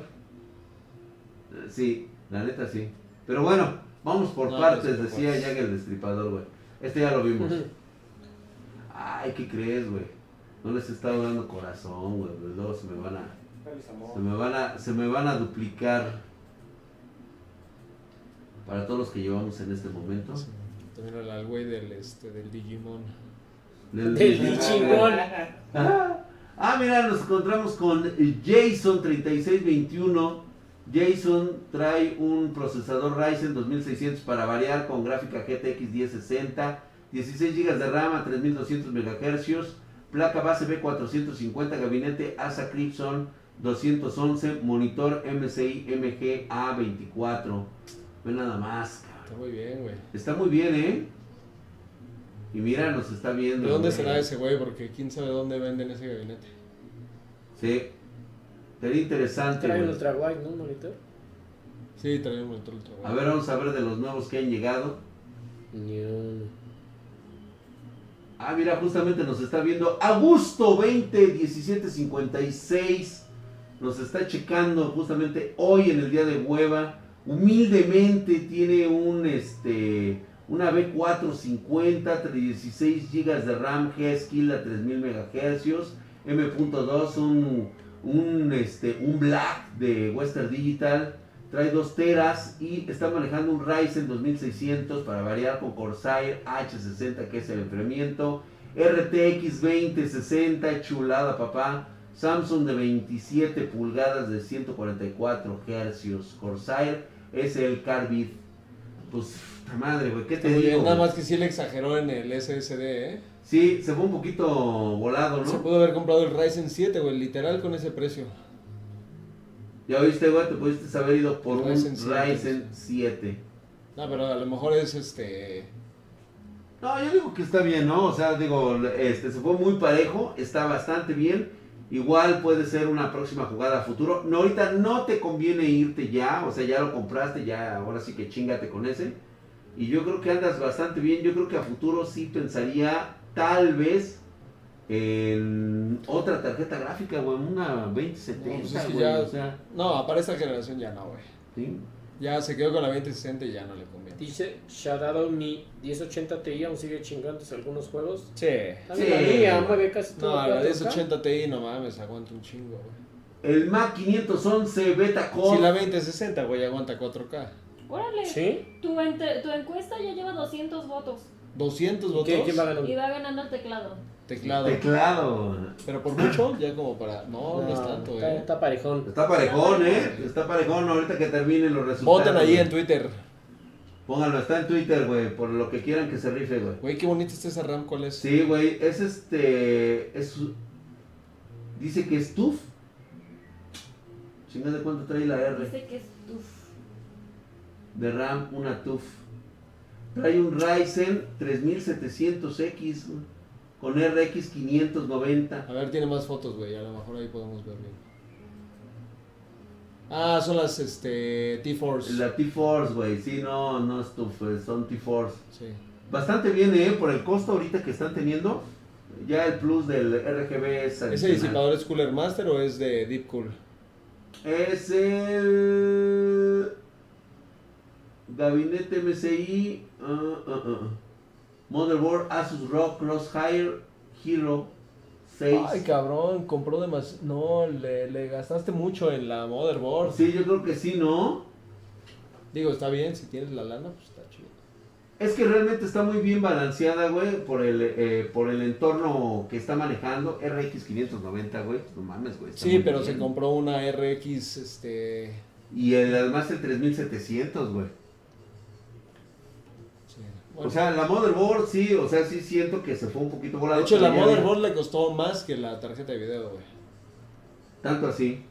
Speaker 4: Eh, Sí, la neta sí. Pero bueno, vamos por
Speaker 5: No, pues,
Speaker 4: partes,
Speaker 5: por
Speaker 4: decía
Speaker 5: partes.
Speaker 4: ya que el destripador, güey. Este ya lo vimos. Ay, ¿qué crees, güey? No les he estado dando corazón, güey. pues, Luego se me van a... Se me van a, se me van a duplicar. Para todos los que llevamos en este momento.
Speaker 5: Sí. También el al güey del, este, del Digimon.
Speaker 4: Del-
Speaker 2: Del Digimon.
Speaker 4: Ah, ah, mira, nos encontramos con Jason3621. Jason trae un procesador Ryzen 2600 para variar con gráfica GTX 1060, 16 GB de RAM a 3200 MHz, placa base B450, gabinete ASA Crimson 211, monitor MSI MGA24. Ve nada más,
Speaker 5: Está
Speaker 4: cabrón.
Speaker 5: muy bien, güey.
Speaker 4: Está muy bien, ¿eh? Y mira, nos está viendo.
Speaker 5: ¿De dónde
Speaker 4: güey.
Speaker 5: será ese güey? Porque quién sabe dónde venden ese gabinete.
Speaker 4: Sí. Sería interesante.
Speaker 2: Trae un
Speaker 4: güey.
Speaker 2: ultra wide, ¿no? Un monitor.
Speaker 5: Sí, trae un monitor ultra wide.
Speaker 4: A ver, vamos a ver de los nuevos que han llegado. Ah, mira, justamente nos está viendo Augusto 20 1756. Nos está checando justamente hoy en el día de hueva. Humildemente tiene un este una B450, 16 GB de RAM, G-Skill a 3000 MHz, M.2, un, un, este, un Black de Western Digital, trae 2 teras y está manejando un Ryzen 2600 para variar con Corsair H60 que es el enfriamiento, RTX 2060, chulada papá, Samsung de 27 pulgadas de 144 Hz, Corsair es el Carbid. Pues, puta madre, güey, ¿qué
Speaker 5: Está
Speaker 4: te
Speaker 5: muy
Speaker 4: digo?
Speaker 5: bien. Nada
Speaker 4: güey?
Speaker 5: más que sí le exageró en el SSD, ¿eh?
Speaker 4: Sí, se fue un poquito volado,
Speaker 5: Se
Speaker 4: ¿no?
Speaker 5: pudo haber comprado el Ryzen 7, güey, literal con ese precio.
Speaker 4: Ya oíste, güey, te pudiste haber ido por un
Speaker 5: Ryzen 7.
Speaker 4: Ryzen 7.
Speaker 5: No, pero a lo mejor es este.
Speaker 4: No, yo digo que está bien, ¿no? O sea, digo, este, se fue muy parejo, está bastante bien. Igual puede ser una próxima jugada a futuro. No, ahorita no te conviene irte ya, o sea, ya lo compraste, ya ahora sí que chingate con ese. Y yo creo que andas bastante bien, yo creo que a futuro sí pensaría tal vez en otra tarjeta gráfica, güey, una 2070,
Speaker 5: No, pues es que
Speaker 4: güey,
Speaker 5: ya-
Speaker 4: o sea,
Speaker 5: No, para esta generación ya no, güey.
Speaker 4: ¿sí?
Speaker 5: Ya se quedó con la 2060 y ya no le conviene.
Speaker 2: Dice Shadow Mi 1080 Ti aún sigue chingándose algunos juegos.
Speaker 5: Che.
Speaker 2: Dame
Speaker 4: Sí.
Speaker 2: la mía, mueve casi todo.
Speaker 5: No, la
Speaker 2: 4K.
Speaker 5: 1080 Ti no mames, aguanta un chingo, güey.
Speaker 4: El Mac 511 Beta Core.
Speaker 5: Si la 2060, güey, aguanta 4K.
Speaker 3: Órale.
Speaker 2: ¿Sí?
Speaker 3: Tu, ente- tu encuesta ya lleva 200 votos.
Speaker 5: 200 votos.
Speaker 2: ¿Quién, quién va a ganar?
Speaker 3: Y va ganando el teclado.
Speaker 5: Teclado.
Speaker 4: Teclado.
Speaker 5: Pero por mucho, ya como para. No, no, es tanto,
Speaker 2: está,
Speaker 5: eh.
Speaker 2: está parejón.
Speaker 4: Está parejón, ¿eh? Está parejón ahorita que terminen los resultados.
Speaker 5: Voten ahí en Twitter.
Speaker 4: Pónganlo, está en Twitter, güey, por lo que quieran que se rife, güey.
Speaker 5: Güey, qué bonita está esa RAM, ¿cuál es?
Speaker 4: Sí, güey, es este. Es, dice que es TUF. Chingas de cuánto trae la R.
Speaker 3: Dice que es tuf.
Speaker 4: De RAM, una TUF. Trae un Ryzen 3700X güey, con RX 590.
Speaker 5: A ver, tiene más fotos, güey. A lo mejor ahí podemos ver bien. Ah, son las este, T-Force.
Speaker 4: La T-Force, güey, sí, no, no es TUF, eh, son T-Force.
Speaker 5: Sí.
Speaker 4: Bastante bien, eh, por el costo ahorita que están teniendo. Ya el plus del RGB es
Speaker 5: ¿Ese
Speaker 4: adicional.
Speaker 5: disipador es Cooler Master o es de Deep Cool?
Speaker 4: Es el Gabinete MSI ah, ah, ah. Motherboard Asus ROG Crosshair Hero 6
Speaker 9: Ay, cabrón, compró demasiado. No, le, le gastaste mucho en la motherboard.
Speaker 4: Sí, yo creo que sí, ¿no?
Speaker 5: Digo, está bien, si tienes la lana, pues está chido.
Speaker 4: Es que realmente está muy bien balanceada, güey, por el, eh, por el entorno que está manejando. RX 590, güey, no mames, güey. está
Speaker 5: Sí,
Speaker 4: muy
Speaker 5: pero
Speaker 4: bien.
Speaker 5: se compró una RX, este...
Speaker 4: Y el, además el 3700, güey.
Speaker 5: sí. Bueno,
Speaker 4: O sea, la motherboard, sí, o sea, sí siento que se fue un poquito volado.
Speaker 5: de hecho, la
Speaker 4: pero ya-
Speaker 5: motherboard le costó más que la tarjeta de video, güey.
Speaker 4: Tanto así.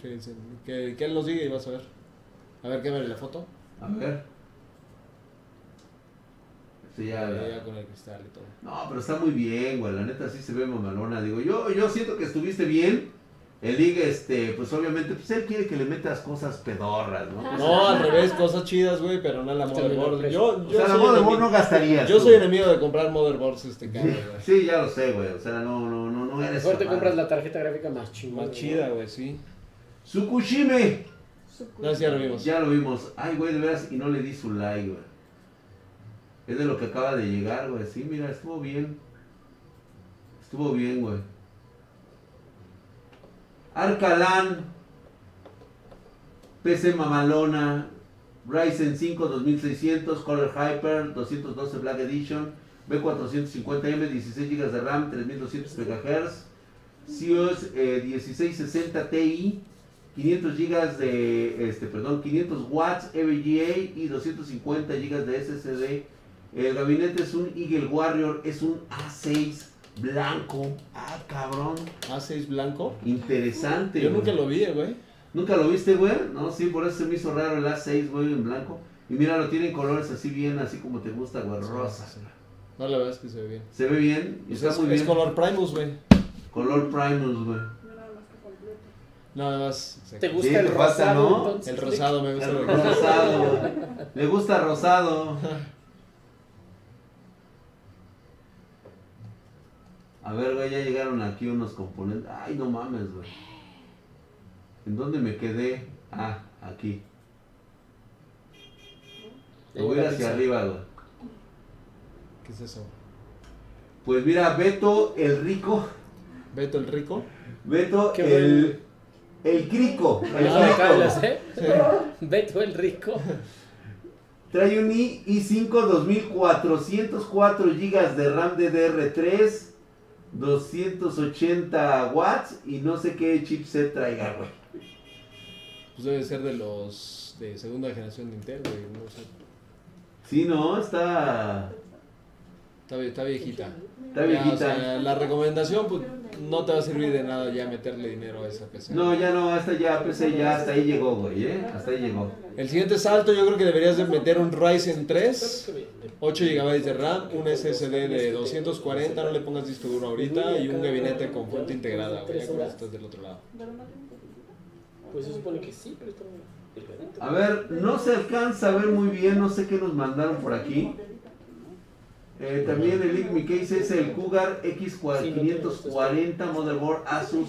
Speaker 5: Sí, sí. Que, que él nos diga y vas a ver. A ver, qué ver la foto.
Speaker 4: A ver. Sí, ya,
Speaker 5: Ya,
Speaker 4: ya.
Speaker 5: ya con el cristal y todo.
Speaker 4: No, pero está muy bien, güey. La neta sí se ve mamalona. Digo, yo, yo siento que estuviste bien. El ligue, este, pues obviamente, pues él quiere que le metas cosas pedorras, ¿no?
Speaker 3: Ah,
Speaker 5: No, al revés, cosas chidas, güey, pero no la
Speaker 9: Este menor
Speaker 5: motherboard.
Speaker 9: precio.
Speaker 5: Yo, yo
Speaker 4: o sea, la
Speaker 5: soy
Speaker 4: moda de
Speaker 5: enemi-
Speaker 4: vos no gastarías.
Speaker 5: yo
Speaker 4: tú.
Speaker 5: soy enemigo de comprar motherboards este cabrón, güey.
Speaker 4: Sí, ya lo sé, güey. O sea, no, no, no, no eres.
Speaker 2: Mejor te
Speaker 4: fan.
Speaker 2: compras la tarjeta gráfica más chingona.
Speaker 5: Más chida, güey, sí.
Speaker 4: Tsukushime.
Speaker 3: Su cu-
Speaker 5: No, sí, ya lo vimos.
Speaker 4: Ya lo vimos. Ay, güey, de veras, y no le di su like, güey. Es de lo que acaba de llegar, güey. Sí, mira, estuvo bien. Estuvo bien, güey. Arcalán. PC Mamalona. Ryzen 5 2600. Color Hyper 212 Black Edition. B450M, 16 GB de RAM, 3200 MHz. CIOS eh, 1660 Ti. 500 gigas de, este, perdón, 500 watts EVGA y 250 gigas de SSD. El gabinete es un Eagle Warrior, es un A6 blanco. Ah, cabrón.
Speaker 5: A6 blanco.
Speaker 4: Interesante.
Speaker 5: Yo
Speaker 4: güey.
Speaker 5: nunca lo vi, eh, güey.
Speaker 4: ¿Nunca lo viste, güey? No, sí, por eso se me hizo raro el A6, güey, en blanco. Y mira, lo tiene en colores así bien, así como te gusta, güey, rosa.
Speaker 5: No, la verdad es que se ve bien.
Speaker 4: Se ve bien,
Speaker 5: Pues
Speaker 4: está
Speaker 5: es,
Speaker 4: muy
Speaker 5: es
Speaker 4: bien.
Speaker 5: color Primus, güey.
Speaker 4: Color Primus, güey.
Speaker 5: Nada más.
Speaker 2: ¿Te
Speaker 5: exacto.
Speaker 2: gusta
Speaker 4: Sí,
Speaker 2: el
Speaker 4: te falta,
Speaker 2: rosado,
Speaker 4: ¿no?
Speaker 2: entonces?
Speaker 5: El rosado me gusta.
Speaker 4: El
Speaker 5: el rosado.
Speaker 4: Rosado. *laughs* Le gusta rosado. A ver, güey, ya llegaron aquí unos componentes. Ay, no mames, güey. ¿En dónde me quedé? Ah, aquí. Me voy a ir hacia arriba, güey.
Speaker 5: ¿Qué es eso?
Speaker 4: Pues mira, Beto el rico.
Speaker 5: Beto el rico.
Speaker 4: Beto
Speaker 2: Qué
Speaker 4: el. El crico. El
Speaker 2: No me
Speaker 4: crico.
Speaker 2: calas, ¿eh? *laughs* Beto el rico.
Speaker 4: Trae un i- i5 2404 GB de RAM DDR3, 280 watts y no sé qué chipset traiga, güey.
Speaker 5: Pues debe ser de los de segunda generación de Intel, güey. No sé.
Speaker 4: Sí, no, está,
Speaker 5: Está, vie- está viejita.
Speaker 4: está
Speaker 5: Ya, o
Speaker 4: viejita.
Speaker 5: sea, la recomendación, pues no te va a servir de nada ya meterle dinero a esa PC.
Speaker 4: No, ya no, hasta ya, PC ya, hasta ahí llegó, güey, ¿eh? Hasta ahí llegó.
Speaker 5: El siguiente salto yo creo que deberías de meter un Ryzen 3, 8 GB de RAM, un SSD de 240, no le pongas disco duro ahorita y un gabinete con fuente integrada, güey, ya con eso estás del otro lado.
Speaker 2: Pues se supone que sí, pero está muy delgadito.
Speaker 4: A ver, no se alcanza a ver muy bien, no sé qué nos mandaron por aquí. Eh, también el Ig Mi Case es el Cougar X540 motherboard Asus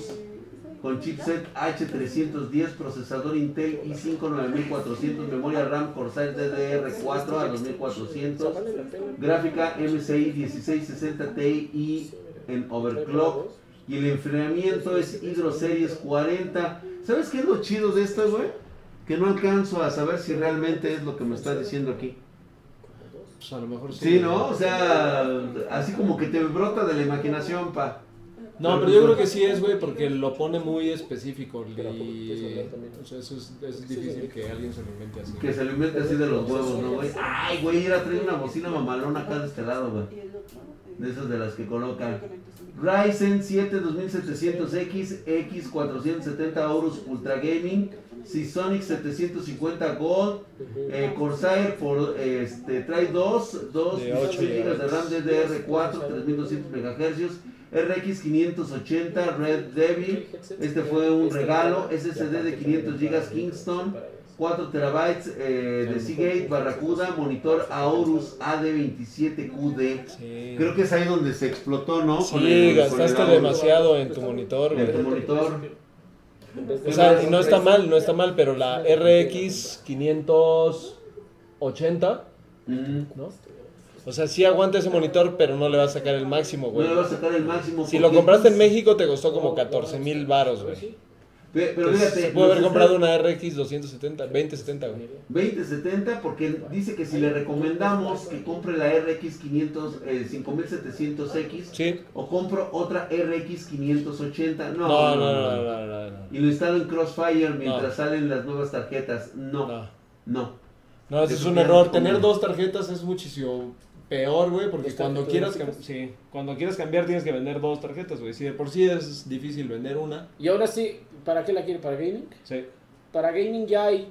Speaker 4: con chipset H310, procesador Intel i5-9400, memoria RAM Corsair DDR4 a 2400,
Speaker 2: ¿Vale la pena?
Speaker 4: gráfica MSI 1660 Ti en overclock y el enfriamiento es Hydro Series 40. ¿Sabes qué es lo chido de esto, güey? Que no alcanzo a saber si realmente es lo que me está diciendo aquí.
Speaker 5: Pues a lo mejor sí.
Speaker 4: Sí, ¿no? O sea, así como que te brota de la imaginación, pa.
Speaker 1: No, pero yo creo que sí es, güey, porque lo pone muy específico. Y... O sea, eso es, es difícil que alguien se lo invente así.
Speaker 4: Que se lo invente así de los huevos, ¿no, güey? Ay, güey, era traer una bocina mamalona acá de este lado, güey.
Speaker 7: Y el otro.
Speaker 4: De esas de las que
Speaker 7: Lo
Speaker 4: colocan.
Speaker 7: conectas en-
Speaker 4: Ryzen 7 2700X, X470 Aorus Ultra Gaming, Seasonic 750 Gold, eh, Corsair por, este, trae 2, 2
Speaker 5: De ocho
Speaker 4: 16 GB de RAM DDR4, 3200 MHz, RX 580 Red Devil, este fue un regalo, SSD de 500 GB Kingston, 4 TB eh, de Seagate, Barracuda, monitor Aorus AD27QD.
Speaker 5: Sí,
Speaker 4: Creo que es ahí donde se explotó, ¿no?
Speaker 5: Sí,
Speaker 4: Con el-
Speaker 5: gastaste
Speaker 4: con el audio.
Speaker 5: demasiado en tu monitor,
Speaker 4: En tu
Speaker 5: güey.
Speaker 4: monitor.
Speaker 5: O sea, y no está mal, no está mal, pero la RX 580,
Speaker 4: Mm.
Speaker 5: ¿no? O sea, sí aguanta ese monitor, pero no le va a sacar el máximo,
Speaker 4: No
Speaker 5: güey.
Speaker 4: le va a sacar el máximo.
Speaker 5: Si lo
Speaker 4: porque-
Speaker 5: compraste en México, te costó como 14 mil baros,
Speaker 2: Pues
Speaker 5: güey.
Speaker 4: Pe- Pero
Speaker 5: Entonces,
Speaker 4: fíjate.
Speaker 5: se puede haber
Speaker 4: nos
Speaker 5: comprado
Speaker 4: está-
Speaker 5: una RX 270, 2070, güey.
Speaker 4: 2070 porque dice que si le recomendamos que compre la RX 500, eh, 5700X
Speaker 5: Sí.
Speaker 4: o compro otra RX 580. No,
Speaker 5: No, no, no, no, no, no, no.
Speaker 4: Y lo instalo en Crossfire mientras salen las nuevas tarjetas. No, no.
Speaker 5: No, no ese es un error. Tener dos tarjetas es muchísimo peor, güey, porque
Speaker 4: Este,
Speaker 5: cuando quieras, cam- sí, cuando quieras cambiar tienes que vender dos tarjetas, güey. Si de por sí es difícil vender una,
Speaker 2: Y ahora sí, ¿para qué la quiere? ¿Para gaming?
Speaker 5: sí.
Speaker 2: Para gaming ya hay.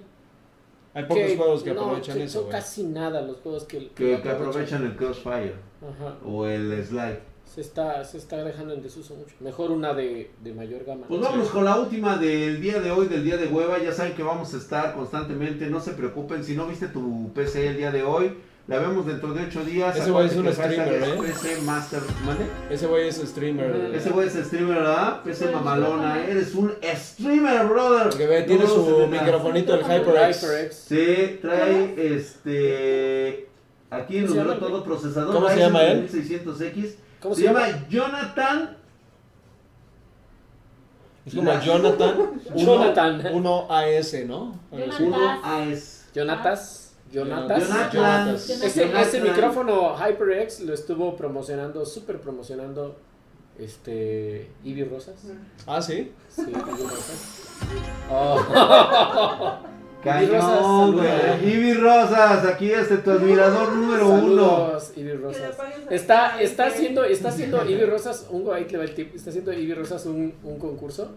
Speaker 5: Hay pocos juegos que
Speaker 2: no,
Speaker 5: aprovechan
Speaker 2: que
Speaker 5: eso,
Speaker 2: Son
Speaker 5: güey.
Speaker 2: casi nada los juegos que,
Speaker 4: Que, que aprovechan el Crossfire
Speaker 2: Ajá.
Speaker 4: o el Slide.
Speaker 2: Se está, se está dejando en desuso mucho. Mejor una de, de mayor gama.
Speaker 4: Pues vámonos con la última del día de hoy, del día de hueva. Ya saben que vamos a estar constantemente, no se preocupen. Si no viste tu PC el día de hoy, la vemos dentro de 8 días.
Speaker 5: Ese güey es
Speaker 4: Acuérdate
Speaker 5: un
Speaker 4: que hashtag
Speaker 5: streamer, ¿eh?
Speaker 4: es PC Master. ¿Mande?
Speaker 5: Ese güey es streamer.
Speaker 2: Ujú.
Speaker 5: güey.
Speaker 4: Ese güey es streamer, ¿verdad? PC
Speaker 3: Sí,
Speaker 4: mamalona.
Speaker 3: sí.
Speaker 4: Eres un streamer, brother.
Speaker 5: Porque ve, tiene
Speaker 4: No,
Speaker 5: su
Speaker 4: no, no, no.
Speaker 5: microfonito, el HyperX.
Speaker 2: HyperX.
Speaker 4: Sí, trae este. Aquí
Speaker 2: ¿Cómo se
Speaker 4: número
Speaker 2: llama?
Speaker 4: todo procesador.
Speaker 5: ¿Cómo se
Speaker 4: Ryzen
Speaker 5: llama él?
Speaker 4: 1600X.
Speaker 2: ¿Cómo
Speaker 4: se, llama? Jonathan.
Speaker 5: Es como Jonathan.
Speaker 2: Jonathan.
Speaker 5: 1 AS, ¿no? Algo así.
Speaker 3: Jonathan.
Speaker 4: 1AS.
Speaker 2: Jonatas. Jonatas.
Speaker 4: Jonathan.
Speaker 2: Ese, ese
Speaker 4: Jonathan.
Speaker 2: micrófono HyperX lo estuvo promocionando, súper promocionando este Ivy Rosas.
Speaker 7: Mm.
Speaker 5: Ah, sí.
Speaker 2: Sí, Ivy
Speaker 4: *laughs*
Speaker 2: Rosas. Oh, Ivy Rosas,
Speaker 4: Cañón,
Speaker 2: saludos.
Speaker 4: güey. Ivy Rosas, aquí este tu admirador número uno.
Speaker 2: saludos, Ivy
Speaker 7: Que le
Speaker 2: Rosas.
Speaker 7: pagues a-
Speaker 2: Está, está haciendo, está haciendo
Speaker 4: *laughs*
Speaker 2: Ivy Rosas, un, ahí te va el tip, está haciendo Ivy Rosas un, un concurso,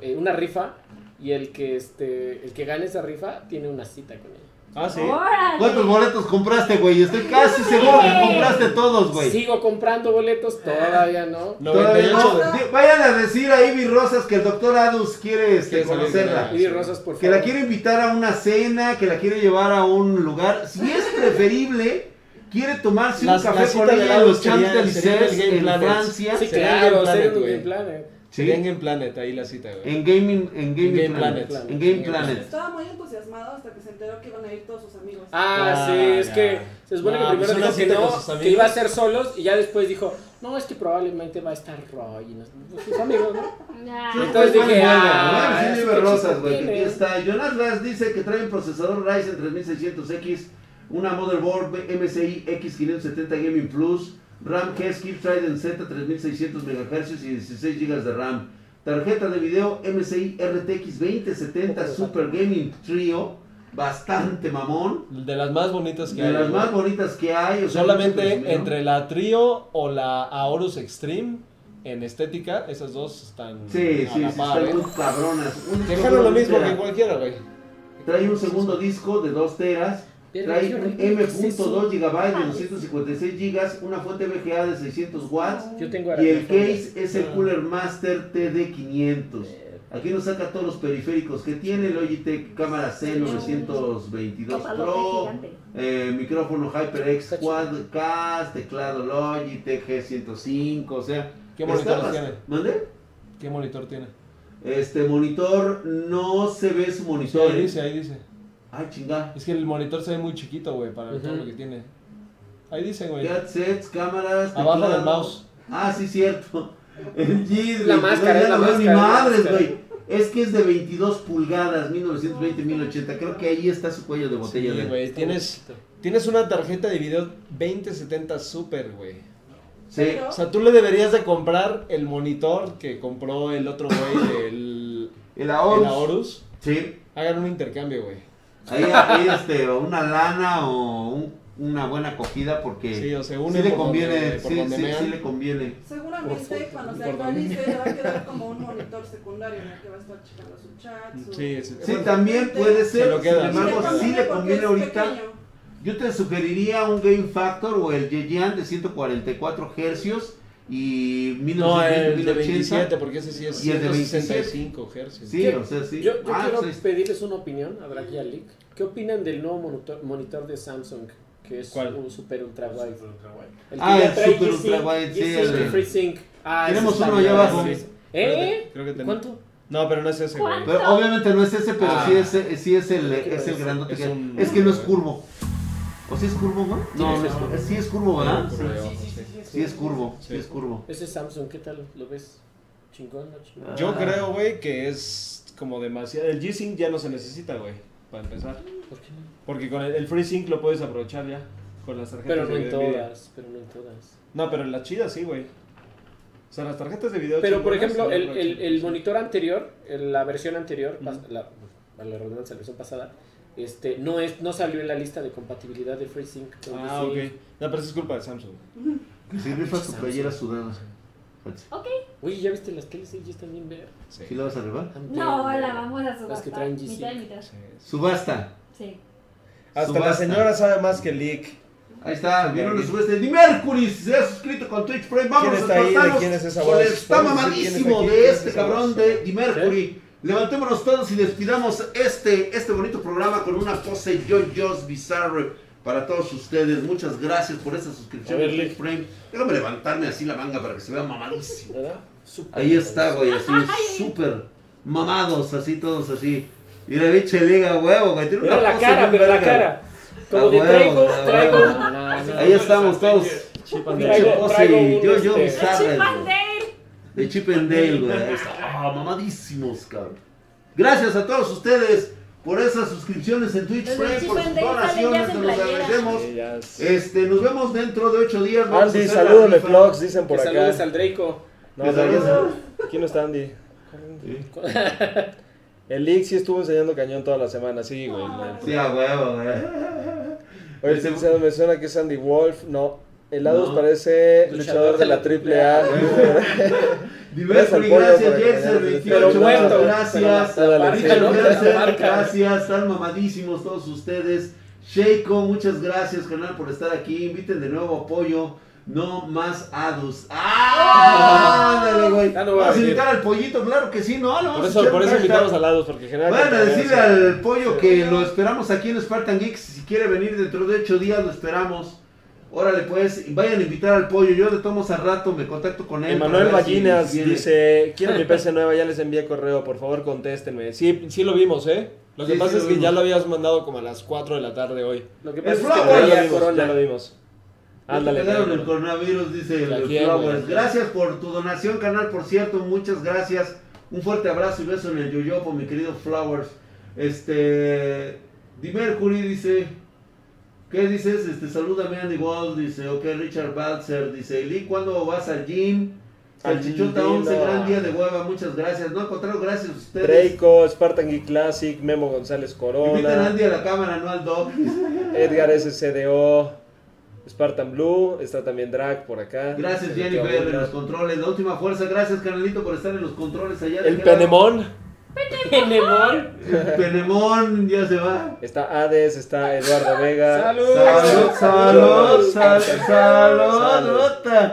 Speaker 2: eh, una rifa, y el que este, el que gane esa rifa tiene una cita con ella.
Speaker 5: Ah, sí.
Speaker 3: ¡Órale!
Speaker 4: ¿Cuántos boletos compraste, güey? Estoy casi seguro que compraste todos, güey.
Speaker 2: Sigo comprando boletos, todavía no.
Speaker 4: Todavía
Speaker 5: 98
Speaker 4: no.
Speaker 5: de...
Speaker 4: Di- Vayan a decir a Ivy Rosas que el doctor Adus quiere
Speaker 5: Quiere
Speaker 4: este,
Speaker 5: salir
Speaker 4: conocerla.
Speaker 5: con
Speaker 2: Ivy Rosas, por favor.
Speaker 4: Que la quiere invitar a una cena, que la quiere llevar a un lugar. Si es preferible, quiere tomarse
Speaker 5: La-
Speaker 4: un
Speaker 5: la
Speaker 4: café
Speaker 5: cita de
Speaker 4: por ella en
Speaker 5: lado
Speaker 4: los
Speaker 5: sería- sería
Speaker 4: Champs-Élysées
Speaker 5: el Game
Speaker 4: en
Speaker 5: Planet.
Speaker 4: Francia.
Speaker 2: Sí,
Speaker 5: Sería
Speaker 2: claro,
Speaker 5: Game
Speaker 2: sería
Speaker 5: Planet,
Speaker 2: un
Speaker 5: güey.
Speaker 2: Game Planet.
Speaker 5: Sería en Game Planet, ahí la cita, güey.
Speaker 4: En Gaming, en Gaming
Speaker 5: Game
Speaker 4: Planet.
Speaker 5: Planet.
Speaker 4: En Game Planet.
Speaker 7: Estaba muy entusiasmado hasta que se enteró que iban a ir todos sus amigos.
Speaker 5: Ah,
Speaker 2: Ah, sí, es
Speaker 5: ya.
Speaker 2: que se supone
Speaker 5: Ah,
Speaker 2: que primero
Speaker 5: pues una
Speaker 2: dijo que
Speaker 5: cita
Speaker 2: no,
Speaker 5: con sus
Speaker 2: que iba a
Speaker 5: amigos.
Speaker 2: ser solos, y ya después dijo, no, es que probablemente va a estar Roy y no- pues sus amigos,
Speaker 4: *laughs*
Speaker 2: ¿no?
Speaker 3: Ay,
Speaker 2: Entonces dije, ah,
Speaker 4: Bueno, sí,
Speaker 2: es
Speaker 4: Ivy
Speaker 2: que
Speaker 4: Rosas,
Speaker 2: chiste
Speaker 4: güey, que aquí
Speaker 2: tiene.
Speaker 4: está. Jonas Vaz dice que trae un procesador Ryzen 3600X, una motherboard MSI X570 Gaming Plus, RAM Keskiff Trident Z 3600 MHz y 16 GB de RAM. Tarjeta de video MSI RTX 2070 Super Gaming Trio, bastante mamón.
Speaker 5: De las más bonitas que
Speaker 4: De
Speaker 5: hay.
Speaker 4: las
Speaker 5: güey.
Speaker 4: más bonitas que hay. o sea, pues, mucho
Speaker 5: Solamente
Speaker 4: presumir, ¿no?
Speaker 5: entre la Trio o la Aorus Extreme en estética, esas dos están
Speaker 4: Sí, sí,
Speaker 5: a
Speaker 4: sí,
Speaker 5: la par,
Speaker 4: están
Speaker 5: ¿eh?
Speaker 4: muy cabronas. Un
Speaker 5: Dejaron lo
Speaker 4: cabrón,
Speaker 5: mismo
Speaker 4: espera.
Speaker 5: que cualquiera, güey.
Speaker 4: Trae un segundo disco de 2 teras.
Speaker 2: Pero
Speaker 4: Trae
Speaker 2: yo
Speaker 4: un
Speaker 2: recuerdo que sí,
Speaker 4: M.2 GB de 256 GB, una fuente VGA de 600 watts
Speaker 2: Yo tengo
Speaker 4: y el
Speaker 2: arañazos.
Speaker 4: case es
Speaker 5: Ah.
Speaker 4: el Cooler Master TD500. Aquí nos saca todos los periféricos que tiene, Logitech cámara C922 Pro,
Speaker 3: Papalote gigante.
Speaker 4: eh, micrófono HyperX Quadcast, teclado Logitech G105, o sea...
Speaker 5: ¿Qué
Speaker 4: está
Speaker 5: monitores
Speaker 4: bast-
Speaker 5: tiene?
Speaker 4: ¿Mande?
Speaker 5: ¿Qué monitor tiene?
Speaker 4: Este monitor, no se ve
Speaker 5: Sí,
Speaker 4: su monitor. ¿eh?
Speaker 5: ahí dice, ahí dice.
Speaker 4: Ay, chingada.
Speaker 5: Es que el monitor se ve muy chiquito, güey, para
Speaker 2: Ujú.
Speaker 5: todo lo que tiene. Ahí dice, güey.
Speaker 4: Gadgets, cámaras,
Speaker 5: Abajo
Speaker 4: teclado.
Speaker 5: del mouse.
Speaker 4: Ah, sí, cierto. *laughs* El G,
Speaker 2: La
Speaker 4: güey,
Speaker 2: máscara,
Speaker 4: ya
Speaker 2: es la
Speaker 4: no veo ni
Speaker 2: máscara,
Speaker 4: madres,
Speaker 2: la máscara.
Speaker 4: güey. Es que es de 22 pulgadas, 1920-1080. Creo que ahí está su cuello de botella
Speaker 5: Sí,
Speaker 4: de.
Speaker 5: güey, tienes, tienes una tarjeta de video 2070 Super, güey.
Speaker 4: Sí.
Speaker 7: Pero-
Speaker 5: eh, O sea, tú le deberías de comprar el monitor que compró el otro güey
Speaker 4: *laughs*
Speaker 5: del
Speaker 4: El
Speaker 5: el
Speaker 4: ahorro.
Speaker 5: Aorus.
Speaker 4: Sí.
Speaker 5: Hagan un intercambio, güey.
Speaker 4: Ahí, ahí, este, o una lana o un- una buena acogida porque
Speaker 5: Sí, o sea,
Speaker 4: sí
Speaker 5: unen
Speaker 4: le
Speaker 5: por
Speaker 4: conviene,
Speaker 5: donde- por
Speaker 4: sí,
Speaker 5: donde
Speaker 4: sí,
Speaker 5: mean.
Speaker 4: sí le conviene.
Speaker 7: Seguramente cuando se
Speaker 5: por favor.
Speaker 7: actualice le va a quedar como un monitor secundario en el que va a estar checando su chat. Su...
Speaker 5: Mm, Sí, sí.
Speaker 4: Sí, también puede
Speaker 5: Se
Speaker 4: ser,
Speaker 5: lo
Speaker 4: sin
Speaker 5: queda.
Speaker 4: embargo,
Speaker 5: Sí le
Speaker 4: sí le
Speaker 7: porque
Speaker 4: conviene
Speaker 7: es
Speaker 4: ahorita.
Speaker 7: pequeño.
Speaker 4: Yo te sugeriría un Game Factor o el Yeyan de 144 Hz y 1920,
Speaker 5: No, el de
Speaker 4: 1080.
Speaker 5: 27, porque ese sí es
Speaker 4: Y el de 27.
Speaker 5: 165 Hz.
Speaker 4: Sí, o sea, sí.
Speaker 2: Yo, yo
Speaker 4: Ah,
Speaker 2: quiero
Speaker 4: sí.
Speaker 2: pedirles una opinión a Drake y a Lick. ¿Qué opinan del nuevo monitor, monitor de Samsung? Que es
Speaker 5: ¿Cuál? Ah,
Speaker 2: un super ultra wide. El
Speaker 4: Ah,
Speaker 2: ya
Speaker 4: el
Speaker 2: trae
Speaker 4: super
Speaker 2: G-Sync,
Speaker 4: ultra wide, sí,
Speaker 2: G-Sync,
Speaker 4: el-
Speaker 2: FreeSync. Ah, ese
Speaker 4: Tenemos
Speaker 2: está
Speaker 4: uno
Speaker 2: bien,
Speaker 4: allá abajo.
Speaker 2: ese. ¿Eh?
Speaker 5: Creo que tenemos-
Speaker 2: ¿Cuánto?
Speaker 5: No, pero no es ese, güey.
Speaker 3: ¿Cuál?
Speaker 4: Pero obviamente no es ese, pero
Speaker 2: Ah.
Speaker 4: sí es, eh, sí es el,
Speaker 2: Creo que
Speaker 4: es
Speaker 2: no es.
Speaker 4: el grandote.
Speaker 5: Es
Speaker 4: que- Es,
Speaker 5: un-
Speaker 4: que no es curvo. ¿O sí es curvo, güey? No, no es curvo. Sí es curvo, ¿verdad?
Speaker 5: Por ahí abajo, sí.
Speaker 4: Ah, Sí es curvo, sí
Speaker 5: Sí.
Speaker 4: es curvo.
Speaker 2: Ese Samsung, ¿qué tal? ¿Lo ves? Chingón, no chingón.
Speaker 4: Ah.
Speaker 5: Yo creo, güey, que es como demasiado. El G-Sync ya no se necesita, güey, para empezar.
Speaker 2: ¿Por qué no?
Speaker 5: Porque con el, el FreeSync lo puedes aprovechar ya. Con las tarjetas
Speaker 2: Pero no
Speaker 5: de
Speaker 2: en
Speaker 5: video de Nvidia.
Speaker 2: todas, pero no en todas.
Speaker 5: No, pero en las chidas sí, güey. O sea, las tarjetas de video.
Speaker 2: Pero por
Speaker 5: chingonas,
Speaker 2: ejemplo,
Speaker 5: sí,
Speaker 2: el, el,
Speaker 5: aprovechan.
Speaker 2: el monitor anterior, el- la versión anterior, pas-
Speaker 5: Ujú.
Speaker 2: la, para la redundancia, la versión pasada, este, no, es, no salió en la lista de compatibilidad de FreeSync. con
Speaker 5: Ah, ok.
Speaker 2: G-Sync.
Speaker 5: No, pero eso es culpa de Samsung.
Speaker 4: Sí, rifa su playera sudada.
Speaker 3: Ok.
Speaker 2: Uy, ¿ya viste las teles LG están bien ver?
Speaker 5: Sí.
Speaker 4: ¿Sí la vas a rifar?
Speaker 3: No, la vamos a subastar.
Speaker 2: Las que traen G-Sync.
Speaker 3: Mitad y mitad.
Speaker 5: Sí.
Speaker 4: Subasta.
Speaker 3: Sí.
Speaker 5: Hasta
Speaker 4: Subasta.
Speaker 5: la señora sabe más que Lick.
Speaker 4: Ahí está, vieron la subasta. Di Mercury, si se ha suscrito con Twitch Prime, vamos
Speaker 5: está ahí? ¿De
Speaker 4: a
Speaker 5: quién es esa
Speaker 4: con
Speaker 5: voz?
Speaker 4: el está
Speaker 5: ¿Podemos decir quién es
Speaker 4: mamadísimo
Speaker 5: aquí?
Speaker 4: de
Speaker 5: ¿Quién es
Speaker 4: este
Speaker 5: esa
Speaker 4: cabrón
Speaker 5: voz?
Speaker 4: de Di Mercury. Levantémonos todos y despidamos este, este bonito programa con una pose yo-yo's bizarre para todos ustedes. Muchas gracias por esa suscripción
Speaker 2: A ver,
Speaker 4: de
Speaker 2: Lick.
Speaker 4: Twitch Prime. Déjame levantarme así la manga para que se vea mamadísimo.
Speaker 2: ¿Verdad? Súper
Speaker 4: Ahí está, güey, así, súper mamados, así todos así. Y la bicha liga, huevo, güey. Tiene
Speaker 2: Mira
Speaker 4: una
Speaker 2: la
Speaker 4: pose
Speaker 2: cara,
Speaker 4: bien
Speaker 2: pero la
Speaker 4: verga.
Speaker 2: cara.
Speaker 4: Ah,
Speaker 2: Como de
Speaker 4: huevo,
Speaker 2: traigo,
Speaker 4: ah,
Speaker 2: traigo,
Speaker 4: huevo. Ahí estamos todos. Pinche
Speaker 2: Traigo-
Speaker 4: pose
Speaker 2: traigo
Speaker 4: y
Speaker 2: un,
Speaker 4: yo,
Speaker 2: este,
Speaker 4: yo,
Speaker 2: el
Speaker 4: bizarre, güey.
Speaker 3: Chipandel.
Speaker 4: De Chip and Dale, güey. Ahí está. Ah, mamadísimos, cabrón. Gracias a todos ustedes por esas suscripciones en Twitch,
Speaker 3: Los de
Speaker 4: Prime,
Speaker 3: Chip
Speaker 4: por
Speaker 3: and
Speaker 4: sus
Speaker 3: Dale salen ya
Speaker 4: donaciones,
Speaker 3: sin
Speaker 4: se los
Speaker 3: playera.
Speaker 4: agradecemos.
Speaker 5: Sí, ya es-
Speaker 4: Este, nos vemos dentro de ocho días. vamos a
Speaker 2: Andy,
Speaker 5: Sí,
Speaker 4: hacer la
Speaker 5: salúdame,
Speaker 4: rifa.
Speaker 5: Flox, dicen por
Speaker 2: que saludes
Speaker 5: acá.
Speaker 2: al Draco.
Speaker 5: No,
Speaker 4: Que
Speaker 5: pero-
Speaker 4: saludes.
Speaker 5: ¿Quién no está Andy?
Speaker 4: Sí.
Speaker 5: El Lick sí estuvo enseñando cañón toda la semana, sí, güey.
Speaker 4: Sí, a huevo, güey.
Speaker 5: Oye,
Speaker 4: El
Speaker 5: se-
Speaker 4: segu-
Speaker 5: se me suena que es Andy Wolf, no. El Adus
Speaker 4: No.
Speaker 5: parece
Speaker 2: Luchador
Speaker 5: luchador de la
Speaker 2: de
Speaker 5: triple
Speaker 2: la
Speaker 5: A. Gracias al
Speaker 4: Diversuri,
Speaker 5: pollo
Speaker 4: gracias,
Speaker 5: por este
Speaker 4: Jexer,
Speaker 5: acompañarnos.
Speaker 4: 28,
Speaker 2: Pero muerto.
Speaker 4: gracias.
Speaker 2: Pero la-
Speaker 5: Dale,
Speaker 4: Richard
Speaker 2: ¿no?
Speaker 4: Gerser,
Speaker 2: La marca.
Speaker 4: gracias, están mamadísimos todos ustedes. Sheiko, muchas gracias, canal, por estar aquí. Inviten de nuevo apoyo. No más Adus. ¡Ah! Ándale, güey.
Speaker 2: Ya no va a
Speaker 4: Vamos a
Speaker 2: venir.
Speaker 4: invitar al pollito, claro que sí, ¿no? Lo vamos
Speaker 5: Por
Speaker 4: a
Speaker 5: eso,
Speaker 4: echar
Speaker 5: por eso
Speaker 4: bronca.
Speaker 5: invitamos al Adus, porque generalmente.
Speaker 4: Vayan a decirle al pollo que lo esperamos aquí en Spartan Geeks. Si quiere venir dentro de ocho días, lo esperamos. Órale, pues, vayan a invitar al pollo. Yo de tomos al rato me contacto con él.
Speaker 5: Emanuel
Speaker 4: para ver si-
Speaker 5: Ballinas
Speaker 4: si viene.
Speaker 5: dice, quiero mi PC nueva, ya les envié correo, por favor contéstenme. Sí, sí lo vimos, ¿eh? Lo que
Speaker 4: Sí,
Speaker 5: pasa
Speaker 4: sí lo
Speaker 5: es que
Speaker 4: vimos.
Speaker 5: ya lo habías mandado como a las 4 de la tarde hoy.
Speaker 2: Lo que
Speaker 4: Pues El
Speaker 2: pasa es que
Speaker 4: Flower.
Speaker 5: Pero ya lo
Speaker 2: traía
Speaker 5: vimos, ya
Speaker 2: corona.
Speaker 5: lo vimos. Ándale. pues.
Speaker 4: Te pegaron
Speaker 5: Pedro.
Speaker 4: el Este coronavirus, dice
Speaker 2: La
Speaker 4: el
Speaker 2: quién,
Speaker 4: Flowers.
Speaker 2: güey.
Speaker 4: Gracias por tu donación, canal, por cierto. Muchas gracias. Un fuerte abrazo y beso en el yoyopo, mi querido Flowers. Este. Di Mercury dice. ¿Qué dices? Este, salúdame Andy Wall, dice, ok, Richard Balzer, dice, Lee, ¿cuándo vas al gym?
Speaker 5: Al
Speaker 4: Salchichota
Speaker 5: gym,
Speaker 4: 11,
Speaker 5: no.
Speaker 4: gran día de hueva, muchas gracias. No, al contrario, gracias a ustedes.
Speaker 5: Draco, Spartan Geek Classic, Memo González
Speaker 4: Inviten a
Speaker 5: Corona,
Speaker 4: Andy a la cámara, no
Speaker 5: *laughs*
Speaker 4: al dog.
Speaker 5: Edgar SCDO, Spartan Blue, está también Drag por acá.
Speaker 4: Gracias,
Speaker 5: El
Speaker 4: Jennifer,
Speaker 5: Teo
Speaker 4: en los
Speaker 5: Bullard.
Speaker 4: controles. La última fuerza, gracias, canalito, por estar en los controles allá.
Speaker 5: El
Speaker 4: Querétaro.
Speaker 5: Penemón,
Speaker 2: Nemol.
Speaker 4: Penemón ya se va.
Speaker 5: está Hades, está Eduardo Vega.
Speaker 2: Salud.
Speaker 4: *laughs* Salud, salud, sal-
Speaker 5: Salud.
Speaker 4: salud, salud.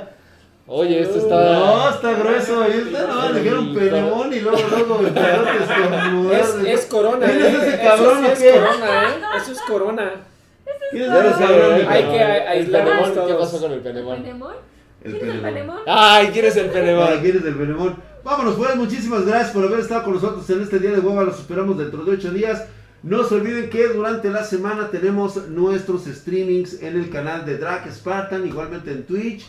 Speaker 2: Oye, esto
Speaker 4: No,
Speaker 2: está...
Speaker 4: está grueso. Y usted no, le dijeron penemón y luego, luego, me pegaron que estornudar.
Speaker 2: Es, es corona,
Speaker 4: ¿Quién es
Speaker 2: ¿eh?
Speaker 4: ese
Speaker 2: Eso
Speaker 4: cabrón
Speaker 2: sí
Speaker 4: o
Speaker 2: es
Speaker 4: qué?
Speaker 2: corona, ¿eh? Eso es corona.
Speaker 4: ¿Quién es
Speaker 5: Ya lo
Speaker 4: ese
Speaker 5: sabe,
Speaker 4: cabrón?
Speaker 5: ¿eh?
Speaker 2: Hay que a-
Speaker 3: El Penemón,
Speaker 2: aislarnos
Speaker 3: ¿qué
Speaker 2: todos.
Speaker 5: el
Speaker 3: ¿Penemón?
Speaker 4: El
Speaker 3: ¿Quién es el
Speaker 4: penemón.
Speaker 3: Penemón?
Speaker 5: Ay, ¿quién es el
Speaker 4: Para
Speaker 5: Penemón?
Speaker 4: quién es el penemón. Vámonos, pues. Muchísimas gracias por haber estado con nosotros en este día de hueva. Los esperamos dentro de ocho días. No se olviden que durante la semana tenemos nuestros streamings en el canal de Drag Spartan, igualmente en Twitch.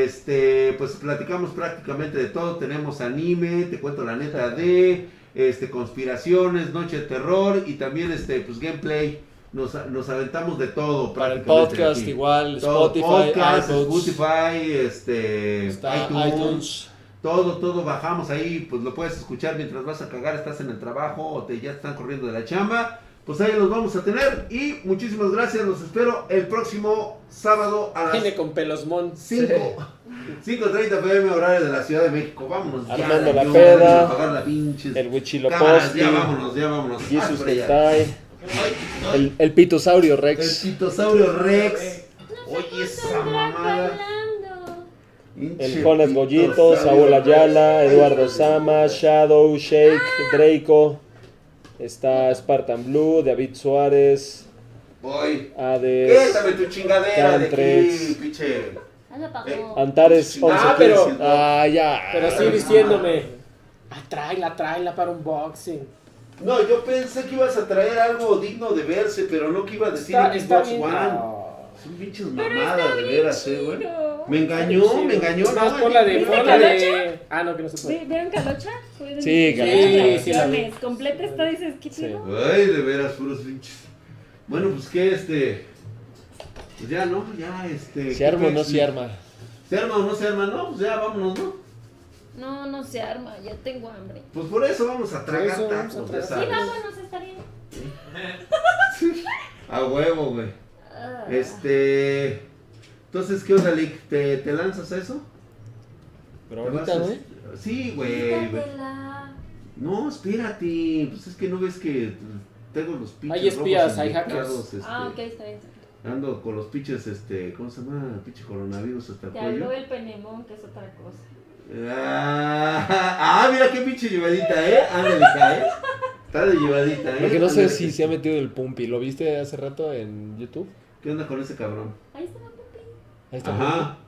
Speaker 4: Este, pues platicamos prácticamente de todo. Tenemos anime, te cuento la neta de, este, conspiraciones, noche de terror y también este, pues gameplay. nos, nos aventamos de todo.
Speaker 5: Para el
Speaker 4: prácticamente
Speaker 5: podcast
Speaker 4: aquí.
Speaker 5: igual,
Speaker 4: Todo,
Speaker 5: Spotify,
Speaker 4: podcast,
Speaker 5: iTunes,
Speaker 4: Spotify, este,
Speaker 5: está
Speaker 4: iTunes,
Speaker 5: iTunes.
Speaker 4: Todo, todo bajamos ahí, pues lo puedes escuchar mientras vas a cagar, estás en el trabajo o te ya están corriendo de la chamba. Pues ahí los vamos a tener y muchísimas gracias, los espero el próximo sábado a las
Speaker 2: Viene con pelosmón.
Speaker 4: 5. 5.30 pm horario de la Ciudad de México. Vámonos ya.
Speaker 5: Armando la
Speaker 4: yo,
Speaker 5: peda,
Speaker 4: vamos a apagar la pinche.
Speaker 5: El
Speaker 4: Cámaras,
Speaker 5: Huichiloposti,
Speaker 4: ya vámonos, ya vámonos.
Speaker 5: Jesus
Speaker 4: Ah, pero ya.
Speaker 5: Sentai, el, el Pitosaurio
Speaker 4: El
Speaker 5: Rex,
Speaker 4: titosaurio
Speaker 2: Pues,
Speaker 4: Rex.
Speaker 3: No se
Speaker 4: Oye,
Speaker 3: puso
Speaker 4: esa
Speaker 3: el drag
Speaker 4: mamada.
Speaker 3: bailando.
Speaker 5: el
Speaker 4: Pinche
Speaker 5: Jonas Goyito,
Speaker 4: titosaurio
Speaker 5: Saúl Ayala,
Speaker 4: Rex.
Speaker 5: Eduardo Sama, Shadow, Shake, Draco, está Spartan Blue, David Suárez,
Speaker 4: Voy.
Speaker 5: Hades,
Speaker 4: Quítame tu chingadera de aquí,
Speaker 5: Cantrex.
Speaker 4: pinche.
Speaker 3: Ah, lo
Speaker 5: Eh,
Speaker 3: apagó.
Speaker 5: Antares
Speaker 4: Chingada,
Speaker 5: 11.
Speaker 2: Ah, pero-
Speaker 4: qué decirlo.
Speaker 5: Ah, ya.
Speaker 2: Pero sí diciéndome, "Ah, tráela, tráela para un boxing.
Speaker 4: No, yo pensé que ibas a traer algo digno de verse, pero no que iba a decir
Speaker 2: Está, está
Speaker 4: Xbox
Speaker 2: bien.
Speaker 4: One. Son pinches mamadas, de veras, eh, güey.
Speaker 3: Chido.
Speaker 4: Me engañó, me engañó.
Speaker 2: Más
Speaker 4: no,
Speaker 2: por la de,
Speaker 4: güey.
Speaker 2: por la de... Ah, no, que no se puede.
Speaker 3: ¿Ve- ¿Vieron Calocha? Fue de
Speaker 5: Sí,
Speaker 3: mis
Speaker 5: Calocha.
Speaker 3: primeras
Speaker 2: Sí, sí, la vi.
Speaker 3: relaciones. Completa está, dices, ¿qué
Speaker 5: Sí.
Speaker 3: pedo?
Speaker 4: Ay, de veras, puros pinches. Bueno, pues que este. Pues ya, ¿no? Ya, este.
Speaker 5: ¿Se arma o
Speaker 4: ¿qué
Speaker 5: no
Speaker 4: crees?
Speaker 5: se arma?
Speaker 4: ¿Se arma o no se arma? No, pues ya vámonos, ¿no?
Speaker 3: No, no se arma, ya tengo hambre.
Speaker 4: Pues por eso vamos a tragar
Speaker 2: eso vamos a
Speaker 4: tacos, ya
Speaker 2: tragar.
Speaker 3: Sí,
Speaker 4: sabes.
Speaker 3: vámonos, está bien.
Speaker 4: A huevo, güey.
Speaker 3: Ah.
Speaker 4: Este. Entonces, ¿qué onda, Lick? ¿Te, te lanzas a eso?
Speaker 5: Pero
Speaker 4: ¿Te
Speaker 5: ahorita,
Speaker 4: vas a-
Speaker 5: güey.
Speaker 4: Sí, güey. güey.
Speaker 3: Quítatela.
Speaker 4: No, espérate. Pues es que no ves que tengo los pinches.
Speaker 2: Hay espías,
Speaker 4: rojos
Speaker 2: hay
Speaker 4: inyectados,
Speaker 2: hackers.
Speaker 4: este,
Speaker 3: Ah, ok, está bien.
Speaker 4: Ando con los pinches, este, ¿cómo se llama? Pinche coronavirus hasta el
Speaker 3: Te habló
Speaker 4: cuello.
Speaker 3: el penemón, que es otra cosa.
Speaker 4: Ah, ah, *laughs* mira qué pinche llevadita, ¿eh? Ándale, ca, ¿eh? Está de llevadita, ¿eh?
Speaker 5: Porque no sé
Speaker 4: Ándale,
Speaker 5: si
Speaker 4: ca.
Speaker 5: se ha metido el Pumpi. ¿Lo viste hace rato en YouTube?
Speaker 4: ¿Qué onda con ese cabrón?
Speaker 3: Ahí está la pupi.
Speaker 5: Ahí está.
Speaker 4: Ajá.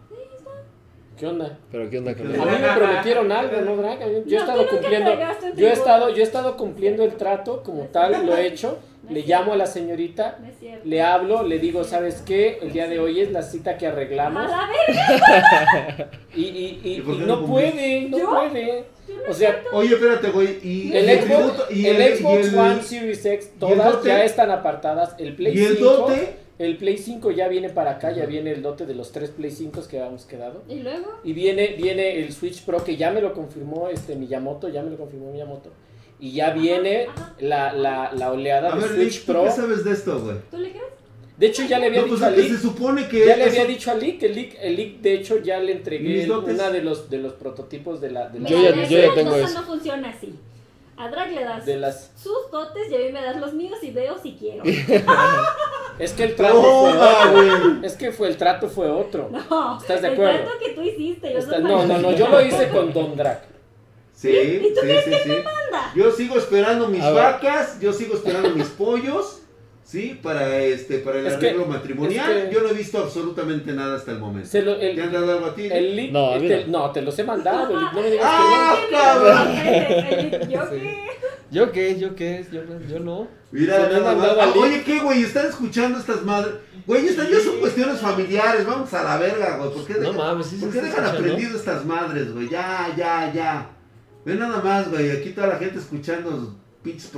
Speaker 2: ¿Qué onda?
Speaker 5: Pero ¿qué onda con
Speaker 4: ¿Qué
Speaker 2: A
Speaker 5: él?
Speaker 4: onda?
Speaker 2: mí me prometieron algo, ¿no, Drag? Yo he
Speaker 3: No,
Speaker 2: estado
Speaker 3: tú nunca
Speaker 2: cumpliendo,
Speaker 3: tragaste
Speaker 2: yo he
Speaker 3: tribuna.
Speaker 2: estado, yo he estado cumpliendo el trato como tal, lo he hecho. Le llamo a la señorita,
Speaker 3: No es cierto.
Speaker 2: le hablo, le digo, ¿sabes qué? El día de hoy es la cita que arreglamos
Speaker 3: A la verga.
Speaker 2: y, y- y-
Speaker 4: ¿Y por
Speaker 2: y
Speaker 4: qué no
Speaker 2: no
Speaker 4: cumpliste?
Speaker 2: puede, no
Speaker 3: ¿Yo?
Speaker 2: puede.
Speaker 3: Yo no
Speaker 2: O sea,
Speaker 4: Oye, espérate, güey. Y
Speaker 2: El
Speaker 4: y
Speaker 2: Xbox,
Speaker 4: tributo-
Speaker 2: el,
Speaker 4: y el- y
Speaker 2: Xbox
Speaker 4: el-
Speaker 2: One Series X,
Speaker 4: el
Speaker 2: todas
Speaker 4: dote?
Speaker 2: ya están apartadas. El Play
Speaker 4: ¿Y el
Speaker 2: 5,
Speaker 4: dote?
Speaker 2: el Play 5 ya viene para acá, ya
Speaker 4: Ajá.
Speaker 2: viene el dote de los tres Play 5 que habíamos quedado.
Speaker 3: Y luego,
Speaker 2: Y viene, viene el Switch Pro que ya me lo confirmó este Miyamoto, ya me lo confirmó Miyamoto. Y ya viene
Speaker 3: ajá.
Speaker 2: la, la, la oleada
Speaker 4: A
Speaker 2: de
Speaker 4: ver,
Speaker 2: Switch
Speaker 4: Lick, ¿tú
Speaker 2: Pro.
Speaker 4: qué sabes de esto, güey?
Speaker 3: ¿tú le crees?
Speaker 2: De hecho ya le había
Speaker 4: No, pues
Speaker 2: dicho a
Speaker 4: es que se
Speaker 2: Lick,
Speaker 4: supone que.
Speaker 2: ya le
Speaker 4: eso-
Speaker 2: había dicho a Lick, el Lick, el Lick, de hecho ya le
Speaker 4: ¿Y
Speaker 2: entregué
Speaker 4: mis
Speaker 2: el-
Speaker 4: dotes?
Speaker 2: una de los de los prototipos de la de la-
Speaker 3: Mira,
Speaker 5: Yo ya-
Speaker 3: la
Speaker 5: yo ya
Speaker 3: cosa
Speaker 5: tengo eso.
Speaker 3: no funciona así. A Drag le das
Speaker 2: de las
Speaker 3: sus dotes y a mí me das los míos y veo si
Speaker 2: *laughs*
Speaker 3: quiero.
Speaker 2: es que el trato fue *laughs*
Speaker 4: Toma,
Speaker 2: otro.
Speaker 4: güey.
Speaker 2: Es que fue el trato fue otro.
Speaker 3: No.
Speaker 2: ¿Estás de
Speaker 3: El
Speaker 2: acuerdo?
Speaker 3: trato que tú hiciste, yo
Speaker 2: Está-
Speaker 3: soy
Speaker 2: no, no, no, yo lo hice con Don Drac.
Speaker 4: Sí, sí, sí, sí. Yo sigo esperando mis
Speaker 5: A ver.
Speaker 4: vacas, yo sigo esperando mis pollos, ¿sí? Para este, para el
Speaker 2: Es que-
Speaker 4: arreglo matrimonial.
Speaker 2: es que-
Speaker 4: Yo no he visto absolutamente nada hasta el momento.
Speaker 2: Se lo-
Speaker 4: ¿Te han
Speaker 2: el,
Speaker 4: dado algo a ti?
Speaker 2: el link,
Speaker 5: No,
Speaker 2: no,
Speaker 5: a mí
Speaker 2: te,
Speaker 5: no.
Speaker 2: no, te los he mandado. Lick, no me digas
Speaker 4: ¡Ah,
Speaker 2: *laughs*
Speaker 4: cabrón!
Speaker 3: cabrón! ¿Yo qué?
Speaker 1: ¿Yo qué? ¿Yo qué? Yo, yo no.
Speaker 4: Mira,
Speaker 2: Se me han
Speaker 4: nada más.
Speaker 2: mandado
Speaker 4: Ah,
Speaker 2: al link.
Speaker 4: oye, ¿qué, güey? ¿Están escuchando estas madres? Güey, estas ya son cuestiones familiares. Vamos a la verga, güey. ¿Por qué,
Speaker 5: No
Speaker 4: dejan-
Speaker 5: mames, pues sí se
Speaker 4: ¿por né, qué
Speaker 5: está
Speaker 4: dejan
Speaker 5: escuchando.
Speaker 4: aprendido estas madres, güey? Ya, ya, ya. Ve nada más, güey. Aquí toda la gente escuchando los pinches